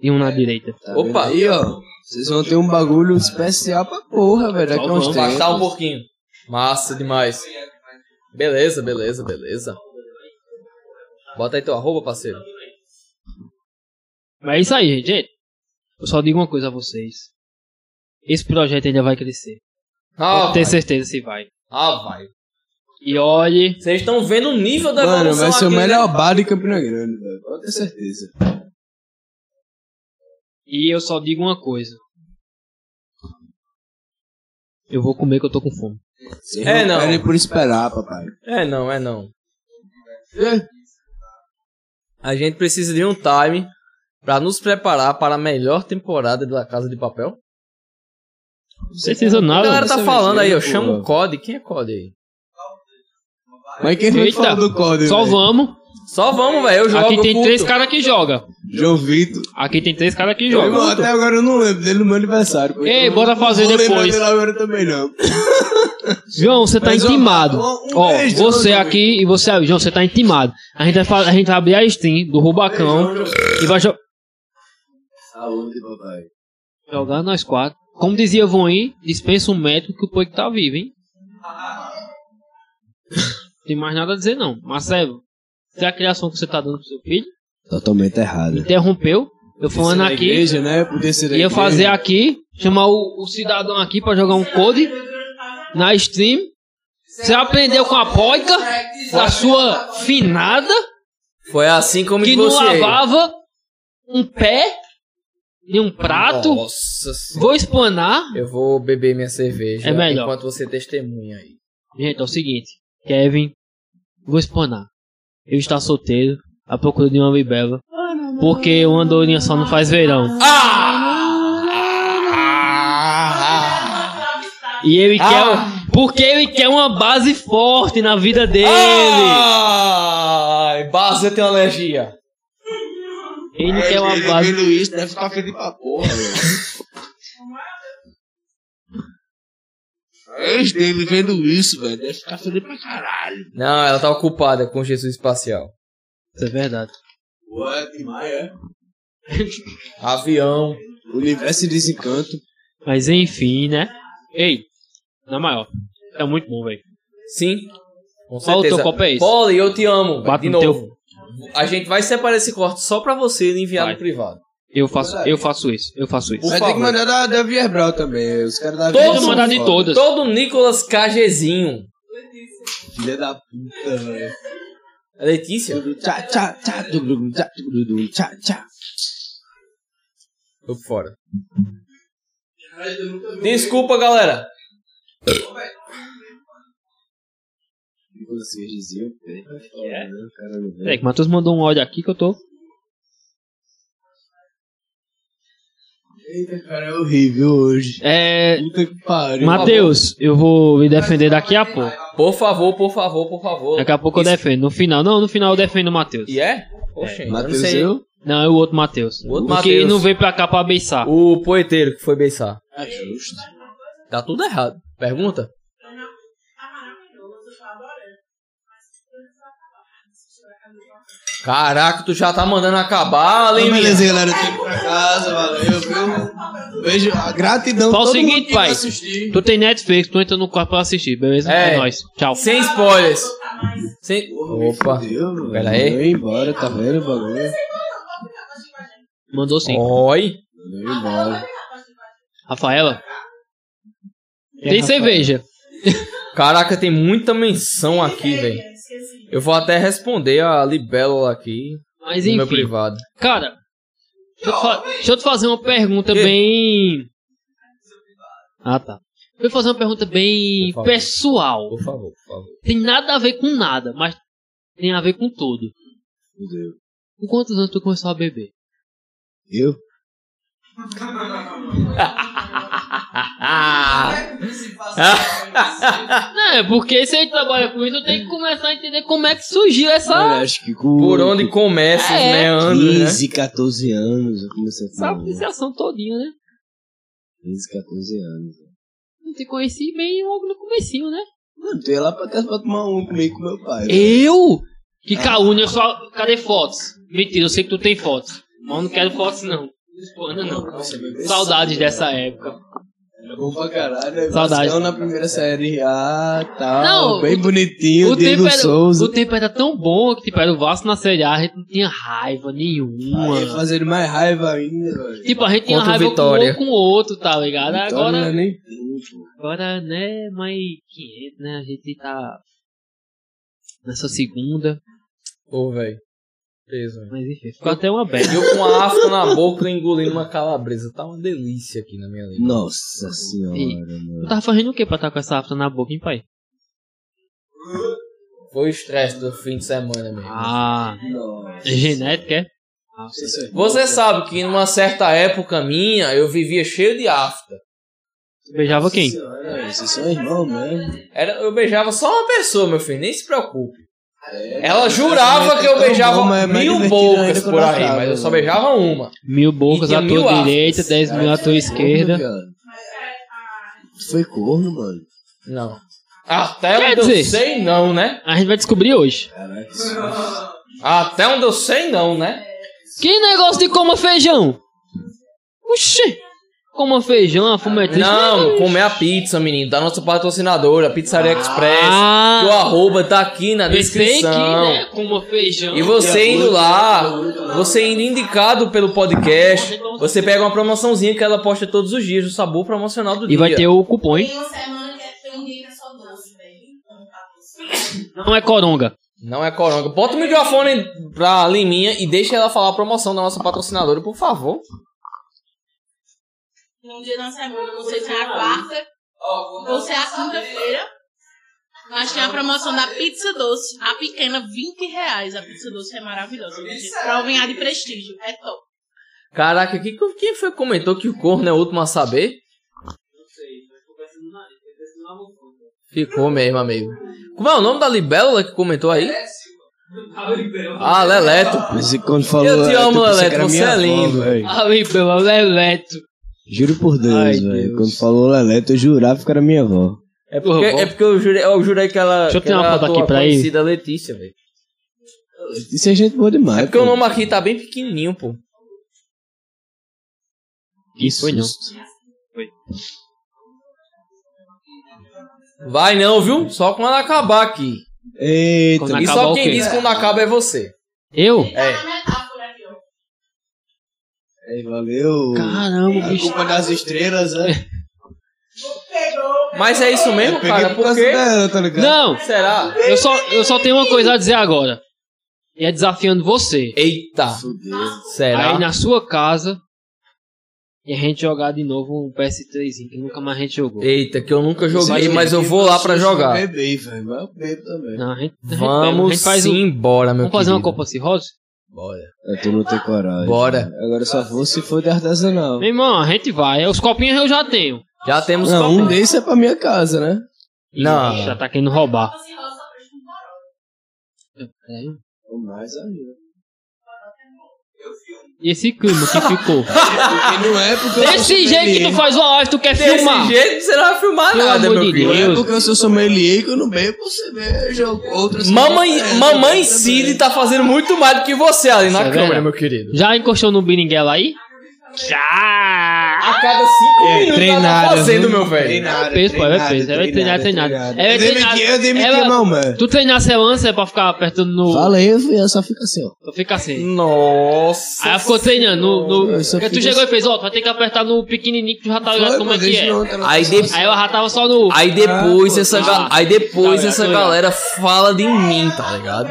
[SPEAKER 2] E um na
[SPEAKER 1] É.
[SPEAKER 2] direita.
[SPEAKER 3] Tá
[SPEAKER 1] Opa.
[SPEAKER 3] vendo Aí, ó. Vocês vão ter um bagulho especial pra porra, velho. Daqui a uns
[SPEAKER 2] Vamos
[SPEAKER 3] tempos.
[SPEAKER 1] Passar um pouquinho. Massa demais. Beleza, beleza, beleza. Bota aí teu arroba, parceiro.
[SPEAKER 2] Mas é isso aí, gente. Gente, Eu só digo uma coisa a vocês. Esse projeto ainda vai crescer.
[SPEAKER 1] Ah,
[SPEAKER 2] Pode ter
[SPEAKER 1] vai.
[SPEAKER 2] certeza se vai.
[SPEAKER 1] Ah, vai.
[SPEAKER 2] E olhe,
[SPEAKER 1] Vocês estão vendo o nível da
[SPEAKER 3] Mano,
[SPEAKER 1] evolução
[SPEAKER 3] vai ser o
[SPEAKER 1] aqui, né?
[SPEAKER 3] melhor bar de Campina Grande, velho. Pode ter certeza.
[SPEAKER 2] e eu só digo uma coisa. Eu vou comer que eu tô com fome.
[SPEAKER 3] Vocês
[SPEAKER 1] É, não.
[SPEAKER 3] querem por esperar, papai. É.
[SPEAKER 1] É não, é não. A gente precisa de um time pra nos preparar para a melhor temporada da Casa de Papel.
[SPEAKER 2] Não precisa
[SPEAKER 1] A
[SPEAKER 2] nada.
[SPEAKER 1] galera tá
[SPEAKER 3] Essa
[SPEAKER 1] falando aí,
[SPEAKER 3] mentira,
[SPEAKER 1] ó. Chama
[SPEAKER 3] porra.
[SPEAKER 1] o COD. Quem é COD aí?
[SPEAKER 3] Mas quem foi que
[SPEAKER 2] Eita.
[SPEAKER 3] falou do código?
[SPEAKER 2] Só
[SPEAKER 3] velho?
[SPEAKER 2] vamos.
[SPEAKER 1] Só vamos, velho. Eu jogo.
[SPEAKER 2] Aqui
[SPEAKER 1] eu
[SPEAKER 2] tem
[SPEAKER 1] curto.
[SPEAKER 2] três caras que joga.
[SPEAKER 3] João Vitor.
[SPEAKER 2] Aqui tem três caras que
[SPEAKER 3] Meu irmão,
[SPEAKER 2] joga.
[SPEAKER 3] Até agora eu não lembro dele no meu aniversário. pô.
[SPEAKER 2] Ei,
[SPEAKER 3] Então,
[SPEAKER 2] bora
[SPEAKER 3] não
[SPEAKER 2] fazer
[SPEAKER 3] vou lembrar
[SPEAKER 2] depois.
[SPEAKER 3] dele agora também, não.
[SPEAKER 2] João, você tá
[SPEAKER 3] Mas, ó,
[SPEAKER 2] intimado.
[SPEAKER 3] um- um
[SPEAKER 2] Ó,
[SPEAKER 3] beijo,
[SPEAKER 2] você
[SPEAKER 3] João.
[SPEAKER 2] aqui e você aí, João, você tá intimado. A gente vai, fa- a gente vai abrir a stream do Rubacão e vai jo-
[SPEAKER 3] Saúde, papai.
[SPEAKER 2] jogar nós quatro. Como dizia Von aí, dispensa um médico que o povo tá vivo, hein? Não tem mais nada a dizer não. Marcelo, se a criação que você tá dando pro seu filho
[SPEAKER 3] Totalmente errado.
[SPEAKER 2] interrompeu, eu falando
[SPEAKER 3] é Na
[SPEAKER 2] aqui,
[SPEAKER 3] Igreja, né? Podia ser na
[SPEAKER 2] ia
[SPEAKER 3] igreja.
[SPEAKER 2] fazer aqui, chamar o, o cidadão aqui pra jogar um code na stream. Você aprendeu com a poica, a sua finada,
[SPEAKER 1] Foi assim como
[SPEAKER 2] que não
[SPEAKER 1] você.
[SPEAKER 2] lavava um pé e um prato.
[SPEAKER 1] Nossa senhora.
[SPEAKER 2] Vou explanar.
[SPEAKER 1] Eu vou beber minha cerveja
[SPEAKER 2] É melhor.
[SPEAKER 1] enquanto você testemunha aí.
[SPEAKER 2] Gente, é o seguinte, Kevin, vou explanar. Eu estou solteiro, à procura de uma libela, porque uma dorinha só não faz verão. Ah! E ele
[SPEAKER 1] Ah.
[SPEAKER 2] quer, um, porque ele quer uma base forte na vida dele.
[SPEAKER 1] Ah. Ai, base eu tenho alergia.
[SPEAKER 2] Ele quer uma base.
[SPEAKER 3] É, Vendo isso, deve ficar feliz pra porra, velho. Eles dele vendo isso, velho. Deve ficar feliz pra caralho.
[SPEAKER 1] Não, ela tá ocupada com Jesus espacial.
[SPEAKER 2] Isso é verdade.
[SPEAKER 3] Ué, demais, é?
[SPEAKER 1] Avião.
[SPEAKER 3] Universo e Desencanto.
[SPEAKER 2] Mas enfim, né? Ei, na maior. Tá muito bom, velho.
[SPEAKER 1] Sim. Com
[SPEAKER 2] Qual o
[SPEAKER 1] certeza.
[SPEAKER 2] teu copo é esse?
[SPEAKER 1] Polly, eu te amo.
[SPEAKER 2] Bate
[SPEAKER 1] de
[SPEAKER 2] no
[SPEAKER 1] novo. A gente vai separar esse corte só pra você e enviar
[SPEAKER 2] Vai.
[SPEAKER 1] no privado.
[SPEAKER 2] Eu faço, eu faço isso, eu faço isso.
[SPEAKER 1] Por
[SPEAKER 3] Mas tem que
[SPEAKER 1] favor.
[SPEAKER 3] mandar da, da Vierbral também. é, Os caras da
[SPEAKER 1] Todo
[SPEAKER 3] Vierbral são
[SPEAKER 2] mandar de
[SPEAKER 3] foda.
[SPEAKER 2] todas.
[SPEAKER 1] Todo Nicolas KGzinho.
[SPEAKER 3] Filha da puta, velho.
[SPEAKER 1] Letícia?
[SPEAKER 3] Tchá, tchá, tchá, tchá, tchá, tchá, tchá, tchá.
[SPEAKER 1] Tô fora. Desculpa, galera.
[SPEAKER 3] Vocês diziam, é, né? O cara não vê.
[SPEAKER 2] Peraí, que o Matheus mandou um áudio aqui que eu tô.
[SPEAKER 3] Eita, cara, é horrível hoje.
[SPEAKER 2] É.
[SPEAKER 3] Puta que pariu.
[SPEAKER 2] Matheus, eu vou me defender daqui a pouco.
[SPEAKER 1] Por favor, por favor, por favor.
[SPEAKER 2] Daqui a pouco eu
[SPEAKER 1] Isso-
[SPEAKER 2] defendo. No final, não, no final eu defendo o Matheus.
[SPEAKER 1] E é? Poxa, eu não
[SPEAKER 3] Matheus,
[SPEAKER 1] sei.
[SPEAKER 3] eu?
[SPEAKER 2] Não, é o outro Matheus.
[SPEAKER 1] O outro
[SPEAKER 2] Porque
[SPEAKER 1] Matheus.
[SPEAKER 2] não veio pra cá pra beiçar.
[SPEAKER 1] O poeteiro que foi beijar.
[SPEAKER 3] É justo.
[SPEAKER 1] Tá tudo errado. Pergunta?
[SPEAKER 4] Tá maravilhoso, eu tô adorando. Mas quando for acabar, se tiver acabado,
[SPEAKER 1] Caraca, tu já tá mandando acabar,
[SPEAKER 3] Então,
[SPEAKER 1] além
[SPEAKER 3] beleza, galera. Eu tô indo pra casa, valeu, viu? Beijo, a gratidão.
[SPEAKER 2] Fala o
[SPEAKER 3] todo
[SPEAKER 2] seguinte,
[SPEAKER 3] mundo que
[SPEAKER 2] pai.
[SPEAKER 3] assistir.
[SPEAKER 2] Tu tem Netflix, tu entra no quarto pra assistir, beleza?
[SPEAKER 1] É.
[SPEAKER 2] É nóis. Tchau.
[SPEAKER 1] Sem spoilers.
[SPEAKER 4] tá mais.
[SPEAKER 1] Sem...
[SPEAKER 3] Porra, me
[SPEAKER 1] Opa.
[SPEAKER 3] fudeu, velho.
[SPEAKER 1] Pera aí.
[SPEAKER 3] Eu ia embora, tá vendo o bagulho?
[SPEAKER 4] é
[SPEAKER 2] Mandou sim.
[SPEAKER 1] Oi.
[SPEAKER 3] Eu ia
[SPEAKER 4] é
[SPEAKER 3] embora.
[SPEAKER 2] Rafaela? Tem cerveja.
[SPEAKER 1] Caraca, tem muita menção aqui, velho.
[SPEAKER 4] Esqueci.
[SPEAKER 1] Eu vou até responder a Libélula aqui
[SPEAKER 2] Mas
[SPEAKER 1] no meu
[SPEAKER 2] enfim.
[SPEAKER 1] privado.
[SPEAKER 2] Cara, deixa eu, te fa- deixa eu te fazer uma pergunta
[SPEAKER 1] Ei.
[SPEAKER 2] bem. Ah, tá. Deixa eu fazer uma pergunta bem
[SPEAKER 1] Por favor.
[SPEAKER 2] pessoal.
[SPEAKER 1] Por favor, por favor.
[SPEAKER 2] Tem nada a ver com nada, mas tem a ver com tudo.
[SPEAKER 3] Fudeu.
[SPEAKER 2] Com quantos anos tu começou a beber?
[SPEAKER 3] Eu?
[SPEAKER 1] Ah!
[SPEAKER 2] Não, é porque se a gente trabalha com isso, eu tenho que começar a entender como é que surgiu essa.
[SPEAKER 1] É.
[SPEAKER 3] Eu acho que com
[SPEAKER 1] Por onde começa os
[SPEAKER 2] É.
[SPEAKER 1] meandros, né?
[SPEAKER 3] 15, 14 anos eu comecei a
[SPEAKER 2] essa
[SPEAKER 3] fumar.
[SPEAKER 2] apreciação todinha, né?
[SPEAKER 3] 15, 14 anos.
[SPEAKER 2] Eu te conheci bem logo no comecinho, né?
[SPEAKER 3] Mano, tu ia lá pra casa pra tomar um comigo com meu pai.
[SPEAKER 2] Eu? Que calúnia, eu só. Cadê fotos? Mentira, eu sei que tu tem fotos. Mas eu não quero fotos, não. Não Espana, não. Saudades dessa época.
[SPEAKER 3] Era bom pra caralho. né?
[SPEAKER 2] Saudades.
[SPEAKER 3] Vascão na primeira série A tal.
[SPEAKER 2] Não,
[SPEAKER 3] bem
[SPEAKER 2] o-
[SPEAKER 3] bonitinho, Diego
[SPEAKER 2] tempo era,
[SPEAKER 3] Souza.
[SPEAKER 2] o tempo era tão bom que tipo, era o Vasco na Série A, a gente não tinha raiva nenhuma.
[SPEAKER 3] Aí, fazendo mais raiva ainda, velho.
[SPEAKER 2] Tipo, a gente tinha
[SPEAKER 1] Contra o
[SPEAKER 2] raiva com um
[SPEAKER 1] Vitória. né?
[SPEAKER 2] ou com o outro, tá ligado?
[SPEAKER 3] Então,
[SPEAKER 2] Agora.
[SPEAKER 3] não é nem tempo.
[SPEAKER 2] Agora, né, mas 500, né? A gente tá nessa segunda,
[SPEAKER 1] Ô, velho. Peso, velho.
[SPEAKER 2] mas enfim, ficou até uma bad.
[SPEAKER 1] Eu com a afta na boca engolindo uma calabresa. Tá uma delícia aqui na minha língua.
[SPEAKER 3] Nossa senhora,
[SPEAKER 2] Ei.
[SPEAKER 3] mano.
[SPEAKER 2] Tu tava fazendo o que pra estar com essa afta na boca, hein, pai?
[SPEAKER 1] Foi o estresse do fim de semana mesmo.
[SPEAKER 2] Ah,
[SPEAKER 3] Nossa.
[SPEAKER 2] é genética, é?
[SPEAKER 3] Isso é-
[SPEAKER 1] Você sabe que numa certa época minha, eu vivia cheio de afta.
[SPEAKER 2] Tu beijava quem?
[SPEAKER 3] Senhora, Vocês são irmãos mesmo.
[SPEAKER 1] Era, eu beijava só uma pessoa, meu filho, nem se preocupe.
[SPEAKER 3] É.
[SPEAKER 1] Ela jurava que eu
[SPEAKER 3] tão bom,
[SPEAKER 1] beijava
[SPEAKER 3] mas é mais
[SPEAKER 1] mil
[SPEAKER 3] divertido
[SPEAKER 1] bocas
[SPEAKER 3] ainda
[SPEAKER 1] por
[SPEAKER 3] quando
[SPEAKER 1] aí,
[SPEAKER 3] acaba,
[SPEAKER 1] mas eu só
[SPEAKER 3] né?
[SPEAKER 1] beijava uma.
[SPEAKER 2] Mil bocas
[SPEAKER 1] E tinha
[SPEAKER 2] à
[SPEAKER 1] mil
[SPEAKER 2] tua
[SPEAKER 1] aftas.
[SPEAKER 2] direita, dez mil à tua esquerda.
[SPEAKER 3] Tu é Foi corno, mano.
[SPEAKER 1] Não. Até
[SPEAKER 2] Quer
[SPEAKER 1] onde eu
[SPEAKER 2] dizer-
[SPEAKER 1] sei, não, né?
[SPEAKER 2] A gente vai descobrir hoje.
[SPEAKER 3] Caraca.
[SPEAKER 1] Até onde eu sei, não, né?
[SPEAKER 2] Que negócio de coma feijão? Oxi! Coma feijão, a fumetriz.
[SPEAKER 1] Não, comer a pizza, menino, da nossa patrocinadora, Pizzaria Express.
[SPEAKER 2] Ah,
[SPEAKER 1] Que o arroba tá aqui na
[SPEAKER 2] pensei que, né,
[SPEAKER 1] descrição.
[SPEAKER 2] coma feijão.
[SPEAKER 1] E você indo lá, você indo indicado pelo podcast, você pega uma promoçãozinha que ela posta todos os dias, o sabor promocional do dia.
[SPEAKER 2] E vai ter o cupom, hein?
[SPEAKER 4] Tem uma semana que é- tem um dia que é só doce, velho. Então tá doce.
[SPEAKER 2] Não é coronga.
[SPEAKER 1] Não é coronga. Bota o microfone pra Liminha e deixa ela falar a promoção da nossa patrocinadora, por favor.
[SPEAKER 4] Num Um dia na semana, não sei se é a quarta ou se é a quinta-feira. Mas tem a promoção da pizza doce. A pequena, 20 reais. A pizza doce é maravilhosa. gente. Provem a de prestígio. É top.
[SPEAKER 1] Caraca, que- quem foi que comentou que o corno é o último a saber? Ficou mesmo, amigo. Como é o nome da libélula que comentou aí? Ah, Leleto.
[SPEAKER 3] Mas e quando falou.
[SPEAKER 1] Eu te
[SPEAKER 3] Leto,
[SPEAKER 1] amo,
[SPEAKER 3] pensei
[SPEAKER 1] Leto,
[SPEAKER 3] que era
[SPEAKER 1] você
[SPEAKER 3] minha
[SPEAKER 1] é
[SPEAKER 3] avó,
[SPEAKER 1] lindo.
[SPEAKER 3] velho.
[SPEAKER 2] Ai, meu é Leleto.
[SPEAKER 3] Juro por
[SPEAKER 2] Ai,
[SPEAKER 3] Deus, velho.
[SPEAKER 2] Deus.
[SPEAKER 3] Quando falou Leleto, eu jurava que era minha avó.
[SPEAKER 1] É porque,
[SPEAKER 2] Porra,
[SPEAKER 1] é porque eu, jurei, eu jurei que ela.
[SPEAKER 2] Deixa eu
[SPEAKER 1] que
[SPEAKER 2] tirar uma
[SPEAKER 1] era
[SPEAKER 2] foto
[SPEAKER 1] a
[SPEAKER 2] aqui
[SPEAKER 1] tua
[SPEAKER 2] pra ele.
[SPEAKER 1] conhecida Letícia, velho.
[SPEAKER 3] Isso é gente boa demais.
[SPEAKER 1] É porque o
[SPEAKER 3] pô.
[SPEAKER 1] nome aqui tá bem pequenininho, pô.
[SPEAKER 2] Isso foi não.
[SPEAKER 1] Vai não, viu? Só quando acabar aqui.
[SPEAKER 3] Eita.
[SPEAKER 2] Quando
[SPEAKER 1] e
[SPEAKER 2] acabar
[SPEAKER 1] só
[SPEAKER 2] o
[SPEAKER 1] quem
[SPEAKER 2] quê?
[SPEAKER 1] diz quando acaba é você.
[SPEAKER 2] Eu?
[SPEAKER 1] É.
[SPEAKER 4] Tá na metáfora aqui, ó.
[SPEAKER 3] Ei, valeu.
[SPEAKER 2] Caramba, bicho.
[SPEAKER 3] Culpa das estrelas, né?
[SPEAKER 1] Mas é isso mesmo,
[SPEAKER 3] Eu peguei
[SPEAKER 1] cara?
[SPEAKER 3] por
[SPEAKER 1] Por
[SPEAKER 3] causa
[SPEAKER 1] quê?
[SPEAKER 3] dela, tá ligado?
[SPEAKER 2] Não,
[SPEAKER 1] Será?
[SPEAKER 2] eu só, eu só tenho uma coisa a dizer agora. E é desafiando você.
[SPEAKER 1] Eita.
[SPEAKER 3] Fudeu.
[SPEAKER 1] Será?
[SPEAKER 2] Aí na sua casa. E a gente jogar de novo um PS3 que nunca mais a gente jogou.
[SPEAKER 1] Eita, que eu nunca joguei,
[SPEAKER 3] Sabe
[SPEAKER 1] mas
[SPEAKER 3] que
[SPEAKER 1] eu vou lá pra
[SPEAKER 3] eu
[SPEAKER 1] jogar.
[SPEAKER 3] Bebei, velho. Mas eu bebo também.
[SPEAKER 2] Não, a gente, a gente pega, a
[SPEAKER 1] Vamos
[SPEAKER 2] gente faz um-
[SPEAKER 1] embora, meu
[SPEAKER 2] Vamos fazer uma
[SPEAKER 1] querido.
[SPEAKER 2] Copa Cirrose?
[SPEAKER 1] Bora.
[SPEAKER 3] É, tu não tem coragem. né?
[SPEAKER 1] Bora.
[SPEAKER 3] Agora só vou se for de artesanal.
[SPEAKER 2] Meu irmão, a gente vai. Os copinhos eu já tenho.
[SPEAKER 1] Já temos Copa.
[SPEAKER 3] Não, um desses é pra minha casa, né?
[SPEAKER 1] Não.
[SPEAKER 2] Ih, Já tá querendo roubar.
[SPEAKER 4] Você roça pra gente com farol.
[SPEAKER 3] Ou mais ainda.
[SPEAKER 2] E esse clima que ficou?
[SPEAKER 3] Porque não é porque eu sou
[SPEAKER 2] Desse jeito que tu
[SPEAKER 3] sommelier.
[SPEAKER 2] faz uma live, tu quer
[SPEAKER 1] Desse
[SPEAKER 2] filmar.
[SPEAKER 1] jeito você não vai filmar
[SPEAKER 2] Pelo
[SPEAKER 1] nada,
[SPEAKER 2] amor
[SPEAKER 1] meu
[SPEAKER 2] de
[SPEAKER 1] filho.
[SPEAKER 3] Não é
[SPEAKER 2] Deus.
[SPEAKER 3] porque eu sou sommelier que eu não bebo cerveja ou outras
[SPEAKER 1] Mamãe,
[SPEAKER 3] coisas. É,
[SPEAKER 1] mamãe
[SPEAKER 3] Também.
[SPEAKER 1] Cid tá fazendo muito mais do que você ali na
[SPEAKER 2] Isso é
[SPEAKER 1] câmera,
[SPEAKER 2] verdade.
[SPEAKER 1] meu querido.
[SPEAKER 2] Já encostou no Biringuela aí? Já!
[SPEAKER 1] A cada cinco
[SPEAKER 3] É,
[SPEAKER 1] minutos ela tá
[SPEAKER 3] treinada,
[SPEAKER 1] fazendo,
[SPEAKER 3] viu?
[SPEAKER 1] meu velho.
[SPEAKER 3] Treinada,
[SPEAKER 2] É peso, pô, é
[SPEAKER 3] treinada,
[SPEAKER 2] peso. Ela é treinada, treinada. Ela é
[SPEAKER 3] Eu demiti,
[SPEAKER 2] treinada.
[SPEAKER 3] eu demiti,
[SPEAKER 2] Ela-
[SPEAKER 3] mamãe.
[SPEAKER 2] Tu treinar seu lança pra ficar apertando no.
[SPEAKER 3] Fala aí, eu só fica assim, ó.
[SPEAKER 2] Tu fica
[SPEAKER 1] Hum,
[SPEAKER 2] assim.
[SPEAKER 1] Nossa.
[SPEAKER 2] Aí ela ficou treinando no. no-
[SPEAKER 3] Eu só
[SPEAKER 2] Porque tu
[SPEAKER 3] fico
[SPEAKER 2] chegou e fez, ó, tu vai ter que apertar no pequenininho que tu já tá ligado
[SPEAKER 3] Foi,
[SPEAKER 2] como é
[SPEAKER 3] pô,
[SPEAKER 2] que
[SPEAKER 3] desde
[SPEAKER 2] é.
[SPEAKER 3] ontem, ela
[SPEAKER 1] Aí
[SPEAKER 3] tá
[SPEAKER 1] depois-
[SPEAKER 2] Aí eu arratava só no.
[SPEAKER 1] Aí
[SPEAKER 3] Ah,
[SPEAKER 1] depois
[SPEAKER 3] pô,
[SPEAKER 1] essa,
[SPEAKER 2] tipo, tá.
[SPEAKER 1] ga- aí
[SPEAKER 2] Tá
[SPEAKER 1] depois
[SPEAKER 2] ligado,
[SPEAKER 1] essa
[SPEAKER 2] tá ligado.
[SPEAKER 1] galera fala de mim, tá ligado?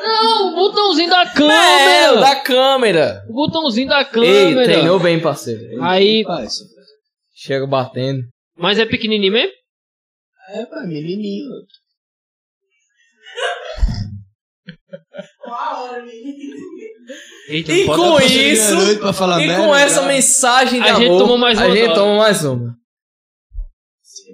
[SPEAKER 2] Não, o botãozinho da
[SPEAKER 1] É, o
[SPEAKER 2] câmera!
[SPEAKER 1] da câmera.
[SPEAKER 2] O botãozinho da
[SPEAKER 1] Ei,
[SPEAKER 2] câmera!
[SPEAKER 1] treinou bem, parceiro.
[SPEAKER 2] Aí.
[SPEAKER 3] Faz.
[SPEAKER 1] Chega batendo.
[SPEAKER 2] Mas é pequenininho mesmo?
[SPEAKER 3] É, pá, menininho.
[SPEAKER 2] Eita,
[SPEAKER 1] E
[SPEAKER 2] não pode-
[SPEAKER 1] com
[SPEAKER 3] Eu tô chegando
[SPEAKER 1] isso-
[SPEAKER 3] à noite pra falar
[SPEAKER 1] E
[SPEAKER 3] merda,
[SPEAKER 1] com essa
[SPEAKER 3] cara.
[SPEAKER 1] mensagem de
[SPEAKER 2] A gente
[SPEAKER 1] amor,
[SPEAKER 2] toma mais
[SPEAKER 1] a
[SPEAKER 2] uma
[SPEAKER 1] gente
[SPEAKER 2] agora.
[SPEAKER 1] toma mais uma.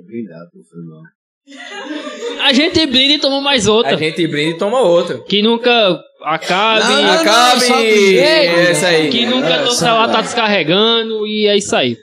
[SPEAKER 3] Obrigado, pô, foi mal.
[SPEAKER 2] A gente brinda e toma mais
[SPEAKER 1] A
[SPEAKER 2] outra.
[SPEAKER 1] gente brinda e toma outra.
[SPEAKER 2] Que nunca acabe.
[SPEAKER 3] Não, não,
[SPEAKER 1] Acabe!
[SPEAKER 3] só brinda.
[SPEAKER 1] É isso aí.
[SPEAKER 2] Que
[SPEAKER 3] É,
[SPEAKER 2] nunca é,
[SPEAKER 3] só
[SPEAKER 2] celular
[SPEAKER 3] vai.
[SPEAKER 2] tá descarregando e é isso aí.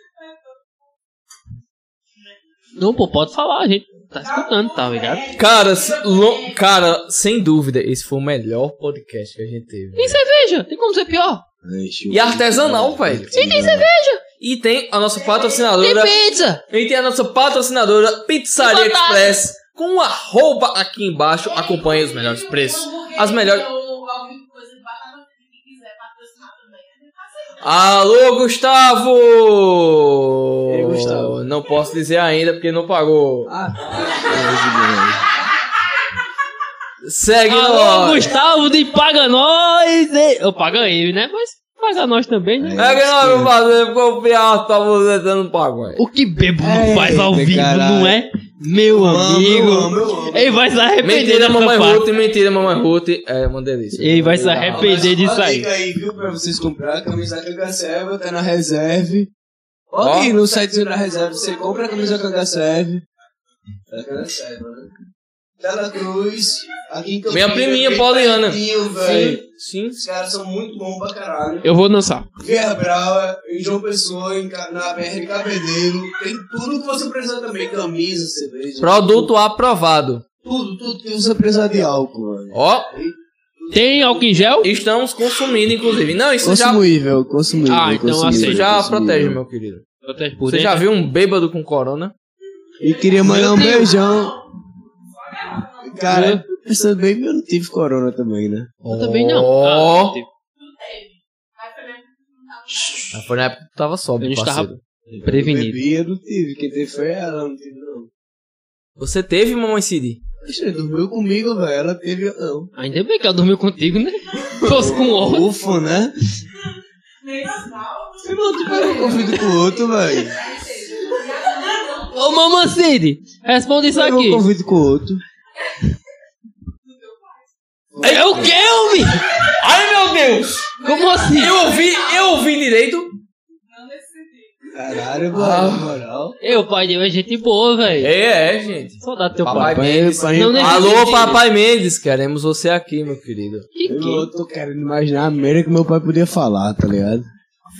[SPEAKER 2] Não, pô, pode falar, a gente tá escutando, tá ligado?
[SPEAKER 1] Cara, se- lo- cara, sem dúvida, esse foi o melhor podcast que a gente teve.
[SPEAKER 2] E cerveja, tem como ser pior?
[SPEAKER 3] Deixa eu-
[SPEAKER 1] E artesanal, velho.
[SPEAKER 3] Sim, tem cerveja.
[SPEAKER 1] E tem a nossa
[SPEAKER 2] Tem
[SPEAKER 1] patrocinadora.
[SPEAKER 2] pizza!
[SPEAKER 1] E tem a nossa patrocinadora Pizzaria
[SPEAKER 2] Que fantástico.
[SPEAKER 1] Express. Com um arroba aqui embaixo, acompanhe os
[SPEAKER 4] Um
[SPEAKER 1] melhores preços. As melhores-
[SPEAKER 4] né?
[SPEAKER 1] Alô, Gustavo!
[SPEAKER 3] Ei, Gustavo.
[SPEAKER 1] Não posso dizer ainda porque não pagou. Segue
[SPEAKER 2] Alô,
[SPEAKER 1] nós!
[SPEAKER 2] Gustavo de Paga Nós! e- Eu paga ele, né? Mas paga nós também, né?
[SPEAKER 1] Segue nós, meu parceiro, porque o piado tá você dando pago aí.
[SPEAKER 2] O que bebo não
[SPEAKER 3] Eita,
[SPEAKER 2] faz ao vivo,
[SPEAKER 3] caralho.
[SPEAKER 2] não é? Meu amigo!
[SPEAKER 3] amo, eu amo.
[SPEAKER 2] Ele vai se arrepender
[SPEAKER 1] Mentira,
[SPEAKER 2] dessa
[SPEAKER 1] mamãe
[SPEAKER 2] parte.
[SPEAKER 1] Ruth, mentira, mamãe Ruth. É uma delícia.
[SPEAKER 2] Ele vai se
[SPEAKER 1] Ah,
[SPEAKER 2] arrepender. Perder disso
[SPEAKER 3] Olha
[SPEAKER 2] aí.
[SPEAKER 3] dica aí, viu, pra vocês comprar a camisa da Cangacerva, tá na reserve.
[SPEAKER 1] Ó.
[SPEAKER 3] Olha aí no site da reserve, você compra a camisa da Cangacerva. Da Cangacerva, né? Tela Cruz, aqui em
[SPEAKER 1] Minha
[SPEAKER 3] Campinas,
[SPEAKER 1] priminha,
[SPEAKER 3] bem
[SPEAKER 1] Pauliana.
[SPEAKER 3] pertinho, velho.
[SPEAKER 1] Sim, sim.
[SPEAKER 3] Os caras são muito bons pra caralho.
[SPEAKER 2] Eu vou dançar.
[SPEAKER 3] Via Brau, em João Pessoa, em, Ca- na BR Cabedelo. Tem tudo que você precisa também. Camisa, cerveja.
[SPEAKER 1] Produto aprovado.
[SPEAKER 3] Tudo, tudo que você precisa de álcool, mano.
[SPEAKER 1] Ó,
[SPEAKER 2] Tem álcool em gel?
[SPEAKER 1] estamos consumindo, inclusive. Não, isso já,
[SPEAKER 3] Consumível, consumível.
[SPEAKER 2] Ah, então
[SPEAKER 3] consumível,
[SPEAKER 1] isso já
[SPEAKER 3] consumível.
[SPEAKER 1] protege, meu querido.
[SPEAKER 2] Por
[SPEAKER 1] Você já viu um bêbado com corona?
[SPEAKER 3] E queria mandar um
[SPEAKER 2] Meu Deus.
[SPEAKER 3] beijão. Cara, pensando bem que eu não tive corona também, né?
[SPEAKER 2] Eu também não. Ah,
[SPEAKER 1] Ó,
[SPEAKER 2] não teve.
[SPEAKER 1] Mas foi na época que tu tava
[SPEAKER 2] Eu
[SPEAKER 1] sóbrio,
[SPEAKER 2] não estava-
[SPEAKER 1] parceiro.
[SPEAKER 3] Eu
[SPEAKER 2] Prevenido.
[SPEAKER 3] bebi, eu não tive. Quem teve foi ela, não tive não.
[SPEAKER 1] Você teve, mamãe Cid?
[SPEAKER 3] Poxa, ele dormiu comigo, velho. Ela teve eu não.
[SPEAKER 2] Ainda bem que ela dormiu contigo, né? Se Fosse com outro.
[SPEAKER 3] Ufo, né? Irmão, tu pega um convido com o outro, velho.
[SPEAKER 2] Ô, mamãe Cid, responde isso
[SPEAKER 3] Pega um
[SPEAKER 2] aqui.
[SPEAKER 3] convido com o outro.
[SPEAKER 2] É o que, homem?
[SPEAKER 1] Ai, meu Deus!
[SPEAKER 2] Como assim?
[SPEAKER 1] Eu ouvi, eu ouvi direito.
[SPEAKER 3] Caralho, mano. na moral.
[SPEAKER 2] Eu, pai dele, é gente boa, velho.
[SPEAKER 1] É, é, gente.
[SPEAKER 2] Saudade do teu
[SPEAKER 1] Papai
[SPEAKER 2] pai.
[SPEAKER 1] Mendes.
[SPEAKER 2] Não, nesse
[SPEAKER 1] Alô,
[SPEAKER 2] sentido.
[SPEAKER 1] Papai Mendes, queremos você aqui, meu querido.
[SPEAKER 2] Que é?
[SPEAKER 3] Eu
[SPEAKER 2] que?
[SPEAKER 3] tô querendo imaginar a merda que meu pai podia falar, tá ligado?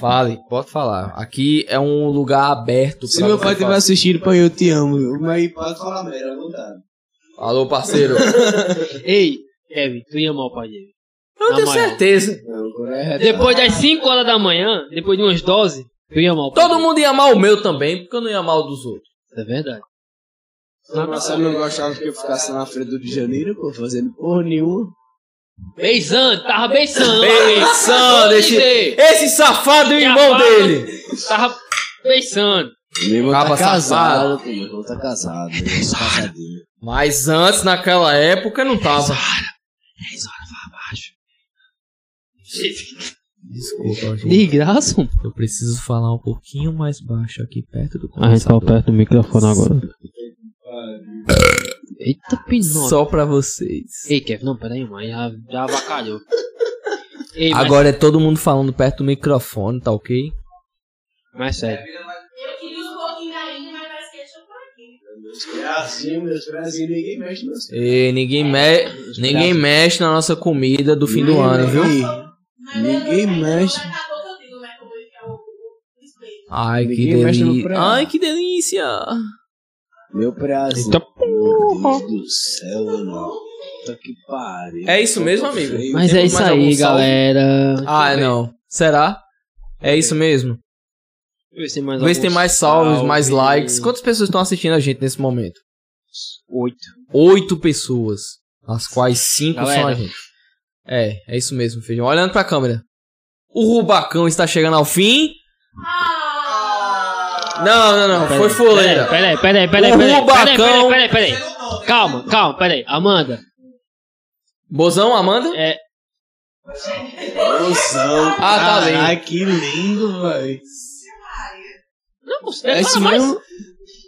[SPEAKER 1] Fale, pode falar. Aqui é um lugar aberto.
[SPEAKER 3] Se
[SPEAKER 1] pra
[SPEAKER 3] meu
[SPEAKER 1] você
[SPEAKER 3] pai tiver
[SPEAKER 1] falar.
[SPEAKER 3] assistindo, pai, eu te amo, viu? Mas pode falar merda, à vontade.
[SPEAKER 1] Alô, parceiro.
[SPEAKER 2] Ei, Kevin, tu ia amar o pai dele.
[SPEAKER 1] Eu
[SPEAKER 2] Na
[SPEAKER 1] tenho
[SPEAKER 2] moral.
[SPEAKER 1] certeza.
[SPEAKER 3] Não, agora é
[SPEAKER 2] Depois das 5 horas da manhã, depois de umas 12, Eu ia amar o
[SPEAKER 1] Todo
[SPEAKER 2] Pedro.
[SPEAKER 1] mundo ia amar o meu também, porque eu não ia amar o dos outros.
[SPEAKER 2] É verdade.
[SPEAKER 3] O Marcelo não gostava que eu ficasse lá na frente do Rio de Janeiro, pô, fazendo porra nenhuma.
[SPEAKER 2] Beijando, tava beijando.
[SPEAKER 1] Pensando,
[SPEAKER 2] Vou
[SPEAKER 1] esse,
[SPEAKER 2] dizer.
[SPEAKER 1] esse safado e o irmão
[SPEAKER 2] Safado.
[SPEAKER 1] dele.
[SPEAKER 2] Tava beijando.
[SPEAKER 3] Meu irmão
[SPEAKER 1] Caba
[SPEAKER 3] tá
[SPEAKER 1] safado.
[SPEAKER 3] casado, pô, meu irmão tá casado, meu irmão tá casadinho.
[SPEAKER 1] Mas antes, naquela época, não tava. Desculpa, gente.
[SPEAKER 2] graça?
[SPEAKER 1] Eu preciso falar um pouquinho mais baixo aqui perto do
[SPEAKER 2] tá do microfone Eita, pinota.
[SPEAKER 1] Só pra vocês.
[SPEAKER 2] Ei, Kevin, não, peraí, mãe, já, já avacalhou. Ei, mas-
[SPEAKER 1] Agora é todo mundo falando perto do microfone, tá ok?
[SPEAKER 2] Mas sério.
[SPEAKER 4] Eu queria um pouquinho ainda, mas parece que deixa eu por aqui.
[SPEAKER 3] É assim, meus brasileiros, ninguém mexe nos
[SPEAKER 1] E ninguém, me... ninguém mexe na nossa comida do fim do ano, viu?
[SPEAKER 4] Mas eu não
[SPEAKER 3] Ninguém
[SPEAKER 4] sei, então
[SPEAKER 3] mexe.
[SPEAKER 4] Daqui a pouco eu digo como é que eu vou enfiar o o display.
[SPEAKER 1] Ai, que
[SPEAKER 3] Ninguém mexe no
[SPEAKER 1] delícia.
[SPEAKER 3] prato.
[SPEAKER 1] Ai, que delícia.
[SPEAKER 3] Meu prazo.
[SPEAKER 2] Eita
[SPEAKER 3] Meu Deus do céu, mano. Puta que pariu.
[SPEAKER 1] É isso mesmo, amigo?
[SPEAKER 3] Feio.
[SPEAKER 2] Mas é
[SPEAKER 1] Temos
[SPEAKER 2] isso
[SPEAKER 1] mais
[SPEAKER 2] aí,
[SPEAKER 1] algum salve?
[SPEAKER 2] galera.
[SPEAKER 1] Ah, não. Será? É isso mesmo?
[SPEAKER 2] Deixa eu ver se tem mais,
[SPEAKER 1] é. Vê se
[SPEAKER 2] algum
[SPEAKER 1] tem mais salves,
[SPEAKER 2] salve.
[SPEAKER 1] mais likes. Quantas pessoas estão assistindo a gente nesse momento?
[SPEAKER 2] Oito.
[SPEAKER 1] Oito pessoas. As quais cinco são a
[SPEAKER 2] Galera.
[SPEAKER 1] gente. É, é isso mesmo, feijão. Olhando pra câmera. O Rubacão está chegando ao fim.
[SPEAKER 4] Ah!
[SPEAKER 1] Não, não, não. Foi
[SPEAKER 2] Peraí,
[SPEAKER 1] fuleira.
[SPEAKER 2] peraí, peraí, peraí,
[SPEAKER 1] O
[SPEAKER 2] peraí, peraí,
[SPEAKER 1] Rubacão.
[SPEAKER 2] peraí, peraí, peraí. Calma, calma, peraí. Amanda,
[SPEAKER 1] Bozão, Amanda?
[SPEAKER 2] é,
[SPEAKER 3] Noção.
[SPEAKER 1] Ah, tá lindo.
[SPEAKER 3] Ai, que lindo, velho.
[SPEAKER 2] Não, você
[SPEAKER 3] É isso mesmo?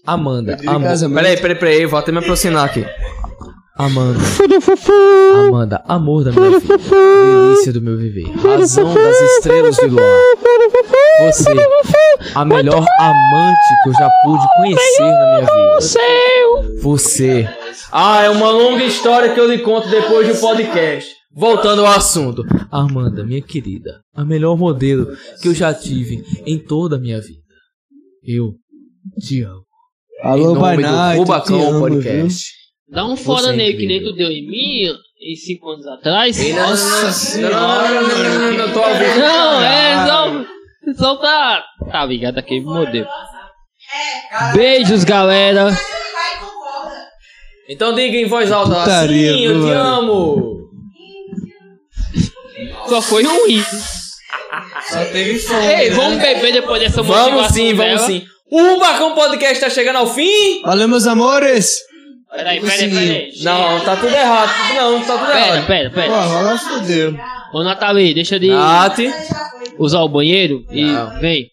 [SPEAKER 1] Amanda.
[SPEAKER 3] Pedido de
[SPEAKER 1] Amanda.
[SPEAKER 3] casamento.
[SPEAKER 1] Peraí, peraí, peraí. eu Vou até me aproximar aqui. Amanda. Amanda, amor da minha vida. Delícia do meu viver. Razão das estrelas do luar. Você, a melhor amante que eu já pude conhecer na minha vida. Você. Ah, é uma longa história que eu lhe conto depois do podcast. Voltando ao assunto. Amanda, minha querida, a melhor modelo que eu já tive em toda a minha vida. Eu te amo.
[SPEAKER 3] Alô,
[SPEAKER 1] em nome
[SPEAKER 3] Bainai,
[SPEAKER 1] do Rubacão
[SPEAKER 3] Podcast.
[SPEAKER 1] Podcast.
[SPEAKER 2] Dá um fora
[SPEAKER 1] Você é
[SPEAKER 2] nele que nem
[SPEAKER 1] incrível.
[SPEAKER 2] tu deu em mim em cinco anos atrás.
[SPEAKER 3] Nossa senhora.
[SPEAKER 1] tô ao vivo.
[SPEAKER 2] Não, é só, só tá. Tá ligado aquele modelo. Beijos, galera.
[SPEAKER 4] Vai, concorda.
[SPEAKER 1] Então diga em voz alta lá,
[SPEAKER 3] Putaria,
[SPEAKER 1] sim, eu te
[SPEAKER 3] mano.
[SPEAKER 1] amo.
[SPEAKER 2] Só foi um i.
[SPEAKER 1] Só teve som. né?
[SPEAKER 2] Ei, vamos beber depois dessa
[SPEAKER 1] Vamos
[SPEAKER 2] motivação
[SPEAKER 1] sim, vamos
[SPEAKER 2] dela.
[SPEAKER 1] sim. O Bacão Podcast tá chegando ao fim?
[SPEAKER 3] Valeu, meus amores.
[SPEAKER 2] Peraí, peraí, peraí.
[SPEAKER 1] Não, tá tudo errado. Não, tá tudo
[SPEAKER 2] Pera,
[SPEAKER 1] errado.
[SPEAKER 2] pera,
[SPEAKER 3] Pô,
[SPEAKER 2] pera.
[SPEAKER 3] rola fodeu.
[SPEAKER 2] Ô, Nathalie, deixa de
[SPEAKER 1] Nath,
[SPEAKER 2] usar o banheiro e
[SPEAKER 1] Não.
[SPEAKER 2] vem.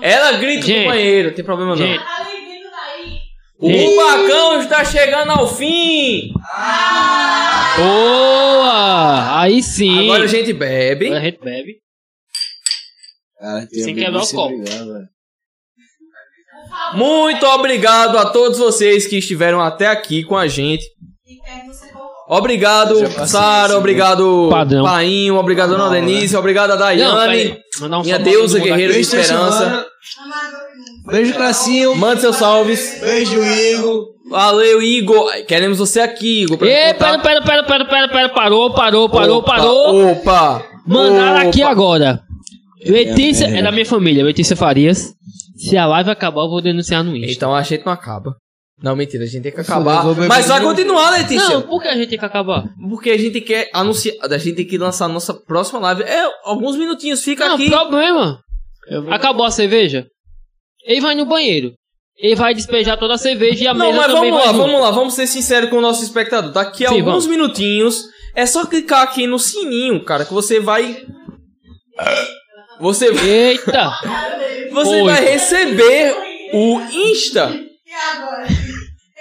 [SPEAKER 1] ela grita
[SPEAKER 2] Gente.
[SPEAKER 1] no banheiro, não tem problema não.
[SPEAKER 2] Gente,
[SPEAKER 4] Tá ligado aí?
[SPEAKER 1] O Bacão está chegando ao fim.
[SPEAKER 2] boa! Aí sim.
[SPEAKER 1] Uh. Agora a gente bebe.
[SPEAKER 2] Agora a gente bebe.
[SPEAKER 3] Cara, tem
[SPEAKER 2] Sem
[SPEAKER 3] alguém
[SPEAKER 2] quebrar
[SPEAKER 3] que
[SPEAKER 2] o
[SPEAKER 3] se
[SPEAKER 2] copo.
[SPEAKER 3] brigar, velho.
[SPEAKER 1] Muito obrigado a todos vocês que estiveram até aqui com a gente.
[SPEAKER 4] E aí você coloca.
[SPEAKER 1] Obrigado,
[SPEAKER 3] Eu já passei isso,
[SPEAKER 1] Sara.
[SPEAKER 3] né?
[SPEAKER 1] Obrigado,
[SPEAKER 2] Padrão.
[SPEAKER 1] Painho. Obrigado, Dona
[SPEAKER 3] Não, né?
[SPEAKER 1] Denise. Obrigado, a
[SPEAKER 2] Não, peraí.
[SPEAKER 1] Daiane.
[SPEAKER 2] Mandar um
[SPEAKER 1] Minha
[SPEAKER 2] salve
[SPEAKER 1] deusa
[SPEAKER 2] pra todo mundo
[SPEAKER 1] guerreira de
[SPEAKER 2] aqui.
[SPEAKER 3] Beijo,
[SPEAKER 1] esperança.
[SPEAKER 3] Silvana. Beijo, Classinho.
[SPEAKER 1] Mande seus salves.
[SPEAKER 3] Beijo, Igor.
[SPEAKER 1] Valeu, Igor. Queremos você aqui, Igor. pra
[SPEAKER 2] Ei,
[SPEAKER 1] contar-
[SPEAKER 2] pera, pera, pera, pera, pera, pera, parou, parou, parou,
[SPEAKER 1] Opa,
[SPEAKER 2] parou.
[SPEAKER 1] Opa!
[SPEAKER 2] Mandaram
[SPEAKER 1] Opa.
[SPEAKER 2] aqui agora. Letícia,
[SPEAKER 3] é, é.
[SPEAKER 2] é da minha família, Letícia Farias. Se a live acabar, eu vou denunciar no Insta.
[SPEAKER 1] Então a gente não acaba. Não, mentira, a gente tem que acabar.
[SPEAKER 3] Eu vou beber
[SPEAKER 1] Mas vai
[SPEAKER 3] meu-
[SPEAKER 1] continuar, Letícia.
[SPEAKER 2] Não, por que a gente tem que acabar?
[SPEAKER 1] Porque a gente quer anunciar. A gente tem que lançar a nossa próxima live. É, alguns minutinhos, fica
[SPEAKER 2] Não,
[SPEAKER 1] aqui.
[SPEAKER 2] problema. Acabou a cerveja? Ele vai no banheiro. Ele vai despejar toda a cerveja e a
[SPEAKER 1] Não,
[SPEAKER 2] mesa
[SPEAKER 1] mas
[SPEAKER 2] também
[SPEAKER 1] vamos lá,
[SPEAKER 2] vai junto.
[SPEAKER 1] vamos lá, vamos ser sinceros com o nosso espectador. Daqui a
[SPEAKER 2] Sim,
[SPEAKER 1] alguns
[SPEAKER 2] vamos.
[SPEAKER 1] minutinhos, é só clicar aqui no sininho, cara, que você vai. Você,
[SPEAKER 2] Eita!
[SPEAKER 1] você
[SPEAKER 2] Foi.
[SPEAKER 1] vai receber o Insta.
[SPEAKER 4] E agora?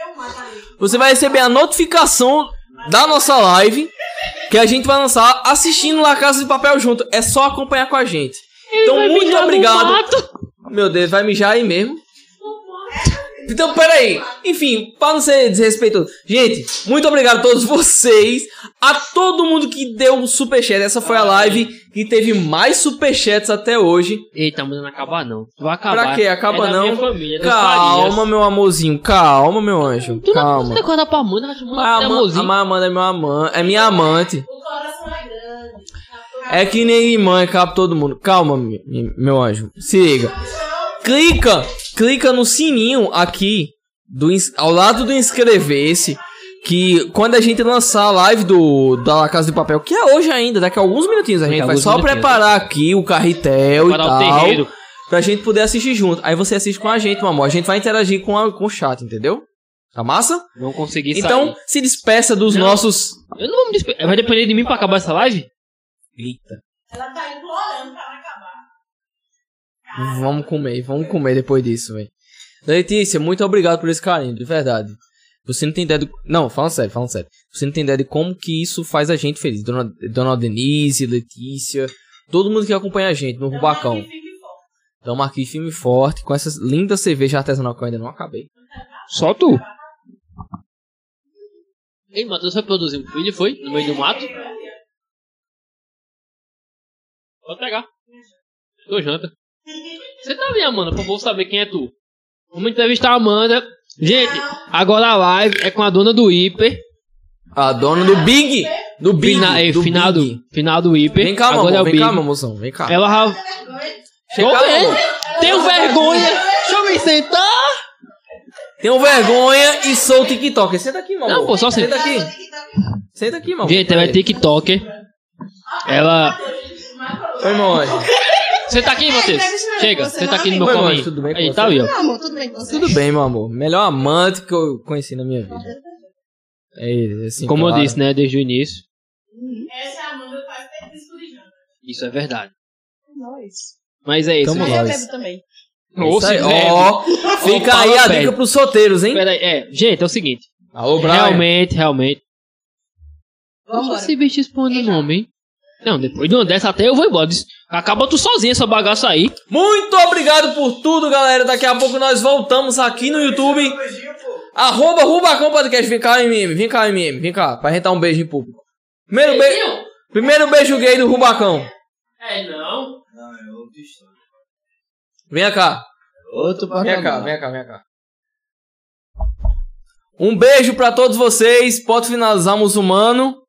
[SPEAKER 4] Eu mato ali.
[SPEAKER 1] Você vai receber a notificação da nossa live que a gente vai lançar assistindo La Casa de Papel junto. É só acompanhar com a gente. então,
[SPEAKER 2] Vai
[SPEAKER 1] muito
[SPEAKER 2] mijar no
[SPEAKER 1] obrigado.
[SPEAKER 2] mato.
[SPEAKER 1] Oh, Meu Deus, vai mijar aí mesmo. Então, peraí. Enfim, pra não ser desrespeitoso. Gente, muito obrigado a todos vocês. A todo mundo que deu um superchat. Essa foi a live que teve mais superchats até hoje.
[SPEAKER 2] Eita, mas não acaba não. Vai acabar.
[SPEAKER 1] Pra quê? Acaba
[SPEAKER 2] é da
[SPEAKER 1] não.
[SPEAKER 2] Minha família, das
[SPEAKER 1] Calma,
[SPEAKER 2] Farias.
[SPEAKER 1] meu amorzinho. Calma, meu anjo.
[SPEAKER 2] Tu não
[SPEAKER 1] Calma.
[SPEAKER 2] precisa acordar pra Amanda, ela te manda
[SPEAKER 1] A
[SPEAKER 2] até amorzinho.
[SPEAKER 1] Amanda é minha amante. É minha amante.
[SPEAKER 4] O coração é grande. Tá todo
[SPEAKER 1] É que nem imã, capa todo mundo. Calma, mi- mi- meu anjo. Se liga. Clica, clica no sininho aqui do ins- ao lado do inscrever-se. Que quando a gente lançar a live do da La Casa de Papel, que é hoje ainda, daqui a alguns minutinhos, a
[SPEAKER 2] Daqui a
[SPEAKER 1] gente vai
[SPEAKER 2] alguns
[SPEAKER 1] só
[SPEAKER 2] minutinhos.
[SPEAKER 1] preparar aqui o carretel e
[SPEAKER 2] Parar o
[SPEAKER 1] tal.
[SPEAKER 2] terreiro.
[SPEAKER 1] Pra gente poder assistir junto. Aí você assiste com a gente, mamô. A gente vai interagir com, a- com o chat, entendeu? Tá massa?
[SPEAKER 2] Não consegui
[SPEAKER 1] então,
[SPEAKER 2] sair.
[SPEAKER 1] se despeça dos
[SPEAKER 2] Não.
[SPEAKER 1] nossos.
[SPEAKER 2] Eu não vou me despe- Vai depender de mim pra acabar essa live?
[SPEAKER 1] Eita.
[SPEAKER 4] Ela tá implorando pra não acabar.
[SPEAKER 1] Vamos comer, vamos comer depois disso, velho. Letícia, muito obrigado por esse carinho, de verdade. Você não tem ideia do. Não, falando sério, falando sério. Você não tem ideia de como que isso faz a gente feliz. Dona, Dona Denise, Letícia, todo mundo que acompanha a gente
[SPEAKER 4] um
[SPEAKER 1] no Rubacão. Tamo aqui firme e forte, com essa linda cerveja artesanal que eu ainda não acabei.
[SPEAKER 2] Só tu. Ei, Matheus vai produzir um filho, foi? No meio do mato? Pode pegar. Tô janta. Você tá vendo, Amanda? Pra povo saber quem é tu. Vamos entrevistar a Amanda. Gente, agora a live é com a dona do Hiper.
[SPEAKER 1] A dona do Big! Do Big!
[SPEAKER 2] Fina, eh,
[SPEAKER 1] do
[SPEAKER 2] final,
[SPEAKER 1] Big.
[SPEAKER 2] do, final do Hiper.
[SPEAKER 1] Vem cá,
[SPEAKER 2] agora
[SPEAKER 1] mamão,
[SPEAKER 2] é o
[SPEAKER 1] vem
[SPEAKER 2] Big. É
[SPEAKER 1] cá, mamãozão, vem cá.
[SPEAKER 2] Ela já...
[SPEAKER 1] Chega
[SPEAKER 2] Tô
[SPEAKER 1] cá,
[SPEAKER 2] vendo.
[SPEAKER 1] mamão.
[SPEAKER 2] Tenho vergonha. Deixa eu me sentar.
[SPEAKER 1] Tenho vergonha e sou o TikToker. Senta aqui, mamão.
[SPEAKER 2] Não, pô, só
[SPEAKER 1] Senta
[SPEAKER 2] senta.
[SPEAKER 1] aqui. Senta aqui, mamão.
[SPEAKER 2] Gente, ela é
[SPEAKER 1] Peraí.
[SPEAKER 2] TikToker. Ela...
[SPEAKER 1] Oi, mamãe.
[SPEAKER 2] Você tá aqui, Matheus? Chega, você tá aqui no meu
[SPEAKER 1] Oi, mãe,
[SPEAKER 2] caminho.
[SPEAKER 1] tudo bem com
[SPEAKER 2] Aí,
[SPEAKER 1] você?
[SPEAKER 2] tá aí, ó.
[SPEAKER 4] amor, tudo bem com você?
[SPEAKER 1] Tudo bem, meu amor. Melhor amante que eu conheci na minha vida. É ele, assim.
[SPEAKER 2] Como
[SPEAKER 1] claro.
[SPEAKER 2] eu disse, né, desde o início.
[SPEAKER 4] Essa é a Amanda que faz petisco de janta.
[SPEAKER 2] Isso é verdade.
[SPEAKER 4] Nós.
[SPEAKER 2] Mas é isso.
[SPEAKER 1] Tamo
[SPEAKER 2] gente.
[SPEAKER 1] lá.
[SPEAKER 4] Eu
[SPEAKER 1] Nós.
[SPEAKER 4] bebo também.
[SPEAKER 2] Ou
[SPEAKER 1] É Isso
[SPEAKER 2] se
[SPEAKER 1] aí,
[SPEAKER 2] bebe.
[SPEAKER 1] Ó, fica
[SPEAKER 2] fala
[SPEAKER 1] aí a
[SPEAKER 2] sério.
[SPEAKER 1] dica pros solteiros, hein?
[SPEAKER 2] Peraí, é. Gente, é o seguinte.
[SPEAKER 1] Alô, Brian.
[SPEAKER 2] Realmente, realmente.
[SPEAKER 4] Vambora.
[SPEAKER 2] Esse bicho expõe o nome, hein? Não, depois de uma dessa até eu vou embora. Diz- Acaba tu sozinho essa bagaça aí.
[SPEAKER 1] Muito obrigado por tudo, galera. Daqui a pouco nós voltamos aqui no YouTube. Arroba Rubacão Podcast. Vem cá, MM. Vem cá, MM. Vem cá. Pra gente dar um beijo em público. Primeiro, be... Primeiro beijo gay do Rubacão.
[SPEAKER 2] É, não.
[SPEAKER 3] Não, é outra história.
[SPEAKER 1] Vem cá.
[SPEAKER 3] Outro pra
[SPEAKER 1] Vem cá,
[SPEAKER 3] acabar.
[SPEAKER 1] vem cá, vem cá. Um beijo pra todos vocês. Pode finalizar, muçulmano.